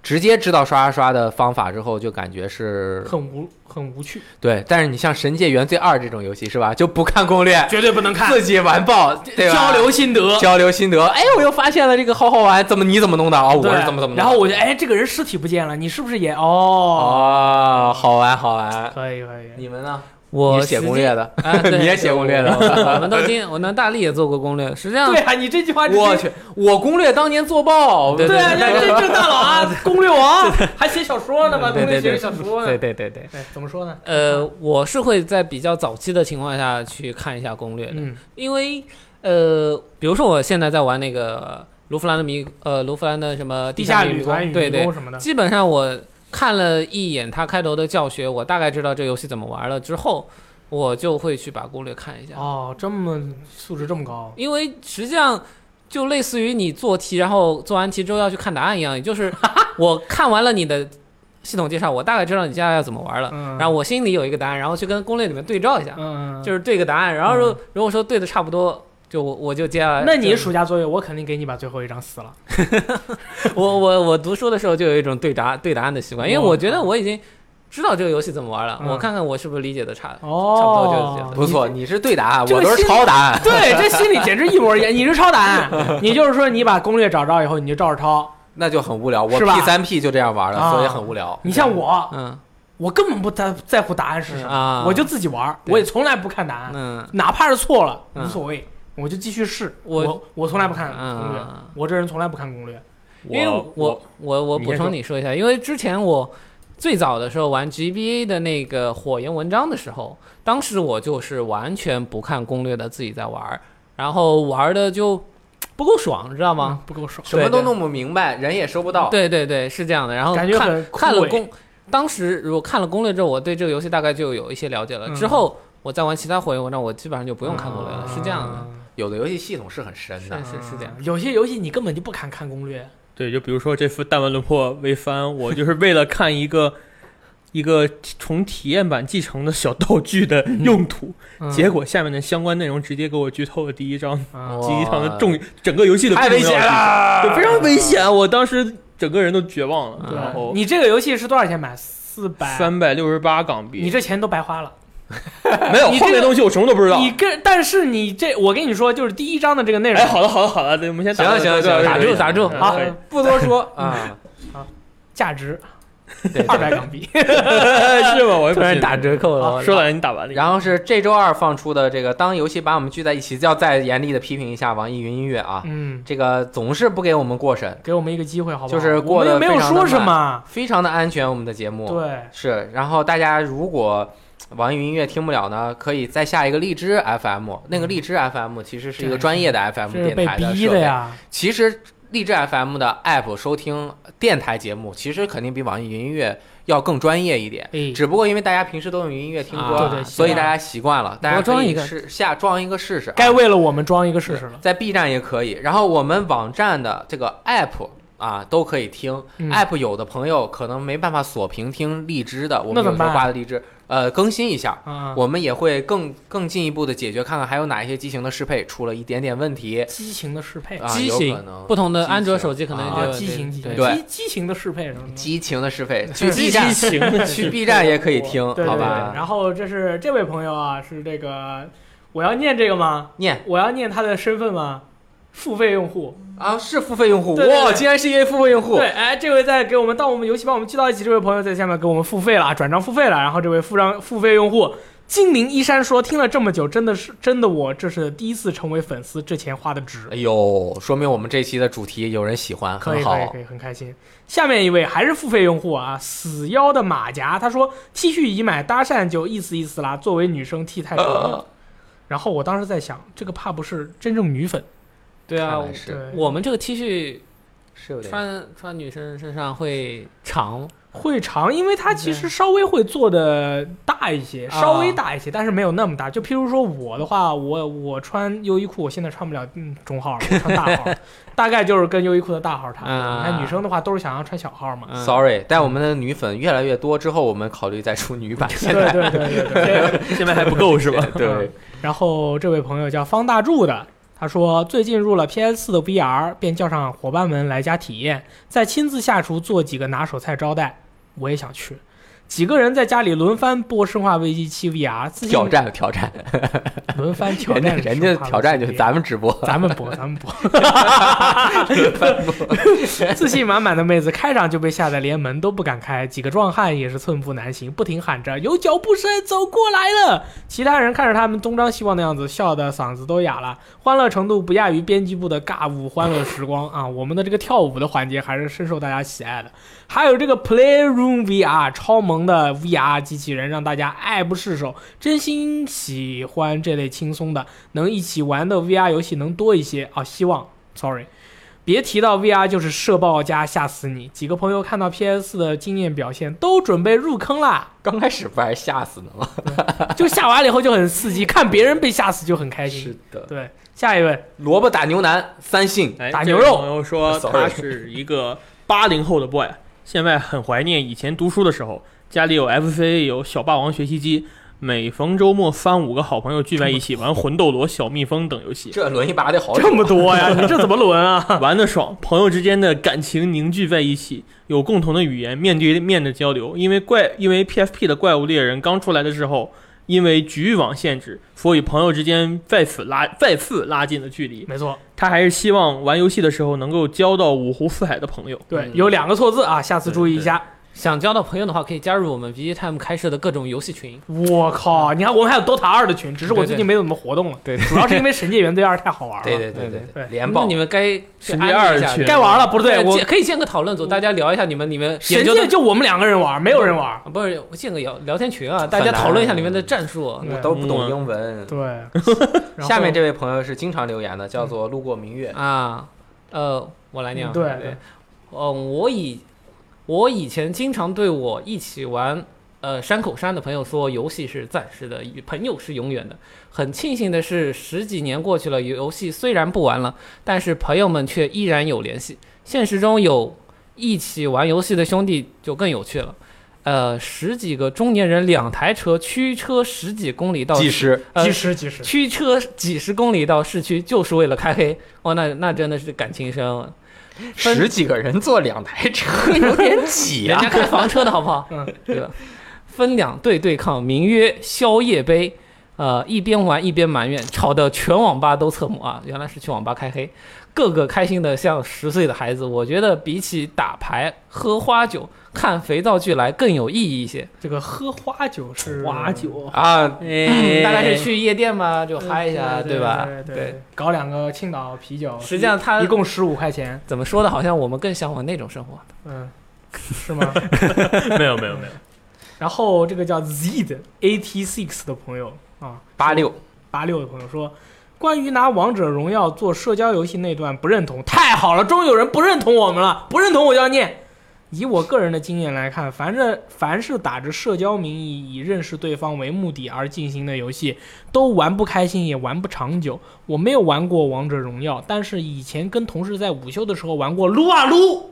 [SPEAKER 2] 直接知道刷刷刷的方法之后，就感觉是
[SPEAKER 1] 很无很无趣，
[SPEAKER 2] 对。但是你像《神界原罪二》这种游戏是吧，就不看攻略，
[SPEAKER 1] 绝对不能看。
[SPEAKER 2] 自己完爆，对吧？啊
[SPEAKER 1] 交流心得，
[SPEAKER 2] 交流心得，哎，我又发现了这个好好玩，怎么你怎么弄的啊、哦？我
[SPEAKER 1] 对
[SPEAKER 2] 是怎么怎么弄的
[SPEAKER 1] 然后我就哎，这个人尸体不见了，你是不是也哦？
[SPEAKER 2] 哦，好玩好玩。
[SPEAKER 1] 可以可以，
[SPEAKER 2] 你们呢？
[SPEAKER 3] 我
[SPEAKER 2] 你写攻略的，
[SPEAKER 3] 啊，
[SPEAKER 2] <laughs>
[SPEAKER 3] 对
[SPEAKER 2] 你也写攻略的
[SPEAKER 3] 对我我我们都经，我能大力也做过攻略。实际上
[SPEAKER 1] 对，啊，你这句话直接
[SPEAKER 2] 我去，我攻略当年做爆，
[SPEAKER 3] 对
[SPEAKER 1] 对啊，
[SPEAKER 3] 对对
[SPEAKER 1] 这这这大佬
[SPEAKER 3] <laughs>
[SPEAKER 1] 啊，攻略王还写小说呢吧？
[SPEAKER 3] 对
[SPEAKER 1] 攻略
[SPEAKER 3] 对对
[SPEAKER 1] 写小说呢
[SPEAKER 3] 对？对对对，
[SPEAKER 1] 对，怎么说呢？
[SPEAKER 3] 呃，我是会在比较早期的情况下去看一下攻略的，
[SPEAKER 1] 嗯，
[SPEAKER 3] 因为呃，比如说我现在在玩那个卢浮兰的迷，呃，卢浮兰的什么
[SPEAKER 1] 地下
[SPEAKER 3] 旅
[SPEAKER 1] 旅团与
[SPEAKER 3] 对
[SPEAKER 1] 迷
[SPEAKER 3] 对
[SPEAKER 1] 宫，什么的，
[SPEAKER 3] 基本上我看了一眼它开头的教学，我大概知道这游戏怎么玩了之后，我就会去把攻略看一下，
[SPEAKER 1] 哦，这么素质这么高，
[SPEAKER 3] 因为实际上就类似于你做题，然后做完题之后要去看答案一样，也就是
[SPEAKER 1] <laughs>
[SPEAKER 3] 我看完了你的系统介绍，我大概知道你接下来要怎么玩了，
[SPEAKER 1] 嗯，
[SPEAKER 3] 然后我心里有一个答案，然后去跟攻略里面对照一下，
[SPEAKER 1] 嗯，
[SPEAKER 3] 就是是对个答案，然后如
[SPEAKER 1] 嗯
[SPEAKER 3] 如果说对的差不多。就我我就接下来，
[SPEAKER 1] 那你
[SPEAKER 3] 就
[SPEAKER 1] 暑假作业，我肯定给你把最后一张撕了。
[SPEAKER 3] <laughs> 我我我读书的时候就有一种对答对答案的习惯，因为
[SPEAKER 1] 我
[SPEAKER 3] 我觉得我已经知道这个游戏怎么玩了，
[SPEAKER 1] 嗯
[SPEAKER 3] 我看看我是不是理解的差。
[SPEAKER 1] 哦，
[SPEAKER 3] 差不多就是这样
[SPEAKER 2] 不错，。你是对答案，
[SPEAKER 1] 这
[SPEAKER 2] 我
[SPEAKER 1] 个
[SPEAKER 2] 都是
[SPEAKER 1] 心
[SPEAKER 2] 抄答啊案。
[SPEAKER 1] <laughs> 对，这心里简直一模一样。你是抄答
[SPEAKER 3] <laughs>
[SPEAKER 1] 案，你就是说你把攻略找着以后，你就照着抄。
[SPEAKER 2] 那就很无聊。我
[SPEAKER 1] 是吧
[SPEAKER 2] P 三 P 就这样玩了，
[SPEAKER 1] 啊
[SPEAKER 2] 所以很无聊。
[SPEAKER 1] 你像我，
[SPEAKER 3] 嗯
[SPEAKER 1] 我根本不在在乎答案是什
[SPEAKER 3] 嗯
[SPEAKER 1] 么，
[SPEAKER 3] 啊，
[SPEAKER 1] 我就自己玩儿，
[SPEAKER 3] 对
[SPEAKER 1] 我也从来不看答案。
[SPEAKER 3] 嗯
[SPEAKER 1] 哪怕是错了无
[SPEAKER 3] 嗯
[SPEAKER 1] 所谓，我就继续试。
[SPEAKER 3] 我
[SPEAKER 1] 我我从来不看攻略，
[SPEAKER 3] 嗯，
[SPEAKER 1] 我这人从来不看攻略。
[SPEAKER 3] <laughs> 因为我我我我
[SPEAKER 4] 你
[SPEAKER 3] 补
[SPEAKER 4] 先
[SPEAKER 3] 充
[SPEAKER 4] 说
[SPEAKER 3] 你说一下，因为之前我最早的时候玩 GBA 的那个火焰文章的时候，当时我就是完全不看攻略的，自己在玩儿，然后玩的就不够爽，知道吗？
[SPEAKER 1] 嗯不够爽，
[SPEAKER 2] 什么
[SPEAKER 3] 对
[SPEAKER 2] 都
[SPEAKER 3] 对
[SPEAKER 2] 弄不明白，人也收不到。
[SPEAKER 3] 对对对，是这样的。然后
[SPEAKER 1] 嗯感觉
[SPEAKER 3] 哦看
[SPEAKER 1] 很
[SPEAKER 3] 看了
[SPEAKER 1] 枯萎
[SPEAKER 3] 攻，当时如果看了攻略之后，我对这个游戏大概就有一些了解了。
[SPEAKER 1] 嗯
[SPEAKER 3] 之后我再玩其他火影文章，我基本上就不用看攻略了，是这样的。
[SPEAKER 1] 嗯
[SPEAKER 2] 有的游戏系统是很深的
[SPEAKER 3] 是。是是这样
[SPEAKER 1] 嗯有些游戏你根本就不敢看攻略，
[SPEAKER 4] 对，就比如说这副《弹丸论破》微翻，我就是为了看一个一个从体验版继承的小道具的用途，
[SPEAKER 1] 嗯
[SPEAKER 4] 结果下面的相关内容直接给我剧透了第一章
[SPEAKER 1] 啊
[SPEAKER 4] 集一堂的
[SPEAKER 2] 哇
[SPEAKER 4] 重整个游戏的
[SPEAKER 1] 太危
[SPEAKER 4] 重要
[SPEAKER 1] 险
[SPEAKER 4] 剧
[SPEAKER 1] 了，嗯
[SPEAKER 4] 对，非常危险，我当时整个人都绝望了。
[SPEAKER 3] 对
[SPEAKER 4] 然
[SPEAKER 2] 哦
[SPEAKER 4] 后
[SPEAKER 1] 你这个游戏是多少钱买？四百。
[SPEAKER 4] 三百六十八港币，
[SPEAKER 1] 你这钱都白花了，
[SPEAKER 4] 没有
[SPEAKER 1] 你这
[SPEAKER 4] 后面
[SPEAKER 1] 个
[SPEAKER 4] 东西我什么都不知道。
[SPEAKER 1] 你跟但是你这，我跟你说，就是第一章的这个内容，
[SPEAKER 4] 哎，好了好了好了，对我们先
[SPEAKER 1] 啊
[SPEAKER 4] 打
[SPEAKER 2] 行行
[SPEAKER 4] 对对
[SPEAKER 2] 行，
[SPEAKER 4] 对
[SPEAKER 3] 打
[SPEAKER 4] 对
[SPEAKER 3] 住打住
[SPEAKER 4] 对
[SPEAKER 1] 好
[SPEAKER 4] 可以
[SPEAKER 2] 不多说 <laughs> 啊，
[SPEAKER 1] 价值
[SPEAKER 2] 对
[SPEAKER 1] 二百港币，
[SPEAKER 4] <laughs> 是吗？我也
[SPEAKER 3] 突
[SPEAKER 4] 不
[SPEAKER 3] 然
[SPEAKER 4] 信
[SPEAKER 3] 打折扣了，
[SPEAKER 4] 说了你打完了，
[SPEAKER 2] 然后是这周二放出的这个，当游戏把我们聚在一起，要再严厉的批评一下网易云音乐啊，
[SPEAKER 1] 嗯，
[SPEAKER 2] 这个总是不给我们过审，
[SPEAKER 1] 给我们一个机会，好不好？
[SPEAKER 2] 就是
[SPEAKER 1] 我
[SPEAKER 2] 过
[SPEAKER 1] 们
[SPEAKER 2] 得
[SPEAKER 1] 又没有
[SPEAKER 2] 非常地
[SPEAKER 1] 说什
[SPEAKER 2] 慢哦
[SPEAKER 1] 么，
[SPEAKER 2] 非常的安全。我们的节目
[SPEAKER 1] 对，
[SPEAKER 2] 是，然后大家如果网易云音乐听不了呢，可以再下一个荔枝 FM，那个荔枝 FM 其实是一个专业的 FM
[SPEAKER 1] 这是
[SPEAKER 2] 电
[SPEAKER 1] 被
[SPEAKER 2] 台的
[SPEAKER 1] 逼
[SPEAKER 2] 设
[SPEAKER 1] 的
[SPEAKER 2] 备。
[SPEAKER 1] 呀，
[SPEAKER 2] 其实荔枝 FM 的 App 收听电台节目，其实肯定比网易云音乐要更专业一点。
[SPEAKER 1] 哎，
[SPEAKER 2] 只不过因为大家平时都用云音乐听歌，
[SPEAKER 1] 啊对对
[SPEAKER 2] 所以
[SPEAKER 1] 习惯了
[SPEAKER 2] 大家习惯了，大家
[SPEAKER 3] 我装
[SPEAKER 2] 可以
[SPEAKER 3] 一个
[SPEAKER 2] 试下装一个试试啊。
[SPEAKER 1] 该为了我们装一个试试了。
[SPEAKER 2] 在 B 站也可以，然后我们网站的这个 App 啊都可以听。
[SPEAKER 1] 嗯
[SPEAKER 2] App 有的朋友可能没办法锁屏听荔枝的，我
[SPEAKER 1] 那
[SPEAKER 2] 们
[SPEAKER 1] 怎
[SPEAKER 2] 有
[SPEAKER 1] 么
[SPEAKER 2] 时
[SPEAKER 1] 办
[SPEAKER 2] 候
[SPEAKER 1] 啊
[SPEAKER 2] 挂的荔枝，呃，更新一下。
[SPEAKER 1] 啊，
[SPEAKER 2] 我们也会更更进一步的解决，看看还有哪一些机型的适配出了一点点问题
[SPEAKER 1] 激情的适配
[SPEAKER 2] 啊，
[SPEAKER 3] 机
[SPEAKER 2] 有
[SPEAKER 3] 型
[SPEAKER 2] 可能
[SPEAKER 3] 不同的
[SPEAKER 2] 机
[SPEAKER 3] 安卓
[SPEAKER 2] 型
[SPEAKER 3] 手机可能
[SPEAKER 2] 啊
[SPEAKER 1] 啊，
[SPEAKER 3] 就
[SPEAKER 1] 激情激情
[SPEAKER 3] 对
[SPEAKER 2] 对
[SPEAKER 1] 激激情的适配什么的。
[SPEAKER 2] 激情的适配，去
[SPEAKER 4] 激
[SPEAKER 2] B 站
[SPEAKER 4] 情的
[SPEAKER 2] 去 B 站也可以听，
[SPEAKER 1] 对
[SPEAKER 2] 好
[SPEAKER 1] 对对，
[SPEAKER 2] 吧？
[SPEAKER 1] 然后这是这位朋友啊，是这个，我要念这个吗？
[SPEAKER 2] 念
[SPEAKER 1] 我要念他的身份吗？付费用户，
[SPEAKER 2] 啊，是付费用户
[SPEAKER 1] 对对对
[SPEAKER 2] 哇，竟然是一位付费用户
[SPEAKER 1] 对，，哎，这位在给我们当我们游戏把我们聚到一起，这位朋友在下面给我们付费了啊，转账付费了。然后这位付账付费用户精灵一山说，听了这么久，真的是真的我这是第一次成为粉丝，这钱花的值
[SPEAKER 2] 哎。呦，说明我们这期的主题有人喜欢，
[SPEAKER 1] 可
[SPEAKER 2] 很
[SPEAKER 1] 以可以
[SPEAKER 2] 好
[SPEAKER 1] 可以，很开心。下面一位还是付费用户啊，死妖的马甲，他说 T 恤已买，搭讪就意思意思啦。作为女生 T 太丑
[SPEAKER 3] 呃
[SPEAKER 1] 了。然后我当时在想，这个怕不是真正女粉，
[SPEAKER 3] 对啊
[SPEAKER 2] 看，来是
[SPEAKER 1] 对，
[SPEAKER 3] <laughs> 我们这个 T 恤
[SPEAKER 2] 是有点
[SPEAKER 3] 穿穿女生身上会长，
[SPEAKER 1] 会长，因为它其实稍微会做的大一些，
[SPEAKER 3] 啊
[SPEAKER 1] 稍微大一些，但是没有那么大。就譬如说我的话，我我穿优衣库，我现在穿不了嗯中号了， <laughs> 我穿大号，大概就是跟优衣库的大号差不多。你看
[SPEAKER 3] 啊
[SPEAKER 1] 女生的话都是想要穿小号
[SPEAKER 3] <laughs>
[SPEAKER 1] 嘛。
[SPEAKER 3] 嗯
[SPEAKER 2] sorry，但我们的女粉越来越多之后，我们考虑再出女版。
[SPEAKER 1] 对 <laughs> 嗯对对对对对。
[SPEAKER 4] 现在还不够是吧？
[SPEAKER 1] 对，然后这位朋友叫方大柱的，他说最近入了 PS 4的 VR，便叫上伙伴们来家体验，再亲自下厨做几个拿手菜招待。我也想去，几个人在家里轮番播《生化危机7 VR》，自信
[SPEAKER 2] 挑战挑战，
[SPEAKER 1] 轮番 <laughs> 挑
[SPEAKER 2] 人家
[SPEAKER 1] 战
[SPEAKER 2] 人家
[SPEAKER 1] 生化
[SPEAKER 2] 挑战
[SPEAKER 1] 危
[SPEAKER 2] 就
[SPEAKER 1] 机
[SPEAKER 2] 是咱们直播，
[SPEAKER 1] 咱们播，咱们播。自信满满的妹子开场就被吓得连门都不敢开，几个壮汉也是寸步难行，不停喊着“有脚步声，走过来了”。其他人看着他们东张西望的样子，笑得嗓子都哑了，欢乐程度不亚于编辑部的尬舞欢乐时光啊！我们的这个跳舞的环节还是深受大家喜爱的。还有这个 Playroom VR 超萌的 VR 机器人，让大家爱不释手，真心喜欢这类轻松的。能一起玩的 VR 游戏能多一些啊，希望。Sorry，别提到 VR 就是社爆加吓死你。几个朋友看到 PS 的经验表现，都准备入坑啦， <laughs>
[SPEAKER 2] 刚开始不还吓死呢吗？
[SPEAKER 1] 就吓完了以后就很刺激，看别人被吓死就很开心。
[SPEAKER 2] 的，
[SPEAKER 1] 对，下一位，
[SPEAKER 2] 萝卜打牛腩，三信
[SPEAKER 4] 哎
[SPEAKER 1] 打
[SPEAKER 4] 这
[SPEAKER 1] 牛
[SPEAKER 4] 位
[SPEAKER 1] 肉
[SPEAKER 4] 朋友说
[SPEAKER 2] Sorry
[SPEAKER 4] 他是一个八零后的 boy，现在很怀念以前读书的时候，家里有 FC，有小霸王学习机。每逢周末，三五个好朋友聚在一起玩魂斗罗、小蜜蜂等游戏，
[SPEAKER 2] 这轮一把得好久
[SPEAKER 1] 这么多呀，你这怎么轮啊？
[SPEAKER 4] <laughs> 玩的爽，朋友之间的感情凝聚在一起，有共同的语言，面对面的交流。因为怪，因为 PFP 的怪物猎人刚出来的时候，因为局域网限制，所以朋友之间再次拉再次拉近了距离。
[SPEAKER 1] <laughs> 没错，
[SPEAKER 4] 他还是希望玩游戏的时候能够交到五湖四海的朋友。
[SPEAKER 1] 对，
[SPEAKER 2] 嗯
[SPEAKER 1] 有两个错字啊，下次注意一下。
[SPEAKER 3] <laughs> 想交到朋友的话，可以加入我们 B G Time 开设的各种游戏群。
[SPEAKER 1] 我靠，你看我们还有 DOTA 二的群，只是我
[SPEAKER 3] 对
[SPEAKER 1] 最近没怎么活动了，
[SPEAKER 3] 对
[SPEAKER 1] 主要是因为《神界原罪二》太好玩了。
[SPEAKER 2] 对对对
[SPEAKER 3] 对
[SPEAKER 2] 对，
[SPEAKER 1] 对
[SPEAKER 2] 连
[SPEAKER 3] 那
[SPEAKER 2] 爆
[SPEAKER 3] 你们该
[SPEAKER 4] 神界二
[SPEAKER 3] 去安利
[SPEAKER 4] 群
[SPEAKER 3] 一下
[SPEAKER 1] 该玩了，不对，我
[SPEAKER 3] 建可以建个讨论组，大家聊一下你们你们
[SPEAKER 1] 神
[SPEAKER 3] 研究的
[SPEAKER 1] 界就我们两个人玩，没有人玩。
[SPEAKER 3] 啊不是建个聊聊天群啊，大家讨论一下里面的战术。啊
[SPEAKER 1] 对
[SPEAKER 2] 都不懂英文。
[SPEAKER 1] 对，然后
[SPEAKER 2] 下面这位朋友是经常留言的，叫做路过明月，
[SPEAKER 3] 啊，呃，我来念啊。呃
[SPEAKER 1] 嗯对
[SPEAKER 3] 对，嗯，我以我以前经常对我一起玩呃山口山的朋友说，游戏是暂时的，朋友是永远的。很庆幸的是，十几年过去了，游戏虽然不玩了，但是朋友们却依然有联系。现实中有一起玩游戏的兄弟就更有趣了。呃，十几个中年人，两台车驱车十几公里到
[SPEAKER 2] 嗯技师
[SPEAKER 3] 呃
[SPEAKER 1] 及时及时，
[SPEAKER 3] 驱车几十公里到市区就是为了开黑，哇，那那真的是感情深啊！分
[SPEAKER 2] 十几个人坐两台 <laughs> 车有点挤
[SPEAKER 3] <laughs> 人
[SPEAKER 2] 啊
[SPEAKER 3] 家。开房车的好不好？
[SPEAKER 1] 嗯，
[SPEAKER 3] 对吧？分两队对抗，名曰宵夜杯。呃，一边玩一边埋怨，吵得全网吧都侧目啊！原来是去网吧开黑，个个开心的像十岁的孩子。我觉得比起打牌、喝花酒、看肥皂剧来更有意义一些。
[SPEAKER 1] 这个喝花酒是
[SPEAKER 4] 花，
[SPEAKER 2] <laughs>
[SPEAKER 4] 酒，
[SPEAKER 2] 啊，
[SPEAKER 4] 哎
[SPEAKER 3] 大概是去夜店嘛，就
[SPEAKER 1] 对
[SPEAKER 3] 嗨一下，
[SPEAKER 1] 对
[SPEAKER 3] 吧？
[SPEAKER 1] 对对，对搞两个青岛啤酒，
[SPEAKER 3] 实际上他
[SPEAKER 1] 一共十五块钱，
[SPEAKER 3] 怎么说的，好像我们更向往那种生活。
[SPEAKER 1] 嗯，是
[SPEAKER 3] <laughs>
[SPEAKER 1] 吗？
[SPEAKER 4] <laughs> 没有没有没有，
[SPEAKER 1] 然后这个叫 Z 的 AT Six 的朋友啊，
[SPEAKER 2] 八六
[SPEAKER 1] 八六的朋友说，关于拿王者荣耀做社交游戏那段不认同，太好了，终于有人不认同我们了，不认同我就要念。以我个人的经验来看，凡是凡是打着社交名义以认识对方为目的而进行的游戏，都玩不开心，也玩不长久。我没有玩过王者荣耀，但是以前跟同事在午休的时候玩过撸啊撸，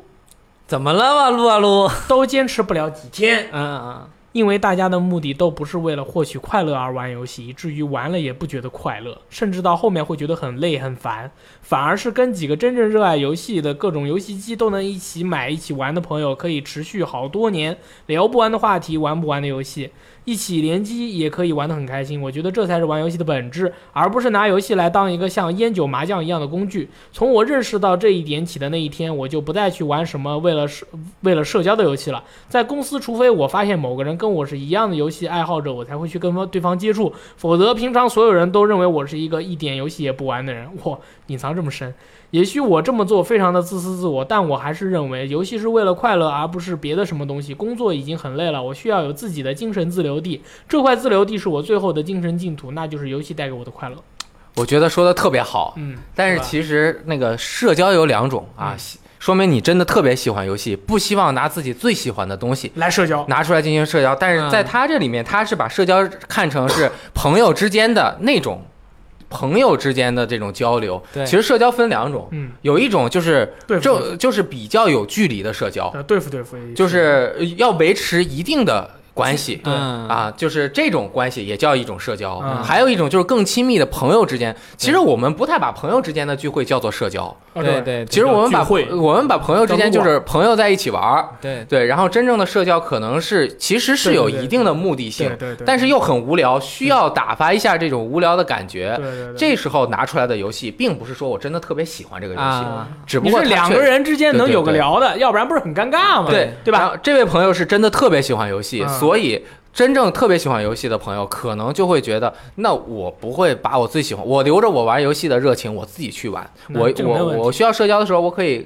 [SPEAKER 3] 怎么了嘛，撸啊撸？
[SPEAKER 1] 都坚持不了几天。
[SPEAKER 3] 嗯嗯
[SPEAKER 1] 因为大家的目的都不是为了获取快乐而玩游戏，以至于玩了也不觉得快乐，甚至到后面会觉得很累很烦，反而是跟几个真正热爱游戏的各种游戏机都能一起买、一起玩的朋友，可以持续好多年，聊不完的话题，玩不完的游戏，一起联机也可以玩得很开心。我觉得这才是玩游戏的本质，而不是拿游戏来当一个像烟酒麻将一样的工具。从我认识到这一点起的那一天，我就不再去玩什么为了社为了社交的游戏了。在公司，除非我发现某个人跟我是一样的游戏爱好者，我才会去跟对方接触，否则平常所有人都认为我是一个一点游戏也不玩的人。哇，隐藏这么深，也许我这么做非常的自私自我，但我还是认为游戏是为了快乐，而不是别的什么东西。工作已经很累了，我需要有自己的精神自留地，这块自留地是我最后的精神净土，那就是游戏带给我的快乐。
[SPEAKER 2] 我觉得说的特别好，
[SPEAKER 1] 嗯，
[SPEAKER 2] 但是
[SPEAKER 1] 吧
[SPEAKER 2] 其实那个社交有两种啊
[SPEAKER 1] 嗯，
[SPEAKER 2] 喜说明你真的特别喜欢游戏，不希望拿自己最喜欢的东西
[SPEAKER 1] 来社交，
[SPEAKER 2] 拿出来进行社交。但是在他这里面，他是把社交看成是朋友之间的那种朋友之间的这种交流。
[SPEAKER 3] 对
[SPEAKER 2] 其实社交分两种，
[SPEAKER 1] 嗯，
[SPEAKER 2] 有一种就是
[SPEAKER 1] 对付对付
[SPEAKER 2] 就就是比较有距离的社交，
[SPEAKER 1] 呃，对付对付，
[SPEAKER 2] 就是呃要维持一定的关系。
[SPEAKER 1] 对
[SPEAKER 3] 嗯，
[SPEAKER 2] 啊，就是这种关系也叫一种社交，
[SPEAKER 1] 嗯
[SPEAKER 2] 还有一种就是更亲密的朋友之间。其实我们不太把朋友之间的聚会叫做社交，
[SPEAKER 1] 啊
[SPEAKER 3] 对
[SPEAKER 1] 对，
[SPEAKER 3] 对，
[SPEAKER 2] 其实我们把
[SPEAKER 4] 聚会
[SPEAKER 2] 我们把朋友之间就是朋友在一起玩儿，
[SPEAKER 3] 对
[SPEAKER 2] 对，然后真正的社交可能是其实是有
[SPEAKER 1] 对对对
[SPEAKER 2] 一定的目的性
[SPEAKER 1] 对，对对，
[SPEAKER 2] 但是又很无聊，需要打发一下这种无聊的感觉
[SPEAKER 1] 对。对对，
[SPEAKER 2] 这时候拿出来的游戏，并不是说我真的特别喜欢这个游戏，
[SPEAKER 3] 啊，
[SPEAKER 2] 只不
[SPEAKER 1] 你
[SPEAKER 2] 过
[SPEAKER 1] 是
[SPEAKER 2] 它
[SPEAKER 1] 两
[SPEAKER 2] 确
[SPEAKER 1] 个人之间能有个
[SPEAKER 2] 对对对
[SPEAKER 1] 聊的，要不然不是很尴尬吗？
[SPEAKER 2] 对
[SPEAKER 1] 对吧？
[SPEAKER 2] 然后这位朋友是真的特别喜欢游戏，
[SPEAKER 1] 嗯
[SPEAKER 2] 所以真正特别喜欢游戏的朋友，可能就会觉得，那我不会把我最喜欢，我留着我玩游戏的热情，我自己去玩。
[SPEAKER 1] 嗯
[SPEAKER 2] 我
[SPEAKER 1] 这个没
[SPEAKER 2] 我
[SPEAKER 1] 问题
[SPEAKER 2] 我需要社交的时候，我可以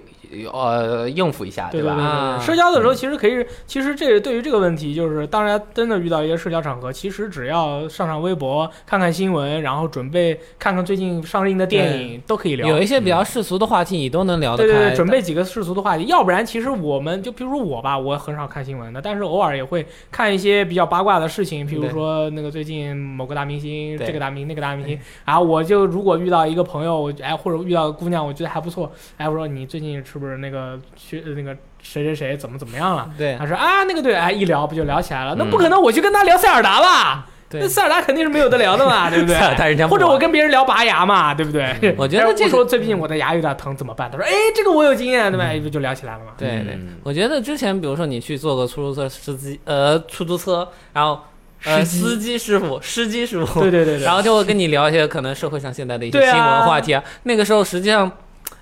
[SPEAKER 2] 呃应付一下，
[SPEAKER 1] 对
[SPEAKER 2] 吧？
[SPEAKER 3] 啊
[SPEAKER 1] 对社交的时候，其实可以，其实这对于这个问题，就是当然真的遇到一些社交场合，其实只要上上微博，看看新闻，然后准备看看最近上映的电影，都可以聊。
[SPEAKER 3] 有一些比较世俗的话题你都能聊得
[SPEAKER 1] 对
[SPEAKER 3] 开。
[SPEAKER 1] 对对，准备几个世俗的话题，要不然其实我们就比如说我吧，我很少看新闻的，但是偶尔也会看一些比较八卦的事情，比如
[SPEAKER 3] 对
[SPEAKER 1] 说那个最近某个大明星，
[SPEAKER 3] 对
[SPEAKER 1] 这个大明星那个大明星，然后我就如果遇到一个朋友，我就哎或者遇到个姑娘，我觉得还不错，哎我说你最近是不是那个去呃那个谁谁谁怎么怎么样了？
[SPEAKER 3] 对
[SPEAKER 1] 他说啊那个对，哎一聊不就聊起来了？那
[SPEAKER 2] 嗯
[SPEAKER 1] 不可能我去跟他聊塞尔达吧？
[SPEAKER 3] 对
[SPEAKER 1] 那塞尔达肯定是没有得聊的嘛，对不对？
[SPEAKER 3] 塞尔达人家不
[SPEAKER 1] 或者我
[SPEAKER 3] 玩
[SPEAKER 1] 跟别人聊拔牙嘛，对不对？
[SPEAKER 3] 我觉得这
[SPEAKER 1] 我
[SPEAKER 3] 个嗯
[SPEAKER 1] 说最近我的牙有点疼，怎么办？他说，哎，这个我有经验，对吧？哎不就聊起来了
[SPEAKER 3] <laughs>
[SPEAKER 1] 嘛。
[SPEAKER 3] 对对
[SPEAKER 2] 嗯，
[SPEAKER 3] 我觉得之前比如说你去坐个出租车司机，呃，出租车，然后呃
[SPEAKER 1] 司机
[SPEAKER 3] 司机师傅、司机师傅，
[SPEAKER 1] 对对对对，
[SPEAKER 3] 然后就会跟你聊一些可能社会上现在的一些
[SPEAKER 1] 对啊
[SPEAKER 3] 新闻话题啊。那个时候实际上，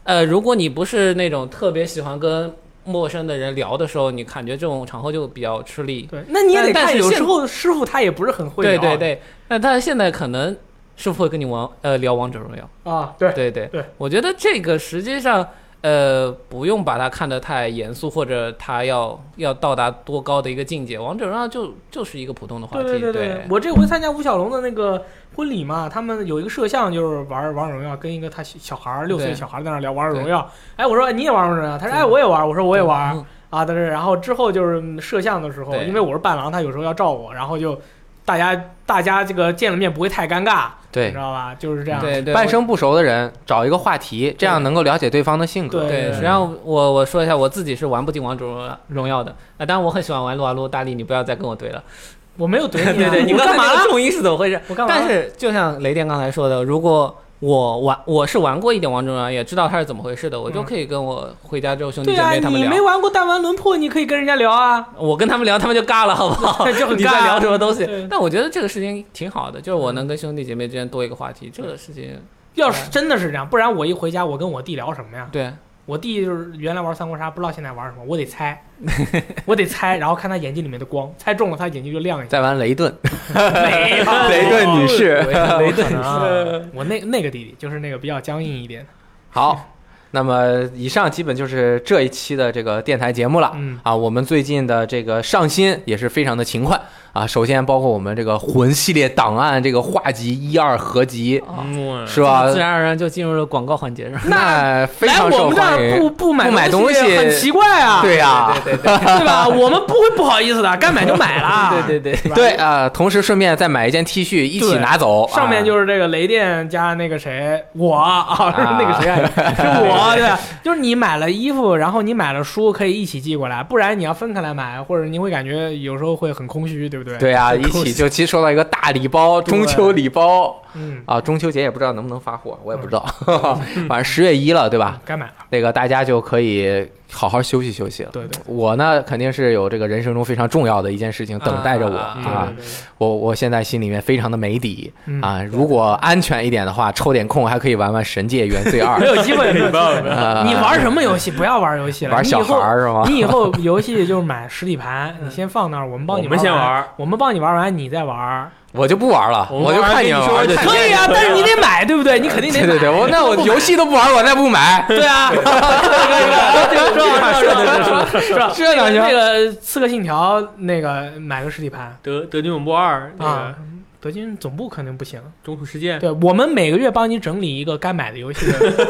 [SPEAKER 3] 呃，如果你不是那种特别喜欢跟陌生的人聊的时候，你感觉这种场合就比较吃力。
[SPEAKER 1] 对，那你也得
[SPEAKER 3] 但但
[SPEAKER 1] 看，
[SPEAKER 3] 是
[SPEAKER 1] 有
[SPEAKER 3] 现
[SPEAKER 1] 时候师傅他也不是很会
[SPEAKER 3] 对
[SPEAKER 1] 聊。
[SPEAKER 3] 对对，那但是现在可能是不会跟你玩呃聊王者荣耀。
[SPEAKER 1] 啊，对
[SPEAKER 3] 对对
[SPEAKER 1] 对，
[SPEAKER 3] 我觉得这个实际上，呃，不用把它看得太严肃，或者它要要到达多高的一个境界。王者荣耀就就是一个普通的话
[SPEAKER 1] 对
[SPEAKER 3] 题，
[SPEAKER 1] 对对
[SPEAKER 3] 对
[SPEAKER 1] 我这回参加吴小龙的那个婚礼嘛，他们有一个摄像就是玩王者荣耀，跟一个他小小孩儿六岁
[SPEAKER 3] 对
[SPEAKER 1] 哎小孩儿在那聊王者荣耀。哎，我说你也玩王者荣耀？他说哎我也玩，我说我也玩。
[SPEAKER 3] 嗯
[SPEAKER 1] 啊，但是然后之后就是嗯摄像的时候，
[SPEAKER 2] 对
[SPEAKER 1] 因为我是伴郎，他有时候要照我，然后就大家大家这个见了面不会太尴尬，你
[SPEAKER 2] 对
[SPEAKER 1] 知，道吧？就是这样。
[SPEAKER 3] 对对，
[SPEAKER 2] 半
[SPEAKER 3] 我
[SPEAKER 2] 生不熟的人找一个话题，这样能够了解对方的性格。
[SPEAKER 3] 对，
[SPEAKER 1] 对
[SPEAKER 3] 实际上我我说一下，我自己是玩不进王者荣耀的啊、当然我很喜欢玩撸啊撸，大力你不要再跟我怼了。
[SPEAKER 1] 我没有怼你、啊，
[SPEAKER 3] <laughs> 对对，你
[SPEAKER 1] 我
[SPEAKER 3] 刚才
[SPEAKER 1] 干嘛
[SPEAKER 3] 那
[SPEAKER 1] 了
[SPEAKER 3] 个？重音是怎么回事？
[SPEAKER 1] 我干嘛了？啊
[SPEAKER 3] 但是就像雷电刚才说的，如果我玩我是玩过一点王者荣耀，也知道它是怎么回事的，我就
[SPEAKER 1] 嗯
[SPEAKER 3] 可以跟我回家之后兄弟
[SPEAKER 1] 对
[SPEAKER 3] 姐
[SPEAKER 1] 啊，
[SPEAKER 3] 妹他们
[SPEAKER 1] 你
[SPEAKER 3] 聊。
[SPEAKER 1] 没玩过弹丸论破，你可以跟人家聊啊。
[SPEAKER 3] 我跟他们聊，他们就尬了，好不 <laughs> 好？
[SPEAKER 1] 就很
[SPEAKER 3] <laughs> 你在
[SPEAKER 1] 尬嗯
[SPEAKER 3] 聊什么东西
[SPEAKER 1] 对？
[SPEAKER 3] 但我觉得这个事情挺好的，就是我能跟兄弟姐妹之间多一个话题，这个事情
[SPEAKER 1] 要是真的是这样，不然我一回家，我跟我弟聊什么呀？
[SPEAKER 3] 对。
[SPEAKER 1] 我弟就是原来玩三国杀，不知道现在玩什么，我得猜，我得猜，然后看他眼睛里面的光，猜中了他眼睛就亮一
[SPEAKER 2] <laughs>
[SPEAKER 1] 下。
[SPEAKER 2] 再
[SPEAKER 1] <laughs>
[SPEAKER 2] 玩雷顿，
[SPEAKER 1] 没有
[SPEAKER 2] 雷顿女士，
[SPEAKER 1] 没可能啊。我那那个弟弟就是那个比较僵硬一点。
[SPEAKER 2] 好。那么以上基本就是这一期的这个电台节目了。
[SPEAKER 1] 嗯
[SPEAKER 2] 啊，我们最近的这个上新也是非常的勤快啊。首先包括我们这个魂系列档案这个画集一二合集，
[SPEAKER 3] 哦
[SPEAKER 4] 嗯
[SPEAKER 2] 是吧？
[SPEAKER 3] 自然而然就进入了广告环节，是吧？
[SPEAKER 2] 那非
[SPEAKER 1] 来
[SPEAKER 2] 常
[SPEAKER 1] 我
[SPEAKER 2] 受
[SPEAKER 1] 们这
[SPEAKER 2] 欢
[SPEAKER 1] 儿不
[SPEAKER 2] 迎。
[SPEAKER 1] 不
[SPEAKER 2] 不买
[SPEAKER 1] 买
[SPEAKER 2] 东西
[SPEAKER 1] 很奇怪啊，
[SPEAKER 2] <laughs> 对呀、
[SPEAKER 3] 对对
[SPEAKER 1] 对吧？我们不会不好意思的，该买就买了。
[SPEAKER 3] <laughs> 对对对
[SPEAKER 1] 对吧
[SPEAKER 2] 对啊、同时顺便再买一件 T 恤一起
[SPEAKER 1] 对
[SPEAKER 2] 拿走。啊
[SPEAKER 1] 上面
[SPEAKER 2] 是、
[SPEAKER 1] 就是这个雷电加那个谁，我啊，是那个谁
[SPEAKER 2] <laughs>
[SPEAKER 1] 来着，是我对吧，就是你买了衣服，然后你买了书，可以一起寄过来，不然你要分开来买，或者你会感觉有时候会很空虚，对不对？，
[SPEAKER 2] 对啊，一起就其实收到一个大礼包，
[SPEAKER 1] 对
[SPEAKER 2] 中秋礼包
[SPEAKER 1] 嗯，
[SPEAKER 2] 啊，中秋节也不知道能不能发货，我也不知道。 <laughs> 反正十月一了，对吧？
[SPEAKER 1] 该买了，
[SPEAKER 2] 那个大家就可以好好休息休息了。
[SPEAKER 1] 对对
[SPEAKER 2] 我呢，肯定是有这个人生中非常重要的一件事情等待着我
[SPEAKER 3] 啊
[SPEAKER 1] 对
[SPEAKER 2] 啊
[SPEAKER 1] 对！对对
[SPEAKER 2] 我我现在心里面非常的没底
[SPEAKER 1] 嗯
[SPEAKER 2] 啊！如果安全一点的话，抽点空还可以玩玩《神界原罪
[SPEAKER 1] <laughs>
[SPEAKER 2] 二
[SPEAKER 1] 没》有机会，没有机会
[SPEAKER 2] <laughs> 啊
[SPEAKER 1] 你玩什么游戏？不要玩游戏了，
[SPEAKER 2] 玩
[SPEAKER 1] 你以
[SPEAKER 2] 小孩
[SPEAKER 1] 后
[SPEAKER 2] 儿是吗？
[SPEAKER 1] 你以后游戏就是买实体
[SPEAKER 2] <laughs>
[SPEAKER 1] 盘，你先放那儿，我们帮你
[SPEAKER 4] 我们先
[SPEAKER 1] 玩
[SPEAKER 4] 玩
[SPEAKER 1] 完，
[SPEAKER 4] 儿，
[SPEAKER 1] 我们帮你玩完，你再玩儿，
[SPEAKER 2] 我就不玩了，
[SPEAKER 4] 我
[SPEAKER 2] 我就
[SPEAKER 4] 玩
[SPEAKER 2] 看你
[SPEAKER 4] 跟你
[SPEAKER 2] 们
[SPEAKER 4] 说
[SPEAKER 2] 玩就行。
[SPEAKER 4] 看
[SPEAKER 1] 可以啊，但是你得买，对不对？你肯定得
[SPEAKER 2] <laughs> 对
[SPEAKER 1] 买。
[SPEAKER 2] 对对，我那我游戏都不玩，我那不买。
[SPEAKER 1] 对啊，这个这个是吧？那
[SPEAKER 2] 这哪行
[SPEAKER 1] 个《刺客信条》那个买个实体盘
[SPEAKER 4] 德德军总部二那
[SPEAKER 1] 啊
[SPEAKER 4] 个，
[SPEAKER 1] 德军总部肯定不行。
[SPEAKER 4] 中途事件，
[SPEAKER 1] 对我们每个月帮你整理一个该买的游戏的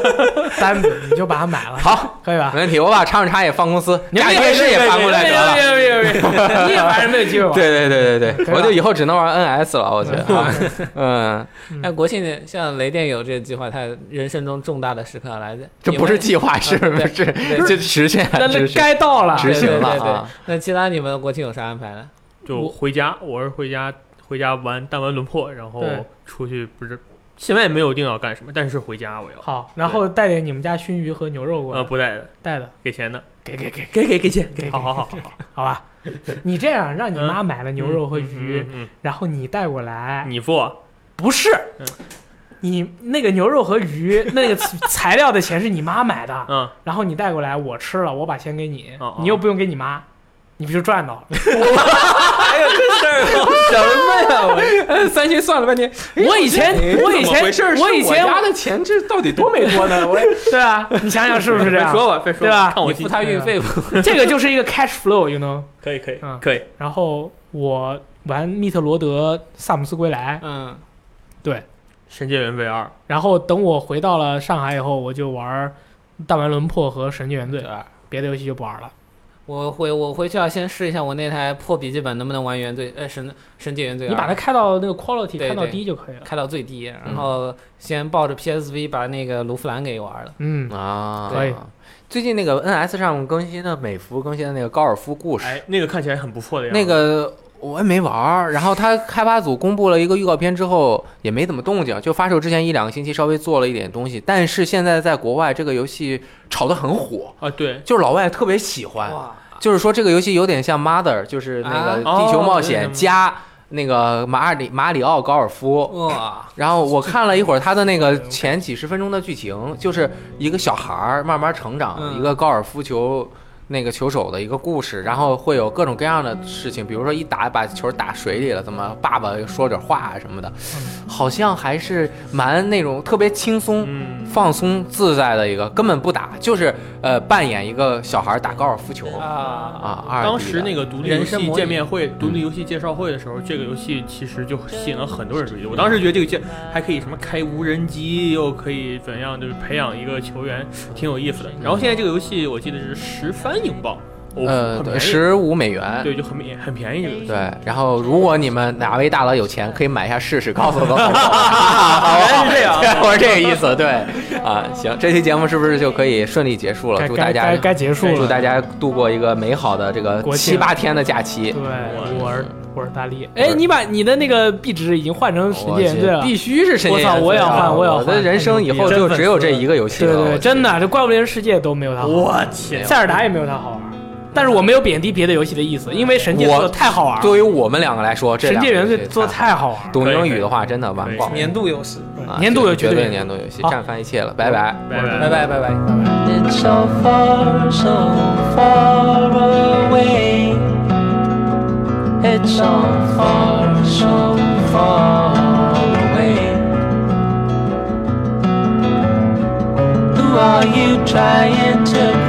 [SPEAKER 1] 单子，你就把它买了，
[SPEAKER 2] 好，
[SPEAKER 1] 可以吧
[SPEAKER 2] 没？问题，我把叉叉叉也放公司，
[SPEAKER 1] 你
[SPEAKER 2] 假天使也搬过来得了。
[SPEAKER 1] 别别别别，你也反正没有机会玩。
[SPEAKER 2] 对对对对
[SPEAKER 1] 对
[SPEAKER 2] 对，
[SPEAKER 1] 吧
[SPEAKER 2] 我就以后只能玩 NS 了，我觉得
[SPEAKER 1] <laughs>
[SPEAKER 2] 啊，嗯，
[SPEAKER 3] 但国庆像雷电有这个计划，他人生中重大的时刻要来的，
[SPEAKER 2] 这不是计划，是
[SPEAKER 3] 对对
[SPEAKER 2] 是
[SPEAKER 3] 对
[SPEAKER 2] 这实现
[SPEAKER 1] 那
[SPEAKER 2] 执
[SPEAKER 1] 那
[SPEAKER 2] 行。
[SPEAKER 1] 该到了，
[SPEAKER 2] 执行了
[SPEAKER 3] 对对对对
[SPEAKER 2] 啊。
[SPEAKER 3] 那其他你们国庆有啥安排呢？
[SPEAKER 4] 就回家，我是回家回家玩弹丸轮破，然后
[SPEAKER 1] 对
[SPEAKER 4] 出去不是，现在也没有定要干什么，但是回家我要，
[SPEAKER 1] 好，然后带点你们家熏鱼和牛肉过
[SPEAKER 4] 呃，
[SPEAKER 1] 来，
[SPEAKER 4] 不带的，
[SPEAKER 1] 带的，
[SPEAKER 4] 给钱的，
[SPEAKER 1] 给给给，
[SPEAKER 4] 给给给钱
[SPEAKER 1] 给
[SPEAKER 4] 好好好好好，
[SPEAKER 1] 好吧？你这样让你妈买了牛肉和鱼，
[SPEAKER 4] 嗯，嗯
[SPEAKER 1] 然后你带过来
[SPEAKER 4] 嗯，你付，
[SPEAKER 1] 不是
[SPEAKER 4] 嗯，
[SPEAKER 1] 你那个牛肉和鱼那个材料的钱是你妈买的，
[SPEAKER 4] 嗯，
[SPEAKER 1] 然后你带过来我吃了，我把钱给你
[SPEAKER 4] 哦哦，
[SPEAKER 1] 你又不用给你妈，你不就赚到了？
[SPEAKER 4] 还有这事儿，
[SPEAKER 2] 什么
[SPEAKER 3] <laughs>
[SPEAKER 2] 呀？三星算了半天，
[SPEAKER 1] 我以前
[SPEAKER 2] 哎
[SPEAKER 1] 我以前我以前
[SPEAKER 2] 的钱这到底多没多呢？我
[SPEAKER 1] <laughs> 对啊，你想想是不是这
[SPEAKER 4] 别
[SPEAKER 1] 样？
[SPEAKER 4] 说吧，别说
[SPEAKER 1] 对吧
[SPEAKER 4] 看我
[SPEAKER 3] 你
[SPEAKER 4] 心
[SPEAKER 3] 付他
[SPEAKER 1] 对
[SPEAKER 3] 运
[SPEAKER 1] 啊
[SPEAKER 3] 费不？
[SPEAKER 1] 这个就是一个 cash flow，you know。
[SPEAKER 4] 可以可以
[SPEAKER 1] 嗯
[SPEAKER 4] 可以，
[SPEAKER 1] 然后我玩密特罗德萨姆斯归来，
[SPEAKER 3] 嗯，
[SPEAKER 4] 神界原罪二，
[SPEAKER 1] 然后等我回到了上海以后，我就玩弹丸轮破和神界原罪
[SPEAKER 3] 对，吧？
[SPEAKER 1] 别的游戏就不玩了。
[SPEAKER 3] 我回我回去要先试一下我那台破笔记本能不能玩原罪，呃，神神界原罪二。
[SPEAKER 1] 你把它开到那个 quality
[SPEAKER 3] 对
[SPEAKER 1] 开到
[SPEAKER 3] 对
[SPEAKER 1] 低就可以了。
[SPEAKER 3] 开到最低，然后先抱着 PSV 把那个卢弗兰给玩了。
[SPEAKER 1] 嗯，
[SPEAKER 2] <laughs> 啊，
[SPEAKER 1] 可以。
[SPEAKER 2] 最近那个 NS 上更新的美服更新的那个高尔夫故事，
[SPEAKER 4] 哎，那个看起来很不错的样子，
[SPEAKER 2] 那个我也没玩儿。然后他开发组公布了一个预告片之后，也没怎么动静，就发售之前一两个星期稍微做了一点东西。但是现在在国外这个游戏炒得很火，
[SPEAKER 4] 啊，对，
[SPEAKER 2] 就是老外特别喜欢，
[SPEAKER 3] 哇，
[SPEAKER 2] 就是说这个游戏有点像 Mother，就是那个
[SPEAKER 4] 啊
[SPEAKER 2] 地球冒
[SPEAKER 4] 哦
[SPEAKER 2] 险
[SPEAKER 4] 对
[SPEAKER 2] 加那个马里马里奥高尔夫。
[SPEAKER 3] 哇，
[SPEAKER 2] 然后我看了一会儿他的那个前几十分钟的剧情，就是一个小孩儿慢慢成长，
[SPEAKER 3] 嗯
[SPEAKER 2] 一个高尔夫球那个球手的一个故事，然后会有各种各样的事情，比如说一打把球打水里了，怎么爸爸说点话啊什么的，好像还是蛮那种特别轻松。
[SPEAKER 4] 嗯，
[SPEAKER 2] 放松自在的一个，根本不打，就是呃扮演一个小孩儿打高尔夫球
[SPEAKER 3] 啊，
[SPEAKER 2] 啊。二 D 的嗯
[SPEAKER 4] 当时那个独立游
[SPEAKER 3] 人生
[SPEAKER 4] 戏
[SPEAKER 3] 模拟
[SPEAKER 4] 见面会、独立游戏介绍会的时候，这个游戏其实就吸引了很多人注意。我当时觉得这个介还可以什么开无人机，又可以怎样，就是培养一个球员，挺有意思的。然后现在这个游戏我记得是十番英镑，欧服
[SPEAKER 2] 呃
[SPEAKER 4] 很，
[SPEAKER 2] 对，
[SPEAKER 4] 便宜，
[SPEAKER 2] 十五美元。
[SPEAKER 4] 对，就很便很便宜这个东西。
[SPEAKER 2] 对，然后如果你们哪位大佬有钱，可以买一下试试，告诉我们 <laughs> 好不好？
[SPEAKER 4] <laughs> 原来是这样
[SPEAKER 2] 对，我是这个意思。对，啊，行，这期节目是不是就可以顺利结束了？
[SPEAKER 1] 该
[SPEAKER 2] 祝大
[SPEAKER 1] 该
[SPEAKER 2] 家
[SPEAKER 1] 该该结束
[SPEAKER 2] 祝
[SPEAKER 1] 了。
[SPEAKER 2] 大家度过一个美好的这个
[SPEAKER 1] 国庆
[SPEAKER 2] 七八天的假期
[SPEAKER 1] 对，。我是我是大力。
[SPEAKER 2] 我
[SPEAKER 1] 哎，
[SPEAKER 2] 是
[SPEAKER 1] 你把你的那个壁纸已经换成神
[SPEAKER 2] 我
[SPEAKER 1] 界原罪
[SPEAKER 2] 这
[SPEAKER 1] 了。
[SPEAKER 2] 必须是神
[SPEAKER 1] 啊我
[SPEAKER 2] 界
[SPEAKER 1] 操
[SPEAKER 2] 原罪
[SPEAKER 1] 我也要
[SPEAKER 2] 啊
[SPEAKER 1] 换我也要
[SPEAKER 2] 我的
[SPEAKER 1] 换
[SPEAKER 2] 人生以后就只有这一个游戏
[SPEAKER 1] 对
[SPEAKER 2] 了。
[SPEAKER 1] 对
[SPEAKER 2] 我
[SPEAKER 1] 对，真的，这《怪物猎人世界》都没
[SPEAKER 2] 啊
[SPEAKER 1] 有它好玩，
[SPEAKER 4] 我去，
[SPEAKER 1] 塞尔达也没有它好玩。但是我没有贬低别的游戏的意思，因为神界
[SPEAKER 2] 我
[SPEAKER 1] 做的太好玩了，
[SPEAKER 2] 对于我们两个来说，这
[SPEAKER 1] 神界原
[SPEAKER 2] 两个
[SPEAKER 1] 罪
[SPEAKER 2] 游戏
[SPEAKER 1] 做的太好玩了。
[SPEAKER 2] 懂英语的话，真的完爆。
[SPEAKER 4] 年
[SPEAKER 3] 度游戏，
[SPEAKER 2] 啊
[SPEAKER 1] 年度游戏
[SPEAKER 2] 绝
[SPEAKER 1] 对
[SPEAKER 2] 对年度游戏，
[SPEAKER 1] 好
[SPEAKER 2] 战翻一切了，拜拜。
[SPEAKER 4] 拜拜
[SPEAKER 3] 拜拜拜拜。
[SPEAKER 5] It's so far, so far away. It's so far, so far away. Who are you trying to